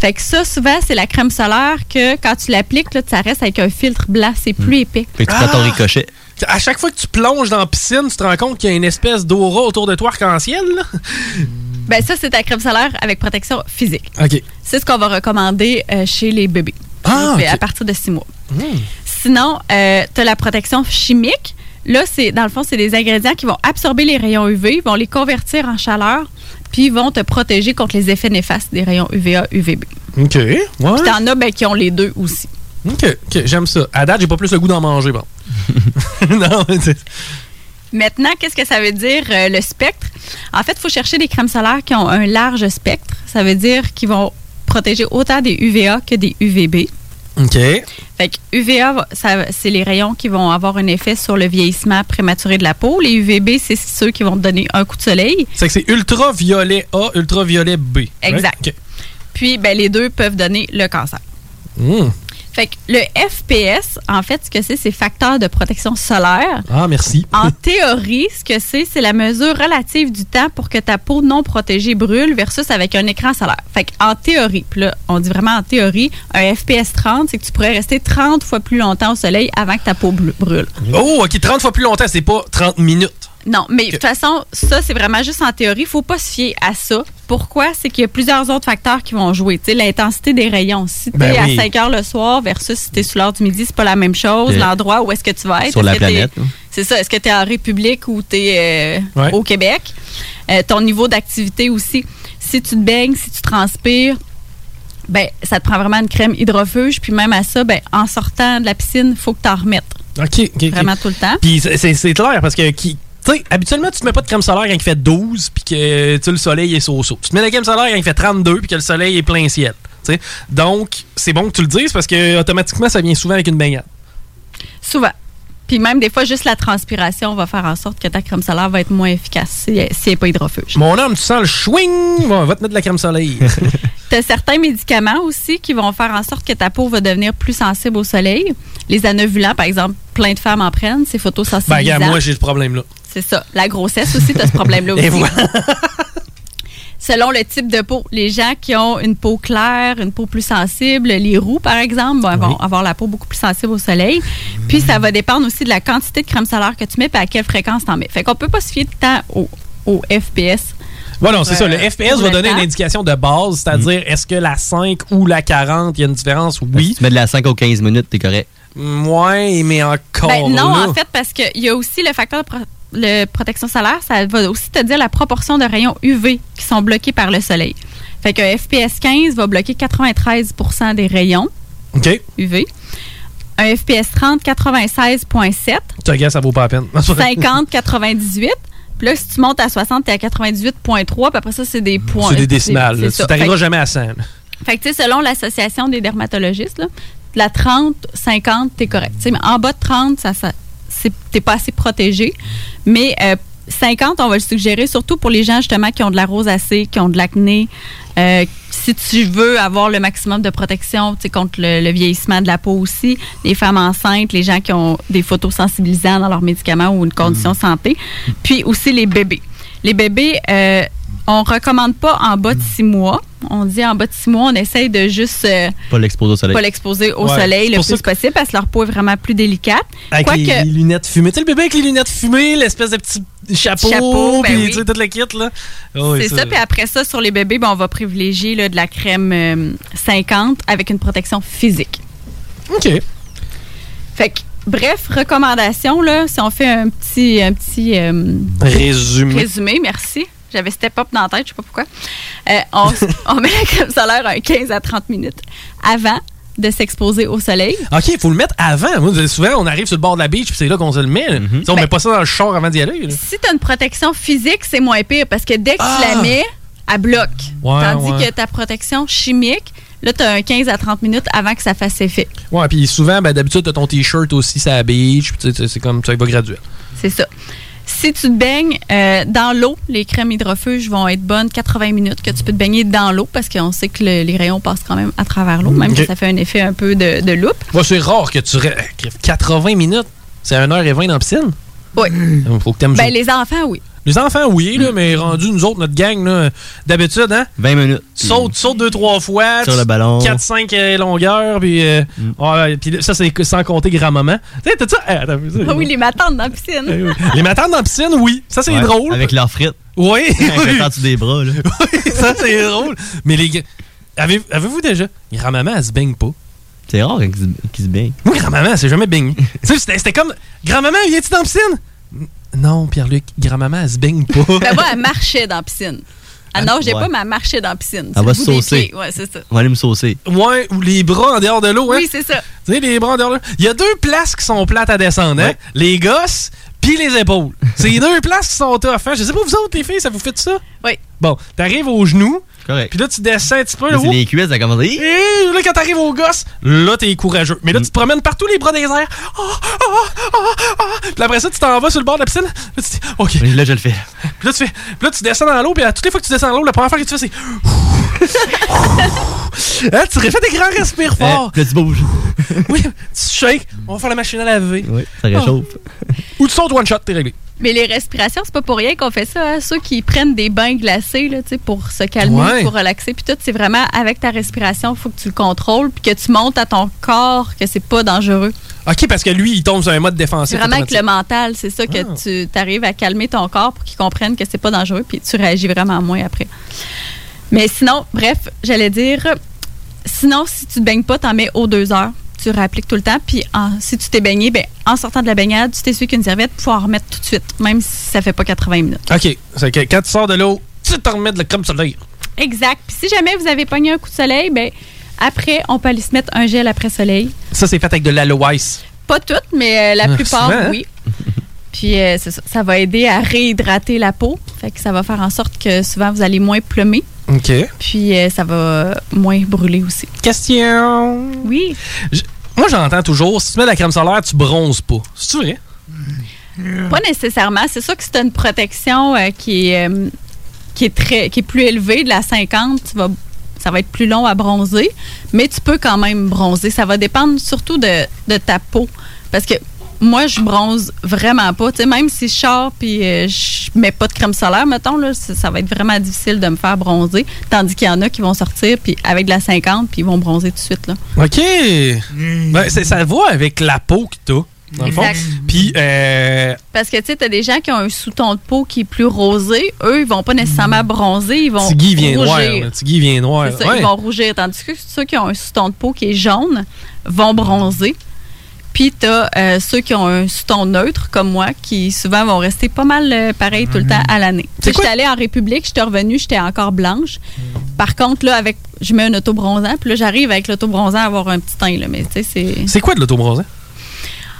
Speaker 7: Fait que ça, souvent, c'est la crème solaire que quand tu l'appliques, là, ça reste avec un filtre blanc, c'est plus épais.
Speaker 8: Hmm. Fait
Speaker 1: Ah!
Speaker 8: que tu prends ton ricochet.
Speaker 1: À chaque fois que tu plonges dans la piscine, tu te rends compte qu'il y a une espèce d'aura autour de toi arc-en-ciel. là.
Speaker 7: Ben ça, c'est ta crème solaire avec protection physique.
Speaker 1: OK.
Speaker 7: C'est ce qu'on va recommander euh, chez les bébés.
Speaker 1: Ah,
Speaker 7: Fait
Speaker 1: ok. Hmm.
Speaker 7: À partir de six mois. Sinon, tu as la protection chimique. Là, c'est dans le fond, c'est des ingrédients qui vont absorber les rayons UV, vont les convertir en chaleur, puis vont te protéger contre les effets néfastes des rayons UVA, UVB.
Speaker 1: OK. Ouais.
Speaker 7: Puis t'en as ben, qui ont les deux aussi.
Speaker 1: OK. OK. J'aime ça. À date, j'ai pas plus le goût d'en manger, bon. non, c'est-
Speaker 7: Maintenant, qu'est-ce que ça veut dire euh, le spectre? En fait, il faut chercher des crèmes solaires qui ont un large spectre. Ça veut dire qu'ils vont protéger autant des UVA que des UVB.
Speaker 1: OK.
Speaker 7: Fait que UVA, va- ça- c'est les rayons qui vont avoir un effet sur le vieillissement prématuré de la peau. Les UVB, c'est ceux qui vont te donner un coup de soleil.
Speaker 1: C'est que c'est ultraviolet A, ultraviolet B. right?
Speaker 7: Exact.
Speaker 1: OK.
Speaker 7: Puis, ben, les deux peuvent donner le cancer.
Speaker 1: Mm.
Speaker 7: Fait que le FPS, en fait, ce que c'est, c'est facteur de protection solaire.
Speaker 1: Ah, merci.
Speaker 7: En théorie, ce que c'est, c'est la mesure relative du temps pour que ta peau non protégée brûle versus avec un écran solaire. Fait que en théorie, puis là, on dit vraiment en théorie, un FPS 30, c'est que tu pourrais rester 30 fois plus longtemps au soleil avant que ta peau blu- brûle.
Speaker 1: Oh, OK. 30 fois plus longtemps, c'est pas 30 minutes.
Speaker 7: Non, mais de toute façon, ça, c'est vraiment juste en théorie. faut pas se fier à ça. Pourquoi? C'est qu'il y a plusieurs autres facteurs qui vont jouer. Tu sais, l'intensité des rayons. Si tu es
Speaker 8: Ben
Speaker 7: à
Speaker 8: oui.
Speaker 7: 5 heures le soir versus si tu es sous l'heure du midi, c'est pas la même chose.
Speaker 8: Euh,
Speaker 7: L'endroit où est-ce que tu vas être.
Speaker 8: sur la
Speaker 7: est-ce que t'es-
Speaker 8: planète, là.
Speaker 7: C'est ça. Est-ce que tu es en République ou tu es
Speaker 8: Ouais.
Speaker 7: au Québec? Euh, ton niveau d'activité aussi. Si tu te baignes, si tu transpires, ben ça te prend vraiment une crème hydrofuge. Puis même à ça, ben en sortant de la piscine, faut que tu en remettes.
Speaker 1: OK. ok, OK.
Speaker 7: Vraiment tout le temps.
Speaker 1: Puis c'est- c'est c'est clair parce que qui. Tu sais, habituellement, tu te mets pas de crème solaire quand il fait 12 puis que tu sais, le soleil est so-so. Tu te mets la crème solaire quand il fait 32 puis que le soleil est plein ciel. tu sais. Donc, c'est bon que tu le dises parce que automatiquement, ça vient souvent avec une baignade.
Speaker 7: Souvent. Puis même des fois, juste la transpiration va faire en sorte que ta crème solaire va être moins efficace si, si elle n'est pas hydrofuge.
Speaker 1: Mon homme, tu sens le chouing! Bon, va te mettre de la crème soleil.
Speaker 7: Tu as certains médicaments aussi qui vont faire en sorte que ta peau va devenir plus sensible au soleil. Les anovulants, par exemple, plein de femmes en prennent, c'est photosensibilisant.
Speaker 1: ben, regarde, moi, j'ai ce problème-là.
Speaker 7: C'est ça. La grossesse aussi, tu as ce problème-là aussi.
Speaker 1: Et voilà.
Speaker 7: Selon le type de peau, les gens qui ont une peau claire, une peau plus sensible, les roux par exemple, bon, vont avoir la peau beaucoup plus sensible au soleil. Puis ça va dépendre aussi de la quantité de crème solaire que tu mets et à quelle fréquence tu en mets. Fait qu'on peut pas se fier de temps au, au FPS.
Speaker 1: Voilà, c'est
Speaker 7: Euh,
Speaker 1: ça. Le FPS
Speaker 7: pour
Speaker 1: va
Speaker 7: le
Speaker 1: donner
Speaker 7: temps. Mm.
Speaker 1: une indication de base, c'est-à-dire est-ce que la 5 ou la 40, il y a une différence? Oui.
Speaker 8: Tu mets de la 5 aux 15 minutes, t'es correct.
Speaker 1: Ouais, mais encore.
Speaker 7: Ben, non,
Speaker 1: là.
Speaker 7: en fait, parce qu'il y a aussi le facteur de pro- le protection solaire, ça va aussi te dire la proportion de rayons UV qui sont bloqués par le soleil. Fait que FPS 15 va bloquer 93 des rayons
Speaker 1: OK.
Speaker 7: UV. Un FPS 30, 96,7.
Speaker 1: Tu regardes, Ah, ça vaut pas la peine.
Speaker 7: 50, 98. Puis là, si tu montes à 60, t'es à 98,3. Puis après ça, c'est des points.
Speaker 1: C'est des décimales.
Speaker 7: c'est
Speaker 1: là.
Speaker 7: ça.
Speaker 1: Tu t'arriveras
Speaker 7: Fait que-
Speaker 1: jamais à 100. là.
Speaker 7: fait que, tu sais, selon l'association des dermatologistes, là, de la 30, 50, t'es correct. Tu sais, mais en bas de 30, ça, ça, c'est- t'es pas assez protégé. Mais euh, 50, on va le suggérer surtout pour les gens, justement, qui ont de la rosacée, qui ont de l'acné. Euh, si tu veux avoir le maximum de protection tu sais, contre le, le vieillissement de la peau aussi, les femmes enceintes, les gens qui ont des photosensibilisants dans leurs médicaments ou une condition santé, puis aussi les bébés. Les bébés, euh, on recommande pas en bas de six mois. On dit en bas de six mois, on essaye de juste euh,
Speaker 8: Pas l'exposer au soleil.
Speaker 7: pas l'exposer au
Speaker 1: Ouais,
Speaker 7: soleil
Speaker 1: c'est
Speaker 7: le
Speaker 1: pour ça
Speaker 7: plus possible parce que leur peau est vraiment plus délicate.
Speaker 1: Avec les,
Speaker 7: Quoique,
Speaker 1: les lunettes fumées. Tu sais, le bébé avec les lunettes fumées, l'espèce de petit chapeau,
Speaker 7: Chapeau, ben
Speaker 1: puis
Speaker 7: oui.
Speaker 1: tu sais, toute la kit, là. Ah oui,
Speaker 7: c'est ça. Puis après ça, sur les bébés, ben, on va privilégier là, de la crème euh, 50 avec une protection physique.
Speaker 1: OK.
Speaker 7: Fait que, bref, recommandation, là, si on fait un petit, un petit euh,
Speaker 1: Résumé.
Speaker 7: résumé, merci. J'avais step up dans la tête, je sais pas pourquoi. Euh, on, on met la crème solaire un 15 à 30 minutes avant de s'exposer au soleil.
Speaker 1: OK, il faut le mettre avant. Moi, souvent, on arrive sur le bord de la beach, puis c'est là qu'on se le met. là. Tu sais, on
Speaker 7: Ben-
Speaker 1: met pas ça dans le char avant d'y aller. là.
Speaker 7: Si tu as une protection physique, c'est moins pire parce que dès que tu la mets, elle bloque.
Speaker 1: Ah! Ouais,
Speaker 7: Tandis
Speaker 1: ouais.
Speaker 7: que ta protection chimique, là, tu as un 15 à 30 minutes avant que ça fasse effet.
Speaker 1: Ouais, puis souvent, ben, d'habitude, t'as ton t-shirt aussi, ça la beach, puis tu sais, tu sais, c'est comme ça, il va graduel.
Speaker 7: C'est ça. Si tu te baignes euh, dans l'eau, les crèmes hydrofuges vont être bonnes 80 minutes que tu peux te baigner dans l'eau parce qu'on sait que le- les rayons passent quand même à travers l'eau, même
Speaker 1: Ok.
Speaker 7: que ça fait un effet un peu de, de loupe.
Speaker 1: Moi, c'est rare que tu. re- 80 minutes, c'est 1h20 dans la piscine?
Speaker 7: Oui.
Speaker 1: Faut que t'aimes ça.
Speaker 7: Ben, les enfants, oui.
Speaker 1: Les enfants, oui, là, mais rendu, nous autres, notre gang, là, d'habitude, hein?
Speaker 8: 20 minutes.
Speaker 1: Saute, saute deux, trois fois.
Speaker 8: Sur le ballon. Mm.
Speaker 1: 4-5 longueurs, puis, euh, ouais, puis ça, c'est sans compter grand-maman. Tu sais, t'as ça? eh, attends,
Speaker 7: Ah oui, les matantes dans la
Speaker 1: Eh
Speaker 7: piscine.
Speaker 1: oui. Les matanes dans la piscine, oui. Ça, c'est
Speaker 8: Ouais,
Speaker 1: drôle.
Speaker 8: Avec leurs frites.
Speaker 1: Oui. oui.
Speaker 8: Quand tu des bras, là.
Speaker 1: ça, c'est drôle. Mais les gars, avez- avez-vous déjà? Grand-maman, elle se baigne pas.
Speaker 8: C'est rare qu'ils se- qu'ils se baignent.
Speaker 1: Moi, grand-maman, elle s'est jamais baignée. tu sais, c'était c'était comme. Grand-maman, viens-tu dans la piscine? N- Non, Pierre-Luc, grand-maman, elle se baigne pas.
Speaker 7: Ben, moi, elle marchait dans la piscine. Ah
Speaker 1: Ah,
Speaker 7: non, j'ai
Speaker 1: ouais.
Speaker 7: pas, mais elle marchait dans la piscine.
Speaker 8: Elle va
Speaker 7: C'est
Speaker 8: se
Speaker 7: le bout des
Speaker 8: saucer.
Speaker 7: pieds. Ouais, c'est ça.
Speaker 8: On va aller me saucer.
Speaker 1: Ouais, ou les bras en dehors de l'eau, hein?
Speaker 7: Oui, c'est ça.
Speaker 1: Tu sais, les bras en dehors de l'eau. Il y a deux places qui sont plates à descendre, hein? Les gosses, puis les épaules. C'est les deux places qui sont tough, hein? Je sais pas, vous autres, les filles, ça vous fait ça?
Speaker 7: Oui.
Speaker 1: Bon, t'arrives aux genoux,
Speaker 8: Correct.
Speaker 1: puis là, tu descends un petit peu, là,
Speaker 8: Là, c'est
Speaker 1: oups,
Speaker 8: les cuisses, ça commence à. Hi!
Speaker 1: Et là, quand t'arrives aux gosses, là, t'es courageux. Mais
Speaker 8: Mm.
Speaker 1: là, tu te promènes partout les bras des airs. Ah, ah, ah, ah, Puis après ça, tu t'en vas sur le bord de la piscine. Là, tu dis, OK.
Speaker 8: Et Là, je le fais.
Speaker 1: Puis là, tu fais, puis là, tu descends dans l'eau. Puis à toutes les fois que tu descends dans l'eau, la première fois que tu fais, c'est. Hein, tu refais des grands respires forts.
Speaker 8: Là, tu bouges.
Speaker 1: Oui, tu shakes. On va faire la machine à laver. Ah.
Speaker 8: Oui, ça
Speaker 7: Oh.
Speaker 8: réchauffe.
Speaker 1: Ou tu sautes one shot, t'es réglé.
Speaker 7: Mais les respirations, c'est pas pour rien qu'on fait ça. hein. Ceux qui prennent des bains glacés là, tu sais, pour se calmer,
Speaker 1: Ouais.
Speaker 7: pour relaxer, puis tout, c'est vraiment avec ta respiration, faut que tu le contrôles, puis que tu montes à ton corps, que c'est pas dangereux.
Speaker 1: OK, parce que lui, il tombe sur un mode
Speaker 7: C'est
Speaker 1: défensif.
Speaker 7: vraiment avec le
Speaker 1: automatique.
Speaker 7: mental, c'est ça que tu arrives à calmer ton corps pour qu'il comprenne que c'est pas dangereux, puis tu réagis vraiment moins après. Mais sinon, bref, j'allais dire, sinon, si tu te baignes pas, t'en mets aux deux heures. Tu réappliques tout le temps, puis en- si tu t'es baigné, ben, en sortant de la baignade, tu t'essuies qu'une serviette, pour en remettre tout de suite, même si ça fait pas 80 minutes.
Speaker 1: OK, c'est que quand tu sors de l'eau, tu te remets de la crème solaire.
Speaker 7: Exact. Puis si jamais vous avez pogné un coup de soleil, ben après, on peut aller se mettre un gel après soleil.
Speaker 1: Ça, c'est fait avec de l'aloe ice.
Speaker 7: Pas toutes, mais euh, la
Speaker 1: Ah,
Speaker 7: plupart,
Speaker 1: souvent, hein?
Speaker 7: oui. Puis euh, c'est ça, ça va aider à réhydrater la peau. Fait que ça va faire en sorte que souvent vous allez moins plumer.
Speaker 1: OK.
Speaker 7: Puis euh, ça va moins brûler aussi.
Speaker 1: Question.
Speaker 7: Oui.
Speaker 1: Je- Moi, j'entends toujours, si tu mets de la crème solaire, tu bronzes pas. C'est vrai?
Speaker 7: Pas nécessairement. C'est sûr que c'est une protection euh, qui, est, euh, qui, est très, qui est plus élevée, de la 50, tu vas- ça va être plus long à bronzer, mais tu peux quand même bronzer. Ça va dépendre surtout de, de ta peau. Parce que moi, je bronze vraiment pas. Tu sais, même si je sors puis euh, je mets pas de crème solaire, mettons, là, ça, ça va être vraiment difficile de me faire bronzer. Tandis qu'il y en a qui vont sortir puis avec de la 50 puis ils vont bronzer tout de suite. Là.
Speaker 1: OK.
Speaker 8: Hmm.
Speaker 1: Ben, c'est- ça va avec la peau que t'as, dans le fond.
Speaker 7: Exact.
Speaker 1: Puis, euh,
Speaker 7: Parce que tu sais, t'as des gens qui ont un sous-ton de peau qui est plus rosé. Eux, ils vont pas
Speaker 8: Mm.
Speaker 7: nécessairement bronzer, ils vont
Speaker 1: Tiggy vient
Speaker 7: rougir.
Speaker 1: noir. là. Tiggy vient noir.
Speaker 7: C'est ça,
Speaker 1: Ouais.
Speaker 7: ils vont rougir. Tandis que ceux qui ont un sous-ton de peau qui est jaune vont bronzer. Puis t'as euh, ceux qui ont un sous-ton neutre, comme moi, qui souvent vont rester pas mal euh, pareil tout le temps
Speaker 8: Mm-hmm.
Speaker 7: à l'année. Tu sais, j'étais allée en République, j'étais revenue, j'étais encore blanche.
Speaker 8: Mm.
Speaker 7: Par contre, là, avec, je mets un autobronzant, puis là, j'arrive avec l'autobronzant à avoir un petit teint, là. Mais tu sais, c'est...
Speaker 1: C'est quoi de l'autobronzant?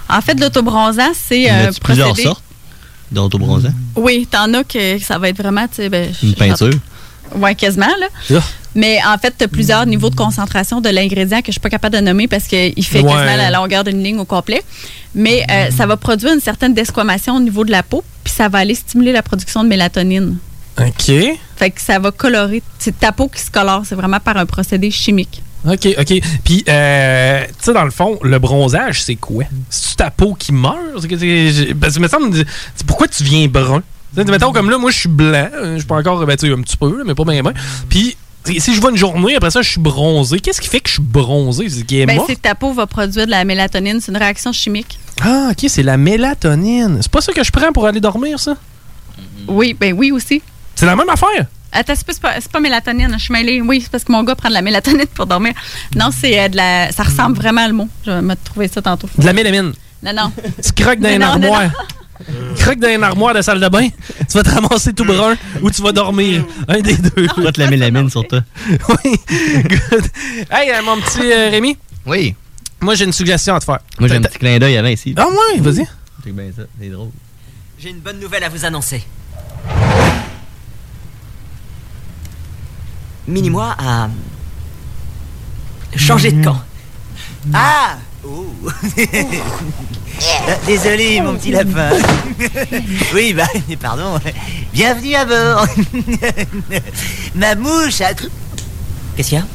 Speaker 7: En fait, l'autobronzant, c'est
Speaker 8: Il y en
Speaker 7: euh,
Speaker 8: a-tu plusieurs
Speaker 7: procédé-
Speaker 8: sortes d'autobronzant?
Speaker 7: oui, t'en as que que ça va être vraiment, tu sais, ben,
Speaker 8: Une
Speaker 7: je-
Speaker 8: peinture?
Speaker 7: Ouais, quasiment, là. Mais en fait, t'as plusieurs niveaux de concentration de l'ingrédient que je suis pas capable de nommer parce qu'il fait
Speaker 23: Ouais.
Speaker 7: quasiment la longueur d'une ligne au complet. Mais euh, ça va produire une certaine desquamation au niveau de la peau, puis ça va aller stimuler la production de mélatonine.
Speaker 1: OK.
Speaker 7: Fait que ça va colorer. C'est ta peau qui se colore, c'est vraiment par un procédé chimique.
Speaker 1: OK, OK. Puis, euh, tu sais, dans le fond, le bronzage, c'est quoi? C'est-tu ta peau qui meurt? C'est que c'est- j'ai- Parce que, me semble, c'est- pourquoi tu viens brun? Tu sais, Mettons, comme là, moi, je suis blanc. euh, Je suis pas encore, ben, tu sais, un petit peu, là, mais pas bien, bien. Puis, si si je vois une journée, après ça, je suis bronzé. Qu'est-ce qui fait que je suis bronzé? C'est qu'il est
Speaker 7: Ben,
Speaker 1: mort?
Speaker 7: c'est que ta peau va produire de la mélatonine, c'est une réaction chimique.
Speaker 1: Ah, OK, c'est la mélatonine. C'est pas ça que je prends pour aller dormir, ça?
Speaker 7: Oui, ben oui aussi.
Speaker 1: C'est la même affaire?
Speaker 7: Attends, c'est pas- c'est pas, c'est pas mélatonine, je suis mêlée. Oui, c'est parce que mon gars prend de la mélatonine pour dormir. Non, c'est euh, de la. Ça ressemble vraiment à le mot. Je vais me trouver ça tantôt.
Speaker 1: Mm. De la mélamine.
Speaker 7: Non, non.
Speaker 1: Tu croques dans
Speaker 7: Mais
Speaker 1: une
Speaker 7: non, mais
Speaker 1: armoire. Tu croques dans une armoire de salle de bain. Tu vas te ramasser tout brun ou tu vas dormir. Un des deux. Tu vas te la mélamine sur toi. Oui. Good. Hey, euh, mon petit euh, Rémi. Oui. Moi, j'ai une suggestion à te faire.
Speaker 8: Moi, j'ai un petit clin d'œil avant ici.
Speaker 1: Ah ouais, vas-y.
Speaker 8: C'est bien ça, c'est drôle.
Speaker 17: J'ai une bonne nouvelle à vous annoncer. Minimois a changé de camp. Ah Oh Euh, Désolé, mon petit lapin. oui,
Speaker 1: ben,
Speaker 17: bah, pardon. Bienvenue à bord. Ma mouche a... Qu'est-ce qu'il y a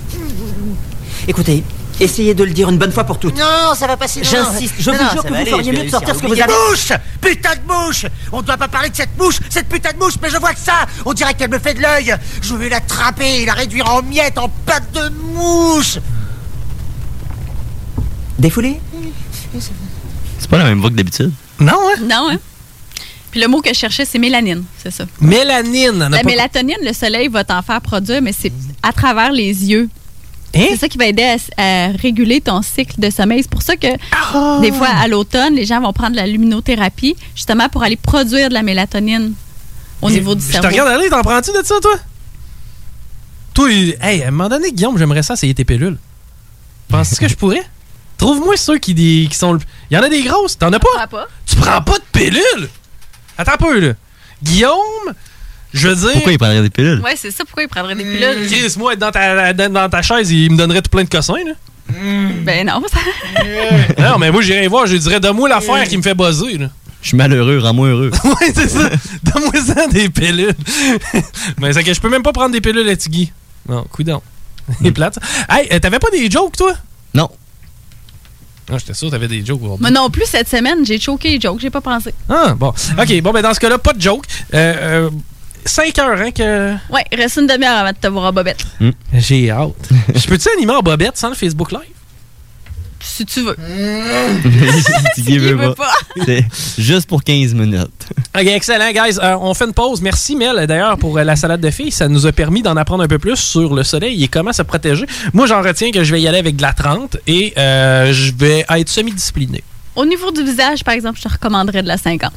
Speaker 17: Écoutez, essayez de le dire une bonne fois pour toutes. Non, ça va passer. J'insiste, je vous jure que vous feriez mieux de sortir ce que vous avez. Mouche Putain de mouche On ne doit pas parler de cette mouche, cette putain de mouche, mais je vois que ça On dirait qu'elle me fait de l'œil Je vais l'attraper et la réduire en miettes, en pâte de mouche
Speaker 8: Défoulé? C'est pas la même voix que d'habitude.
Speaker 1: Non, hein?
Speaker 7: Non, hein? Puis le mot que je cherchais, c'est mélanine, c'est ça.
Speaker 1: Mélanine. on a
Speaker 7: La
Speaker 1: pas-
Speaker 7: mélatonine, Ben, le soleil va t'en faire produire, mais c'est à travers les yeux.
Speaker 1: Hein?
Speaker 7: C'est ça qui va aider à s- à, réguler ton cycle de sommeil. C'est pour ça que
Speaker 1: Ah!
Speaker 7: des fois, à l'automne, les gens vont prendre de la luminothérapie, justement pour aller produire de la mélatonine au niveau du
Speaker 1: Je te
Speaker 7: cerveau.
Speaker 1: regarde hein, aller, t'en prends-tu de ça, toi? Toi, il- hey, à un moment donné, Guillaume, j'aimerais ça essayer tes pilules. Penses-tu que je pourrais? Trouve-moi ceux qui, des- qui sont le. Il y en a des grosses, t'en as pas?
Speaker 7: Ah,
Speaker 1: Tu prends pas de pilules? Attends un peu, là. Guillaume, je veux dire. Mm.
Speaker 8: Pourquoi il prendrait des pilules?
Speaker 7: Ouais, c'est ça. Pourquoi ils prendraient des pilules?
Speaker 1: Chris, moi, être dans ta, dans- dans ta chaise, il me donnerait tout plein de cossins, là. mm.
Speaker 7: Ben non, ça.
Speaker 1: non, mais moi, j'irai voir, je dirais, donne-moi l'affaire qui me fait buzzer, là.
Speaker 8: Je suis malheureux, rends-moi heureux.
Speaker 1: ouais, c'est ça. Donne-moi ça des pilules. mais c'est que je peux même pas prendre des pilules à Tiggy. Non, coudon. Il est plate. ça. Hey, euh, t'avais pas des jokes, toi?
Speaker 8: Non.
Speaker 1: Non, j'étais sûr que t'avais des jokes aujourd'hui.
Speaker 7: Moi non plus, cette semaine, j'ai choqué les jokes, j'ai pas pensé.
Speaker 1: Ah, bon. OK, bon, ben dans ce cas-là, pas de joke. 5 heures, hein, que...
Speaker 7: Ouais, reste une demi-heure avant de te voir à Bobette,
Speaker 8: Hmm.
Speaker 1: J'ai hâte. Je peux-tu animer en bobette sans le Facebook Live?
Speaker 7: si tu veux.
Speaker 1: Mm.
Speaker 8: Tiggy veut
Speaker 7: veut
Speaker 8: pas. C'est juste pour 15 minutes.
Speaker 1: OK, excellent, guys. Euh, on fait une pause. Merci, Mel, d'ailleurs, pour euh, la salade de filles. Ça nous a permis d'en apprendre un peu plus sur le soleil et comment se protéger. Moi, j'en retiens que je vais y aller avec de la 30 et euh, je vais être semi-discipliné.
Speaker 7: Au niveau du visage, par exemple, je te recommanderais de la 50.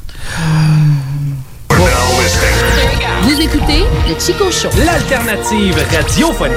Speaker 1: Vous écoutez le Chico Show. L'alternative radiophonique.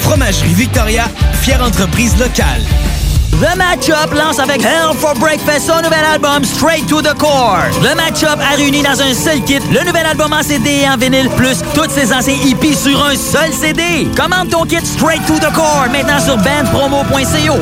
Speaker 22: Fromagerie Victoria, fière entreprise locale.
Speaker 19: The Matchup lance avec Hell for Breakfast son nouvel album Straight to the Core. The Matchup a réuni dans un seul kit le nouvel album en CD et en vinyle, plus toutes ses anciens hippies sur un seul CD. Commande ton kit Straight to the Core maintenant sur bandpromo.co.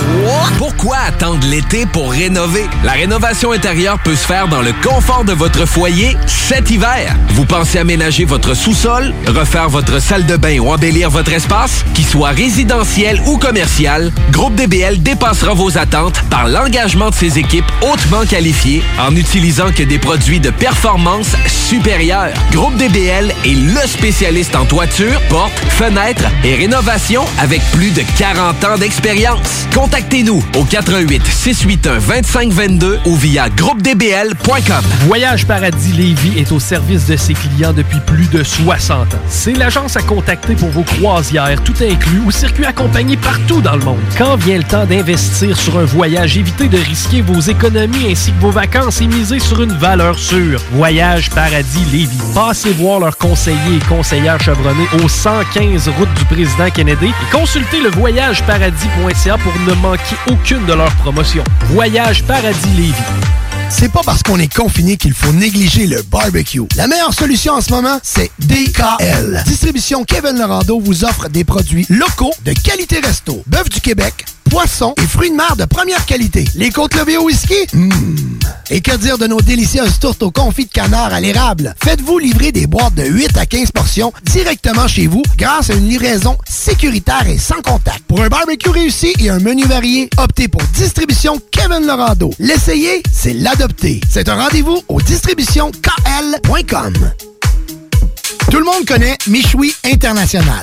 Speaker 14: Pourquoi attendre l'été pour rénover? La rénovation intérieure peut se faire dans le confort de votre foyer cet hiver. Vous pensez aménager votre sous-sol, refaire votre salle de bain ou embellir votre espace? Qu'il soit résidentiel ou commercial, Groupe DBL dépassera vos attentes par l'engagement de ses équipes hautement qualifiées en n'utilisant que des produits de performance supérieure. Groupe DBL est le spécialiste en toiture, portes, fenêtres et rénovation avec plus de 40 ans d'expérience. Contactez-nous au 88 681 2522 ou via groupedbl.com.
Speaker 1: Voyage Paradis Lévis est au service de ses clients depuis plus de 60 ans. C'est l'agence à contacter pour vos croisières, tout inclus ou circuits accompagnés partout dans le monde. Quand vient le temps d'investir sur un voyage, évitez de risquer vos économies ainsi que vos vacances et misez sur une valeur sûre. Voyage Paradis Lévis. Passez voir leurs conseillers et conseillères chevronnés au 115 route du président Kennedy et consultez le voyageparadis.ca pour ne manquer aucune de leurs promotions. Voyage Paradis Lévis.
Speaker 31: C'est pas parce qu'on est confiné qu'il faut négliger le barbecue. La meilleure solution en ce moment, c'est DKL. Distribution Kevin Lorando vous offre des produits locaux de qualité resto. Bœuf du Québec, poisson et fruits de mer de première qualité. Les côtes levées au whisky, Mmh. Et que dire de nos délicieuses tourtes au confit de canard à l'érable? Faites-vous livrer des boîtes de 8 à 15 portions directement chez vous grâce à une livraison sécuritaire et sans contact. Pour un barbecue réussi et un menu varié, optez pour Distribution Kevin Lorando. L'essayer, c'est l'adopter. C'est un rendez-vous au distributionkl.com. Tout le monde connaît Michoui International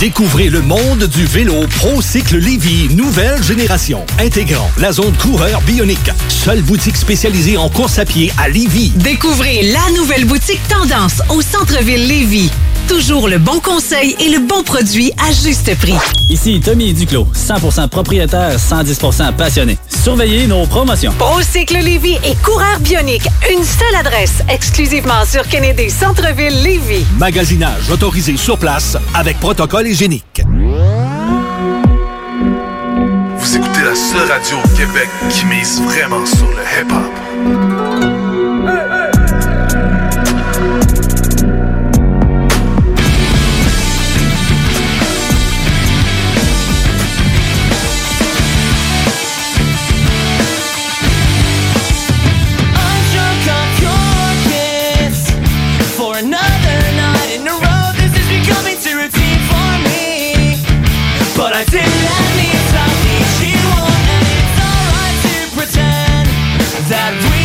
Speaker 15: Découvrez le monde du vélo ProCycle Lévy, nouvelle génération, intégrant la zone coureur bionique, seule boutique spécialisée en course à pied à Lévy.
Speaker 16: Découvrez la nouvelle boutique Tendance au centre-ville Lévis. Toujours le bon conseil et le bon produit à juste prix.
Speaker 17: Ici Tommy Duclos, 100% propriétaire, 110% passionné. Surveillez nos promotions.
Speaker 16: Procycle Lévis et Coureur Bionique. Une seule adresse, exclusivement sur Kennedy Centre-Ville Lévis.
Speaker 15: Magasinage autorisé sur place avec protocole hygiénique.
Speaker 11: Vous écoutez la seule radio au Québec qui mise vraiment sur le hip-hop.
Speaker 5: I'm drunk off your kiss for another night in a row. This is becoming too routine for me. But I didn't have me stop me. She won't, and it's alright to pretend that we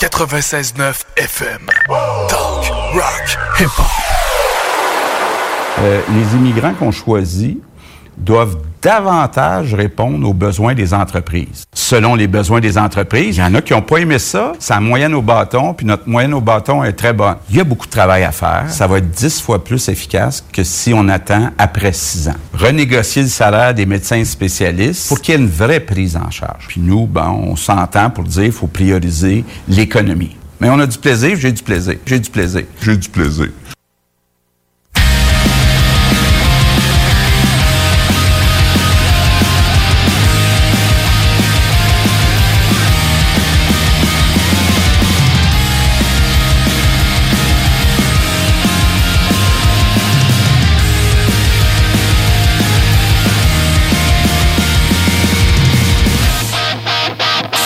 Speaker 11: 96.9 FM. Talk, rock, hip-hop.
Speaker 37: Euh, les immigrants qu'on choisit doivent davantage répondre aux besoins des entreprises. Selon les besoins des entreprises, il y en a qui n'ont pas aimé ça. C'est la moyenne au bâton, puis notre moyenne au bâton est très bonne. Il y a beaucoup de travail à faire. Ça va être dix fois plus efficace que si on attend après six ans. Renégocier le salaire des médecins spécialistes pour qu'il y ait une vraie prise en charge. Puis nous, ben, on s'entend pour dire qu'il faut prioriser l'économie. Mais on a du plaisir, j'ai du plaisir, j'ai du plaisir. J'ai du plaisir.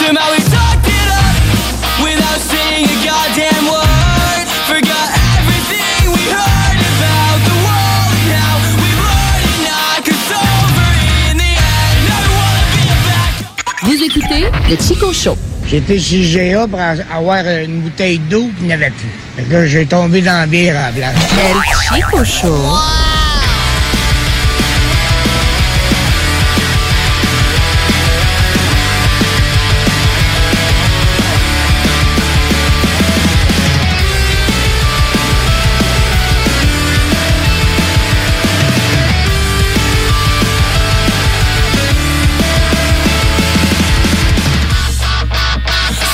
Speaker 5: Somehow we talked it up without saying a goddamn word. Forgot everything we heard about the wall and how we learned to knock us over in the end. I wanna be a back.
Speaker 38: Vous écoutez le Chico Show.
Speaker 31: J'étais chez GA pour a- avoir une bouteille d'eau qu'il n'y avait plus. Fait que là, j'ai tombé dans la bière à la place.
Speaker 38: El Chico Show.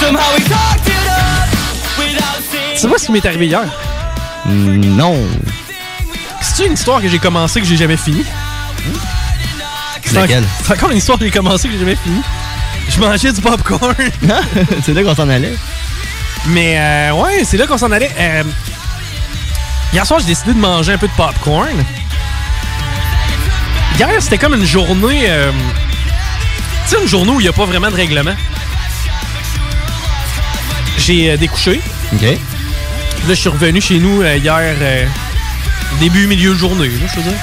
Speaker 5: Somehow we talked it up without saying.
Speaker 1: Tu sais pas ce qui m'est arrivé hier?
Speaker 8: Non.
Speaker 1: C'est-tu une histoire que j'ai commencé que j'ai jamais fini? C'est
Speaker 8: Laquelle?
Speaker 1: en- C'est encore une histoire que j'ai commencé que j'ai jamais fini. Je mangeais du popcorn.
Speaker 8: c'est là qu'on s'en allait.
Speaker 1: Mais euh, ouais, c'est là qu'on s'en allait. Euh, hier soir, j'ai décidé de manger un peu de popcorn. Hier, c'était comme une journée. euh, tu sais, une journée où il n'y a pas vraiment de règlement. J'ai euh, découché.
Speaker 8: OK.
Speaker 1: Là, je suis revenu chez nous euh, hier, euh, début, milieu de journée, là, je veux dire.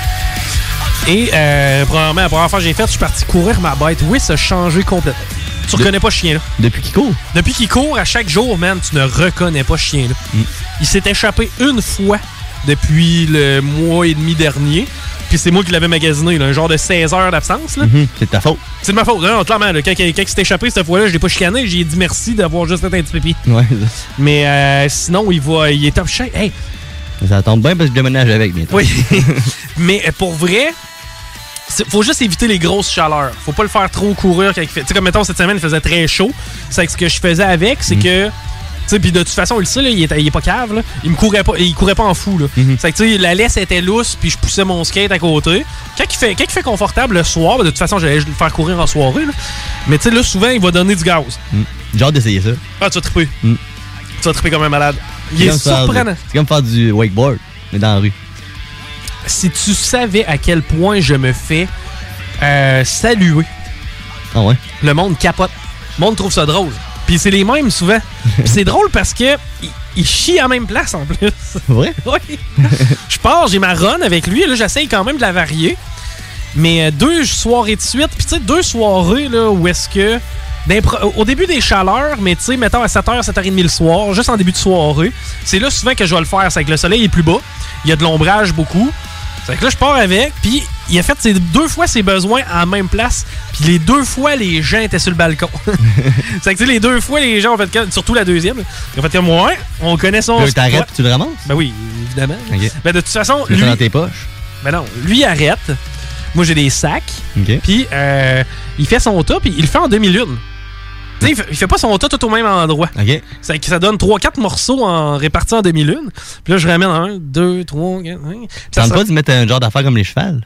Speaker 1: Et, euh, premièrement, la première fois que j'ai faite, je suis parti courir ma bête. Oui, ça a changé complètement. Tu reconnais pas ce chien-là.
Speaker 8: Depuis qu'il court?
Speaker 1: Depuis qu'il court, à chaque jour, man, tu ne reconnais pas ce chien-là.
Speaker 8: Mm.
Speaker 1: Il s'est échappé une fois depuis le mois et demi dernier. Puis c'est moi qui l'avais magasiné, là, un genre de 16 heures d'absence. là.
Speaker 8: Mhm, C'est de ta faute.
Speaker 1: C'est de ma faute, non, clairement. là, quand, quand il s'est échappé cette fois-là, je l'ai pas chicané. J'ai dit merci d'avoir juste fait un petit pipi.
Speaker 8: Ouais.
Speaker 1: Mais euh, sinon, il va, il est top shape. Hey,
Speaker 8: Ça tombe bien parce que je déménage avec bientôt.
Speaker 1: Oui. Mais euh, pour vrai, c'est- faut juste éviter les grosses chaleurs. Faut pas le faire trop courir quand il fait. Tu sais, comme mettons, cette semaine, il faisait très chaud. C'est que ce que je faisais avec, c'est
Speaker 8: Mhm.
Speaker 1: que. Tu sais, puis de toute façon, il le sait, là, il, est, il est pas cave, là. Il me courait pas, il courait pas en fou, là.
Speaker 8: Mhm.
Speaker 1: C'est que, tu sais, la laisse était lousse, puis je poussais mon skate à côté. Quand il fait, quand il fait confortable le soir, ben, de toute façon, j'allais le faire courir en soirée, là. Mais tu sais, là, souvent, il va donner du gaz.
Speaker 8: Mm. J'ai hâte d'essayer ça.
Speaker 1: Ah, tu vas triper.
Speaker 8: Mm.
Speaker 1: Tu vas triper comme un malade. Il
Speaker 8: C'est
Speaker 1: est
Speaker 8: comme faire du-
Speaker 1: surprenant.
Speaker 8: C'est comme faire du wakeboard, mais dans la rue.
Speaker 1: si tu savais à quel point je me fais euh, saluer.
Speaker 8: Ah ouais?
Speaker 1: Le monde capote. Le monde trouve ça drôle. Puis c'est les mêmes souvent. Puis c'est drôle parce que il- il chie à la même place en plus.
Speaker 8: Vrai?
Speaker 1: oui. Je pars, j'ai ma run avec lui. Là, j'essaye quand même de la varier. Mais euh, deux soirées de suite, puis tu sais, deux soirées là, où est-ce que. d'un pro- Au début des chaleurs, mais tu sais, mettons à 7h, 7h30 le soir, juste en début de soirée, c'est là souvent que je vais le faire. C'est que le soleil est plus bas, il y a de l'ombrage beaucoup. C'est que là, je pars avec, puis il a fait ses- deux fois ses besoins à la même place, puis les deux fois, les gens étaient sur le balcon. c'est que tu sais, les deux fois, les gens ont fait comme- surtout la deuxième, là, ils ont fait comme, ouais, on connaît son.
Speaker 8: Là, t'arrêtes
Speaker 1: Ouais.
Speaker 8: puis tu le ramasses?
Speaker 1: Ben oui, évidemment.
Speaker 8: Ok.
Speaker 1: Ben de toute façon,
Speaker 8: Tu le
Speaker 1: lui-
Speaker 8: fais dans tes poches?
Speaker 1: ben non, lui il arrête. Moi j'ai des sacs.
Speaker 8: Ok.
Speaker 1: Puis euh, il fait son tas, puis il le fait en demi-lune. Tu sais, il fait- il fait pas son tas tout au même endroit. Ça, ça donne 3-4 morceaux en répartis en demi-lune. Puis là, je ramène 1, 2, 3, 4, 5.
Speaker 8: Ça tente pas de mettre un genre d'affaire comme les chevals?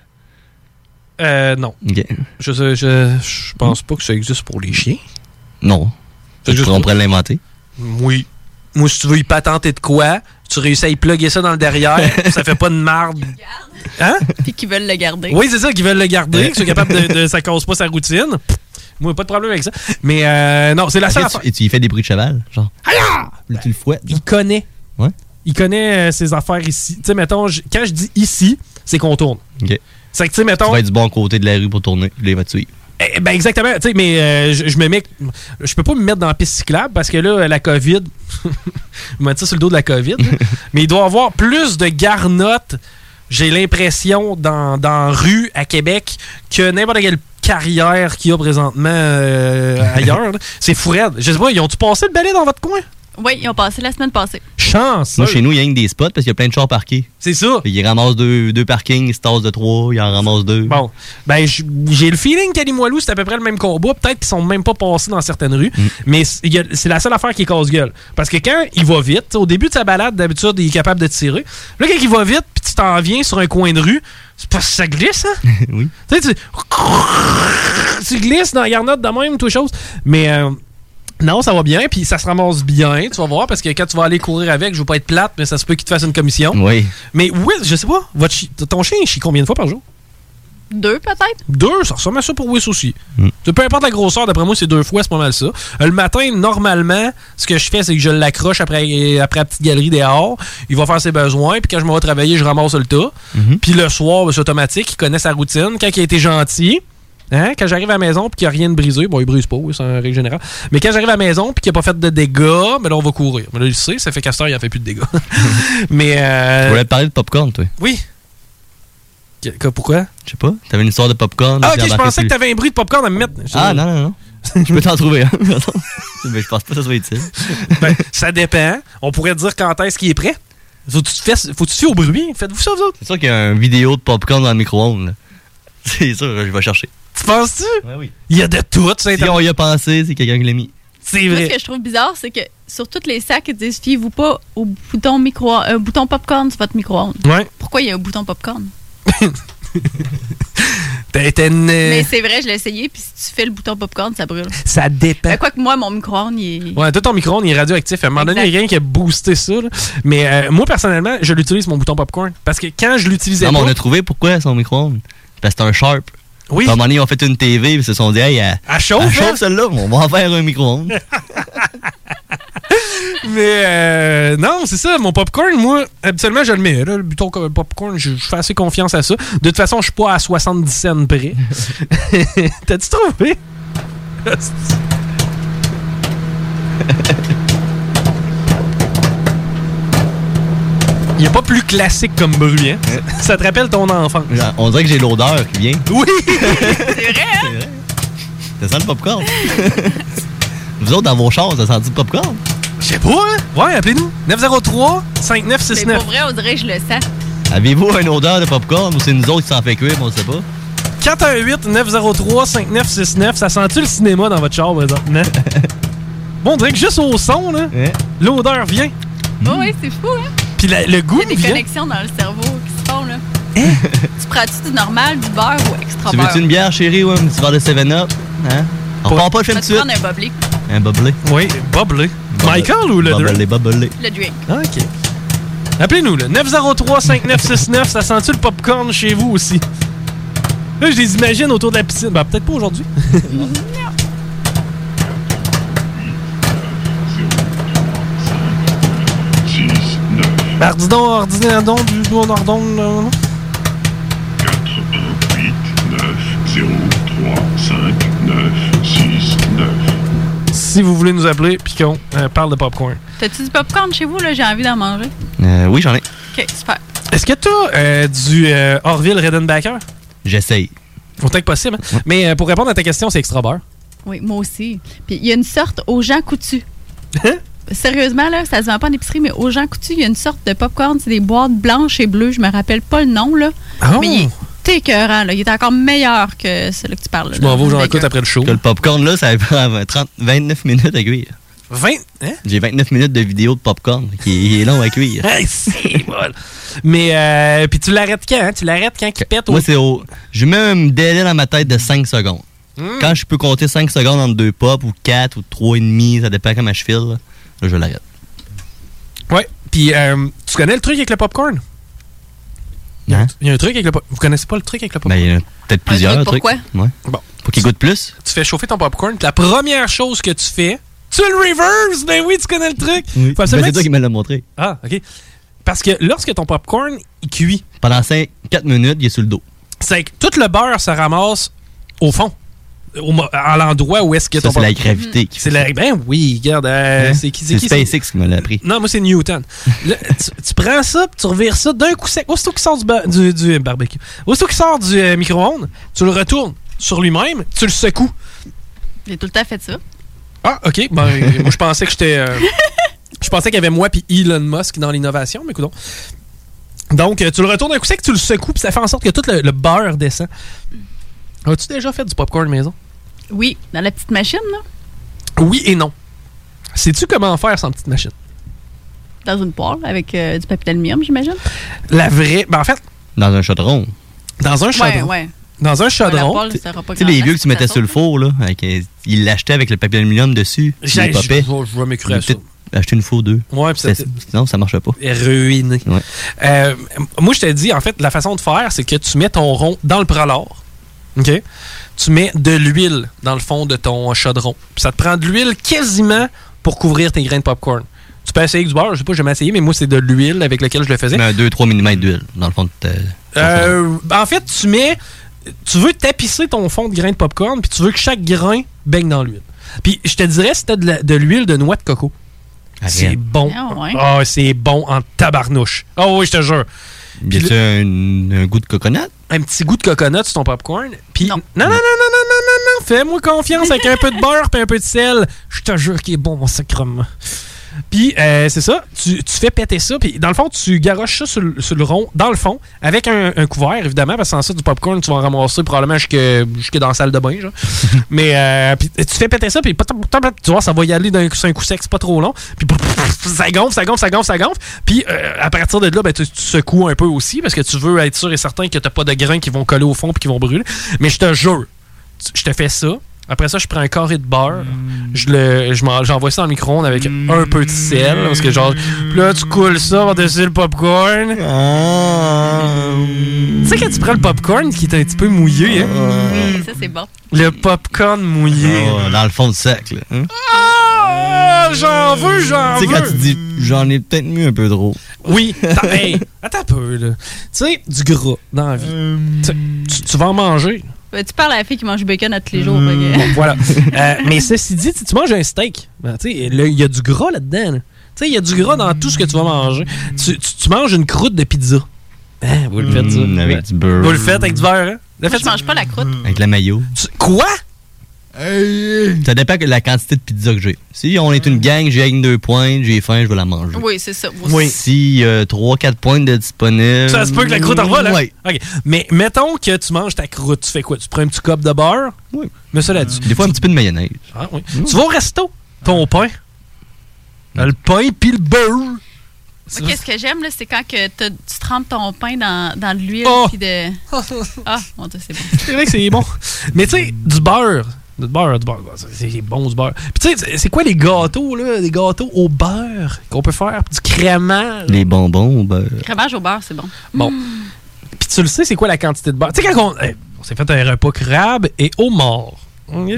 Speaker 1: Euh, non.
Speaker 8: Ok.
Speaker 1: Je, je, je, je pense pas que ça existe pour les chiens.
Speaker 8: Non.
Speaker 1: C'est juste
Speaker 8: on
Speaker 1: ça.
Speaker 8: pourrait l'inventer.
Speaker 1: Oui. Moi, si tu veux y patenter de quoi, tu réussis à y plugger ça dans le derrière, ça fait pas de marde. Hein?
Speaker 7: Puis qu'ils veulent le garder.
Speaker 1: Oui, c'est ça, qu'ils veulent le garder, que sont capables de, de- ça cause pas sa routine. Pff, Moi, pas de problème avec ça. Mais euh, non, c'est la
Speaker 8: Ok,
Speaker 1: seule
Speaker 8: tu-
Speaker 1: affaire. ah!
Speaker 8: Et tu y fais des bruits de cheval? Genre. Là, tu le fouettes.
Speaker 1: Il connaît.
Speaker 8: hein? Ouais.
Speaker 1: Il connaît euh, ses affaires ici. Tu sais, mettons, je- quand je dis ici, c'est qu'on tourne.
Speaker 8: Ok.
Speaker 1: C'est que, tu sais,
Speaker 8: Tu
Speaker 1: mettons,
Speaker 8: vas être du bon côté de la rue pour tourner. puis Là, il va te suivre.
Speaker 1: Eh ben exactement, tu sais, mais euh, je je me mets. Je peux pas me mettre dans la piste cyclable parce que là, la COVID. je me mets ça sur le dos de la COVID. là. mais il doit y avoir plus de garnottes, j'ai l'impression, dans, dans rue à Québec que n'importe quelle carrière qu'il y a présentement euh, ailleurs. là. C'est fou raide. Je sais pas, ils ont-tu passé le balai dans votre coin?
Speaker 7: Oui, ils ont passé la semaine passée.
Speaker 1: Chance!
Speaker 8: Moi, chez nous, il y a rien que des spots parce qu'il y a plein de chars parqués.
Speaker 1: C'est ça!
Speaker 8: Ils ramassent deux, deux parkings, ils se tassent de trois, ils en ramassent deux.
Speaker 1: Bon, ben j- j'ai le feeling qu'à Limoilou, c'est à peu près le même combat. Peut-être qu'ils sont même pas passés dans certaines rues, mais c- il y a- c'est la seule affaire qui est casse-gueule. Parce que quand il va vite, au début de sa balade, d'habitude, il est capable de tirer. Là, quand il va vite, puis tu t'en viens sur un coin de rue, c'est parce que ça glisse, hein?
Speaker 8: oui.
Speaker 1: Tu sais, tu- tu glisses dans la garnotte de même, tout chose. Mais... euh, non, ça va bien, puis ça se ramasse bien, tu vas voir, parce que quand tu vas aller courir avec, je veux pas être plate, mais ça se peut qu'il te fasse une commission.
Speaker 8: Oui.
Speaker 1: Mais oui, je sais pas, votre chi- ton chien, il chie combien de fois par jour?
Speaker 7: Deux, peut-être?
Speaker 1: Deux, ça ressemble à ça pour Wiss aussi.
Speaker 8: Hmm.
Speaker 1: Tu- Peu importe la grosseur, d'après moi, c'est deux fois, c'est pas mal ça. Euh, Le matin, normalement, ce que je fais, c'est que je l'accroche après, après la petite galerie dehors. Il va faire ses besoins, puis quand je me vais travailler, je ramasse le tas.
Speaker 8: Hmm.
Speaker 1: Puis le soir, ben, c'est automatique, il connaît sa routine. Quand il a été gentil, hein, quand j'arrive à la maison, puis qu'il n'y a rien de brisé, bon, il brise pas, oui, c'est en règle générale. Mais quand j'arrive à la maison, puis qu'il n'a pas fait de dégâts, ben là, on va courir. Mais là, il le sait, ça fait castor, il a fait plus de dégâts. Mais.
Speaker 8: Tu
Speaker 1: euh,
Speaker 8: voulais te parler de popcorn, toi.
Speaker 1: Oui. Que- que- pourquoi?
Speaker 8: Je sais pas. T'avais une histoire de popcorn.
Speaker 1: Ah, ok,
Speaker 8: puis
Speaker 1: je
Speaker 8: embarquais
Speaker 1: pensais que
Speaker 8: plus.
Speaker 1: t'avais un bruit de popcorn à me mettre.
Speaker 8: Ah, non, non, non. Je peux t'en trouver un. Mais je pense pas que ça soit utile.
Speaker 1: Ben, ça dépend. On pourrait dire quand est-ce qu'il est prêt. Faut que tu te fasses- faut que tu te fies au bruit. Faites-vous ça, vous autres.
Speaker 8: C'est sûr qu'il y a une vidéo de popcorn dans le micro-ondes. là. C'est sûr, je vais chercher.
Speaker 1: Tu penses-tu?
Speaker 8: oui.
Speaker 1: Il y a de tout, ça.
Speaker 8: Si on y a pensé, c'est quelqu'un qui l'a mis.
Speaker 1: C'est
Speaker 7: Moi, ce que je trouve bizarre, c'est que sur tous les sacs, ils disent fiez-vous pas au bouton micro un bouton popcorn sur votre micro-ondes.
Speaker 1: Ouais.
Speaker 7: Pourquoi il y a un bouton popcorn?
Speaker 1: T'as été une- euh,
Speaker 7: Mais c'est vrai, je l'ai essayé, puis si tu fais le bouton popcorn, ça brûle.
Speaker 1: Ça dépend.
Speaker 7: Ben, Quoique moi, mon micro-ondes, il est.
Speaker 1: Ouais, tout ton micro-ondes il est radioactif. À un moment donné, il y a rien qui a boosté ça. là. Mais euh, moi, personnellement, je l'utilise, mon bouton popcorn. Parce que quand je l'utilisais.
Speaker 8: Non, mais on
Speaker 1: pas-
Speaker 8: a trouvé pourquoi son micro-ondes. Parce que c'est un Sharp.
Speaker 1: Oui.
Speaker 8: À un moment donné, ils ont fait une TV, puis ils se sont dit, hey, elle,
Speaker 1: elle chauffe,
Speaker 8: elle
Speaker 1: hein?
Speaker 8: celle-là, on va en faire un micro-ondes.
Speaker 1: Mais euh, non, c'est ça, mon popcorn, moi, habituellement, je le mets. Là, le bouton co- popcorn, je, je fais assez confiance à ça. De toute façon, je suis pas à 70 cents près. T'as-tu trouvé? Il n'y a pas plus classique comme bruit, hein? Ça te rappelle ton enfant.
Speaker 8: on dirait que j'ai l'odeur qui vient.
Speaker 1: Oui!
Speaker 7: C'est vrai, hein?
Speaker 8: Ça sent le popcorn. Vous autres, dans vos chars, ça sent du popcorn?
Speaker 1: Je sais pas, hein? Ouais, appelez-nous. 903
Speaker 7: Mais
Speaker 1: 5969.
Speaker 7: pour vrai, on dirait que je le sens.
Speaker 8: Avez-vous une odeur de popcorn ou c'est nous autres qui s'en fait cuire, mais on sait pas?
Speaker 1: 418-903-5969. Ça sent-tu le cinéma dans votre char, présentement? bon, on dirait que juste au son, là, l'odeur vient.
Speaker 7: Oh, ouais, c'est fou, hein?
Speaker 1: Puis la- Mm. Euh, le goût Hein?
Speaker 7: Il y a des
Speaker 1: vient.
Speaker 7: connexions dans le cerveau qui se font, là. tu prends-tu du normal, du beurre ou extra
Speaker 8: Tu
Speaker 7: beurre?
Speaker 8: veux-tu une bière, chérie, ou un petit verre de 7-Up? Hein? On prend pas le film
Speaker 7: Vas-tu
Speaker 8: tout de
Speaker 7: prendre
Speaker 8: suite.
Speaker 7: un boblé?
Speaker 8: Un boblé.
Speaker 1: Oui, boblé. Michael ou le
Speaker 8: Boblé,
Speaker 1: drink?
Speaker 8: boblé.
Speaker 7: Le drink.
Speaker 1: Ah, OK. Appelez-nous, là. 903-5969. ça sent-tu le popcorn chez vous aussi? Là, je les imagine autour de la piscine. Ben, peut-être pas aujourd'hui. Ben, dis donc, ordinaire donc, du don, ordon, là.
Speaker 9: 0, 3, 5, 9, 6, 9.
Speaker 1: Si vous voulez nous appeler, puis qu'on euh, parle de popcorn.
Speaker 7: T'as-tu du popcorn chez vous, là? J'ai envie d'en manger.
Speaker 8: Euh, oui, j'en ai.
Speaker 7: Ok, super.
Speaker 1: Est-ce que t'as euh, du euh, Orville Redenbacher?
Speaker 8: J'essaye.
Speaker 1: Autant que possible. hein? Mais euh, pour répondre à ta question, c'est extra beurre.
Speaker 7: Oui, moi aussi. Puis il y a une sorte aux gens coutus.
Speaker 1: Hein?
Speaker 7: Sérieusement, là, ça se vend pas en épicerie, mais aux gens coutus, il y a une sorte de popcorn. C'est des boîtes blanches et bleues. Je me rappelle pas le nom, là.
Speaker 1: Oh!
Speaker 7: Mais il est écœurant, là. Il est encore meilleur que celui que tu parles, là.
Speaker 8: Je
Speaker 7: Ben,
Speaker 8: m'en vais
Speaker 7: Baker.
Speaker 1: après le show.
Speaker 8: le popcorn, là, ça prend 20, 30, 29 minutes à cuire.
Speaker 1: 20? Hein?
Speaker 8: J'ai 29 minutes de vidéo de popcorn qui qui est long à cuire.
Speaker 1: Hey, c'est molle. Mais, euh, puis tu l'arrêtes quand? hein? Tu l'arrêtes quand il pète? au-
Speaker 8: Moi, c'est au. Je mets un délai dans ma tête de 5 secondes.
Speaker 1: Hmm.
Speaker 8: Quand je peux compter 5 secondes entre deux pops ou 4 ou 3,5, ça dépend comment je file, là, là, je l'arrête.
Speaker 1: Ouais. Puis euh, tu connais le truc avec le popcorn?
Speaker 8: Hein?
Speaker 1: Il y a un truc avec le popcorn. Vous connaissez pas le truc avec le popcorn?
Speaker 8: Ben, il y en a peut-être plusieurs
Speaker 1: truc
Speaker 8: trucs.
Speaker 1: pourquoi?
Speaker 8: Ouais.
Speaker 1: Bon.
Speaker 8: Faut qu'il goûte plus.
Speaker 1: Tu fais chauffer ton popcorn, puis la première chose que tu fais, tu le reverse! Ben oui, tu connais le truc!
Speaker 8: Oui.
Speaker 1: Faut
Speaker 8: Ben,
Speaker 1: absolument
Speaker 8: c'est
Speaker 1: que
Speaker 8: toi
Speaker 1: tu-
Speaker 8: qui me l'as montré.
Speaker 1: Ah, OK. Parce que lorsque ton popcorn, il cuit.
Speaker 8: Pendant 5, 4 minutes, il est sur le dos.
Speaker 1: C'est que tout le beurre se ramasse au fond. au mo- à l'endroit où est-ce que
Speaker 8: Ça,
Speaker 1: ton
Speaker 8: c'est la
Speaker 1: propre-
Speaker 8: gravité qui
Speaker 1: C'est la. Ben oui, regarde, euh,
Speaker 8: Hein?
Speaker 1: c'est qui
Speaker 8: C'est
Speaker 1: qui,
Speaker 8: SpaceX qui me l'a appris.
Speaker 1: Non, moi, c'est Newton. Là, tu, tu prends ça, puis tu revires ça d'un coup sec. Aussitôt qu'il sort du, ba- du, du, euh, barbecue. Aussitôt qu'il sort du euh, micro-ondes, tu le retournes sur lui-même, tu le secoues.
Speaker 7: J'ai tout le temps fait ça.
Speaker 1: Ah, OK. Ben, euh, moi, je pensais que j'étais. euh, je pensais qu'il y avait moi puis Elon Musk dans l'innovation, mais écoute Donc, euh, tu le retournes d'un coup sec, tu le secoues, puis ça fait en sorte que tout le, le beurre descend. As-tu déjà fait du popcorn maison?
Speaker 7: Oui, dans la petite machine, là,
Speaker 1: Oui et non. Sais-tu comment faire sans petite machine?
Speaker 7: dans une poêle avec euh, du papier d'aluminium, j'imagine.
Speaker 1: La vraie. Ben, en fait.
Speaker 8: Dans un chaudron.
Speaker 1: Dans un
Speaker 7: Ouais,
Speaker 1: chaudron.
Speaker 7: ouais.
Speaker 1: Dans un
Speaker 7: La
Speaker 1: chaudron.
Speaker 7: poêle, ça sera pas
Speaker 8: Tu sais,
Speaker 7: grand
Speaker 8: les
Speaker 7: chose,
Speaker 8: vieux que tu
Speaker 7: de
Speaker 8: mettais
Speaker 7: toute
Speaker 8: sur le four, là, avec, euh, ils l'achetaient avec le papier d'aluminium dessus. puis
Speaker 1: J'ai-
Speaker 8: ils popaient.
Speaker 1: je vais- je vais m'écrire à
Speaker 8: Ils ont peut-être Acheté une four deux.
Speaker 1: Ouais, puis Eh? ça-
Speaker 8: C'est- Sinon, ça marchait pas.
Speaker 1: est ruiné. Euh, moi, je te dis, en fait, la façon de faire, c'est que tu mets ton rond dans le pralor. OK? Tu mets de l'huile dans le fond de ton chaudron. Puis ça te prend de l'huile quasiment pour couvrir tes grains de popcorn. Tu peux essayer avec du beurre, je sais pas, j'ai jamais essayé, mais moi, c'est de l'huile avec laquelle je le faisais.
Speaker 8: Tu mets un 2-3 mm d'huile, dans le fond de ta-
Speaker 1: Euh, en fait, tu mets. Tu veux tapisser ton fond de grains de popcorn, puis tu veux que chaque grain baigne dans l'huile. Puis je te dirais, c'était de la- de l'huile de, noix de coco.
Speaker 8: Arrête.
Speaker 1: C'est bon.
Speaker 7: Ah ouais?
Speaker 1: Ah, c'est bon en tabarnouche. Ah oui, je te jure.
Speaker 8: Y a-tu un, un goût de coconut?
Speaker 1: Un petit goût de coconut sur ton popcorn. Puis non. non, non, non, non, non, non, non, fais-moi confiance avec un peu de beurre puis un peu de sel. Je te jure qu'il est bon mon sacrement. Puis euh, c'est ça, tu, tu fais péter ça, puis dans le fond, tu garoches ça sur, le- sur le rond, dans le fond, avec un, un couvert, évidemment, parce que sans ça, du popcorn, tu vas en ramasser probablement jusque, jusque dans la salle de bain, genre. Mais euh, puis tu fais péter ça, puis pat- pat- pat- tu vois, ça va y aller d'un coup, sur un coup sec, c'est pas trop long. Puis ça gonfle, ça gonfle, ça gonfle, ça gonfle. Puis euh, à partir de là, ben, tu, tu secoues un peu aussi, parce que tu veux être sûr et certain que t'as pas de grains qui vont coller au fond puis qui vont brûler. Mais je te jure, tu- je te fais ça. Après ça, je prends un carré de beurre, je le, je m'en- j'envoie ça dans le micro-ondes avec un peu de sel, parce que genre, puis là tu coules ça par-dessus le popcorn. Tu sais quand tu prends le popcorn qui est un petit peu mouillé, hein?
Speaker 5: Ah.
Speaker 7: façon. Ça, c'est bon.
Speaker 1: Le popcorn mouillé.
Speaker 8: Ah, dans le fond du sac, là. hein?
Speaker 1: Ah, j'en veux, j'en
Speaker 8: Tu sais,
Speaker 1: veux.
Speaker 8: quand tu dis j'en ai peut-être mis un peu trop.
Speaker 1: Oui, t'as- hey, attends un peu, là. Tu sais, du gras dans la vie. Tu- tu- tu vas en manger.
Speaker 7: Ben, tu parles à la fille qui mange du bacon à tous les jours. fait que-
Speaker 1: Mmh, Voilà. Euh, mais ceci dit, si tu manges un steak, ben, tu sais, là, il y a du gras là-dedans. là. Tu sais, il y a du gras dans tout ce que tu vas manger. Tu, tu- tu manges une croûte de pizza. Hein, vous le faites, ça?
Speaker 8: Mm, avec du beurre.
Speaker 1: Vous le faites avec du beurre, hein? Le
Speaker 7: Moi,
Speaker 1: faites
Speaker 7: je
Speaker 1: ça?
Speaker 7: mange pas la croûte.
Speaker 1: Mmh.
Speaker 8: Avec la mayo.
Speaker 1: Quoi?
Speaker 8: Ça dépend de la quantité de pizza que j'ai. Si on est une gang, j'ai une deux pointes, j'ai faim, je vais la manger.
Speaker 7: Oui, c'est ça. Moi aussi.
Speaker 8: Si euh, trois, quatre pointes de disponible.
Speaker 1: Ça se peut que la croûte en va, là?
Speaker 8: Oui.
Speaker 1: OK. Mais mettons que tu manges ta croûte, tu fais quoi? Tu prends un petit cop de beurre?
Speaker 8: Oui.
Speaker 1: Mais ça là-dessus.
Speaker 8: Des fois, un petit peu de mayonnaise. Mm.
Speaker 1: Ah, oui. Tu vas au resto, ton pain. Le pain puis le beurre.
Speaker 7: Moi, qu'est-ce que j'aime, là, c'est quand que t'as- tu trempes ton pain dans, dans de l'huile.
Speaker 1: Oh!
Speaker 7: puis de... Ah, mon Dieu, c'est bon.
Speaker 1: C'est vrai que c'est bon. Mais tu sais, du beurre. Du beurre, du beurre. C'est c'est bon, du beurre. Puis tu sais, c'est quoi les gâteaux, là? Les gâteaux au beurre qu'on peut faire? Du crémage.
Speaker 8: Les bonbons ben, au beurre.
Speaker 7: Crémage au beurre, c'est bon.
Speaker 1: Bon.
Speaker 8: Mm.
Speaker 1: Puis tu le sais, c'est quoi la quantité de beurre? Tu sais, quand on, eh, on s'est fait un repas crabe et homard. OK?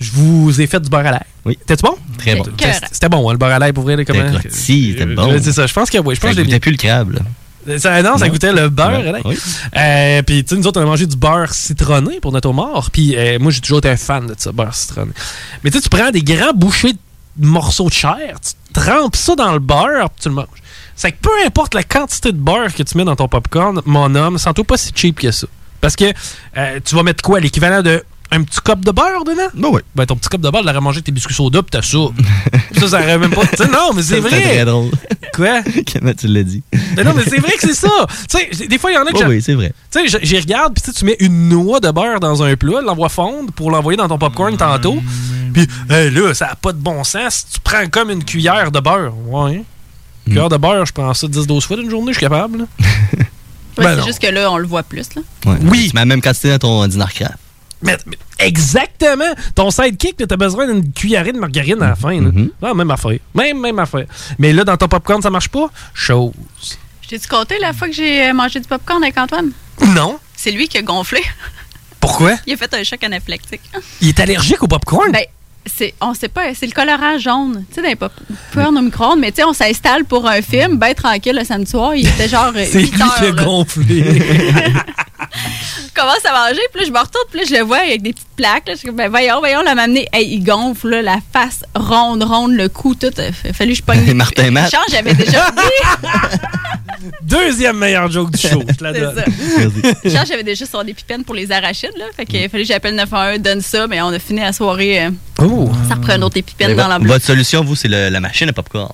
Speaker 1: Je vous ai fait du beurre à l'ail.
Speaker 8: Mm-hmm. Oui.
Speaker 1: T'es-tu bon?
Speaker 8: Très bon.
Speaker 1: C'était- C'était bon, hein, le beurre à l'ail pour vrai. là, comment- Euh,
Speaker 8: C'était rôti, c'était bon.
Speaker 1: C'est ça, je pense que oui. Je pense
Speaker 8: Ça
Speaker 1: que je l'ai
Speaker 8: goûtait plus le crabe, là.
Speaker 1: Ça, non, ça
Speaker 8: Non.
Speaker 1: goûtait le beurre.
Speaker 8: Ouais,
Speaker 1: là. Euh, puis, tu sais, nous autres, on a mangé du beurre citronné pour notre homard. Puis, euh, moi, j'ai toujours été un fan de ça, beurre citronné. Mais, tu sais, tu prends des grands bouchées de morceaux de chair, tu trempes ça dans le beurre, puis tu le manges. C'est que peu importe la quantité de beurre que tu mets dans ton popcorn, mon homme, sens-toi pas si cheap que ça. Parce que euh, tu vas mettre quoi L'équivalent de un petit cop de beurre dedans
Speaker 8: Ben oui.
Speaker 1: Ben, ton petit cop de beurre, il aurait mangé tes biscuits soda, puis t'as ça. ça, ça aurait même pas. Tu sais, non, mais c'est
Speaker 8: Ça, c'était
Speaker 1: vrai.
Speaker 8: très drôle.
Speaker 1: Quoi?
Speaker 8: Comment tu l'as dit?
Speaker 1: Mais non, mais c'est vrai que c'est ça. Tu sais, j- des fois, il y en a que
Speaker 8: Oui,
Speaker 1: j'a-
Speaker 8: oui, c'est vrai.
Speaker 1: Tu sais, j- j'y regarde, puis tu sais, tu mets une noix de beurre dans un plat, l'envoies fondre pour l'envoyer dans ton
Speaker 7: Mm-hmm.
Speaker 1: popcorn tantôt. Puis hey, là, ça n'a pas de bon sens. Tu prends comme une cuillère de beurre.
Speaker 8: Mm.
Speaker 1: Ouais. hein. Cuillère de beurre, je prends ça 10-12 fois d'une journée, je suis capable. là.
Speaker 7: Ouais,
Speaker 1: Ben non.
Speaker 7: c'est juste que là, on le voit plus. Là.
Speaker 8: Oui. Tu mets la même quantité dans ton dîner crabe.
Speaker 1: Mais- mais exactement! Ton sidekick, là, t'as besoin d'une cuillerée de margarine à la fin. là.
Speaker 8: Mm-hmm.
Speaker 1: Ah, même affaire. Même, même affaire. Mais là, dans ton popcorn, ça marche pas? Chose.
Speaker 7: Je t'ai-tu compté la fois que j'ai euh, mangé du popcorn avec Antoine?
Speaker 1: Non.
Speaker 7: C'est lui qui a gonflé.
Speaker 1: Pourquoi?
Speaker 7: Il a fait un choc anaphylactique.
Speaker 1: Il est allergique au popcorn?
Speaker 7: Ben, c'est, on sait pas, c'est le colorant jaune. Tu sais, dans les popcorn au micro-ondes, mais tu sais, on s'installe pour un film, ben tranquille le samedi soir. Il était genre
Speaker 1: C'est lui
Speaker 7: 8
Speaker 1: qui
Speaker 7: heures.
Speaker 1: a
Speaker 7: là.
Speaker 1: gonflé.
Speaker 7: commence à manger, puis là, je me retourne, puis là, je le vois avec des petites plaques. Là, je suis comme, ben, voyons, voyons, là, m'amener. Hey, il gonfle, là, la face ronde, ronde, le cou, tout. Euh, f- Fallu que je pogne.
Speaker 8: Martin Matt.
Speaker 7: Change, j'avais déjà oublié.
Speaker 1: Deuxième meilleur joke du show, je te la
Speaker 7: C'est
Speaker 1: donne.
Speaker 7: ça. Change, j'avais déjà sur des pipennes pour les arachides, là. Fait que euh, fallu que j'appelle 911, donne ça, mais on a fini la soirée. euh,
Speaker 1: Oh!
Speaker 7: ça reprend un autre épipène
Speaker 8: Mais
Speaker 7: dans
Speaker 8: vo-
Speaker 7: l'ambulance.
Speaker 8: Votre solution, vous, c'est le- la machine à popcorn.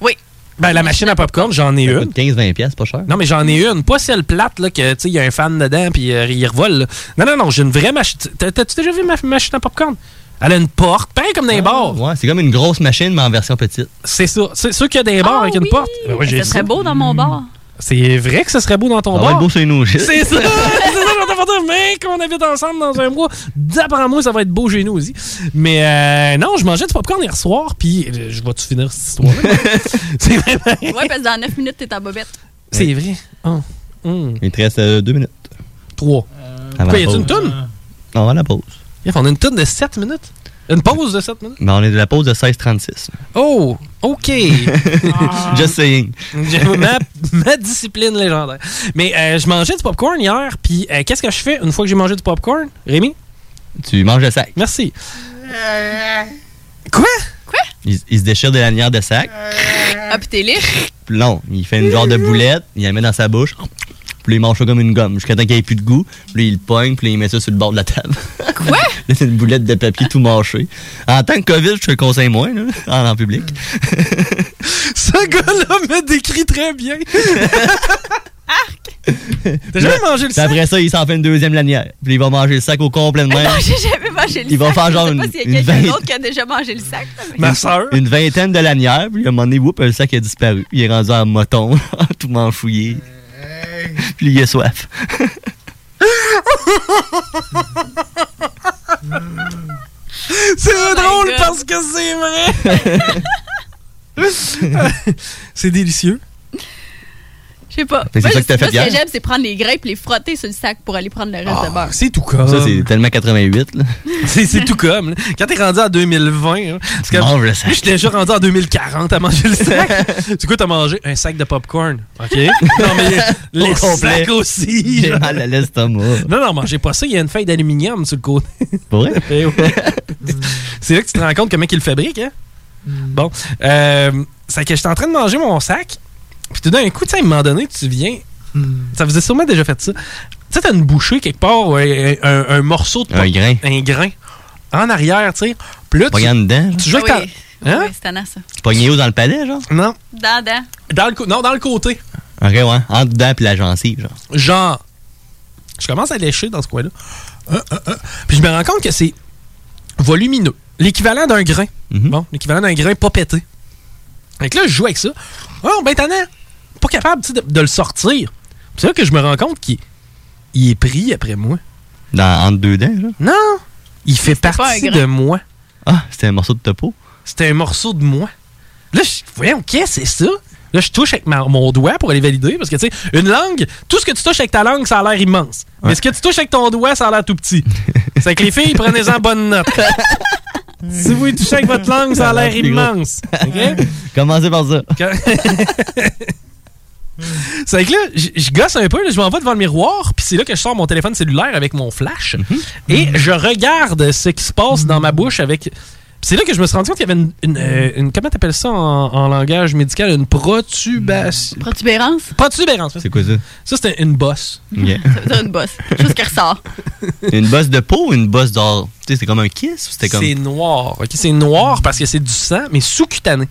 Speaker 7: Oui.
Speaker 1: Ben, la machine à popcorn, j'en ai une.
Speaker 8: 15-20 pièces, pas cher.
Speaker 1: Non, mais j'en ai une. Pas celle plate, là, que, tu sais, il y a un fan dedans, puis euh, il revole, là. Non, non, non, j'ai une vraie machine. T'as-tu déjà vu ma machine à popcorn? Elle a une porte, pareil comme dans les bars.
Speaker 8: Ah, Ouais, c'est comme une grosse machine, mais en version petite.
Speaker 1: C'est ça. C'est ceux qui ont des bars avec une porte. Ben ouais, j'ai
Speaker 7: Ah, Ça
Speaker 1: ça.
Speaker 7: serait beau dans mon bar.
Speaker 1: C'est vrai que ce serait beau dans ton
Speaker 8: Ça va
Speaker 1: bar.
Speaker 8: être beau chez nous,
Speaker 1: C'est ça, c'est
Speaker 8: Gilles.
Speaker 1: ça, j'entends pas dire, mais qu'on habite ensemble dans un mois, d'après moi, ça va être beau chez nous aussi. Mais euh, non, je mangeais du popcorn hier soir, puis euh, je vais-tu finir cette histoire-là? c'est vrai.
Speaker 7: Ouais, parce que dans 9 minutes, t'es en bobette.
Speaker 1: C'est vrai. Oh. Hmm.
Speaker 8: Il te reste euh, deux minutes.
Speaker 1: Trois.
Speaker 8: Avant
Speaker 1: Quoi,
Speaker 8: la
Speaker 1: y a-tu
Speaker 8: pause.
Speaker 1: une toune?
Speaker 8: On va à la pause.
Speaker 1: Yef, on a une toune de 7 minutes? Une pause de 7 minutes?
Speaker 8: Ben, on est de la pause de 16h36.
Speaker 1: Oh, OK.
Speaker 7: Ah.
Speaker 8: Just saying.
Speaker 1: J'ai ma, ma discipline légendaire. Mais euh, je mangeais du popcorn hier, puis euh, qu'est-ce que je fais une fois que j'ai mangé du popcorn, Rémi?
Speaker 8: Tu manges le sac.
Speaker 1: Merci.
Speaker 8: Il, il se déchire des lanières de sac.
Speaker 7: Ah, puis t'es libre.
Speaker 8: Puis Non, il fait une genre de boulette, il la met dans sa bouche. Puis là, il mange ça comme une gomme jusqu'à temps qu'il n'y ait plus de goût. Puis là, il le pogne, puis là, il met ça sur le bord de la table.
Speaker 7: Quoi?
Speaker 8: C'est une boulette de papier tout mâchée. En tant que COVID, je te le conseille moins, là, en, en public.
Speaker 1: Ce gars-là me décrit très bien. T'as jamais
Speaker 8: Mais-
Speaker 1: mangé le
Speaker 8: puis Après ça, il s'en fait une deuxième lanière. Puis il va manger le sac au complet de même.
Speaker 7: Non, j'ai Eh, jamais mangé le sac.
Speaker 8: Il va faire genre
Speaker 7: Je sais pas
Speaker 8: une-
Speaker 7: s'il y a
Speaker 8: une
Speaker 7: quelqu'un
Speaker 8: vingt-
Speaker 7: d'autre qui a déjà mangé le sac. là, mais-
Speaker 8: Une- Une vingtaine de lanières, puis à un moment donné, whoop, le sac a disparu. Il est rendu en moton, tout manchouillé. Puis il a soif.
Speaker 1: C'est
Speaker 7: Oh
Speaker 1: drôle
Speaker 5: God.
Speaker 1: parce que c'est vrai. c'est délicieux.
Speaker 7: Je sais pas.
Speaker 8: Fait que c'est
Speaker 7: Moi,
Speaker 8: ça que t'as fait
Speaker 7: moi, ce
Speaker 8: hier?
Speaker 7: que j'aime, c'est prendre les grains et les frotter sur le sac pour aller prendre le reste de beurre.
Speaker 1: C'est tout comme.
Speaker 8: Ça, c'est tellement 88, là.
Speaker 1: C'est, c'est tout comme. là. Quand t'es rendu en 2020, hein, parce que
Speaker 8: manges le
Speaker 1: moi,
Speaker 8: sac.
Speaker 1: j'étais déjà rendu en 2040 à manger le sac. du coup, t'as mangé un sac de popcorn. OK? Non, mais
Speaker 8: Au
Speaker 1: les
Speaker 8: complet.
Speaker 1: sacs aussi.
Speaker 8: J'ai
Speaker 1: genre.
Speaker 8: mal à l'estomac.
Speaker 1: Non, non, mangez pas ça. Il y a une feuille d'aluminium sur le côté.
Speaker 8: Pour vrai?
Speaker 1: Eh oui. c'est là que tu te rends compte comment ils le fabriquent. Hein?
Speaker 7: Hmm.
Speaker 1: Bon. Euh, c'est que j'étais en train de manger mon sac. Puis tout d'un coup, tu sais, à un moment donné, tu viens.
Speaker 7: Hmm.
Speaker 1: Ça vous a sûrement déjà fait ça. Tu sais, t'as une bouchée quelque part, ou un, un- un morceau de.
Speaker 8: Un grain.
Speaker 1: Un grain. En arrière, tu sais. Puis là, tu.
Speaker 8: Pognant dedans, genre?
Speaker 1: Tu joues avec
Speaker 7: Ah oui.
Speaker 1: ta- Hein?
Speaker 7: Oui, c'est tannant, ça.
Speaker 8: Tu pognes où dans le palais, genre?
Speaker 1: Non.
Speaker 7: Dans, dans.
Speaker 1: Dans le, cou- non, dans le côté.
Speaker 8: Ok, ouais. Entre dedans puis la gencive, genre.
Speaker 1: Genre, Ah. je commence à lécher dans ce coin-là. Euh, euh, euh. Puis je me rends compte que c'est volumineux. L'équivalent d'un grain.
Speaker 8: Mhm.
Speaker 1: Bon, l'équivalent d'un grain pas pété. Fait que là, je joue avec ça. Oh, ben tannant. Pas capable tu sais, de, de le sortir. Puis C'est là que je me rends compte qu'il il est pris après moi.
Speaker 8: Dans, entre deux dents, genre.
Speaker 1: Non! Il fait
Speaker 8: pas un
Speaker 1: partie
Speaker 8: grain.
Speaker 1: de moi.
Speaker 8: Ah, c'était un morceau de topo.
Speaker 1: C'était un morceau de moi. Là, je voyons, qu'est-ce que c'est ça? Là, je touche avec ma- mon doigt pour aller valider parce que, tu sais, une langue, tout ce que tu touches avec ta langue, ça a l'air immense. Mais ce que tu touches avec ton doigt, ça a l'air tout petit. c'est que les filles, prenez-en bonne note. si vous y touchez avec votre langue, ça a l'air
Speaker 8: Plus gros.
Speaker 1: immense. OK?
Speaker 8: Commencez par ça.
Speaker 1: C'est que là, je je gosse un peu, là, je m'en vais devant le miroir, puis c'est là que je sors mon téléphone cellulaire avec mon flash,
Speaker 8: Mhm.
Speaker 1: et je regarde ce qui se passe dans ma bouche avec... Puis C'est là que je me suis rendu compte qu'il y avait une... une, euh, une- comment t'appelles ça en, en langage médical? Une protubation...
Speaker 7: Protubérance?
Speaker 1: Protubérance.
Speaker 8: C'est quoi ça?
Speaker 1: Ça, c'était une bosse.
Speaker 8: Ok.
Speaker 7: Ça veut dire une bosse. Chose qui ressort.
Speaker 8: une bosse de peau ou une bosse d'or? Tu sais, c'est comme un kiss ou c'était comme.
Speaker 1: C'est noir. ok? C'est noir parce que c'est du sang, mais sous-cutané.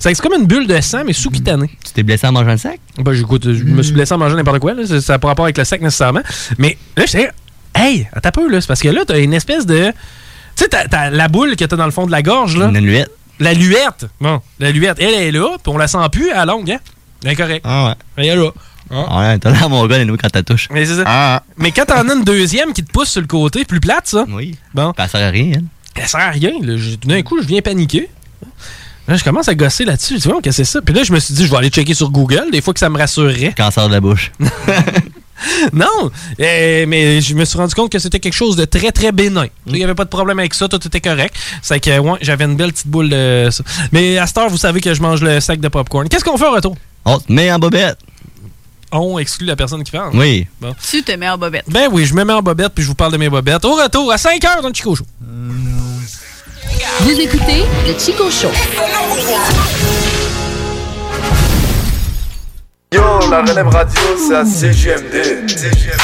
Speaker 1: C'est c'est comme une bulle de sang, mais sous-cutané.
Speaker 8: Tu t'es blessé en mangeant le sac?
Speaker 1: Ben, j'écoute, je me suis blessé en mangeant n'importe quoi. Là. Ça- Ça n'a pas rapport avec le sac nécessairement. Mais là, j'étais, hey, attends un peu, là. C'est parce que là, t'as une espèce de. Tu sais, t'as- t'as la boule que t'as dans le fond de la gorge, là.
Speaker 8: Une luette.
Speaker 1: La luette. Bon, la luette, elle est là, puis on la sent plus à la longue, hein. Incorrect.
Speaker 8: Ah
Speaker 1: ouais. Elle est là.
Speaker 8: Ah, ouais, t'as l'air mon gars, nous, quand t'as touche.
Speaker 1: Mais c'est ça.
Speaker 8: Ah,
Speaker 1: Mais quand t'en as une deuxième qui te pousse sur le côté, plus plate, ça.
Speaker 8: Oui.
Speaker 1: Bon.
Speaker 8: Ça sert à rien, hein?
Speaker 1: Elle sert à rien, là. Je- Tout d'un coup, je viens paniquer. Là, je commence à gosser là-dessus. Je dis, Voyons, qu'est-ce que c'est ça? Puis là, je me suis dit, je vais aller checker sur Google, des fois que ça me rassurerait.
Speaker 8: Cancer de la bouche.
Speaker 1: Non, euh, mais je me suis rendu compte que c'était quelque chose de très, très bénin.
Speaker 8: Mm.
Speaker 1: Il n'y avait pas de problème avec ça, tout était correct. C'est que ouais, j'avais une belle petite boule de ça. Mais à cette heure, vous savez que je mange le sac de popcorn. Qu'est-ce qu'on fait au retour?
Speaker 8: On te met en bobette.
Speaker 17: on exclut la personne qui parle.
Speaker 39: Oui.
Speaker 17: Bon.
Speaker 7: Tu te mets en bobette.
Speaker 17: Ben oui, je me
Speaker 8: Mm.
Speaker 17: mets en bobette puis je vous parle de mes bobettes. Au retour, à 5 h dans le Chico Show.
Speaker 20: Vous écoutez le Chico Show.
Speaker 11: Yo, la relève radio, c'est à CGMD. CGMD.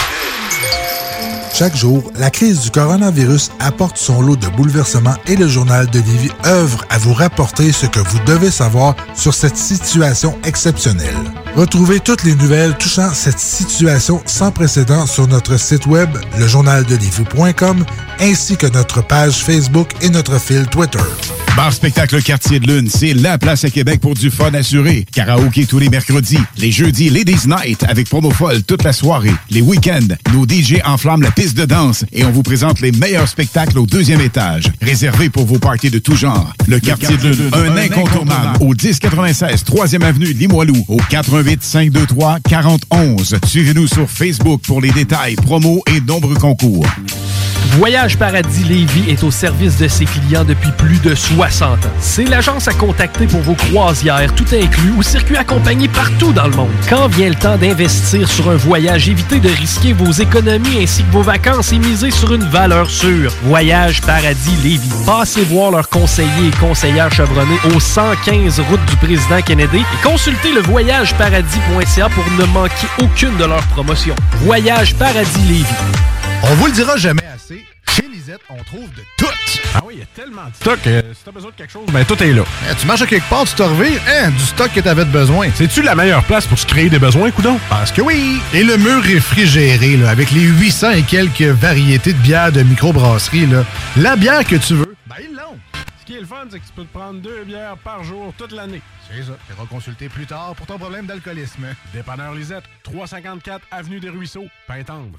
Speaker 13: Chaque jour, la crise du coronavirus apporte son lot de bouleversements et le journal de Livy œuvre à vous rapporter ce que vous devez savoir sur cette situation exceptionnelle. Retrouvez toutes les nouvelles touchant cette situation sans précédent sur notre site web, lejournaldelivy.com, ainsi que notre page Facebook et notre fil Twitter.
Speaker 40: Bar Spectacle Quartier de Lune, c'est la place à Québec pour du fun assuré. Karaoké tous les mercredis, les jeudis Ladies Night avec promo folle toute la soirée, les week-ends, nos DJ enflamment la piste de danse et on vous présente les meilleurs spectacles au deuxième étage, réservés pour vos parties de tout genre. Le, Quartier, de Lune, un, incontournable, au 1096 3e avenue Limoilou, au 88 523 4011. Suivez-nous sur Facebook pour les détails, promos et nombreux concours.
Speaker 1: Voyage Paradis Lévis est au service de ses clients depuis plus de 60 ans. C'est l'agence à contacter pour vos croisières, tout inclus, ou circuits accompagnés partout dans le monde. Quand vient le temps d'investir sur un voyage, évitez de risquer vos économies ainsi que vos vacances et misez sur une valeur sûre. Voyage Paradis Lévis. Passez voir leurs conseillers et conseillères chevronnés au 115 route du président Kennedy et consultez le voyageparadis.ca pour ne manquer aucune de leurs promotions. Voyage Paradis Lévis.
Speaker 13: On vous le dira jamais assez, chez Lisette, on trouve de tout. Ah oui, il y a tellement de stock. si t'as besoin de quelque chose,
Speaker 41: Ben, tout est là. euh, tu marches à quelque part, tu te revires, hein, du stock que t'avais de besoin. C'est-tu la meilleure place pour se créer des besoins, coudon? Parce que oui! Et le mur réfrigéré, là, avec les 800 et quelques variétés de bières de microbrasserie, là, la bière que tu veux, Ben, ils l'ont. Ce qui est le fun, c'est que tu peux te prendre deux bières par jour toute l'année.
Speaker 13: c'est ça, tu consulter plus tard pour ton problème d'alcoolisme.
Speaker 41: Dépanneur Lisette, 354 Avenue des Ruisseaux, Pintendre.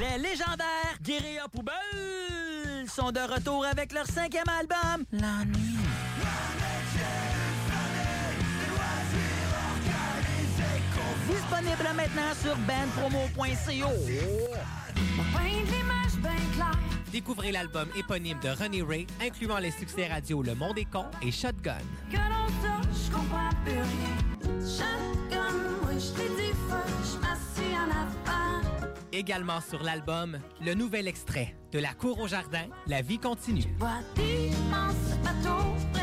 Speaker 19: Les légendaires Guérilla Poubelle sont de retour avec leur cinquième album, La Nuit. Disponible maintenant sur bandpromo.co.
Speaker 32: Découvrez l'album éponyme de Ronnie Ray, incluant les succès radio Le Monde est con et Shotgun.
Speaker 24: Que l'on sort, je comprends plus rien. Chacun, oui, je t'ai dit fuck, je m'assis en avant.
Speaker 32: Également sur l'album, le nouvel extrait de La cour au jardin, La vie continue.
Speaker 24: Vois d'immenses bateaux prêts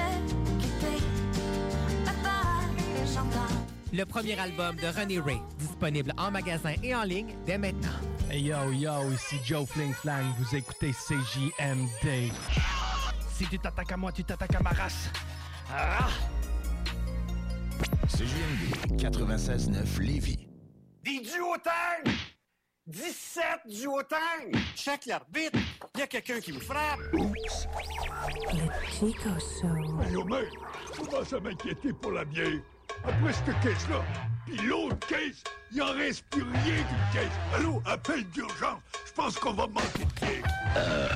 Speaker 24: quitter la barre et j'entends.
Speaker 32: Le premier album de Ronnie Ray, disponible en magasin et en ligne dès maintenant.
Speaker 1: Hey yo yo, ici Joe Fling Flang, vous écoutez CJMD.
Speaker 41: Si tu t'attaques à moi, tu t'attaques à ma race. Ah!
Speaker 42: CJMD 96.9 Lévis.
Speaker 4: Des duotangs! 17 duotangs! Check l'arbitre, il y a quelqu'un qui me frappe! Mais yo, mec, je commence à m'inquiéter pour la bière. Après cette caisse-là, puis l'autre caisse, il en reste plus rien d'une caisse. Allô, appel d'urgence, je pense qu'on va manquer de bière. Euh.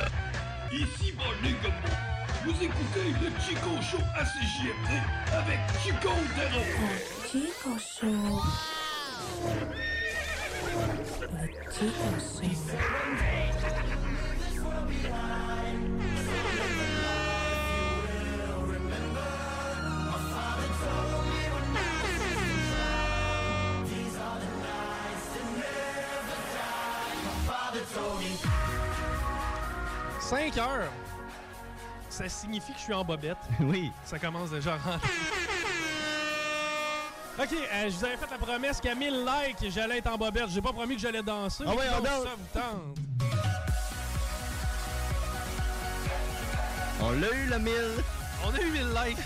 Speaker 4: Ici, mon Vous écoutez le Chico Show à CJMD avec Chico Darrow. Chico Show.
Speaker 1: Cinq heures. Ça signifie que je suis en bobette.
Speaker 39: Oui.
Speaker 1: Ça commence déjà à rentrer. OK, euh, je vous avais fait la promesse qu'à 1000 likes, j'allais être en bobette. J'ai pas promis que j'allais danser.
Speaker 23: Ah
Speaker 1: mais
Speaker 23: ouais, on
Speaker 1: donc,
Speaker 23: danse.
Speaker 1: Ça vous tente.
Speaker 8: On l'a eu, le 1000.
Speaker 1: On a eu 1000 likes.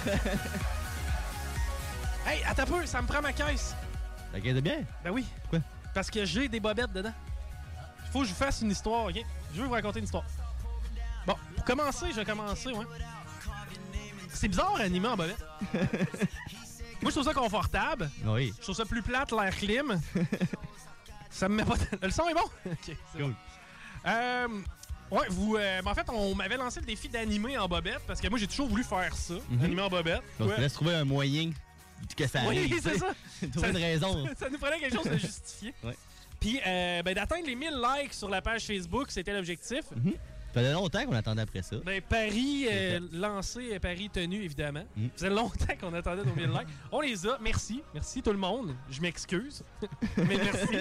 Speaker 1: hey, attends un peu, ça me prend ma caisse.
Speaker 8: La caisse de bière?
Speaker 1: Ben oui.
Speaker 8: Pourquoi?
Speaker 1: Parce que j'ai des bobettes dedans. Faut que je vous fasse une histoire, OK? Je veux vous raconter une histoire. Bon, pour commencer, je vais commencer, ouais. C'est bizarre, animé en bobette. Moi, je trouve ça confortable.
Speaker 8: Oui.
Speaker 1: Je trouve ça plus plate, l'air clim. ça me met pas. Le son est bon? ok, c'est bon. Euh, ouais, vous. euh, en fait, on m'avait lancé le défi d'animer en bobette parce que moi, j'ai toujours voulu faire ça,
Speaker 8: Mhm.
Speaker 1: animer en bobette.
Speaker 8: Donc,
Speaker 1: Ouais.
Speaker 8: laisse trouver un moyen que ça arrive.
Speaker 1: Oui, c'est ça.
Speaker 8: Trouver une raison.
Speaker 1: ça nous prenait quelque chose de justifié.
Speaker 8: Ouais.
Speaker 1: Puis, euh, ben, d'atteindre les 1000 likes sur la page Facebook, c'était l'objectif.
Speaker 8: Mhm. Ça faisait longtemps qu'on attendait après ça.
Speaker 1: Ben, Paris euh, lancé, euh, Paris tenu, évidemment.
Speaker 8: Mhm.
Speaker 1: Ça faisait longtemps qu'on attendait nos 1000 likes. On les a. Merci. Merci tout le monde. Je m'excuse. Mais merci.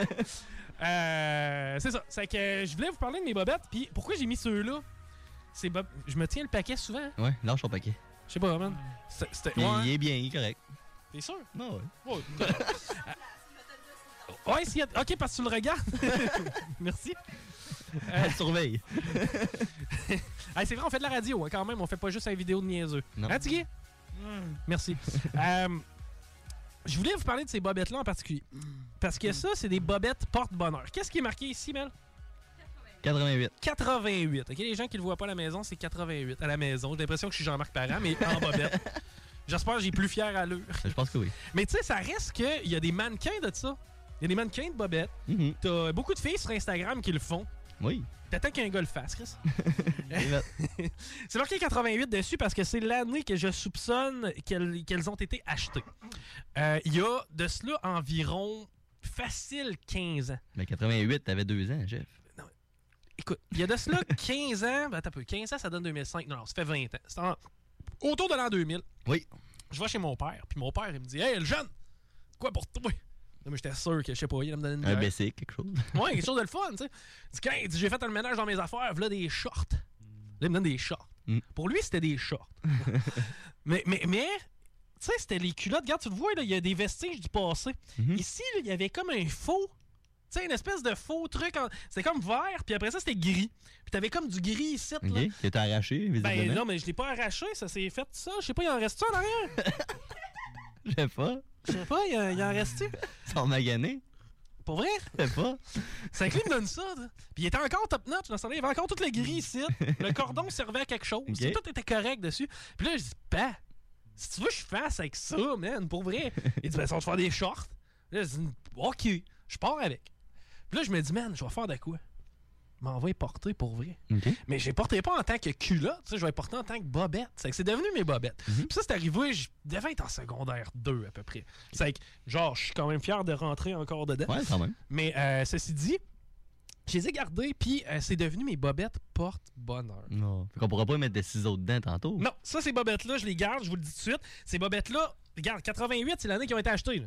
Speaker 1: Euh, c'est ça. C'est que euh, je voulais vous parler de mes bobettes. Puis pourquoi j'ai mis ceux-là? C'est bob- Je me tiens le paquet souvent. hein.
Speaker 8: Ouais, lâche ton paquet.
Speaker 1: Je sais pas, man. C'est- C'était.
Speaker 8: Mais
Speaker 1: Ouais.
Speaker 8: il est bien, il est correct.
Speaker 1: T'es sûr?
Speaker 8: Non,
Speaker 1: ouais. ouais, s'il y a- Ok, parce que tu le regardes. Merci.
Speaker 8: Elle surveille.
Speaker 1: Hey, c'est vrai, on fait de la radio hein, quand même. On fait pas juste la vidéo de niaiseux.
Speaker 8: Non.
Speaker 1: Hein, Tiggy? Merci. Euh, je voulais vous parler de ces bobettes-là en particulier. Parce
Speaker 8: Mm.
Speaker 1: que ça, c'est des bobettes porte-bonheur. Qu'est-ce qui est marqué ici, Mel?
Speaker 8: 88.
Speaker 1: 88. OK, les gens qui le voient pas à la maison, c'est 88 à la maison. J'ai l'impression que je suis Jean-Marc Parent, mais en bobette. J'espère que j'ai plus fier à l'heure.
Speaker 8: Je pense que oui.
Speaker 1: Mais tu sais, ça reste qu'il y a des mannequins de ça. Il y a des mannequins de bobettes. T'as beaucoup de filles sur Instagram qui le font.
Speaker 8: Oui.
Speaker 1: T'attends qu'un gars le fasse, Chris. c'est marqué 88 dessus parce que c'est l'année que je soupçonne qu'elles qu'elles ont été achetées. Euh, Il y a de cela environ facile 15 ans.
Speaker 8: Mais 88, Ben, t'avais deux ans, Jeff.
Speaker 1: Écoute, il y a de cela 15 ans. Ben, attends un peu. 15 ans, ça donne 2005. Non, non, ça fait 20 ans. C'est en- autour de l'an 2000.
Speaker 8: Oui.
Speaker 1: Je vais chez mon père, puis mon père, il me dit Hey, le jeune, quoi pour toi Là, mais j'étais sûr que, je sais pas, il allait me donner une
Speaker 8: Un
Speaker 1: bière.
Speaker 8: BC, quelque chose.
Speaker 1: Ouais, quelque chose de le fun, tu sais. Il dit, Hey, il dit, j'ai fait un ménage dans mes affaires, voilà des shorts. Là, il me donne des shorts.
Speaker 8: Mm.
Speaker 1: Pour lui, c'était des shorts. mais, mais, mais, tu sais, c'était les culottes. Regarde, tu le vois, là, il y a des vestiges du passé.
Speaker 8: Mhm.
Speaker 1: Ici, là, il y avait comme un faux. Tu sais, une espèce de faux truc. en- C'était comme vert, puis après ça, c'était gris. Puis t'avais comme du gris ici, là.
Speaker 8: OK. Tu t'es arraché, visiblement.
Speaker 1: Ben non, mais je l'ai pas arraché, ça s'est fait ça. Je sais pas, il en reste-tu en arrière?
Speaker 8: Je sais pas.
Speaker 1: Je sais pas, il en- il en reste-tu?
Speaker 8: Ils sont maganés.
Speaker 1: Pour vrai?
Speaker 8: Je sais pas.
Speaker 1: C'est que lui me donne ça. là. Puis il était encore top notch dans ce temps-là. Il avait encore toutes les grilles ici. Le cordon servait à quelque chose.
Speaker 8: Ok.
Speaker 1: Tu sais, Tout était correct dessus. Puis là, je dis, bah, si tu veux, que je fasse avec ça, man, pour vrai. Il dit, ben, ça va te faire des shorts. Là, je dis, ok, je pars avec. Puis là, je me dis, man, je vais faire de quoi? Je M'en vais porter pour vrai. Mais je les portais pas en tant que culotte, tu sais, je vais les porter en tant que bobette. C'est que c'est devenu mes bobettes.
Speaker 8: Mhm.
Speaker 1: Puis ça, c'est arrivé, je devais être en secondaire 2 à peu près. C'est que, genre, je suis quand même fier de rentrer encore dedans.
Speaker 8: Ouais, quand même.
Speaker 1: Mais euh, ceci dit, je les ai gardés, puis euh, c'est devenu mes bobettes porte-bonheur.
Speaker 8: Non. Fait qu'on pourra pas mettre des ciseaux dedans tantôt.
Speaker 1: Non, ça, ces bobettes-là, je les garde, je vous le dis tout de suite. Ces bobettes-là, regarde, 88, c'est l'année qui ont été achetées. là.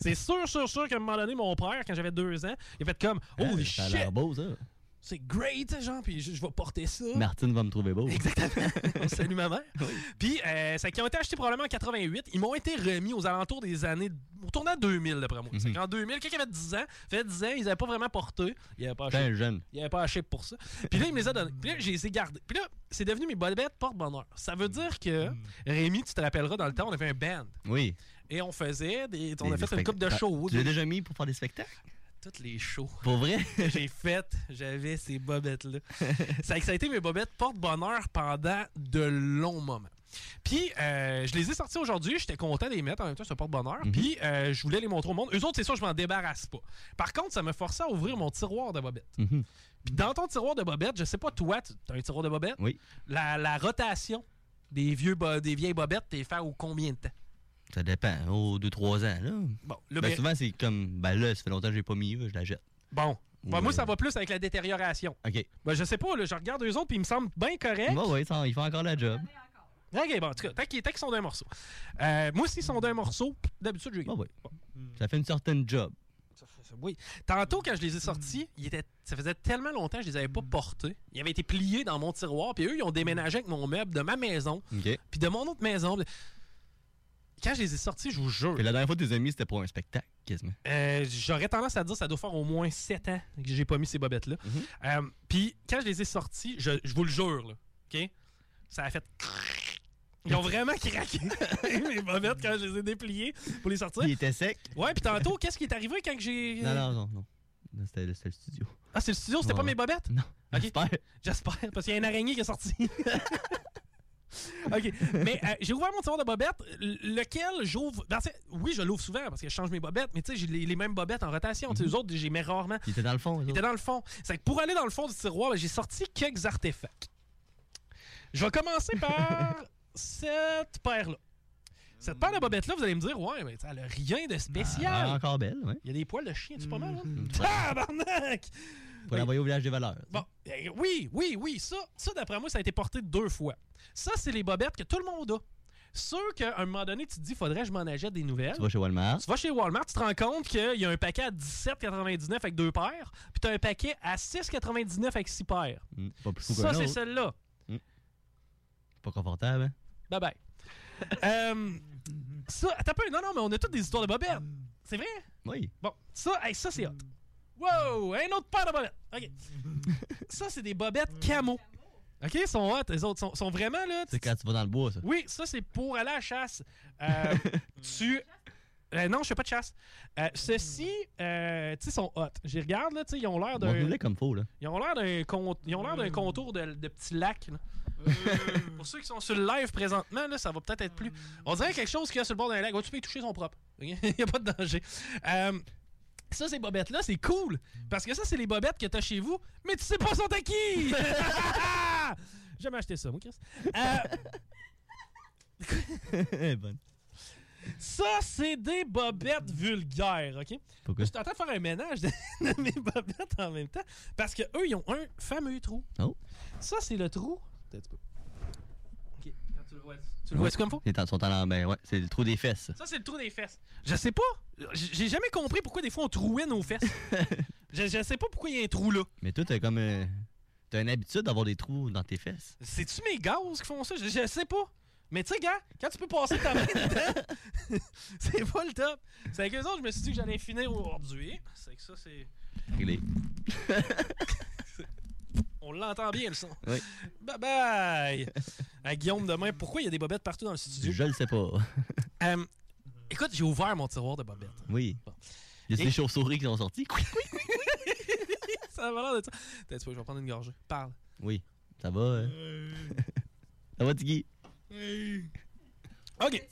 Speaker 1: c'est sûr, sûr, sûr qu'à un moment donné, mon père, quand j'avais deux ans, il a fait comme « Holy
Speaker 8: Ah, Euh, Ça a l'air
Speaker 1: oh, shit!
Speaker 8: beau, ça. »
Speaker 1: C'est great, genre, puis je, je vais porter ça.
Speaker 8: Martine va me trouver beau.
Speaker 1: Oh. Exactement. Salut ma mère. Puis, euh, ça qui ont été achetés probablement en 88, ils m'ont été remis aux alentours des années. au tournant 2000, d'après
Speaker 8: Mhm.
Speaker 1: moi. C'est qu'en 2000, quelqu'un avait 10 ans, fait 10 ans, ils n'avaient pas vraiment porté. Ils n'avaient pas
Speaker 8: T'es un
Speaker 1: acheté.
Speaker 8: jeune.
Speaker 1: Ils n'avaient pas acheté pour ça. Puis là, ils me les ont donnés. Puis là, je les ai gardés. Puis là, c'est devenu mes bobettes porte-bonheur. Ça veut dire
Speaker 8: Mhm.
Speaker 1: que, Rémi, tu te rappelleras, dans le temps, on avait un band.
Speaker 8: Oui.
Speaker 1: Et on faisait des. On a
Speaker 8: Des-
Speaker 1: fait
Speaker 8: des
Speaker 1: une coupe de
Speaker 8: spectacles.
Speaker 1: shows.
Speaker 8: Tu l'as déjà mis pour faire des spectacles?
Speaker 1: Toutes les shows.
Speaker 8: Pour vrai?
Speaker 1: que j'ai faites, j'avais ces bobettes-là. ça, a- ça a été mes bobettes porte-bonheur pendant de longs moments. Puis, euh, je les ai sortis aujourd'hui. J'étais content de les mettre. En même temps, c'est un porte-bonheur.
Speaker 8: Mhm.
Speaker 1: Puis, euh, je voulais les montrer au monde. Eux autres, c'est sûr, je m'en débarrasse pas. Par contre, ça me forçait à ouvrir mon tiroir de bobettes. Puis, dans ton tiroir de bobettes, je sais pas, toi, tu as un tiroir de bobettes?
Speaker 8: Oui.
Speaker 1: La, la rotation des, vieux bo- des vieilles bobettes, t'es fait au combien de temps?
Speaker 8: Ça dépend. Oh, 2-3 ans, là. Bon,
Speaker 1: là, ben-
Speaker 8: souvent, c'est comme. Ben là, ça fait longtemps que j'ai pas mis, je la jette.
Speaker 1: Bon. Ben,
Speaker 8: Ouais.
Speaker 1: Moi, ça va plus avec la détérioration.
Speaker 8: OK.
Speaker 1: Ben, je sais pas, là, je regarde eux autres, puis ils me semblent bien corrects.
Speaker 8: Bah ouais, ça- il fait encore la job.
Speaker 1: Ok, bon, en tout cas, tant qu'ils tant qu'ils sont d'un morceau. Euh, moi, s'ils sont d'un morceau, d'habitude, je les garde. Bon.
Speaker 8: Ça fait une certaine job.
Speaker 1: Oui. Tantôt, quand je les ai sortis, ils étaient- ça faisait tellement longtemps que je les avais pas portés. Ils avaient été pliés dans mon tiroir, puis eux, ils ont déménagé avec mon meuble de ma maison,
Speaker 8: OK.
Speaker 1: puis de mon autre maison. quand je les ai sortis, je vous jure.
Speaker 8: Puis la dernière fois, tes amis, c'était pour un spectacle, quasiment.
Speaker 1: Euh, J'aurais tendance à dire ça doit faire au moins 7 ans que j'ai pas mis ces bobettes-là.
Speaker 8: Mhm.
Speaker 1: Euh, Puis quand je les ai sortis, je, je vous le jure, là, OK? Ça a fait... crrrr. Ils ont vraiment craqué mes bobettes quand je les ai dépliées pour les sortir.
Speaker 8: Il était sec.
Speaker 1: Ouais, puis tantôt, qu'est-ce qui est arrivé quand que j'ai...
Speaker 8: Non, non, non, non. Non, C'était le c'était le studio.
Speaker 1: Ah, c'est le studio, c'était
Speaker 8: Ouais,
Speaker 1: pas
Speaker 8: ouais.
Speaker 1: mes bobettes? Non. J'espère. J'espère, parce qu'il y a une araignée qui est sortie. OK. Mais euh, j'ai ouvert mon tiroir de bobettes, lequel j'ouvre. ben, tu sais, oui, je l'ouvre souvent parce que je change mes bobettes, mais tu sais, j'ai les, les mêmes bobettes en rotation. Tu sais, Les autres, j'ai mets rarement.
Speaker 8: Il était Mhm. dans le fond.
Speaker 1: Il était dans le fond. C'est que pour aller dans le fond du tiroir, ben, j'ai sorti quelques artefacts. Je vais commencer par cette paire-là. Cette paire de bobettes-là, vous allez me dire, ouais, mais tu sais, elle a rien de spécial.
Speaker 8: Ah, encore belle, oui.
Speaker 1: Il y a des poils de chien, tu pas mal, hein? Tabarnak!
Speaker 8: Pour l'envoyer au village des valeurs.
Speaker 1: Bon, eh, oui, oui, oui, ça, ça d'après moi, ça a été porté deux fois. Ça, c'est les bobettes que tout le monde a. Ceux qu'à un moment donné, tu te dis, faudrait que je m'en achète des nouvelles.
Speaker 8: Tu vas chez Walmart.
Speaker 1: Tu vas chez Walmart, tu te rends compte qu'il y a un paquet à 17,99 avec deux paires, puis tu as un paquet à 6,99 avec six paires.
Speaker 8: Mm, Pas plus fou
Speaker 1: Ça,
Speaker 8: qu'un
Speaker 1: c'est
Speaker 8: autre.
Speaker 1: celle-là.
Speaker 8: Pas confortable, hein?
Speaker 1: Bye bye. Euh, ça, attends un peu, non, non, mais on a toutes des histoires de bobettes. C'est vrai?
Speaker 8: Oui.
Speaker 1: Bon, ça, hey, ça c'est hot. Wow, un autre paire de bobettes. OK. ça, c'est des bobettes camo. OK, ils sont hot. Les autres sont, sont vraiment là.
Speaker 8: C'est quand tu vas dans le bois, ça.
Speaker 1: Oui, ça, c'est pour aller à la chasse. Euh, tu. Euh, non, je fais pas de chasse. Euh, Ceux-ci, euh, tu sais, sont hot. J'y regarde, là, tu sais, ils ont l'air
Speaker 8: On
Speaker 1: d'un.
Speaker 8: roulait comme faux, là.
Speaker 1: Ils ont l'air d'un con- ils ont l'air d'un contour de, de petit lac. là. Pour ceux qui sont sur le live présentement, là, ça va peut-être être plus. On dirait quelque chose qu'il y a sur le bord d'un lac. Ouais, tu peux y toucher son propre. Il n'y a pas de danger. Euh, ça, ces bobettes-là, c'est cool. Parce que ça, c'est les bobettes que t'as chez vous, mais tu sais pas sont à qui! Jamais acheté ça, moi, Chris. Euh, Ça, c'est des bobettes vulgaires, OK?
Speaker 8: Pourquoi?
Speaker 1: Je suis en train de faire un ménage de, de mes bobettes en même temps parce que eux, ils ont un fameux trou.
Speaker 8: Oh.
Speaker 1: Ça, c'est le trou. Peut-être pas. OK, quand tu le vois, tu le vois comme faut?
Speaker 8: Ils sont en l'air, ben ouais. C'est le trou des fesses.
Speaker 1: Ça, c'est le trou des fesses. Je sais pas. J- J'ai jamais compris pourquoi des fois on trouait nos fesses. je, je sais pas pourquoi il y a un trou là.
Speaker 8: Mais toi, t'as comme. euh, T'as une habitude d'avoir des trous dans tes fesses.
Speaker 1: C'est-tu mes gaz qui font ça? Je, je sais pas. Mais tu sais, gars, quand tu peux passer ta main dedans, c'est pas le top. C'est avec eux autres, je me suis dit que j'allais finir aujourd'hui. C'est que ça, c'est.
Speaker 8: Réglé.
Speaker 7: hein?
Speaker 1: On l'entend bien, le son.
Speaker 8: Oui.
Speaker 1: Bye bye! À Guillaume demain, pourquoi il y a des bobettes partout dans le studio?
Speaker 8: Je le sais pas.
Speaker 1: Euh, écoute, j'ai ouvert mon tiroir de bobettes.
Speaker 8: Oui. Il y a
Speaker 1: Et-
Speaker 8: des chauves-souris qui sont sorties.
Speaker 1: ça va l'air de ça. Peut-être je vais prendre une gorgée. Parle.
Speaker 8: Oui. Ça va, hein?
Speaker 1: Euh.
Speaker 8: Ça va, Tiggy?
Speaker 1: Ok.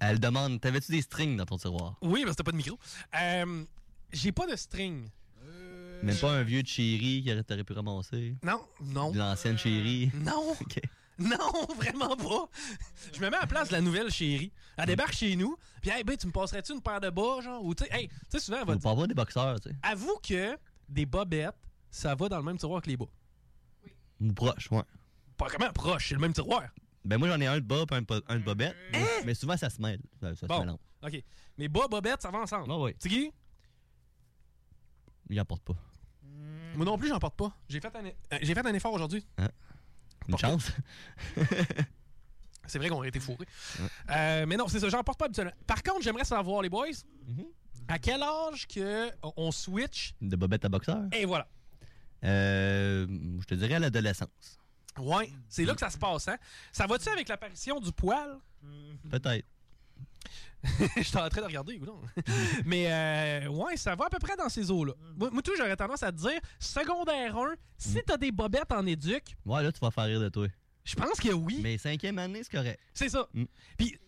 Speaker 8: Elle demande T'avais-tu des strings dans ton tiroir?
Speaker 1: Oui, parce que t'as pas de micro. Euh, j'ai pas de string.
Speaker 8: Même pas un vieux chéri que t'aurais pu ramasser?
Speaker 1: Non, non. Euh,
Speaker 8: De l'ancienne chérie?
Speaker 1: Non. Non, vraiment pas. Je me mets à la place de la nouvelle chérie. Elle débarque chez nous, puis hey, ben, tu me passerais-tu une paire de bas, genre? Ou tu sais, hey, tu sais, souvent, elle va
Speaker 8: Faut
Speaker 1: dire,
Speaker 8: pas avoir des boxeurs, tu sais.
Speaker 1: avoue que des bobettes, ça va dans le même tiroir que les bas.
Speaker 8: Ou proches, ouais.
Speaker 1: Pas comment proche, c'est le même tiroir. Hein?
Speaker 8: Ben moi j'en ai un de bas puis un, de po- un de bobette. Mais souvent ça se mêle. Ça, ça
Speaker 1: Bon.
Speaker 8: se mélange.
Speaker 1: OK. Mais bas, bobette, ça va ensemble.
Speaker 8: Ah oui.
Speaker 1: Tiggy?
Speaker 8: Il en porte pas.
Speaker 1: Moi non plus, j'en porte pas. J'ai fait un, é- euh, j'ai fait un effort aujourd'hui.
Speaker 8: Hein? Une chance.
Speaker 1: C'est vrai qu'on aurait été fourrés.
Speaker 8: Ouais.
Speaker 1: Euh, mais non, c'est ça, j'en porte pas habituellement. Par contre, j'aimerais savoir, les boys,
Speaker 8: Mm-hmm.
Speaker 1: à quel âge que on- on switch
Speaker 8: De bobette à boxeur.
Speaker 1: et voilà.
Speaker 8: Euh, je te dirais à l'adolescence.
Speaker 1: Ouais, c'est là que ça se passe, hein? Ça va-tu avec l'apparition du poil? Mhm.
Speaker 8: Peut-être.
Speaker 1: Je suis en train de regarder, ou non?
Speaker 8: Mm-hmm.
Speaker 1: Mais euh, ouais, ça va à peu près dans ces eaux-là. Moi, moi, tout, j'aurais tendance à te dire, secondaire 1, si t'as des bobettes en éduc,
Speaker 8: Mm. Ouais, là tu vas faire rire de toi.
Speaker 1: Je pense que oui.
Speaker 8: Mais cinquième année, c'est correct. Mm.
Speaker 1: c'est ça. Puis,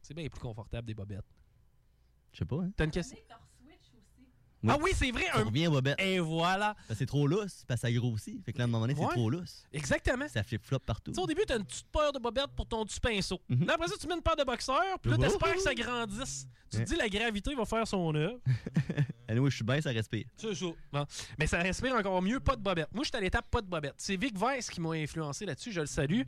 Speaker 1: c'est bien plus confortable des bobettes.
Speaker 8: Je sais pas, hein.
Speaker 1: T'as une question? Ah oui, c'est vrai,
Speaker 8: On
Speaker 1: un-
Speaker 8: revient aux bobettes.
Speaker 1: Et voilà.
Speaker 8: Parce que c'est trop lousse, parce que ça grossit. Fait que là, à un moment donné,
Speaker 1: Ouais.
Speaker 8: c'est trop lousse.
Speaker 1: Exactement.
Speaker 8: Ça flip-flop partout. Mhm.
Speaker 1: Tu sais, au début, t'as une petite paire de bobettes pour ton petit pinceau. Là, après ça, tu mets une paire de boxeurs, puis là, t'espères que ça grandisse. Tu te
Speaker 8: Ouais.
Speaker 1: dis, la gravité va faire son œuvre.
Speaker 8: Anyway, je suis bien, ça respire.
Speaker 1: C'est ça. Bon. Mais ça respire encore mieux, pas de bobette. Moi, je suis à l'étape pas de bobette. C'est Vic Weiss qui m'a influencé là-dessus, je le salue.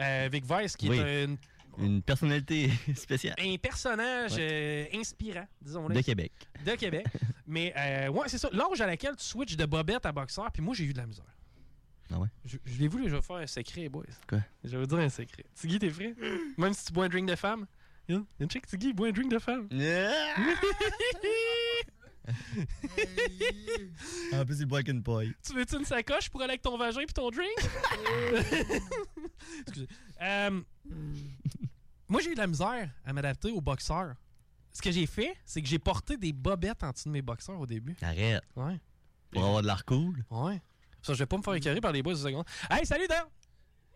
Speaker 1: Euh, Vic Weiss qui
Speaker 8: Oui.
Speaker 1: est un,
Speaker 8: Une personnalité spéciale.
Speaker 1: un personnage euh, inspirant, disons-le.
Speaker 8: De Québec.
Speaker 1: De Québec. Mais euh, ouais, c'est ça. L'âge à laquelle tu switches de bobette à boxeur, puis moi, j'ai eu de la misère.
Speaker 8: Ah ouais?
Speaker 1: Je, je l'ai voulu, je vais faire un secret, boys.
Speaker 8: Quoi?
Speaker 1: Je vais vous dire un secret. Tiggy, t'es prêt? Même si tu bois un drink de femme? Y'a une chick, Tiggy, il boit un drink de femme.
Speaker 8: En plus, il boit qu'une paille.
Speaker 1: tu veux-tu une sacoche pour aller avec ton vagin puis ton drink? Excusez. Euh, moi, j'ai eu de la misère à m'adapter aux boxeurs. Ce que j'ai fait, c'est que j'ai porté des bobettes en dessous de mes boxeurs au début.
Speaker 8: Arrête.
Speaker 1: Ouais.
Speaker 8: Eh, Pour avoir de l'air cool.
Speaker 1: Ouais. Ça, je vais pas me faire écœurer par les boys de seconde. Hey, salut, Dan!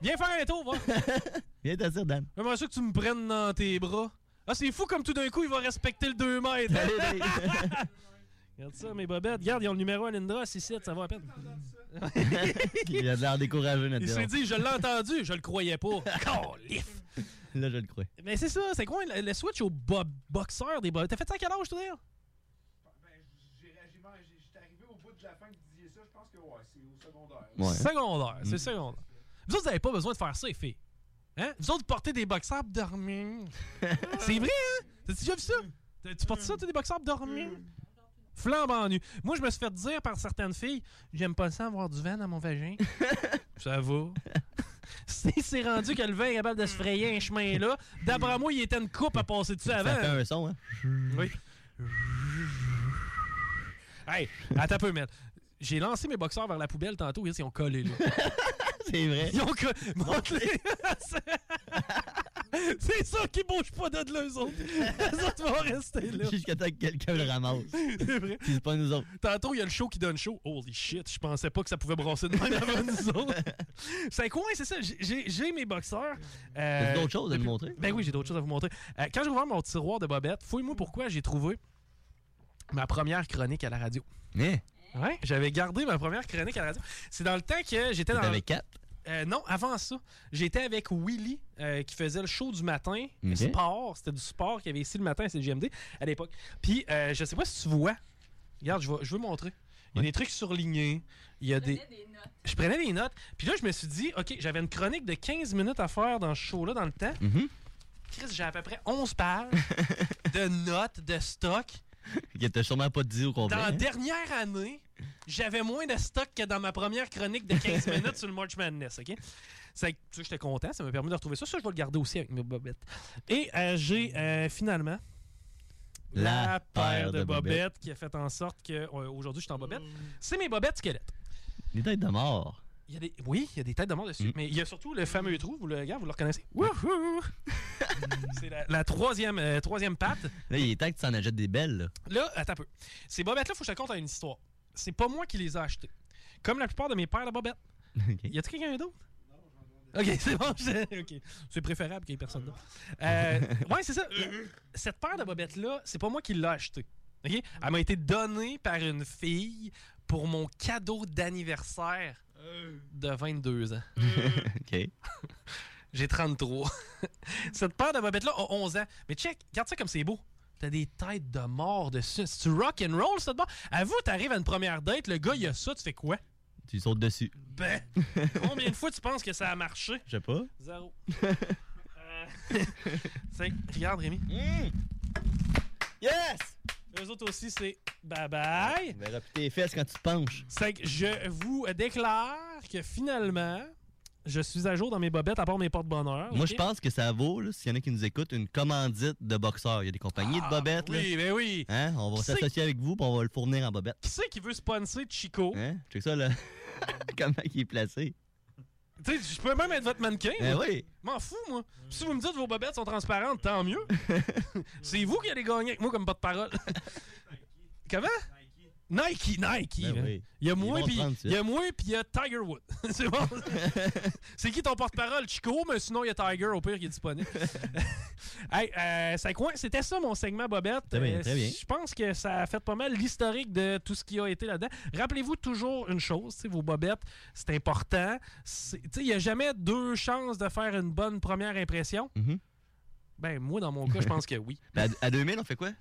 Speaker 1: Viens faire un tour, va!
Speaker 8: Viens te dire, Dan.
Speaker 1: J'aimerais ça que tu me prennes dans tes bras. Ah, c'est fou comme tout d'un coup, il va respecter le 2 mètres. Regarde ça, mes bobettes. Regarde, ils ont le numéro à Lindra, 6-7, ça va à peine.
Speaker 8: il a de l'air découragé, notre
Speaker 1: Il s'est
Speaker 8: gars.
Speaker 1: dit, je l'ai entendu, je le croyais pas. Calif!
Speaker 8: Là, je le crois.
Speaker 1: Mais c'est ça, c'est quoi le, le switch au bo- boxeur des bobettes? T'as fait ça à quel âge, toi, d'ailleurs?
Speaker 4: J'étais arrivé au bout de la fin que vous disiez ça, je pense que ouais, c'est au secondaire.
Speaker 1: Secondaire, c'est
Speaker 4: Mm.
Speaker 1: secondaire. Vous autres, vous avez pas besoin de faire ça, les filles. Hein? Vous autres, portez des boxeurs pour dormir. c'est vrai, hein? T'as-tu déjà vu ça? T'as- Tu portes ça, t'as des boxeurs pour dormir? Flambant nu. Moi, je me suis fait dire par certaines filles, j'aime pas ça avoir du vin dans mon vagin. ça va. Si c'est rendu que le vin est capable de se frayer un chemin là, d'après moi, il était une coupe à passer dessus avant.
Speaker 8: Mm. Ça fait un son, hein?
Speaker 1: Oui. Hey, attends un peu, mec. J'ai lancé mes boxeurs vers la poubelle tantôt, ils ont collé là.
Speaker 8: C'est vrai.
Speaker 1: Ils ont collé. Montre-les. C'est ça qui bouge pas de là, eux autres. Eux autres vont rester là.
Speaker 8: Jusqu'à temps que quelqu'un le ramasse.
Speaker 1: C'est vrai.
Speaker 8: C'est pas nous autres.
Speaker 1: Tantôt, il y a le show qui donne chaud. Holy shit, je pensais pas que ça pouvait brasser de même avant nous autres. C'est un coin, c'est ça. J'ai- J'ai j'ai mes boxeurs. Euh,
Speaker 8: T'as d'autres choses à
Speaker 1: depuis-
Speaker 8: nous montrer?
Speaker 1: Ben oui, j'ai d'autres choses à vous montrer. Euh, quand j'ai ouvert mon tiroir de bobettes, fouille-moi pourquoi j'ai trouvé ma première chronique à la radio.
Speaker 8: Hein?
Speaker 1: Ouais, j'avais gardé ma première chronique à la radio. C'est dans le temps que j'étais dans.
Speaker 8: avec Kat?
Speaker 1: Euh, non, avant ça, j'étais avec Willy euh, qui faisait le show du matin,
Speaker 8: Ok.
Speaker 1: sport. C'était du sport qu'il y avait ici le matin à CGMD à l'époque. Puis euh, je sais pas si tu vois. Regarde, je, vais- je veux montrer. Il y a des trucs surlignés. Il y a des... Je prenais des notes. Puis là, je me suis dit, OK, j'avais une chronique de 15 minutes à faire dans ce show-là, dans le temps.
Speaker 8: Mhm.
Speaker 1: Chris, j'ai à peu près 11 pages de notes, de stock.
Speaker 8: Il t'a sûrement pas dit au complet.
Speaker 1: Dans la
Speaker 8: hein?
Speaker 1: dernière année, j'avais moins de stock que dans ma première chronique de 15 minutes sur le March Madness, OK? C'est que, tu sais, j'étais content, ça m'a permis de retrouver ça. Ça, je vais le garder aussi avec mes bobettes. Et euh, j'ai euh, finalement
Speaker 8: La paire de
Speaker 1: bobettes,
Speaker 8: bobettes
Speaker 1: qui a fait en sorte que euh, aujourd'hui je suis en bobette. C'est mes bobettes squelettes.
Speaker 8: Des têtes de mort.
Speaker 1: Il y a des, oui, il y a des têtes de mort dessus,
Speaker 8: Mm.
Speaker 1: mais il y a surtout le fameux trou, vous le, regarde, vous le reconnaissez. Wouhou! C'est la, la troisième, euh, troisième patte.
Speaker 8: Là, il est temps que tu en achètes des belles, là.
Speaker 1: Là, attends un peu. Ces bobettes-là, faut que je te conte une histoire. C'est pas moi qui les ai achetées. Comme la plupart de mes paires de bobettes. Y a-t-il quelqu'un d'autre? Ok, c'est bon. je- ok. C'est préférable qu'il y ait personne d'autre. Euh, ouais, c'est ça. Cette paire de bobettes-là, c'est pas moi qui l'ai achetée. Ok? Elle m'a été donnée par une fille pour mon cadeau d'anniversaire de 22 ans.
Speaker 8: OK.
Speaker 1: J'ai 33. Cette paire de bobettes-là a 11 ans. Mais check, regarde ça comme c'est beau. T'as des têtes de mort dessus. C'est-tu rock and roll, cette barre? Avoue, t'arrives à une première date, le gars, il a ça, tu fais quoi?
Speaker 8: Tu sautes dessus.
Speaker 1: Ben, combien de fois tu penses que ça a marché?
Speaker 8: Je sais pas.
Speaker 1: Zéro. Euh, c'est- regarde, Rémi.
Speaker 8: Mmh.
Speaker 1: Yes! Eux autres aussi, c'est bye-bye.
Speaker 8: Mais là, tes fesses quand tu te penches.
Speaker 1: C'est que je vous déclare que finalement, je suis à jour dans mes bobettes à part mes porte-bonheur.
Speaker 8: Moi, je pense que ça vaut, là, s'il y en a qui nous écoutent, une commandite de boxeurs. Il y a des compagnies
Speaker 1: Ah,
Speaker 8: de bobettes, là.
Speaker 1: oui, ben oui.
Speaker 8: Hein? On va
Speaker 1: Qui c'est-
Speaker 8: s'associer avec vous, puis on va le fournir en bobette.
Speaker 1: Qui c'est qui veut sponsor Chico?
Speaker 8: Hein? Check ça, là. Comment il est placé.
Speaker 1: Tu sais, je peux même être votre mannequin.
Speaker 8: Eh
Speaker 1: moi.
Speaker 8: oui.
Speaker 1: M'en fous, moi. Puis si vous me dites que vos bobettes sont transparentes, tant mieux. C'est vous qui allez gagner avec moi comme porte-parole. Comment? Nike, Nike.
Speaker 8: Ben
Speaker 1: hein.
Speaker 8: oui.
Speaker 1: Il y a
Speaker 8: Ils
Speaker 1: moi,
Speaker 8: vont
Speaker 1: puis
Speaker 8: prendre ça.
Speaker 1: il y a moi, puis il y a Tiger Wood. C'est bon. C'est qui ton porte-parole, Chico? Mais sinon, il y a Tiger au pire qui est disponible. hey, euh, c'est quoi? C'était ça mon segment Bobette. Euh,
Speaker 8: Très bien, très bien.
Speaker 1: Je pense que ça a fait pas mal l'historique de tout ce qui a été là-dedans. Rappelez-vous toujours une chose, tu sais, vos bobettes, c'est important. C'est- tu sais, Il n'y a jamais deux chances de faire une bonne première impression. Ben, moi, dans mon cas, je pense que oui.
Speaker 8: Mhm. Ben, à, à 2000, on fait quoi?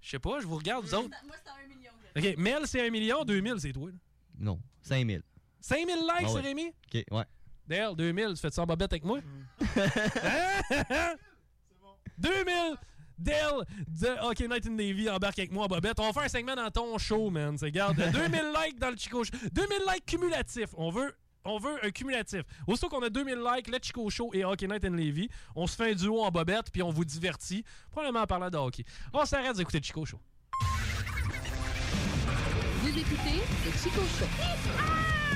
Speaker 1: Je sais pas, je vous regarde, vous autres.
Speaker 7: Moi, c'est un million.
Speaker 1: OK, Mel, c'est un million, 2000, c'est toi. là.
Speaker 8: Non, 5000.
Speaker 1: 5000 likes,
Speaker 8: Ah ouais.
Speaker 1: c'est Rémi?
Speaker 8: OK, ouais.
Speaker 1: D'ailleurs, 2000, tu fais ça en bobette avec moi? Hein? 2000! Dale de Hockey Night in Navy embarque avec moi, Bobette. On va faire un segment dans ton show, man. C'est garde. 2000 likes dans le Chico Show. 2000 likes cumulatifs. On veut. On veut un cumulatif. Aussitôt qu'on a 2000 likes, le Chico Show et Hockey Night in Levy, on se fait un duo en bobette puis on vous divertit, probablement en parlant de hockey. On s'arrête d'écouter le Chico Show.
Speaker 20: Vous écoutez le Chico Show.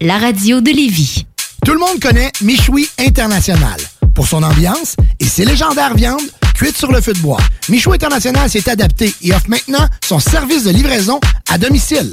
Speaker 31: la radio de Lévis. Tout le monde connaît Michoui International pour son ambiance et ses légendaires viandes cuites sur le feu de bois. Michoui International s'est adapté et offre maintenant son service de livraison à domicile.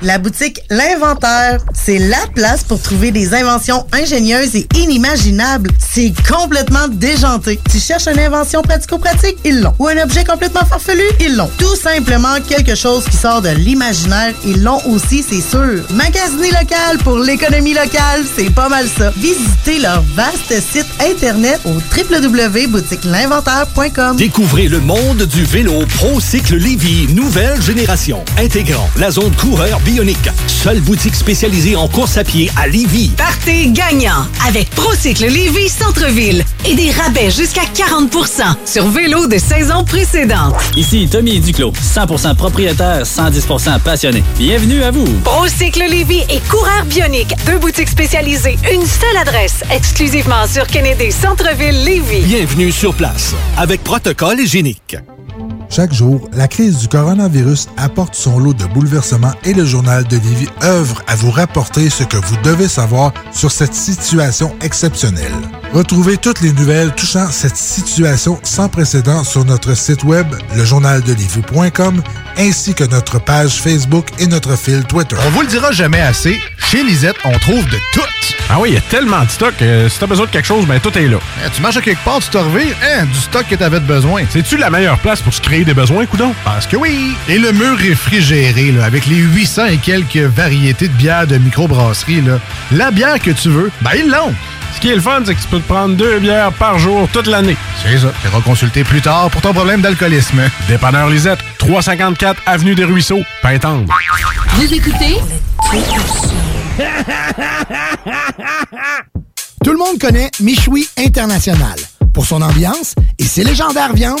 Speaker 43: La boutique L'Inventaire, c'est la place pour trouver des inventions ingénieuses et inimaginables. C'est complètement déjanté. Tu cherches une invention pratico-pratique? Ils l'ont. Ou un objet complètement farfelu? Ils l'ont. Tout simplement quelque chose qui sort de l'imaginaire, ils l'ont aussi, c'est sûr. Magasiner local pour l'économie locale, c'est pas mal ça. Visitez leur vaste site internet au www.boutiquelinventaire.com.
Speaker 15: Découvrez le monde du vélo ProCycle Lévy, nouvelle génération, intégrant la zone coureur bionique. Seule boutique spécialisée en course à pied à Lévy.
Speaker 16: Partez gagnant avec Procycle Lévis Centre-Ville et des rabais jusqu'à 40 sur vélo de saison précédente.
Speaker 17: Ici Tommy Duclos, 100% propriétaire, 110% passionné. Bienvenue à vous.
Speaker 16: Procycle Lévis et Coureur Bionique, deux boutiques spécialisées, une seule adresse, exclusivement sur Kennedy Centre-Ville Lévis.
Speaker 15: Bienvenue sur place avec protocole hygiénique.
Speaker 13: Chaque jour, la crise du coronavirus apporte son lot de bouleversements et le journal de Livy œuvre à vous rapporter ce que vous devez savoir sur cette situation exceptionnelle. Retrouvez toutes les nouvelles touchant cette situation sans précédent sur notre site web, lejournaldelivy.com, ainsi que notre page Facebook et notre fil Twitter.
Speaker 41: On vous le dira jamais assez, chez Lisette, on trouve de tout. Ah oui, il y a tellement de stock. euh, si t'as besoin de quelque chose, ben tout est là. tu marches à quelque part, tu te revires, hein, du stock que t'avais de besoin. C'est-tu la meilleure place pour se créer des besoins, coudon? Parce que oui! Et le mur réfrigéré, là, avec les 800 et quelques variétés de bières de microbrasserie, là, la bière que tu veux, ben ils l'ont! Ce qui est le fun, c'est que tu peux te prendre deux bières par jour toute l'année. C'est ça. Tu consulter plus tard pour ton problème d'alcoolisme. Dépanneur Lisette, 354 Avenue des Ruisseaux, Pintendre.
Speaker 20: Vous écoutez
Speaker 31: Tout le monde connaît Michoui International pour son ambiance et ses légendaires viandes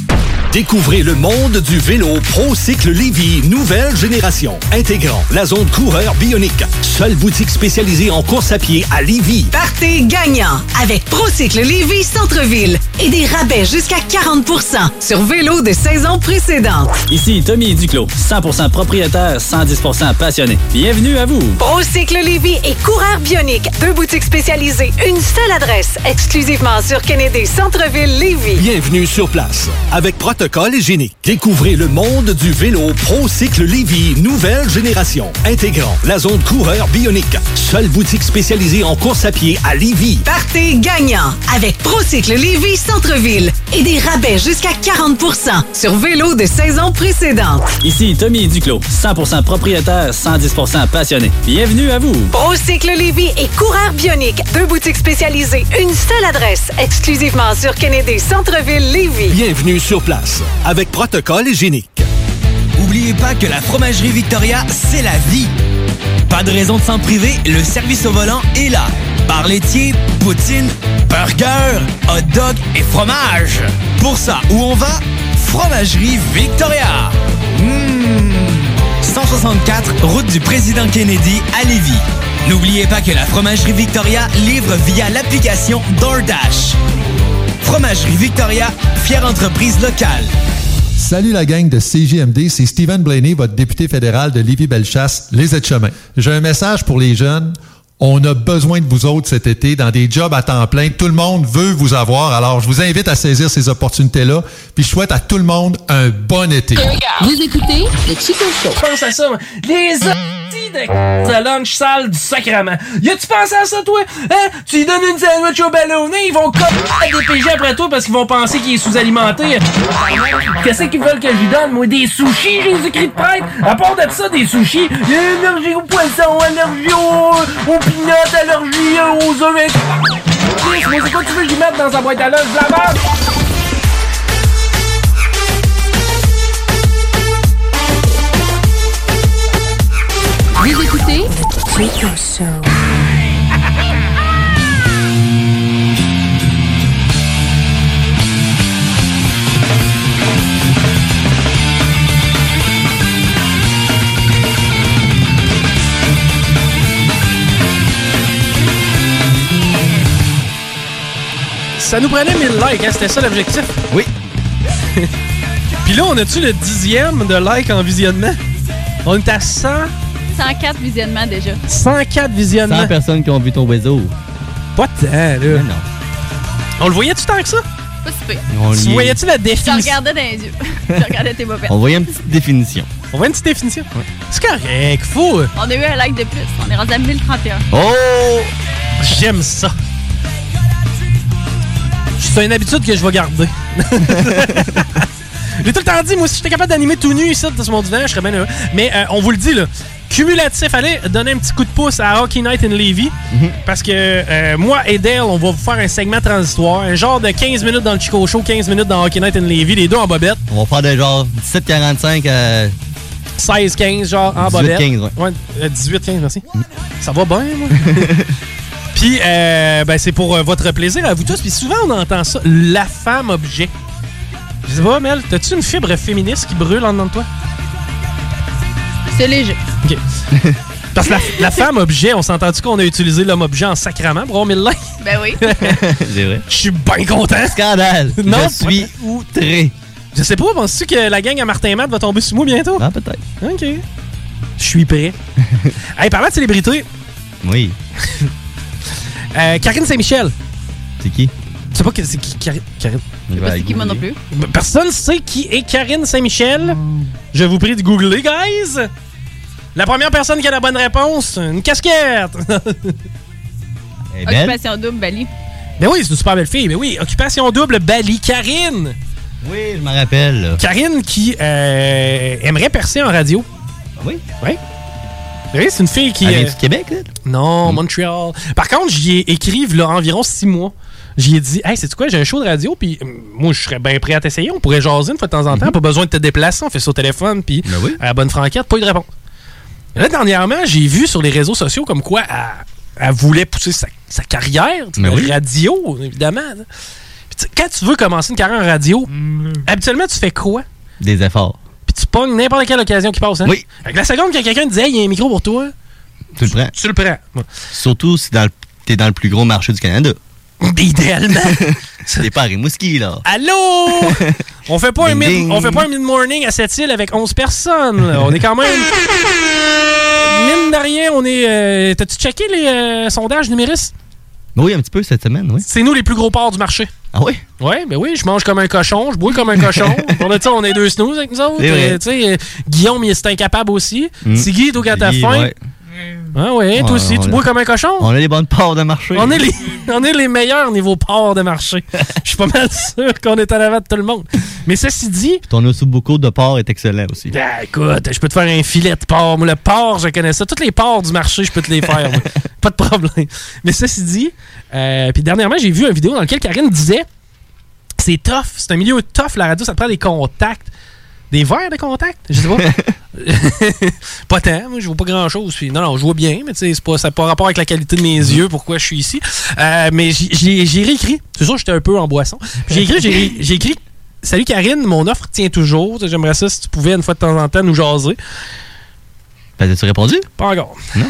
Speaker 15: Découvrez le monde du vélo ProCycle Lévy, nouvelle génération, intégrant la zone coureur bionique. Seule boutique spécialisée en course à pied à Lévy.
Speaker 16: Partez gagnant avec Procycle Lévis Centre-ville et des rabais jusqu'à 40 sur vélo de saison précédente.
Speaker 17: Ici Tommy Duclos, 100% propriétaire, 110% passionné. Bienvenue à vous.
Speaker 16: Procycle Lévis et Coureur Bionique, deux boutiques spécialisées, une seule adresse, exclusivement sur Kennedy Centre-ville Lévis.
Speaker 15: Bienvenue sur place. Avec protocole hygiénique, découvrez le monde du vélo ProCycle Lévy nouvelle génération, intégrant la zone coureur bionique. Seule boutique spécialisée en course à pied à Lévy.
Speaker 16: Partez gagnant avec Procycle Lévis Centre-ville et des rabais jusqu'à 40 sur vélo de saison précédente.
Speaker 17: Ici Tommy Duclos, 100% propriétaire, 110% passionné. Bienvenue à vous.
Speaker 16: Procycle Lévis et Coureur Bionique, deux boutiques spécialisées, une seule adresse, exclusivement sur Kennedy Centre-ville Lévis.
Speaker 15: Bienvenue sur place. Avec protocole hygiénique.
Speaker 22: N'oubliez pas que la fromagerie Victoria, c'est la vie. Pas de raison de s'en priver, le service au volant est là. Bar laitier, poutine, burger, hot dog et fromage. Pour ça, où on va? Fromagerie Victoria. Mmh. 164, route du président Kennedy à Lévis. N'oubliez pas que la fromagerie Victoria livre via l'application DoorDash. Fromagerie Victoria, fière entreprise locale.
Speaker 25: Salut la gang de CJMD, c'est Stephen Blaney, votre député fédéral de Lévis-Bellechasse, les Aides-Chemins. J'ai un message pour les jeunes. On a besoin de vous autres cet été dans des jobs à temps plein. Tout le monde veut vous avoir. Alors, je vous invite à saisir ces opportunités-là. Puis, je souhaite à tout le monde un bon été.
Speaker 24: Vous écoutez le Chico Show. Mm.
Speaker 43: Pense à ça, moi. les hosties de c- de lunch sale du sacrement. Y a-tu pensé à ça, toi? Hein? Tu lui donnes une sandwich au ballonné, ils vont copier des PG après toi parce qu'ils vont penser qu'il est sous-alimenté. Qu'est-ce qu'ils veulent que je lui donne, moi? Des sushis, Jésus-Christ de prêtre? À part de ça, des sushis, il y a une allergie au poisson, allergie au, au peanut, allergie aux œufs. mais- Chris, Mais c'est quoi que tu veux que je lui mette dans sa boîte à lunch? La merde!
Speaker 24: Vous écoutez Chico Show.
Speaker 1: Ça nous prenait 1000 likes, hein? c'était ça l'objectif? Oui. Puis là, on a-tu le dixième de likes en visionnement? On est à 100,
Speaker 7: 104 visionnements déjà.
Speaker 1: 104 visionnements.
Speaker 8: 100 personnes qui ont vu ton oiseau.
Speaker 1: Pas de temps, là. On le voyait tout le temps que ça?
Speaker 7: Pas si pire.
Speaker 8: On
Speaker 1: Tu
Speaker 8: y est.
Speaker 1: voyais-tu la
Speaker 7: Je te
Speaker 1: définition?
Speaker 7: regardais dans les yeux. Je te regardais tes bobettes.
Speaker 8: On voyait une petite définition.
Speaker 1: On voit une petite définition? C'est correct, euh, fou!
Speaker 7: On a eu un like de plus. On est rendu à 1031.
Speaker 1: Oh! J'aime ça. C'est une habitude que je vais garder. J'ai tout le temps dit, moi, si j'étais capable d'animer tout nu ici, sur mon divan, je serais bien heureux. Mais euh, on vous le dit, là, cumulatif, allez donner un petit coup de pouce à Hockey Night in Levy. Parce que euh, moi et Dale, on va vous faire un segment transitoire, un genre de 15 minutes dans le Chico Show, 15 minutes dans Hockey Night in Levy, les deux en bobette.
Speaker 8: On va faire de genre 17,45 à
Speaker 1: 16-15, genre en
Speaker 8: 18-15,
Speaker 1: bobette.
Speaker 8: ouais. Mm.
Speaker 1: euh, 18-15, merci. Ça va bien, moi. Puis, euh, ben, c'est pour euh, votre plaisir à vous tous. Puis souvent, on entend ça, la femme objet. Je sais pas, Mel, t'as-tu une fibre féministe qui brûle en dedans de toi?
Speaker 7: C'est léger.
Speaker 1: OK. Parce que la, la femme objet, on s'entend-tu qu'on a utilisé l'homme objet en sacrament pour avoir 1000 likes?
Speaker 7: Ben oui.
Speaker 8: C'est vrai.
Speaker 1: Je suis bien content.
Speaker 8: Scandale.
Speaker 1: Non,
Speaker 8: Je suis outré.
Speaker 1: Je sais pas, penses-tu que la gang à Martin Matt va tomber sous moi bientôt?
Speaker 8: Ah, peut-être.
Speaker 1: OK. Je suis prêt. hey, parlant de célébrité,
Speaker 8: Oui.
Speaker 1: euh, Karine Saint-Michel.
Speaker 8: C'est qui?
Speaker 1: Tu sais pas que- c'est qui Karine? Karine? Ben,
Speaker 8: Je sais pas c'est qui, moi non
Speaker 7: plus.
Speaker 1: Personne sait qui est Karine Saint-Michel. Je vous prie de googler, guys. La première personne qui a la bonne réponse, une casquette.
Speaker 8: Eh
Speaker 1: Elle
Speaker 7: Occupation double, Bali.
Speaker 1: Ben oui, c'est une super belle fille. Ben oui, occupation double, Bali, Karine.
Speaker 8: Oui, je m'en rappelle. là.
Speaker 1: Karine qui euh, aimerait percer en radio.
Speaker 8: Ah oui?
Speaker 1: Oui. Oui, c'est une fille qui.
Speaker 8: Elle Mm. vient
Speaker 1: est
Speaker 8: du Québec, là?
Speaker 1: Non, Montreal. Par contre, j'y ai écrit là, environ six mois. J'y ai dit, hey, c'est quoi, j'ai un show de radio, puis euh, moi, je serais bien prêt à t'essayer. On pourrait jaser une fois de temps en
Speaker 8: Mm-hmm.
Speaker 1: temps. Pas besoin de te déplacer. On fait ça au téléphone, puis
Speaker 8: Ben
Speaker 1: à la bonne franquette, pas eu de réponse. Là, dernièrement, j'ai vu sur les réseaux sociaux comme quoi elle, elle voulait pousser sa, sa carrière, tu sais,
Speaker 8: Ben
Speaker 1: la
Speaker 8: oui.
Speaker 1: radio, évidemment. Puis, tu tu- quand tu veux commencer une carrière en radio,
Speaker 8: Mm.
Speaker 1: habituellement, tu fais quoi?
Speaker 8: Des efforts.
Speaker 1: Puis tu pognes n'importe quelle occasion qui passe. Hein?
Speaker 8: Oui.
Speaker 1: Fait que la seconde que quelqu'un te dit, hey, il y a un micro pour toi,
Speaker 8: Tu le prends.
Speaker 1: tu le prends.
Speaker 8: Surtout si dans le- t'es dans le plus gros marché du Canada.
Speaker 1: Idéalement.
Speaker 8: t'es pas à Rimouski, là.
Speaker 1: Allô? On fait pas, un,
Speaker 8: Ding,
Speaker 1: mid,
Speaker 8: ding.
Speaker 1: On fait pas un mid-morning à cette île avec 11 personnes. là. On est quand même. Mine de rien, on est. euh, T'as-tu checké les euh, sondages numéristes?
Speaker 8: Oui, un petit peu cette semaine, oui.
Speaker 1: C'est nous les plus gros ports du marché.
Speaker 8: Ah oui?
Speaker 1: Oui, ben oui, je mange comme un cochon, je bois comme un cochon. Pour le temps, on est deux snooze avec nous autres.
Speaker 8: C'est vrai.
Speaker 1: Euh, tu sais, euh, Guillaume, il est incapable aussi.
Speaker 8: Mm.
Speaker 1: Tiggy, toi, quand t'as
Speaker 8: Tiggy,
Speaker 1: faim.
Speaker 8: ouais.
Speaker 1: Ah ouais, toi
Speaker 8: On-
Speaker 1: aussi,
Speaker 8: on
Speaker 1: tu
Speaker 8: a-
Speaker 1: bois comme un cochon.
Speaker 8: On a les bonnes parts de marché.
Speaker 1: On est, les, on est les meilleurs niveau port de marché. Je suis pas mal sûr qu'on est en avant de tout le monde. Mais ceci dit,
Speaker 8: Ton osso bucco de porc est excellent aussi.
Speaker 1: Ah, écoute, je peux te faire un filet de porc. Moi, le porc, je connais ça. Toutes les porcs du marché, je peux te les faire. moi. Pas de problème. Mais ceci dit, euh, puis dernièrement, j'ai vu une vidéo dans laquelle Karine disait c'est tough, c'est un milieu tough, la radio, ça te prend des contacts. Des verres de contact? Je sais pas. pas tant, moi, je vois pas grand chose. Puis, non, non, je vois bien, mais tu sais, c'est pas, ça n'a pas rapport avec la qualité de mes yeux, pourquoi je suis ici. Euh, mais j'ai- j'ai j'ai réécrit. C'est sûr, j'étais un peu en boisson. Puis J'ai écrit, j'ai ré- j'ai écrit Salut Karine, mon offre tient toujours. Tu sais, J'aimerais ça si tu pouvais une fois de temps en temps nous jaser.
Speaker 8: Ben, as-tu répondu?
Speaker 1: Pas encore.
Speaker 8: Non.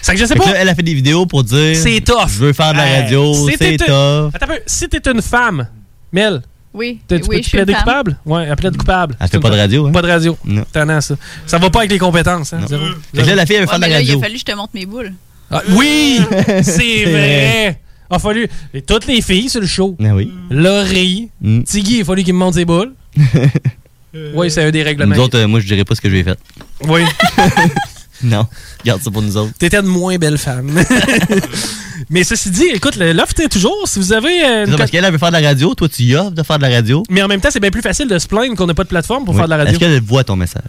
Speaker 1: C'est que je sais
Speaker 8: Fait
Speaker 1: pas.
Speaker 8: là, elle a fait des vidéos pour dire.
Speaker 1: C'est tough.
Speaker 8: Je veux faire de la
Speaker 1: Euh,
Speaker 8: radio,
Speaker 1: si t'es
Speaker 8: c'est
Speaker 1: une-
Speaker 8: tough.
Speaker 1: Attends un peu, si t'es une femme, Mel,
Speaker 7: Oui,
Speaker 1: t'as- tu
Speaker 7: oui,
Speaker 1: peux
Speaker 7: je
Speaker 1: te
Speaker 7: suis une
Speaker 1: plaider
Speaker 7: femme.
Speaker 1: coupable? Ouais, elle plaide coupable.
Speaker 8: Elle
Speaker 1: C'est
Speaker 8: fait
Speaker 1: une
Speaker 8: pas de
Speaker 1: femme.
Speaker 8: radio, hein?
Speaker 1: Pas de radio.
Speaker 8: Non.
Speaker 1: Tannant, ça. Ça va pas avec les compétences, hein? Zéro.
Speaker 8: Fait que là, la fille, elle veut
Speaker 7: Ouais,
Speaker 8: faire de
Speaker 7: mais
Speaker 8: la
Speaker 7: là, il a
Speaker 8: radio.
Speaker 7: fallu que je te montre mes boules.
Speaker 1: Ah, oui! C'est
Speaker 8: C'est
Speaker 1: vrai!
Speaker 8: vrai.
Speaker 1: Il a fallu. et toutes les filles sur le show.
Speaker 8: Ah oui. Mm.
Speaker 1: Laurie, Tiggy, il a fallu qu'il me monte ses boules. oui, c'est un des règlements.
Speaker 8: Nous autres, euh, moi, je dirais pas ce que j'ai fait.
Speaker 1: Oui.
Speaker 8: Non. Garde ça pour nous autres.
Speaker 1: T'étais une moins belle femme. Mais ceci dit, écoute, le- l'offre tient toujours. Si vous avez. euh,
Speaker 8: C'est
Speaker 1: une
Speaker 8: ça, parce
Speaker 1: co-
Speaker 8: qu'elle, elle veut faire de la radio. Toi, tu y offres de faire de la radio.
Speaker 1: Mais en même temps, c'est bien plus facile de se plaindre qu'on n'a pas de plateforme pour
Speaker 8: Oui.
Speaker 1: faire de la radio.
Speaker 8: Est-ce qu'elle voit ton message?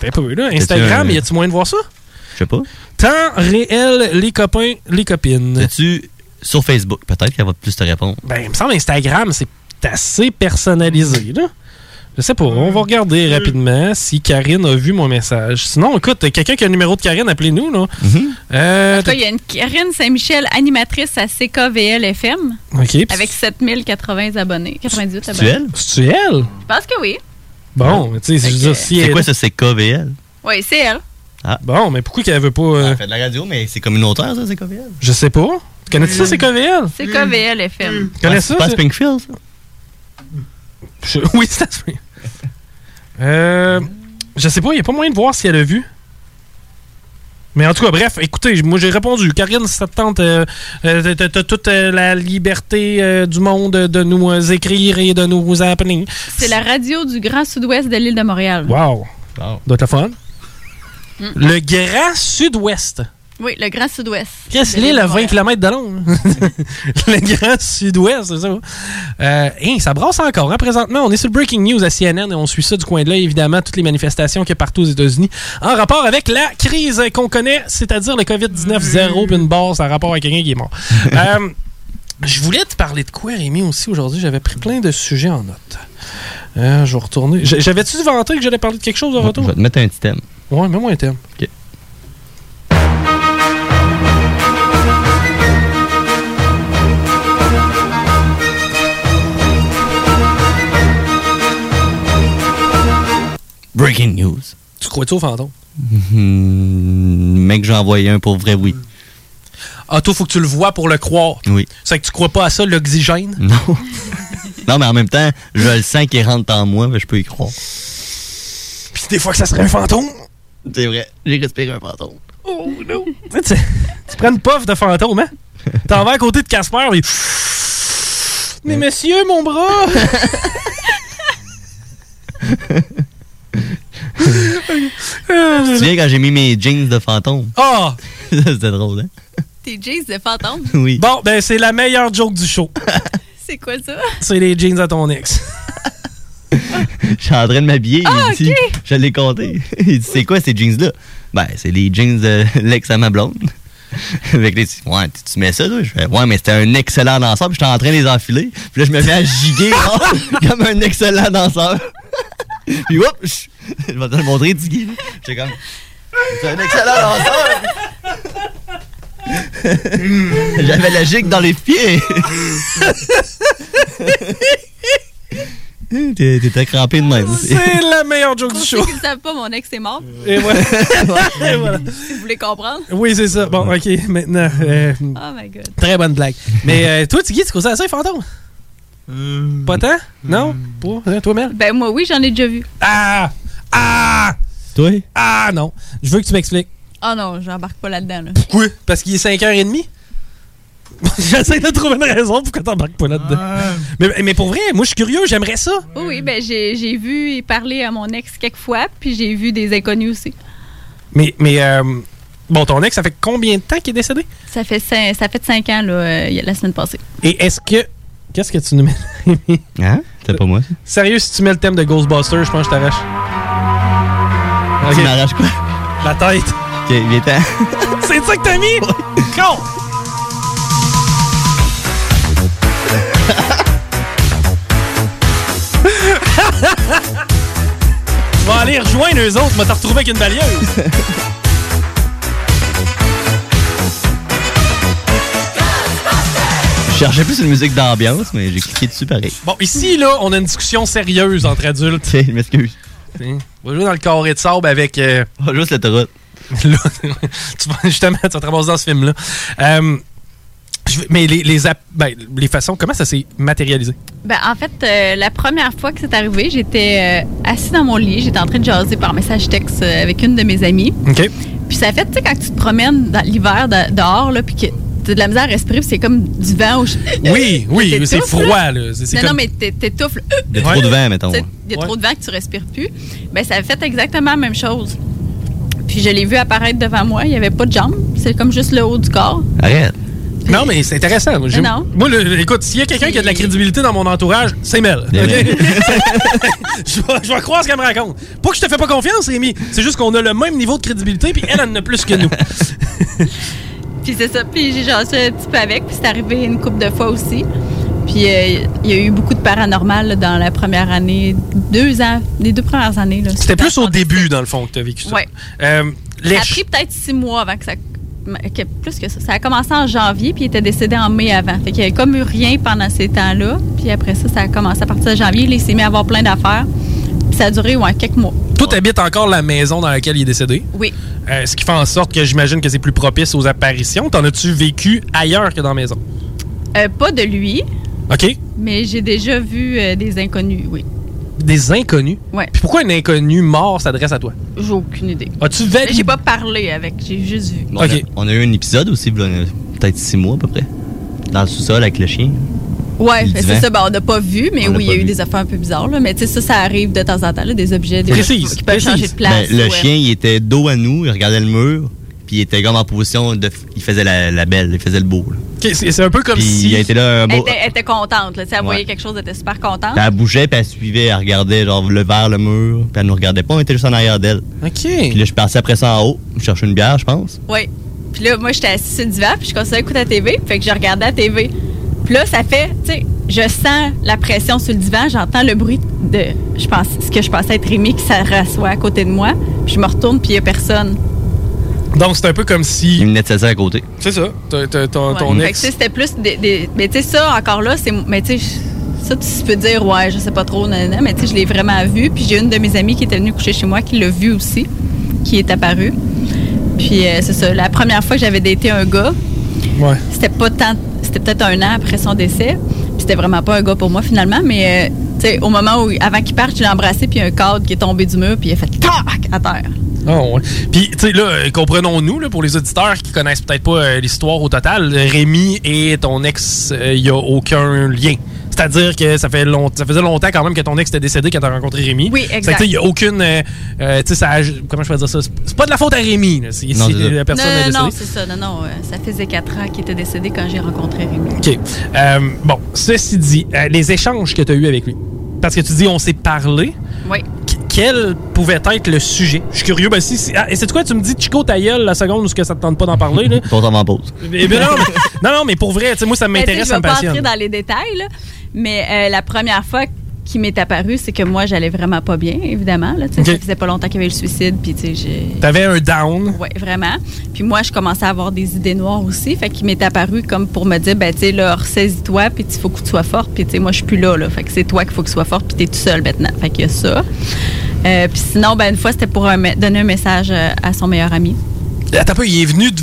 Speaker 1: T'es un peu, là. Instagram,
Speaker 8: T'as-tu un-
Speaker 1: y a-tu moyen de voir ça? euh,
Speaker 8: Je sais pas.
Speaker 1: Temps réel, les copains, les copines.
Speaker 8: Tu sur Facebook, peut-être qu'elle va plus te répondre.
Speaker 1: Ben, il me semble Instagram, c'est assez personnalisé, là. Je sais pas, on va regarder
Speaker 8: Euh.
Speaker 1: rapidement si Karine a vu mon message. Sinon, écoute, quelqu'un qui a le numéro de Karine, appelez-nous, là.
Speaker 8: Mhm.
Speaker 1: Euh,
Speaker 7: En tout cas, il y a une Karine Saint-Michel, animatrice à CKVL FM,
Speaker 1: OK. puis
Speaker 7: avec 7080 abonnés, 98
Speaker 8: C'est-tu
Speaker 7: abonnés.
Speaker 8: elle?
Speaker 1: C'est-tu elle?
Speaker 7: Je pense que oui.
Speaker 1: Ben, Bon, mais tu sais, c'est juste si
Speaker 8: C'est
Speaker 1: elle-
Speaker 8: quoi ça, c'est KVL?
Speaker 7: Oui, c'est elle.
Speaker 1: Bon, mais pourquoi qu'elle veut pas. euh,
Speaker 8: Ah. Elle fait de la radio, mais c'est communautaire, Ah, ça, c'est KVL.
Speaker 1: Je sais pas. Tu connais-tu ça, c'est CKVL?
Speaker 7: CKVL FM.
Speaker 1: Tu connais ça?
Speaker 8: C'est pas à
Speaker 1: Hmm. ça?
Speaker 8: Springfield, ça?
Speaker 1: Je- Oui, c'est à Springfield. Euh, je sais pas, il n'y a pas moyen de voir si elle a vu. Mais en tout cas, bref, écoutez, moi j'ai répondu. Karine, si ça te tente, euh, euh, t'as- t'as toute euh, la liberté euh, du monde de nous euh, écrire et de nous appeler.
Speaker 7: C'est la radio du Grand Sud-Ouest de l'île de Montréal.
Speaker 1: Wow! Doit être le fun.
Speaker 7: Mm.
Speaker 1: Le Grand Sud-Ouest.
Speaker 7: Oui, le Grand Sud-Ouest.
Speaker 1: Qu'est-ce
Speaker 7: De
Speaker 1: l'île à 20
Speaker 7: Montréal.
Speaker 1: km de long? le grand sud-ouest, c'est ça? Euh, hein, ça brasse encore. hein, présentement, on est sur le Breaking News à CNN et on suit ça du coin de l'œil, évidemment, toutes les manifestations qu'il y a partout aux États-Unis en rapport avec la crise qu'on connaît, c'est-à-dire le COVID-19 zéro, puis une barre, ça a rapport avec quelqu'un qui est mort. Euh, je voulais te parler de quoi, Rémi, aussi aujourd'hui. J'avais pris plein de sujets en note. Euh, je vais retourner. J- J'avais-tu vanté que j'allais parler de quelque chose en
Speaker 8: Je
Speaker 1: retour?
Speaker 8: vais te mettre un petit thème.
Speaker 1: Ouais, mets-moi un terme.
Speaker 8: OK. Breaking news.
Speaker 1: Tu crois-tu au fantôme?
Speaker 8: Mhm. Mec, j'ai envoyé un pour vrai, oui.
Speaker 1: Ah, toi, faut que tu le vois pour le croire.
Speaker 8: Oui.
Speaker 1: C'est que tu crois pas à ça, l'oxygène?
Speaker 8: Non. non, mais en même temps, je le sens qu'il rentre en moi, mais je peux y croire.
Speaker 1: Puis des fois que ça serait un fantôme.
Speaker 8: C'est vrai, j'ai respiré un fantôme.
Speaker 1: Oh non! tu, sais, tu- tu prends une puff de fantôme, hein? T'en vas à côté de Casper, mais. Mais monsieur, mon bras! Ah,
Speaker 8: Tu te souviens quand j'ai mis mes jeans de fantôme?
Speaker 1: Ah!
Speaker 8: C'était drôle, hein?
Speaker 7: Tes jeans de fantôme.
Speaker 8: Oui.
Speaker 1: Bon, ben, c'est la meilleure joke du show.
Speaker 7: C'est quoi ça?
Speaker 1: C'est les jeans à ton ex.
Speaker 8: Je suis en train de m'habiller.
Speaker 7: Ah,
Speaker 8: il dit,
Speaker 7: ok.
Speaker 8: Je l'ai compté. Il dit, c'est quoi ces jeans-là? Ben, c'est les jeans de l'ex à ma blonde. Fait que là, il dit, ouais, tu- tu mets ça, toi? Je fais, ouais, mais c'était un excellent danseur, puis j'étais en train de les enfiler. Puis là, je me mets à giguer oh, comme un excellent danseur. puis, oups, je, je vais te le montrer, Tiggy. J'étais comme, c'est un excellent danseur. J'avais la gigue dans les pieds. T'es- T'étais crampé de même.
Speaker 1: C'est la meilleure joke du
Speaker 7: Pour ceux
Speaker 1: show.
Speaker 7: qui ne le savent pas, mon ex est mort.
Speaker 1: Et voilà. Et voilà.
Speaker 7: Si vous voulez comprendre.
Speaker 1: Oui, c'est ça. Bon, OK, maintenant. euh,
Speaker 7: Oh my god.
Speaker 1: Très bonne blague. Mais euh, toi, Tiggy, tu causes à ça, les fantômes?
Speaker 8: Euh,
Speaker 1: Pas tant? Non?
Speaker 8: hmm.
Speaker 1: Pas? Hein, toi, Mel?
Speaker 7: Ben moi, oui, j'en ai déjà vu.
Speaker 1: Ah! Ah!
Speaker 8: Toi?
Speaker 1: Ah non. Je veux que tu m'expliques.
Speaker 7: Ah non, j'embarque pas là-dedans. Là.
Speaker 1: Pourquoi? Parce qu'il est 5h30? J'essaie de trouver une raison pourquoi t'embarques pas là-dedans. Mais, mais pour vrai, moi, je suis curieux, j'aimerais ça.
Speaker 7: Oui, oui, ben j'ai j'ai vu et parlé à mon ex quelques fois, puis j'ai vu des inconnus aussi.
Speaker 1: Mais, mais euh, bon, ton ex, ça fait combien de temps qu'il est décédé?
Speaker 7: Ça fait cinq, ça fait cinq ans là, euh, y a- la semaine passée.
Speaker 1: Et est-ce que. Qu'est-ce que tu nous mets?
Speaker 8: Hein? C'était pas moi. ça.
Speaker 1: Sérieux, si tu mets le thème de Ghostbusters, je pense que je t'arrache.
Speaker 8: Tu m'arraches quoi?
Speaker 1: La tête.
Speaker 8: Ok, il est temps.
Speaker 1: C'est ça que t'as mis? Con! Je vais aller rejoindre eux autres, je vais te retrouver avec une balayeuse.
Speaker 8: Je cherchais plus une musique d'ambiance, mais j'ai cliqué dessus pareil.
Speaker 1: Bon, ici, là, on a une discussion sérieuse entre adultes.
Speaker 8: Ok, je m'excuse.
Speaker 1: Tiens, On va jouer dans le carré de sable avec. Euh...
Speaker 8: Juste l'autoroute.
Speaker 1: Là, tu vas- justement, tu vas te ramasser dans ce film-là. Euh, je vais- mais les, les, ap- ben, les façons, comment ça s'est matérialisé?
Speaker 7: Ben, en fait, euh, la première fois que c'est arrivé, j'étais euh, assis dans mon lit, j'étais en train de jaser par message texte euh, avec une de mes amies.
Speaker 1: OK.
Speaker 7: Puis ça fait, tu sais, quand tu te promènes dans l'hiver de- dehors, là, puis que t'as de la misère à respirer, puis c'est comme du vent. Ou...
Speaker 1: Oui, oui,
Speaker 7: T'étouffes,
Speaker 1: c'est froid, là. C'est- c'est
Speaker 7: Non, non,
Speaker 1: comme-
Speaker 7: mais t'é- t'étouffes. là.
Speaker 8: Il y a trop de vent, mettons. hein.
Speaker 7: Tu sais, Il y a trop de vent que tu respires plus. Ben, ça a fait exactement la même chose. Puis je l'ai vu apparaître devant moi. Il n'y avait pas de jambes. C'est comme juste le haut du corps.
Speaker 8: Arrête.
Speaker 1: Non, mais c'est intéressant. Moi, j'ai-
Speaker 7: Non.
Speaker 1: moi, le- écoute, s'il y a quelqu'un qui a de la crédibilité dans mon entourage, c'est Mel. ok? je, vais, je vais croire ce qu'elle me raconte. Pas que je te fais pas confiance, Amy. C'est juste qu'on a le même niveau de crédibilité, puis elle en a plus que nous.
Speaker 7: Puis c'est ça. Puis j'ai jasé un petit peu avec. Puis c'est arrivé une couple de fois aussi. Puis euh, il y a eu beaucoup de paranormal là, dans la première année, deux ans, les deux premières années. là.
Speaker 1: C'était plus au début, dans le fond, que tu as vécu ça.
Speaker 7: Ouais.
Speaker 1: Euh, les
Speaker 7: Ça a pris peut-être six mois avant que ça. que- plus que ça. Ça a commencé en janvier, puis il était décédé en mai avant. Fait qu'il n'y avait comme eu rien pendant ces temps-là. Puis après ça, ça a commencé à partir de janvier. Là, il s'est mis à avoir plein d'affaires. Puis ça a duré, ouais, quelques mois.
Speaker 1: Toi, t'habites encore la maison dans laquelle il est décédé.
Speaker 7: Oui.
Speaker 1: Euh, ce qui fait en sorte que j'imagine que c'est plus propice aux apparitions. T'en as-tu vécu ailleurs que dans la maison?
Speaker 7: Euh, pas de lui,
Speaker 1: OK?
Speaker 7: mais j'ai déjà vu euh, des inconnus, oui.
Speaker 1: Des inconnus.
Speaker 7: Ouais.
Speaker 1: Puis pourquoi un inconnu mort s'adresse à toi?
Speaker 7: J'ai aucune idée.
Speaker 1: As-tu
Speaker 7: Mais J'ai pas parlé avec, j'ai juste vu.
Speaker 8: Bon, on a- On, a, eu un épisode aussi, v'là, euh, peut-être six mois à peu près. Dans le sous-sol avec le chien.
Speaker 7: Ouais,
Speaker 8: Le
Speaker 7: fait,
Speaker 8: divan.
Speaker 7: c'est ça. Ben, on n'a pas vu, mais
Speaker 8: hein? On n'a
Speaker 7: oui, il y
Speaker 8: pas
Speaker 7: a eu
Speaker 8: vu.
Speaker 7: des affaires un peu bizarres. Là, mais tu sais, ça, ça arrive de temps en temps, là, des objets des qui peuvent changer de place.
Speaker 8: Ben, le
Speaker 7: ouais.
Speaker 8: chien, il était dos à nous, il regardait le mur, puis il était comme en position de. f- Il faisait la, la belle, il faisait le beau. là.
Speaker 1: c'est c'est un peu comme
Speaker 8: Puis
Speaker 1: si.
Speaker 8: il a été là un
Speaker 7: Elle
Speaker 8: beau.
Speaker 7: était, elle était contente. Là, tu sais, elle voyait
Speaker 8: Ouais.
Speaker 7: quelque chose, elle était super contente.
Speaker 8: Elle bougeait, puis elle suivait, elle regardait genre le vers le mur, puis elle nous regardait pas, on était juste en arrière d'elle.
Speaker 1: OK.
Speaker 8: Puis là, je passais après ça en haut, je cherchais une bière, je pense.
Speaker 7: Oui. Puis là, moi, j'étais assise sur le divan, puis je commençais à écouter la TV, fait que je regardais la TV. Puis là, ça fait, tu sais, je sens la pression sur le divan, j'entends le bruit de je pense, ce que je pensais être Rémi qui s'assoit à côté de moi. Puis je me retourne, puis il n'y a personne.
Speaker 1: Donc, c'est un peu comme si.
Speaker 8: Il me mettait ça à côté.
Speaker 1: C'est ça. T'as- t'as- Ton,
Speaker 7: Ouais.
Speaker 1: ton
Speaker 7: Fait que, tu
Speaker 1: ex.
Speaker 7: sais, c'était plus des. des- mais tu sais, ça, encore là, c'est. Mais tu sais, ça, tu peux dire, ouais, je sais pas trop, nanana, mais tu sais, je l'ai vraiment vu. Puis j'ai une de mes amies qui était venue coucher chez moi qui l'a vu aussi, qui est apparue. Puis euh, c'est ça, la première fois que j'avais daté un gars,
Speaker 1: Ouais.
Speaker 7: c'était pas tant. C'était peut-être un an après son décès. Puis c'était vraiment pas un gars pour moi finalement, mais. euh, tu sais, au moment où, avant qu'il parte, je l'ai embrassé, puis il y a un cadre qui est tombé du mur, puis il a fait TAC à terre.
Speaker 1: Oh, ouais. Puis, tu sais, là, euh, comprenons-nous, là, pour les auditeurs qui connaissent peut-être pas euh, l'histoire au total, Rémi et ton ex, il n'y a aucun lien. C'est-à-dire que ça, fait long- ça faisait longtemps quand même que ton ex était décédé quand t'as rencontré Rémi.
Speaker 7: Oui, exact.
Speaker 1: Fait que, tu sais, il n'y a aucune. euh, euh, tu sais, ça. Comment je peux dire ça? C'est c'est pas de la faute à Rémi, là, si,
Speaker 8: Non,
Speaker 1: si
Speaker 8: c'est ça.
Speaker 1: la personne est
Speaker 7: non, non,
Speaker 1: décédée.
Speaker 7: non, c'est ça. Non, non, euh, ça faisait quatre ans qu'il était décédé quand j'ai rencontré Rémi.
Speaker 1: OK. Euh, bon, ceci dit, euh, les échanges que tu as eus avec lui, parce que tu dis on s'est parlé,
Speaker 7: Oui.
Speaker 1: qu- quel pouvait être le sujet? Je suis curieux, ben si... si- ah, et c'est quoi, tu me dis Chico ta gueule la seconde où ce que ça te tente pas d'en parler, là?
Speaker 8: Ton temps en pause.
Speaker 1: Eh ben non, mais- non, non, mais pour vrai, tu sais, moi, ça
Speaker 7: Ben, tu sais,
Speaker 1: m'intéresse,
Speaker 7: Je
Speaker 1: ça
Speaker 7: vais
Speaker 1: me
Speaker 7: pas entrer
Speaker 1: passionne.
Speaker 7: dans les détails, là, mais euh, la première fois qui m'est apparu, c'est que moi, j'allais vraiment pas bien, évidemment. Là, tu sais,
Speaker 1: Ok.
Speaker 7: Ça faisait pas longtemps qu'il y avait le suicide, puis tu sais, j'ai...
Speaker 1: T'avais un down.
Speaker 7: Oui, vraiment. Puis moi, je commençais à avoir des idées noires aussi. Fait qu'il m'est apparu comme pour me dire, ben, tu sais, là, ressaisis-toi, puis il faut que tu sois forte. Puis, tu sais, moi, je suis plus là, là. Fait que c'est toi qu'il faut que tu sois forte, puis t'es tout seul maintenant. Fait qu'il y a ça. Euh, puis sinon, ben, une fois, c'était pour un me- donner un message euh, à son meilleur ami.
Speaker 1: Attends un peu, il est venu de-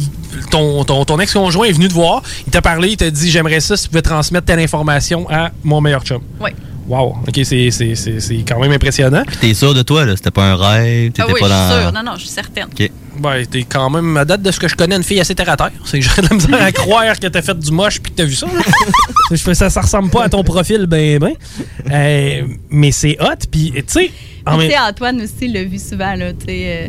Speaker 1: Ton, ton, ton ex-conjoint est venu te voir, il t'a parlé, il t'a dit J'aimerais ça si tu pouvais transmettre telle information à mon meilleur chum.
Speaker 7: Oui.
Speaker 1: Wow, ok, c'est c'est- c'est- c'est quand même impressionnant.
Speaker 8: Puis t'es sûr de toi, là? C'était pas un rêve? T'étais
Speaker 7: Ah oui,
Speaker 8: pas
Speaker 7: je suis
Speaker 8: dans...
Speaker 7: sûre. Non, non, je suis certaine.
Speaker 8: OK.
Speaker 1: Ben, t'es quand même, à date de ce que je connais, une fille assez terre à terre. C'est que j'aurais de la misère à croire que t'as fait du moche puis que t'as vu ça. là. je fais ça, ça ressemble pas à ton profil, ben, ben. Euh, mais c'est hot, puis tu sais. en
Speaker 7: Puis,
Speaker 1: même-
Speaker 7: tu sais, Antoine aussi l'a vu souvent, là, tu sais. euh,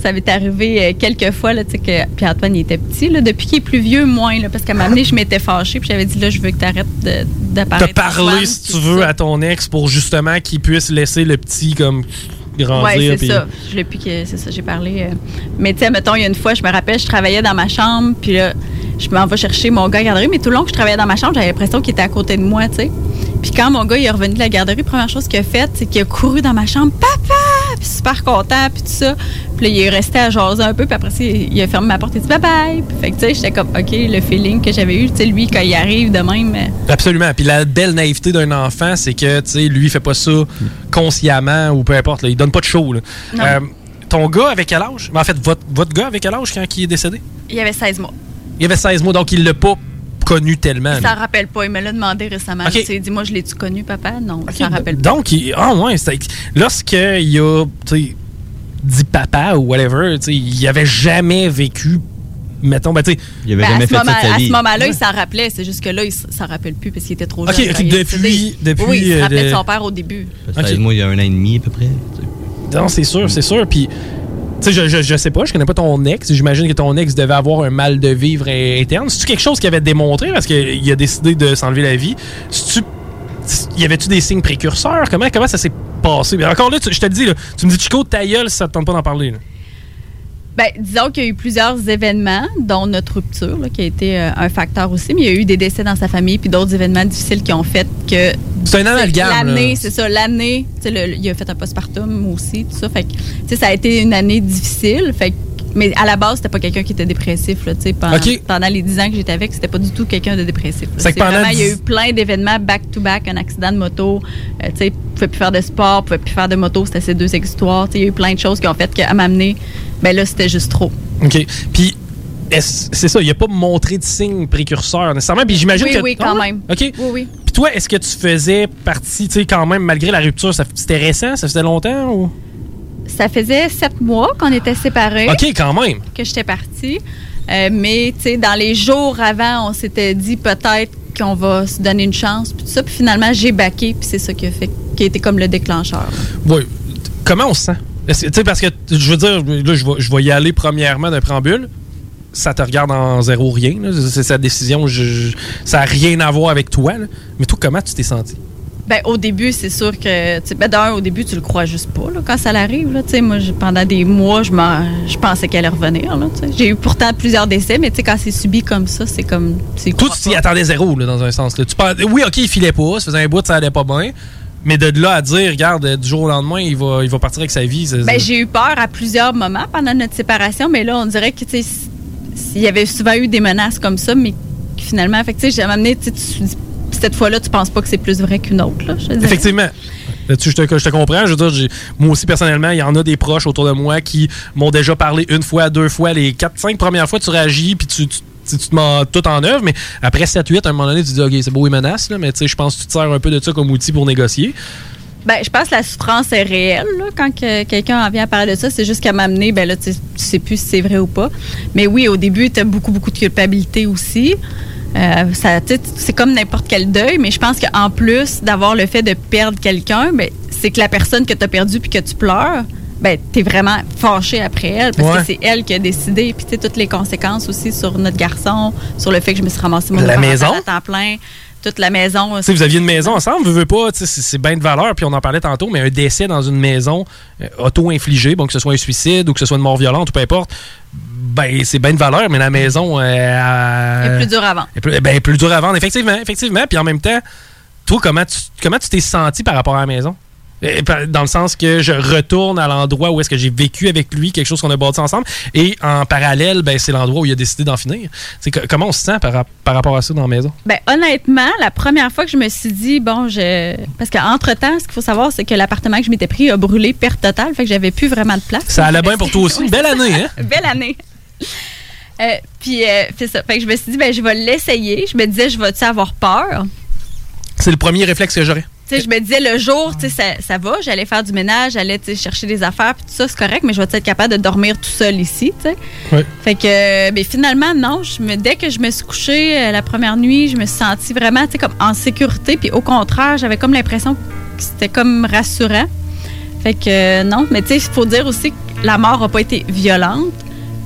Speaker 7: ça m'est arrivé euh, quelques fois, là, tu sais, que. Puis Antoine, il était petit, là. Depuis qu'il est plus vieux, moins, là. Parce qu'à un moment donné, je m'étais fâchée, puis j'avais dit, là, je veux que t'arrêtes de-
Speaker 1: te
Speaker 7: d'apparaître.
Speaker 1: parler,
Speaker 7: Antoine.
Speaker 1: si tu veux, à ton ex pour justement qu'il puisse laisser le petit comme grandir.
Speaker 7: Oui, c'est
Speaker 1: puis-
Speaker 7: ça. Je l'ai plus que c'est ça, j'ai parlé. euh. Mais tu sais, mettons, il y a une fois, je me rappelle, je travaillais dans ma chambre, puis là, je m'en vais chercher mon gars à la garderie, mais tout le long que je travaillais dans ma chambre, j'avais l'impression qu'il était à côté de moi, tu sais. Puis quand mon gars il est revenu de la garderie, première chose qu'il a faite, c'est qu'il a couru dans ma chambre, papa, puis super content, puis tout ça. Puis là, il est resté à jaser un peu, puis après ça, il a fermé ma porte et dit bye bye. Puis fait que tu sais, j'étais comme, OK, le feeling que j'avais eu, tu sais, lui, quand il arrive de même. euh,
Speaker 1: Absolument. Puis la belle naïveté d'un enfant, c'est que, tu sais, lui, il fait pas ça consciemment ou peu importe. là. Il donne pas de show. là.
Speaker 7: Non.
Speaker 1: Euh, ton gars, avec quel âge? Mais En fait, votre, votre gars, avec quel âge quand il est décédé?
Speaker 7: il avait 16 mois.
Speaker 1: Il avait 16 mois, donc il l'a pas connu tellement.
Speaker 7: Il
Speaker 1: là.
Speaker 7: s'en rappelle pas. Il me l'a demandé récemment.
Speaker 1: Ah, Ok.
Speaker 7: Tu sais, Il dit Moi, je l'ai-tu connu, papa Non, il s'en rappelle pas.
Speaker 1: Donc, il- ah ouais, c'est- lorsqu'il y a tu sais, dit papa ou whatever, tu sais, il avait jamais vécu, mettons, ben, tu sais, il avait
Speaker 7: Ben, à, ce moment, à ce moment-là, il s'en rappelait. C'est juste que là, il s- s'en rappelle plus parce qu'il était trop
Speaker 1: Ok,
Speaker 7: jeune.
Speaker 1: ok,
Speaker 7: quand il est
Speaker 1: depuis-
Speaker 7: décédé.
Speaker 1: depuis,
Speaker 7: Oui, il se
Speaker 1: euh,
Speaker 7: rappelait
Speaker 1: de-
Speaker 7: de son père au début.
Speaker 8: Parce que Moi, il y a un an et demi, à peu près.
Speaker 1: Non, c'est sûr, c'est sûr. Puis, tu sais, je, je, je sais pas, je connais pas ton ex. J'imagine que ton ex devait avoir un mal de vivre euh, interne. C'est-tu quelque chose qu'il avait démontré parce qu'il a décidé de s'enlever la vie? C'est-tu. c'est- Y avait-tu des signes précurseurs? Comment, comment ça s'est passé? Mais encore là, tu- je te le dis, là, tu me dis, Chico, ta gueule si ça te tente pas d'en parler. là.
Speaker 7: Ben, disons qu'il y a eu plusieurs événements, dont notre rupture, là, qui a été euh, un facteur aussi, mais il y a eu des décès dans sa famille, puis d'autres événements difficiles qui ont fait que.
Speaker 1: C'est un amalgame,
Speaker 7: L'année,
Speaker 1: là.
Speaker 7: c'est ça, l'année. tu sais, le- le- Il a fait un postpartum aussi, tout ça. Fait que, tu sais, ça a été une année difficile. Fait que- mais à la base, c'était pas quelqu'un qui était dépressif. Là, tu sais, pendant,
Speaker 1: Ok.
Speaker 7: pendant les 10 ans que j'étais avec, c'était pas du tout quelqu'un de dépressif. là.
Speaker 1: C'est que pendant
Speaker 7: vraiment, il y a
Speaker 1: 10
Speaker 7: eu plein d'événements back-to-back, un accident de moto, euh, tu sais, pouvait plus faire de sport, pouvait plus faire de moto, c'était ces deux histoires, tu sais, il y a eu plein de choses qui ont fait qu'à m'amener, ben là, c'était juste trop.
Speaker 1: OK. Puis, est-ce- c'est ça, il a pas montré de signes précurseurs nécessairement. Puis j'imagine
Speaker 7: Oui,
Speaker 1: que.
Speaker 7: oui,
Speaker 1: Ah
Speaker 7: quand
Speaker 1: ouais?
Speaker 7: même.
Speaker 1: OK.
Speaker 7: Oui, oui.
Speaker 1: Puis toi, est-ce que tu faisais partie, tu sais, quand même, malgré la rupture, ça- c'était récent, ça faisait longtemps ou.
Speaker 7: Ça faisait sept mois qu'on était séparés.
Speaker 1: OK, quand même.
Speaker 7: que j'étais partie. Euh, mais, tu sais, dans les jours avant, on s'était dit peut-être qu'on va se donner une chance, puis tout ça. Puis finalement, j'ai baqué, puis c'est ça qui a, fait, qui a été comme le déclencheur.
Speaker 1: Oui. Comment on se sent? Est-ce que- Tu sais, parce que, je veux dire, là, je vais, je vais y aller premièrement d'un préambule. Ça te regarde en zéro rien. là. C'est sa décision. je- je- ça n'a rien à voir avec toi. là. Mais toi, comment tu t'es senti?
Speaker 7: Ben, au début, c'est sûr que. tu sais, Ben, d'un, au début, tu le crois juste pas, là, quand ça l'arrive. Là, Tu sais, moi, je- pendant des mois, je, m'en- je pensais qu'elle allait revenir. Là, tu sais. j'ai eu pourtant plusieurs décès, mais tu sais, quand c'est subi comme ça, c'est comme. c'est-
Speaker 1: Toi, tu t'y attendais zéro, là, dans un sens. là. Tu pens- oui, OK, il filait pas. Ça faisait un bout, ça allait pas bien. Mais de là à dire, regarde, euh, du jour au lendemain, il va, il va partir avec sa vie. c'est-
Speaker 7: Ben,
Speaker 1: c'est-
Speaker 7: j'ai eu peur à plusieurs moments pendant notre séparation, mais là, on dirait que, tu sais, s- il y avait souvent eu des menaces comme ça, mais finalement, fait que, tu sais, j'ai amené, tu sais, tu te dis, cette fois-là, tu penses pas que c'est plus vrai qu'une autre, là, je te dirais.
Speaker 1: Effectivement. Là-dessus, je te, je te comprends. Je veux dire, j'ai- moi aussi, personnellement, il y en a des proches autour de moi qui m'ont déjà parlé une fois, deux fois, les quatre, cinq premières fois, tu réagis, puis tu, tu, tu- tu te mets tout en œuvre. Mais après 7, 8, à un moment donné, tu te dis, OK, c'est beau, il menace, là, mais tu sais, je pense que tu te sers un peu de ça comme outil pour négocier.
Speaker 7: Ben, je pense que la souffrance est réelle, là, quand que quelqu'un en vient à parler de ça, c'est juste qu'à m'amener, ben là, tu sais, tu sais plus si c'est vrai ou pas. Mais oui, au début, tu as beaucoup, beaucoup de culpabilité aussi. Euh, ça, tu sais, c'est comme n'importe quel deuil, mais je pense qu'en plus d'avoir le fait de perdre quelqu'un, ben, c'est que la personne que tu as perdue puis que tu pleures, ben, tu es vraiment fâché après elle parce
Speaker 1: Ouais.
Speaker 7: que c'est elle qui a décidé. Puis, tu sais, toutes les conséquences aussi sur notre garçon, sur le fait que je me suis ramassée mon
Speaker 1: La
Speaker 7: enfant
Speaker 1: maison?
Speaker 7: à temps plein, toute la maison.
Speaker 1: Tu sais, vous aviez une maison ensemble, vous veux pas, tu sais, c'est, c'est bien de valeur, puis on en parlait tantôt, mais un décès dans une maison euh, auto-infligé, bon, que ce soit un suicide ou que ce soit une mort violente, ou peu importe, ben, c'est bien de valeur, mais la maison. euh, elle-
Speaker 7: plus dur avant.
Speaker 1: Et plus, ben, plus dur à vendre, effectivement, effectivement. Puis en même temps, Toi, comment tu comment tu t'es senti par rapport à la maison? Euh, par- Dans le sens que je retourne à l'endroit où est-ce que j'ai vécu avec lui, quelque chose qu'on a bâti ensemble, et en parallèle, ben, c'est l'endroit où il a décidé d'en finir. C'est que- comment on se sent par, rap- par rapport à ça dans la maison?
Speaker 7: Ben, honnêtement, la première fois que je me suis dit, bon, je. Parce qu'entre-temps, ce qu'il faut savoir, c'est que l'appartement que je m'étais pris a brûlé, perte totale, fait que j'avais plus vraiment de place.
Speaker 1: Ça allait bien pour toi aussi. Une belle année, hein?
Speaker 7: Belle année. Euh, puis, euh, c'est ça. Fait que je me suis dit, ben, je vais l'essayer. Je me disais, je vais-tu avoir peur?
Speaker 1: C'est le premier réflexe que j'aurais.
Speaker 7: Tu sais, je me disais, le jour, tu sais, ça, ça va, j'allais faire du ménage, j'allais tu sais, chercher des affaires, puis tout ça, c'est correct, mais je vais être capable de dormir tout seul ici, tu sais. Fait que, euh, ben, finalement, non. Je me, dès que je me suis couchée euh, la première nuit, je me suis sentie vraiment, tu sais, comme en sécurité. Puis au contraire, j'avais comme l'impression que c'était comme rassurant. Fait que, euh, non. Mais tu sais, il faut dire aussi que la mort n'a pas été violente.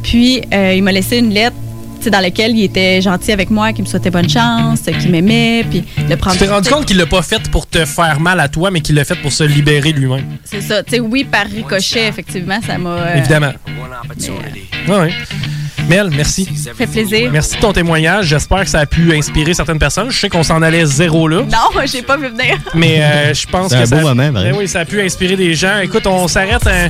Speaker 7: Puis euh, il m'a laissé une lettre, tu sais, dans laquelle il était gentil avec moi, qu'il me souhaitait bonne chance, qu'il m'aimait, puis de prendre.
Speaker 1: Tu t'es rendu compte qu'il l'a pas fait pour te faire mal à toi, mais qu'il l'a fait pour se libérer lui-même.
Speaker 7: C'est ça. Tu sais, oui, par ricochet, effectivement, ça m'a. euh,
Speaker 1: Évidemment. Ouais, ouais. Mel, merci.
Speaker 7: Ça fait plaisir.
Speaker 1: Merci de ton témoignage. J'espère que ça a pu inspirer certaines personnes. Je sais qu'on s'en allait zéro là.
Speaker 7: Non, j'ai pas vu venir.
Speaker 1: Mais euh, je pense
Speaker 17: C'est
Speaker 1: que
Speaker 17: un
Speaker 1: ça,
Speaker 17: beau moment, par
Speaker 1: Ben
Speaker 17: exemple.
Speaker 1: oui, ça a pu inspirer des gens. Écoute, on s'arrête un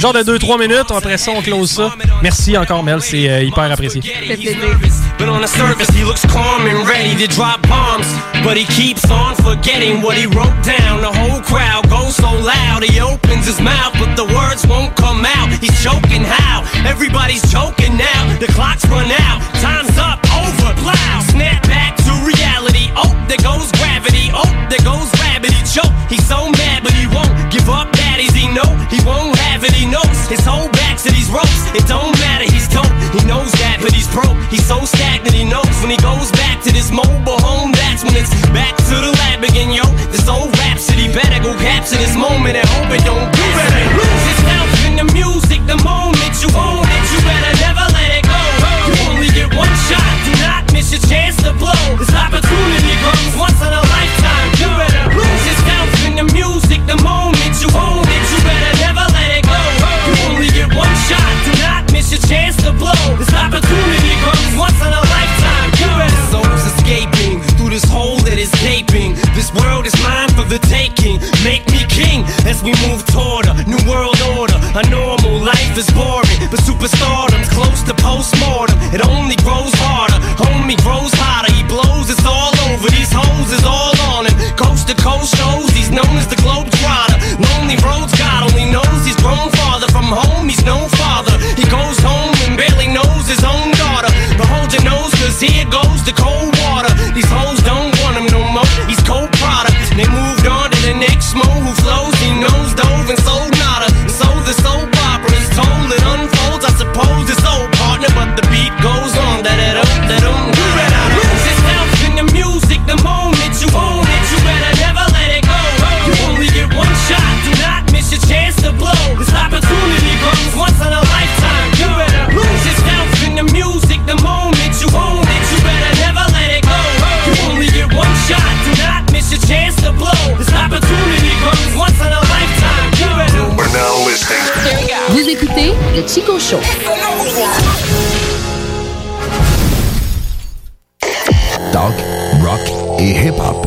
Speaker 1: genre de 2-3 minutes. Après ça, on close ça. Merci encore, Mel. C'est euh, hyper apprécié.
Speaker 5: He's nervous, but on the surface he looks calm and ready to drop bombs. But he keeps on forgetting what he wrote down. The whole crowd goes so loud, he opens his mouth, but the words won't come out. He's choking how? Everybody's choking now. The clock's run out, time's up, over, plow. Snap back to reality. Oh, there goes gravity. Oh, there goes rabbit. He choke. He's so mad, but he won't give up. Daddies, he know he won't have it. He knows his whole back to these ropes. It don't matter. He's dope. He knows that, but he's broke. He's so stagnant. He knows when he goes back to this mobile home. That's when it's back to the lab again, yo. This old rhapsody better go capture this moment and hope it don't do better. Lose yourself in the music the moment you own it. You better never let it go. You only get one shot. Do not miss your chance to blow. This opportunity comes once in a lifetime. You better lose yourself in the music the moment you own it. You better never let it go. You only get one shot. Do not miss your chance to blow. This opportunity comes once in a lifetime. You better. Souls escaping through this hole that is gaping. This world is mine for the taking. Make me king as we move toward a new world order. A normal life is boring, but superstardom's close to postmortem. It only grows harder. Homie grows hotter. He blows. It's all over. These hoes is all on him. Coast to coast shows. He's known as the globe trotter. Lonely roads. God only knows he's grown farther from home. He's no father. He goes home and barely knows his own daughter. But hold your nose, cause here goes the cold water. These hoes don't want him no more. He's cold product. They moved on to the next mo who flows. He knows dove and sold nada. And so the soap opera is told. It unfolds. I suppose it's old partner, but the beat goes on. That it up, that um. You better lose yourself in the music the moment you own it. You better never let it go. You only get one shot. Do not miss your chance to blow. This opportunity comes once in a lifetime. You better lose yourself in the music the moment you own it. You better never let it go. You only get one shot. Do not miss your chance to blow. This opportunity comes once in a lifetime. You better.
Speaker 4: We're now listening.
Speaker 44: Vous écoutez le Chico Show.
Speaker 4: Talk, rock et hip-hop.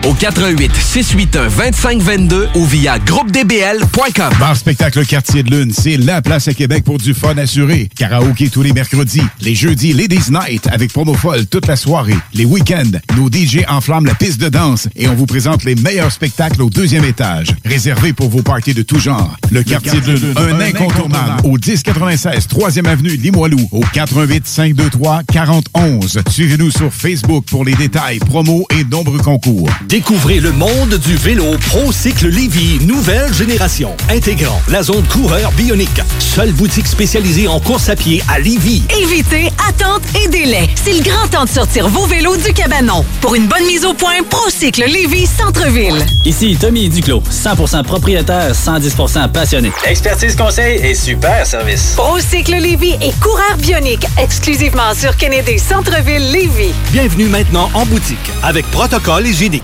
Speaker 14: au 88 681 2522 ou via groupedbl.com.
Speaker 40: Bar Spectacle Quartier de Lune, c'est la place à Québec pour du fun assuré. Karaoke tous les mercredis, les jeudis Ladies Night avec promo folle toute la soirée, les week-ends, nos DJ enflamment la piste de danse et on vous présente les meilleurs spectacles au deuxième étage, réservés pour vos parties de tout genre. Le Quartier de Lune, un incontournable au 1096 3e avenue Limoilou au 88 523 4011. Suivez-nous sur Facebook pour les détails, promos et nombreux concours.
Speaker 15: Découvrez le monde du vélo ProCycle Lévy, nouvelle génération. Intégrant la zone coureur bionique. Seule boutique spécialisée en course à pied à Lévy.
Speaker 16: Évitez, attente et délai. C'est le grand temps de sortir vos vélos du cabanon. Pour une bonne mise au point, Procycle Lévis Centre-Ville.
Speaker 17: Ici Tommy Duclos, 100% propriétaire, 110% passionné.
Speaker 19: Expertise conseil et super service.
Speaker 16: Procycle Lévis et coureur bionique, exclusivement sur Kennedy Centre-Ville Lévis.
Speaker 15: Bienvenue maintenant en boutique avec protocole hygiénique.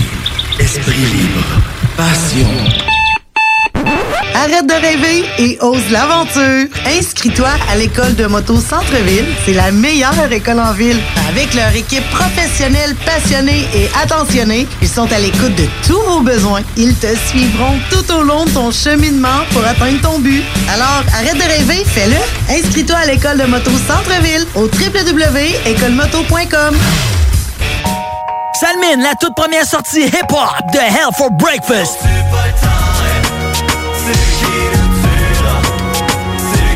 Speaker 24: Esprit libre. Passion.
Speaker 43: Arrête de rêver et ose l'aventure. Inscris-toi à l'école de moto Centre-Ville. C'est la meilleure école en ville. Avec leur équipe professionnelle, passionnée et attentionnée, ils sont à l'écoute de tous vos besoins. Ils te suivront tout au long de ton cheminement pour atteindre ton but. Alors, arrête de rêver, fais-le. Inscris-toi à l'école de moto Centre-Ville au www.écolemoto.com.
Speaker 19: Salmine, la toute première sortie hip-hop de Hell for Breakfast.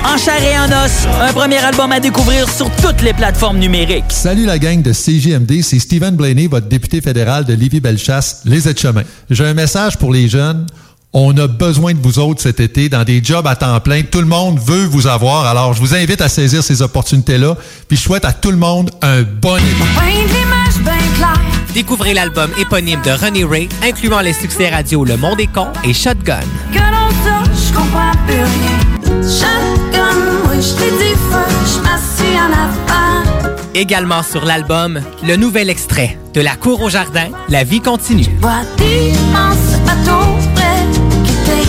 Speaker 22: En chair et en os, un premier album à découvrir sur toutes les plateformes numériques.
Speaker 33: Salut la gang de CJMD, c'est Stephen Blaney, votre député fédéral de Lévis-Bellechasse, les Etchemins. J'ai un message pour les jeunes. On a besoin de vous autres cet été dans des jobs à temps plein. Tout le monde veut vous avoir. Alors, je vous invite à saisir ces opportunités-là. Puis, je souhaite à tout le monde un bon été.
Speaker 32: Découvrez l'album éponyme de Ronnie Ray, incluant les succès radio Le Monde est con et Shotgun.
Speaker 24: Que l'on sort, je comprends plus rien. Chacun, moi, je t'ai dit fuck, je m'assis en avant.
Speaker 32: Également sur l'album, le nouvel extrait de La cour au jardin, La vie continue.
Speaker 24: Vois d'immenses bateaux prêts quitter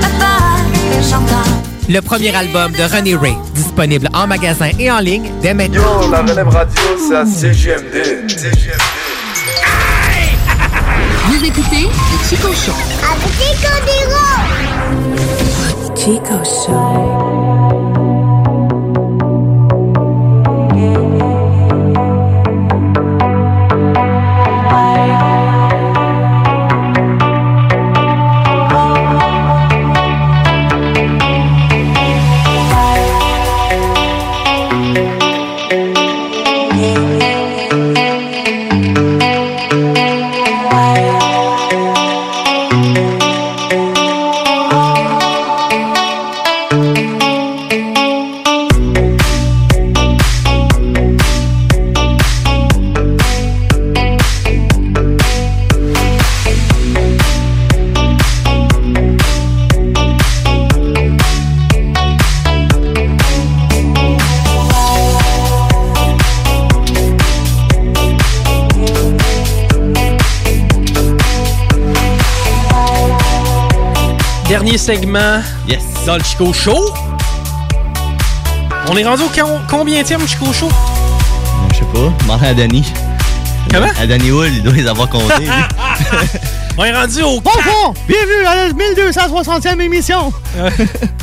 Speaker 24: la vague et j'entends.
Speaker 32: Le premier album de Ronnie Ray, disponible en magasin et en ligne dès maintenant.
Speaker 11: la relève radio, c'est à CGMD.
Speaker 45: Vous écoutez le Chico Show.
Speaker 24: Chico Show.
Speaker 1: Dernier segment
Speaker 8: yes.
Speaker 1: dans le Chico Show. On est rendu au com- combien tième Chico Show?
Speaker 8: Je sais pas, demandez à Danny.
Speaker 1: Comment?
Speaker 8: À Danny Wool, il doit les avoir comptés. lui.
Speaker 1: On est rendu au...
Speaker 5: Bonjour! Bienvenue à la 1260e émission!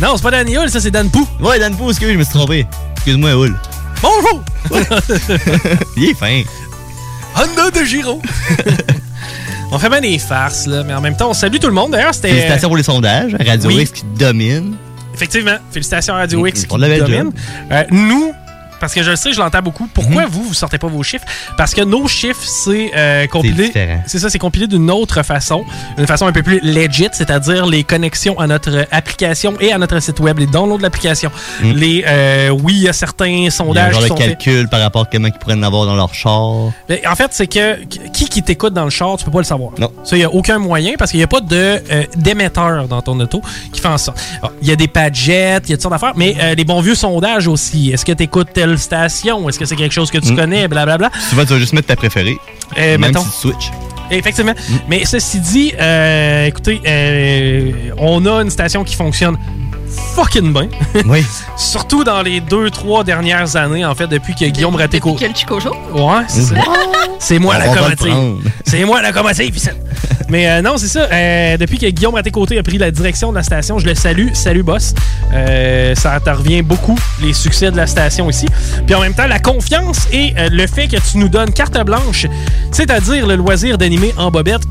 Speaker 1: non, c'est pas Dan Hull, ça c'est Dan Pou.
Speaker 8: Ouais, Dan Pou, excuse, je me suis trompé. Excuse-moi, Hull.
Speaker 1: Bonjour!
Speaker 8: il est fin.
Speaker 1: Honda de Giro. on fait bien des farces, là, mais en même temps, on salue tout le monde. D'ailleurs, c'était...
Speaker 8: Félicitations pour les sondages. Radio
Speaker 1: euh, Oui.
Speaker 8: X qui domine.
Speaker 1: Effectivement, félicitations à Radio X
Speaker 8: Mm-hmm. On
Speaker 1: qui
Speaker 8: l'avait
Speaker 1: domine. Euh, nous, parce que je le sais, je l'entends beaucoup. Pourquoi vous, vous sortez pas vos chiffres? Parce que nos chiffres, c'est euh, compilé.
Speaker 8: différent.
Speaker 1: C'est ça, c'est compilé d'une autre façon, une façon un peu plus legit, c'est-à-dire les connexions à notre application et à notre site web, les downloads de l'application. Les, euh, oui, il y a certains
Speaker 8: Mm. Il y a un
Speaker 1: sondages
Speaker 8: genre
Speaker 1: qui
Speaker 8: de
Speaker 1: sont faits.
Speaker 8: calcul par rapport à comment ils pourraient en avoir dans leur char.
Speaker 1: Ben, en fait, c'est que qui qui t'écoute dans le char, tu peux pas le savoir.
Speaker 8: Non.
Speaker 1: Ça, il n'y a aucun moyen parce qu'il n'y a pas de euh, d'émetteur dans ton auto qui fait en sorte. Ah, Il y a des padgettes, il y a toutes sortes d'affaires, mais euh, les bons vieux sondages aussi. Est-ce que tu écoutes telle station? Est-ce que c'est quelque chose que tu
Speaker 8: Mm.
Speaker 1: connais? Blablabla.
Speaker 8: Souvent, tu vas juste mettre ta préférée.
Speaker 1: Euh,
Speaker 8: même
Speaker 1: mettons.
Speaker 8: si tu Mm. switches.
Speaker 1: Effectivement. Mais ceci dit, euh, écoutez, euh, on a une station qui fonctionne fucking bien.
Speaker 8: Oui.
Speaker 1: Surtout dans les deux, trois dernières années, en fait, depuis que Guillaume Ratéco.
Speaker 7: Quel Chico Show?
Speaker 1: Ouais,
Speaker 8: Mm-hmm.
Speaker 1: c'est ça. C'est moi
Speaker 8: On
Speaker 1: la
Speaker 8: va le
Speaker 1: locomotive.
Speaker 8: prendre.
Speaker 1: C'est moi la locomotive, ici. Mais euh, non, c'est ça. Euh, depuis que Guillaume Raté-Côté a pris la direction de la station, je le salue. Salut, boss. Euh, ça te revient beaucoup, les succès de la station ici. Puis en même temps, la confiance et euh, le fait que tu nous donnes carte blanche, c'est-à-dire le loisir d'animer en bobette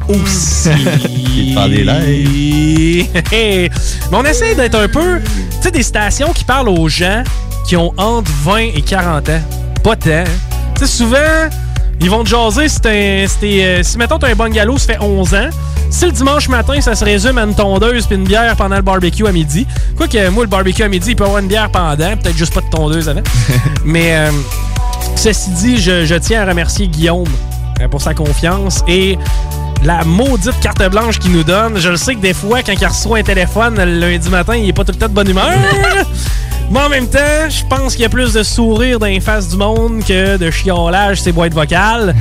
Speaker 1: aussi.
Speaker 8: Faire des lives.
Speaker 1: Mais on essaie d'être un peu, tu sais, des stations qui parlent aux gens qui ont entre 20 et 40 ans. Pas tant. hein. Tu sais, souvent, ils vont te jaser si, t'es- si t'es, euh, si, mettons, t'as un bungalow, ça fait 11 ans. Si le dimanche matin, ça se résume à une tondeuse puis une bière pendant le barbecue à midi. Quoique, moi, le barbecue à midi, il peut avoir une bière pendant, peut-être juste pas de tondeuse avant. Mais euh, ceci dit, je, je tiens à remercier Guillaume euh, pour sa confiance et la maudite carte blanche qu'il nous donne. Je le sais que des fois, quand il reçoit un téléphone le lundi matin, il est pas tout le temps de bonne humeur. Mais en même temps, je pense qu'il y a plus de sourires dans les faces du monde que de chiolage ses boîtes vocales.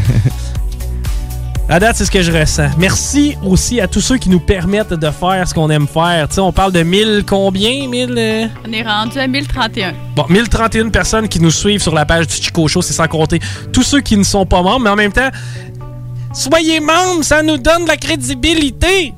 Speaker 1: À date, c'est ce que je ressens. Merci aussi à tous ceux qui nous permettent de faire ce qu'on aime faire. Tu sais, on parle de 1000 combien? 1000... euh,
Speaker 7: On est rendu à 1031.
Speaker 1: Bon, 1031 personnes qui nous suivent sur la page du Chico Show, c'est sans compter tous ceux qui ne sont pas membres, mais en même temps, soyez membres, ça nous donne de la crédibilité.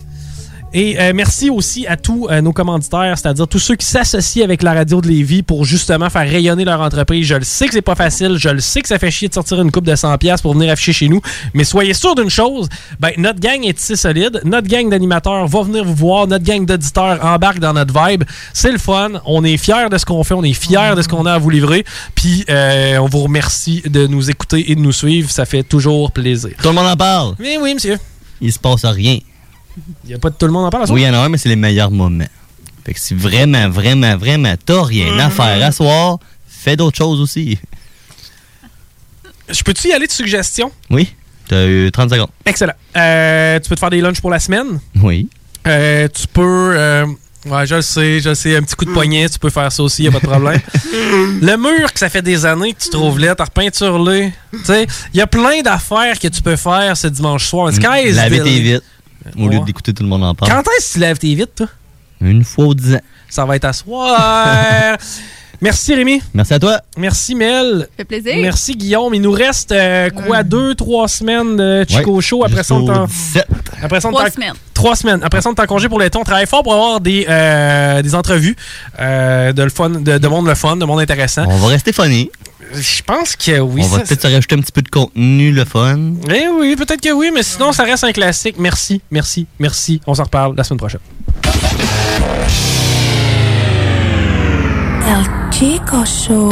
Speaker 1: Et euh, merci aussi à tous euh, nos commanditaires, c'est-à-dire tous ceux qui s'associent avec la radio de Lévis pour justement faire rayonner leur entreprise. Je le sais que c'est pas facile, je le sais que ça fait chier de sortir une coupe de 100 pièces pour venir afficher chez nous, mais soyez sûrs d'une chose, ben notre gang est ici solide, notre gang d'animateurs va venir vous voir, notre gang d'auditeurs embarque dans notre vibe. C'est le fun, on est fiers de ce qu'on fait, on est fiers de ce qu'on a à vous livrer, puis euh, on vous remercie de nous écouter et de nous suivre, ça fait toujours plaisir.
Speaker 8: Tout le monde en parle.
Speaker 1: Mais oui, monsieur.
Speaker 8: Il se passe rien.
Speaker 1: Il n'y a pas de tout le monde en parle à
Speaker 8: Oui, il y en a un, mais c'est les meilleurs moments. Fait que si vraiment, vraiment, vraiment, t'as rien
Speaker 1: Mhm.
Speaker 8: à faire à soir, fais d'autres choses aussi.
Speaker 1: Je peux-tu y aller de suggestions?
Speaker 8: Oui? T'as eu 30 secondes.
Speaker 1: Excellent. Euh, tu peux te faire des lunchs pour la semaine.
Speaker 8: Oui.
Speaker 1: Euh, tu peux. euh, ouais, je le sais, je le sais. Un petit coup de poignet, tu peux faire ça aussi, y a pas de problème. le mur que ça fait des années que tu trouves là, t'as repeinturé. Tu sais, il y a plein d'affaires que tu peux faire ce dimanche soir. Sky is
Speaker 8: Lavez
Speaker 1: the-
Speaker 8: tes vite. Au lieu
Speaker 1: Ouais.
Speaker 8: d'écouter tout le monde en parle.
Speaker 1: Quand est-ce que tu lèves tes vite, toi?
Speaker 8: Une fois au 10 ans.
Speaker 1: Ça va être à soir. Merci, Rémi.
Speaker 8: Merci à toi.
Speaker 1: Merci, Mel.
Speaker 7: fait plaisir.
Speaker 1: Merci, Guillaume. Il nous reste euh, quoi, deux, trois semaines de Chico
Speaker 8: Ouais,
Speaker 1: Show. Après ça, on
Speaker 8: jusqu'au
Speaker 1: t'en-
Speaker 8: 17.
Speaker 1: Après ça, on
Speaker 7: Trois
Speaker 1: t'en-
Speaker 7: semaines.
Speaker 1: Trois semaines. Après ça, on est en congé pour l'été. On travaille fort pour avoir des, euh, des entrevues euh, de, le fun, de, de monde le fun, de monde intéressant.
Speaker 8: On va rester funny.
Speaker 1: Je pense que oui.
Speaker 8: on va
Speaker 1: ça-
Speaker 8: peut-être se rajouter un petit peu de contenu, le fun.
Speaker 1: Eh oui, peut-être que oui, mais sinon, ça reste un classique. Merci, merci, merci. On s'en reparle la semaine prochaine.
Speaker 24: El Chico Show.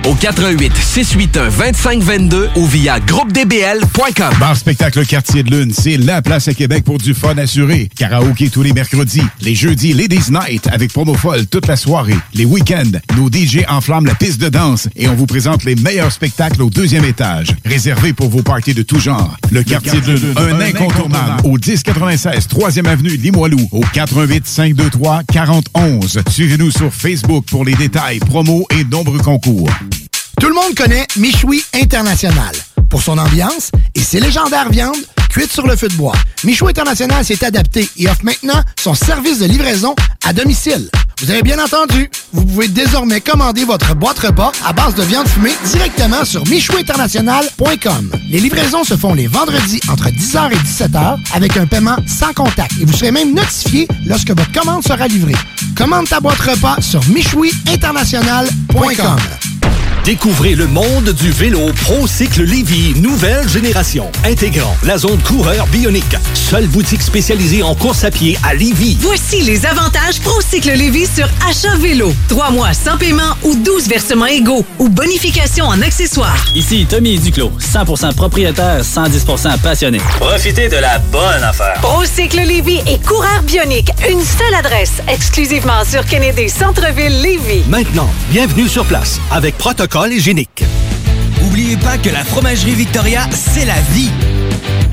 Speaker 14: au 88 681 2522 ou via groupedbl.com.
Speaker 40: Bar Spectacle Quartier de Lune, c'est la place à Québec pour du fun assuré. Karaoké tous les mercredis, les jeudis Ladies Night avec promo folle toute la soirée. Les week-ends, nos DJ enflamment la piste de danse et on vous présente les meilleurs spectacles au deuxième étage, réservés pour vos parties de tout genre. Le Quartier de Lune, un incontournable au 1096 3e avenue Limoilou au 88 523 4011. Suivez-nous sur Facebook pour les détails, promos et nombreux concours.
Speaker 31: Tout le monde connaît Michoui International. pour son ambiance et ses légendaires viandes cuites sur le feu de bois. Michou International s'est adapté et offre maintenant son service de livraison à domicile. Vous avez bien entendu, vous pouvez désormais commander votre boîte repas à base de viande fumée directement sur michouinternational.com. Les livraisons se font les vendredis entre 10h et 17h avec un paiement sans contact et vous serez même notifié lorsque votre commande sera livrée. Commande ta boîte repas sur michouinternational.com.
Speaker 15: Découvrez le monde du vélo ProCycle Lévy nouvelle génération, intégrant la zone coureur bionique, seule boutique spécialisée en course à pied à Lévy.
Speaker 16: Voici les avantages Procycle Lévis sur achat vélo. 3 mois sans paiement ou 12 versements égaux ou bonification en accessoires.
Speaker 17: Ici Tommy Duclos, 100% propriétaire, 110% passionné.
Speaker 46: Profitez de la bonne affaire.
Speaker 16: Procycle Lévis et Coureur Bionique, une seule adresse, exclusivement sur Kennedy Centre-ville Lévis.
Speaker 15: Maintenant, bienvenue sur place avec protocole hygiénique.
Speaker 22: N'oubliez pas que la fromagerie Victoria, c'est la vie.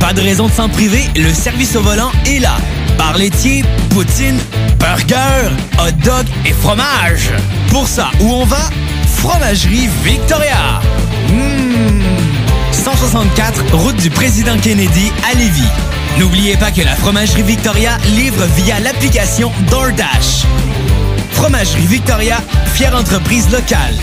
Speaker 22: Pas de raison de s'en priver, le service au volant est là. Bar laitier, poutine, burger, hot dog et fromage. Pour ça, où on va? Fromagerie Victoria. Mmh. 164, route du président Kennedy à Lévis. N'oubliez pas que la fromagerie Victoria livre via l'application DoorDash. Fromagerie Victoria, fière entreprise locale.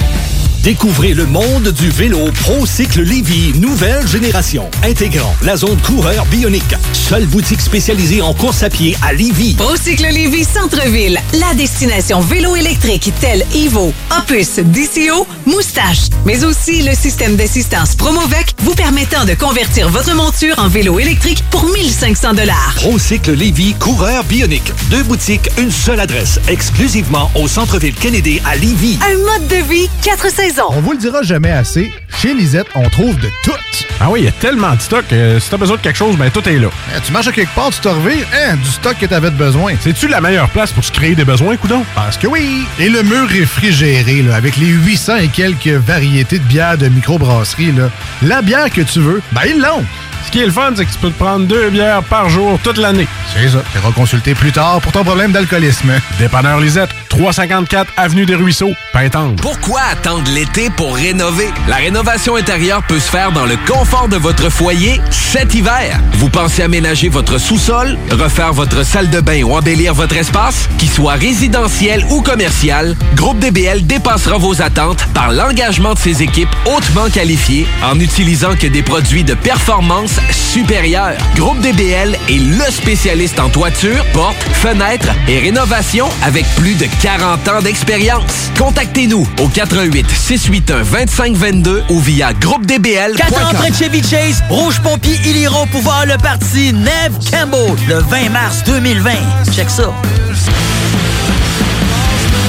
Speaker 15: Découvrez le monde du vélo ProCycle Lévy nouvelle génération, intégrant la zone coureur bionique, seule boutique spécialisée en course à pied à Lévy.
Speaker 16: Procycle Lévis Centre-ville, la destination vélo électrique telle Evo, Opus, DCO, Moustache, mais aussi le système d'assistance Promovec vous permettant de convertir votre monture en vélo électrique pour 1500 dollars.
Speaker 15: ProCycle Lévy coureur bionique, deux boutiques, une seule adresse, exclusivement au centre-ville Kennedy à Lévy.
Speaker 16: Un mode de vie 4 saisons.
Speaker 41: On vous le dira jamais assez, chez Lisette, on trouve de tout.
Speaker 47: Ah oui, il y a tellement de stock. euh, si t'as besoin de quelque chose, ben tout est là.
Speaker 41: Eh, Tu marches à quelque part, tu te revives, hein, du stock que t'avais de besoin.
Speaker 47: C'est-tu la meilleure place pour se créer des besoins, coudon?
Speaker 41: Parce que oui! Et le mur réfrigéré, là, avec les 800 et quelques variétés de bières de microbrasserie, là, la bière que tu veux, ben ils l'ont!
Speaker 47: Ce qui est le fun, c'est que tu peux te prendre deux bières par jour toute l'année.
Speaker 41: C'est ça. Tu consulter plus tard pour ton problème d'alcoolisme.
Speaker 47: Dépanneur Lisette, 354 Avenue des Ruisseaux, Pintendre.
Speaker 14: Pourquoi attendre l'été pour rénover? La rénovation intérieure peut se faire dans le confort de votre foyer cet hiver. Vous pensez aménager votre sous-sol, refaire votre salle de bain ou embellir votre espace? Qu'il soit résidentiel ou commercial, Groupe DBL dépassera vos attentes par l'engagement de ses équipes hautement qualifiées en utilisant que des produits de performance supérieure. Groupe DBL est le spécialiste en toiture, portes, fenêtres et rénovation avec plus de 40 ans d'expérience. Contactez-nous au 88 681 2522 ou via
Speaker 19: Quand t'es en
Speaker 14: groupedbl.com.
Speaker 19: train de Chevy Chase, Rouge Pompier, ils iront pouvoir le parti Neve Campbell le 20 mars 2020. Check ça.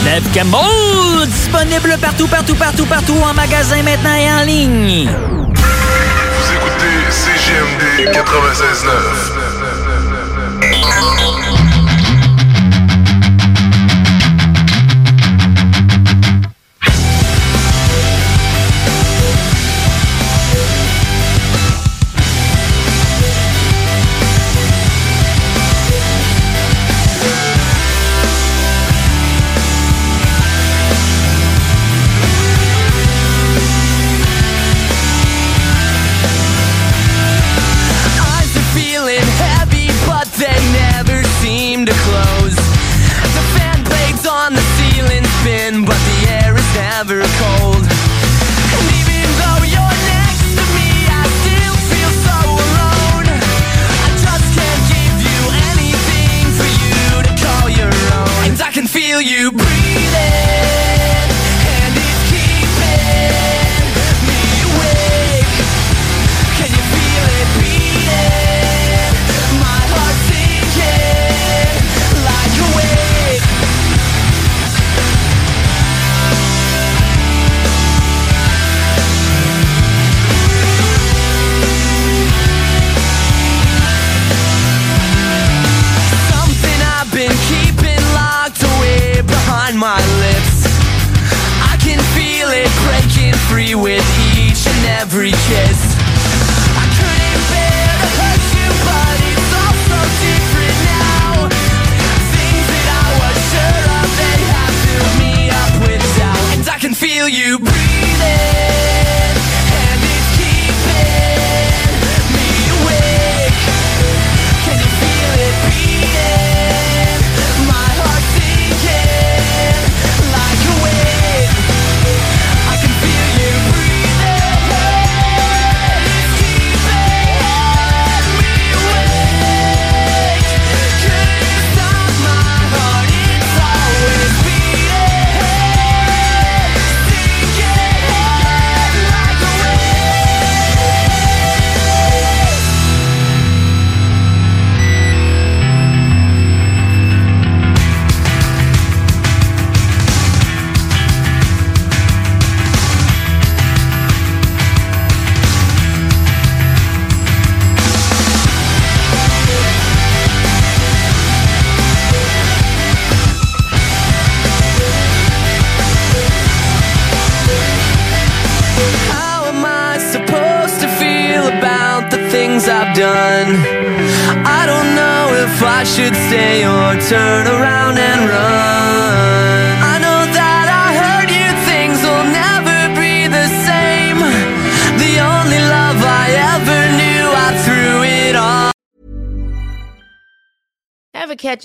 Speaker 19: Neve Campbell, disponible partout, partout, partout, partout, en magasin maintenant et en ligne.
Speaker 48: Vous écoutez CGMD 96.9.
Speaker 5: Eyes are feeling heavy, but they never seem to close. The fan blades on the ceiling spin, but the air is never cold. And even though you're next to me, I still feel so alone. I just can't give you anything for you to call your own. And I can feel you breathing. and it's keeping me awake. Can you feel it beating? My heart sinking like a wave. Something I've been keeping locked away behind my lips. I can feel it breaking free with each and every kiss. I couldn't bear to hurt you, but it's all so different now. Things that I was sure of, they have filled me up with doubt. And I can feel you breathing, and it's keeping I should stay or turn around and run. I know that I heard you, things will never be the same. The only love I ever knew, I threw it all.
Speaker 49: Ever catch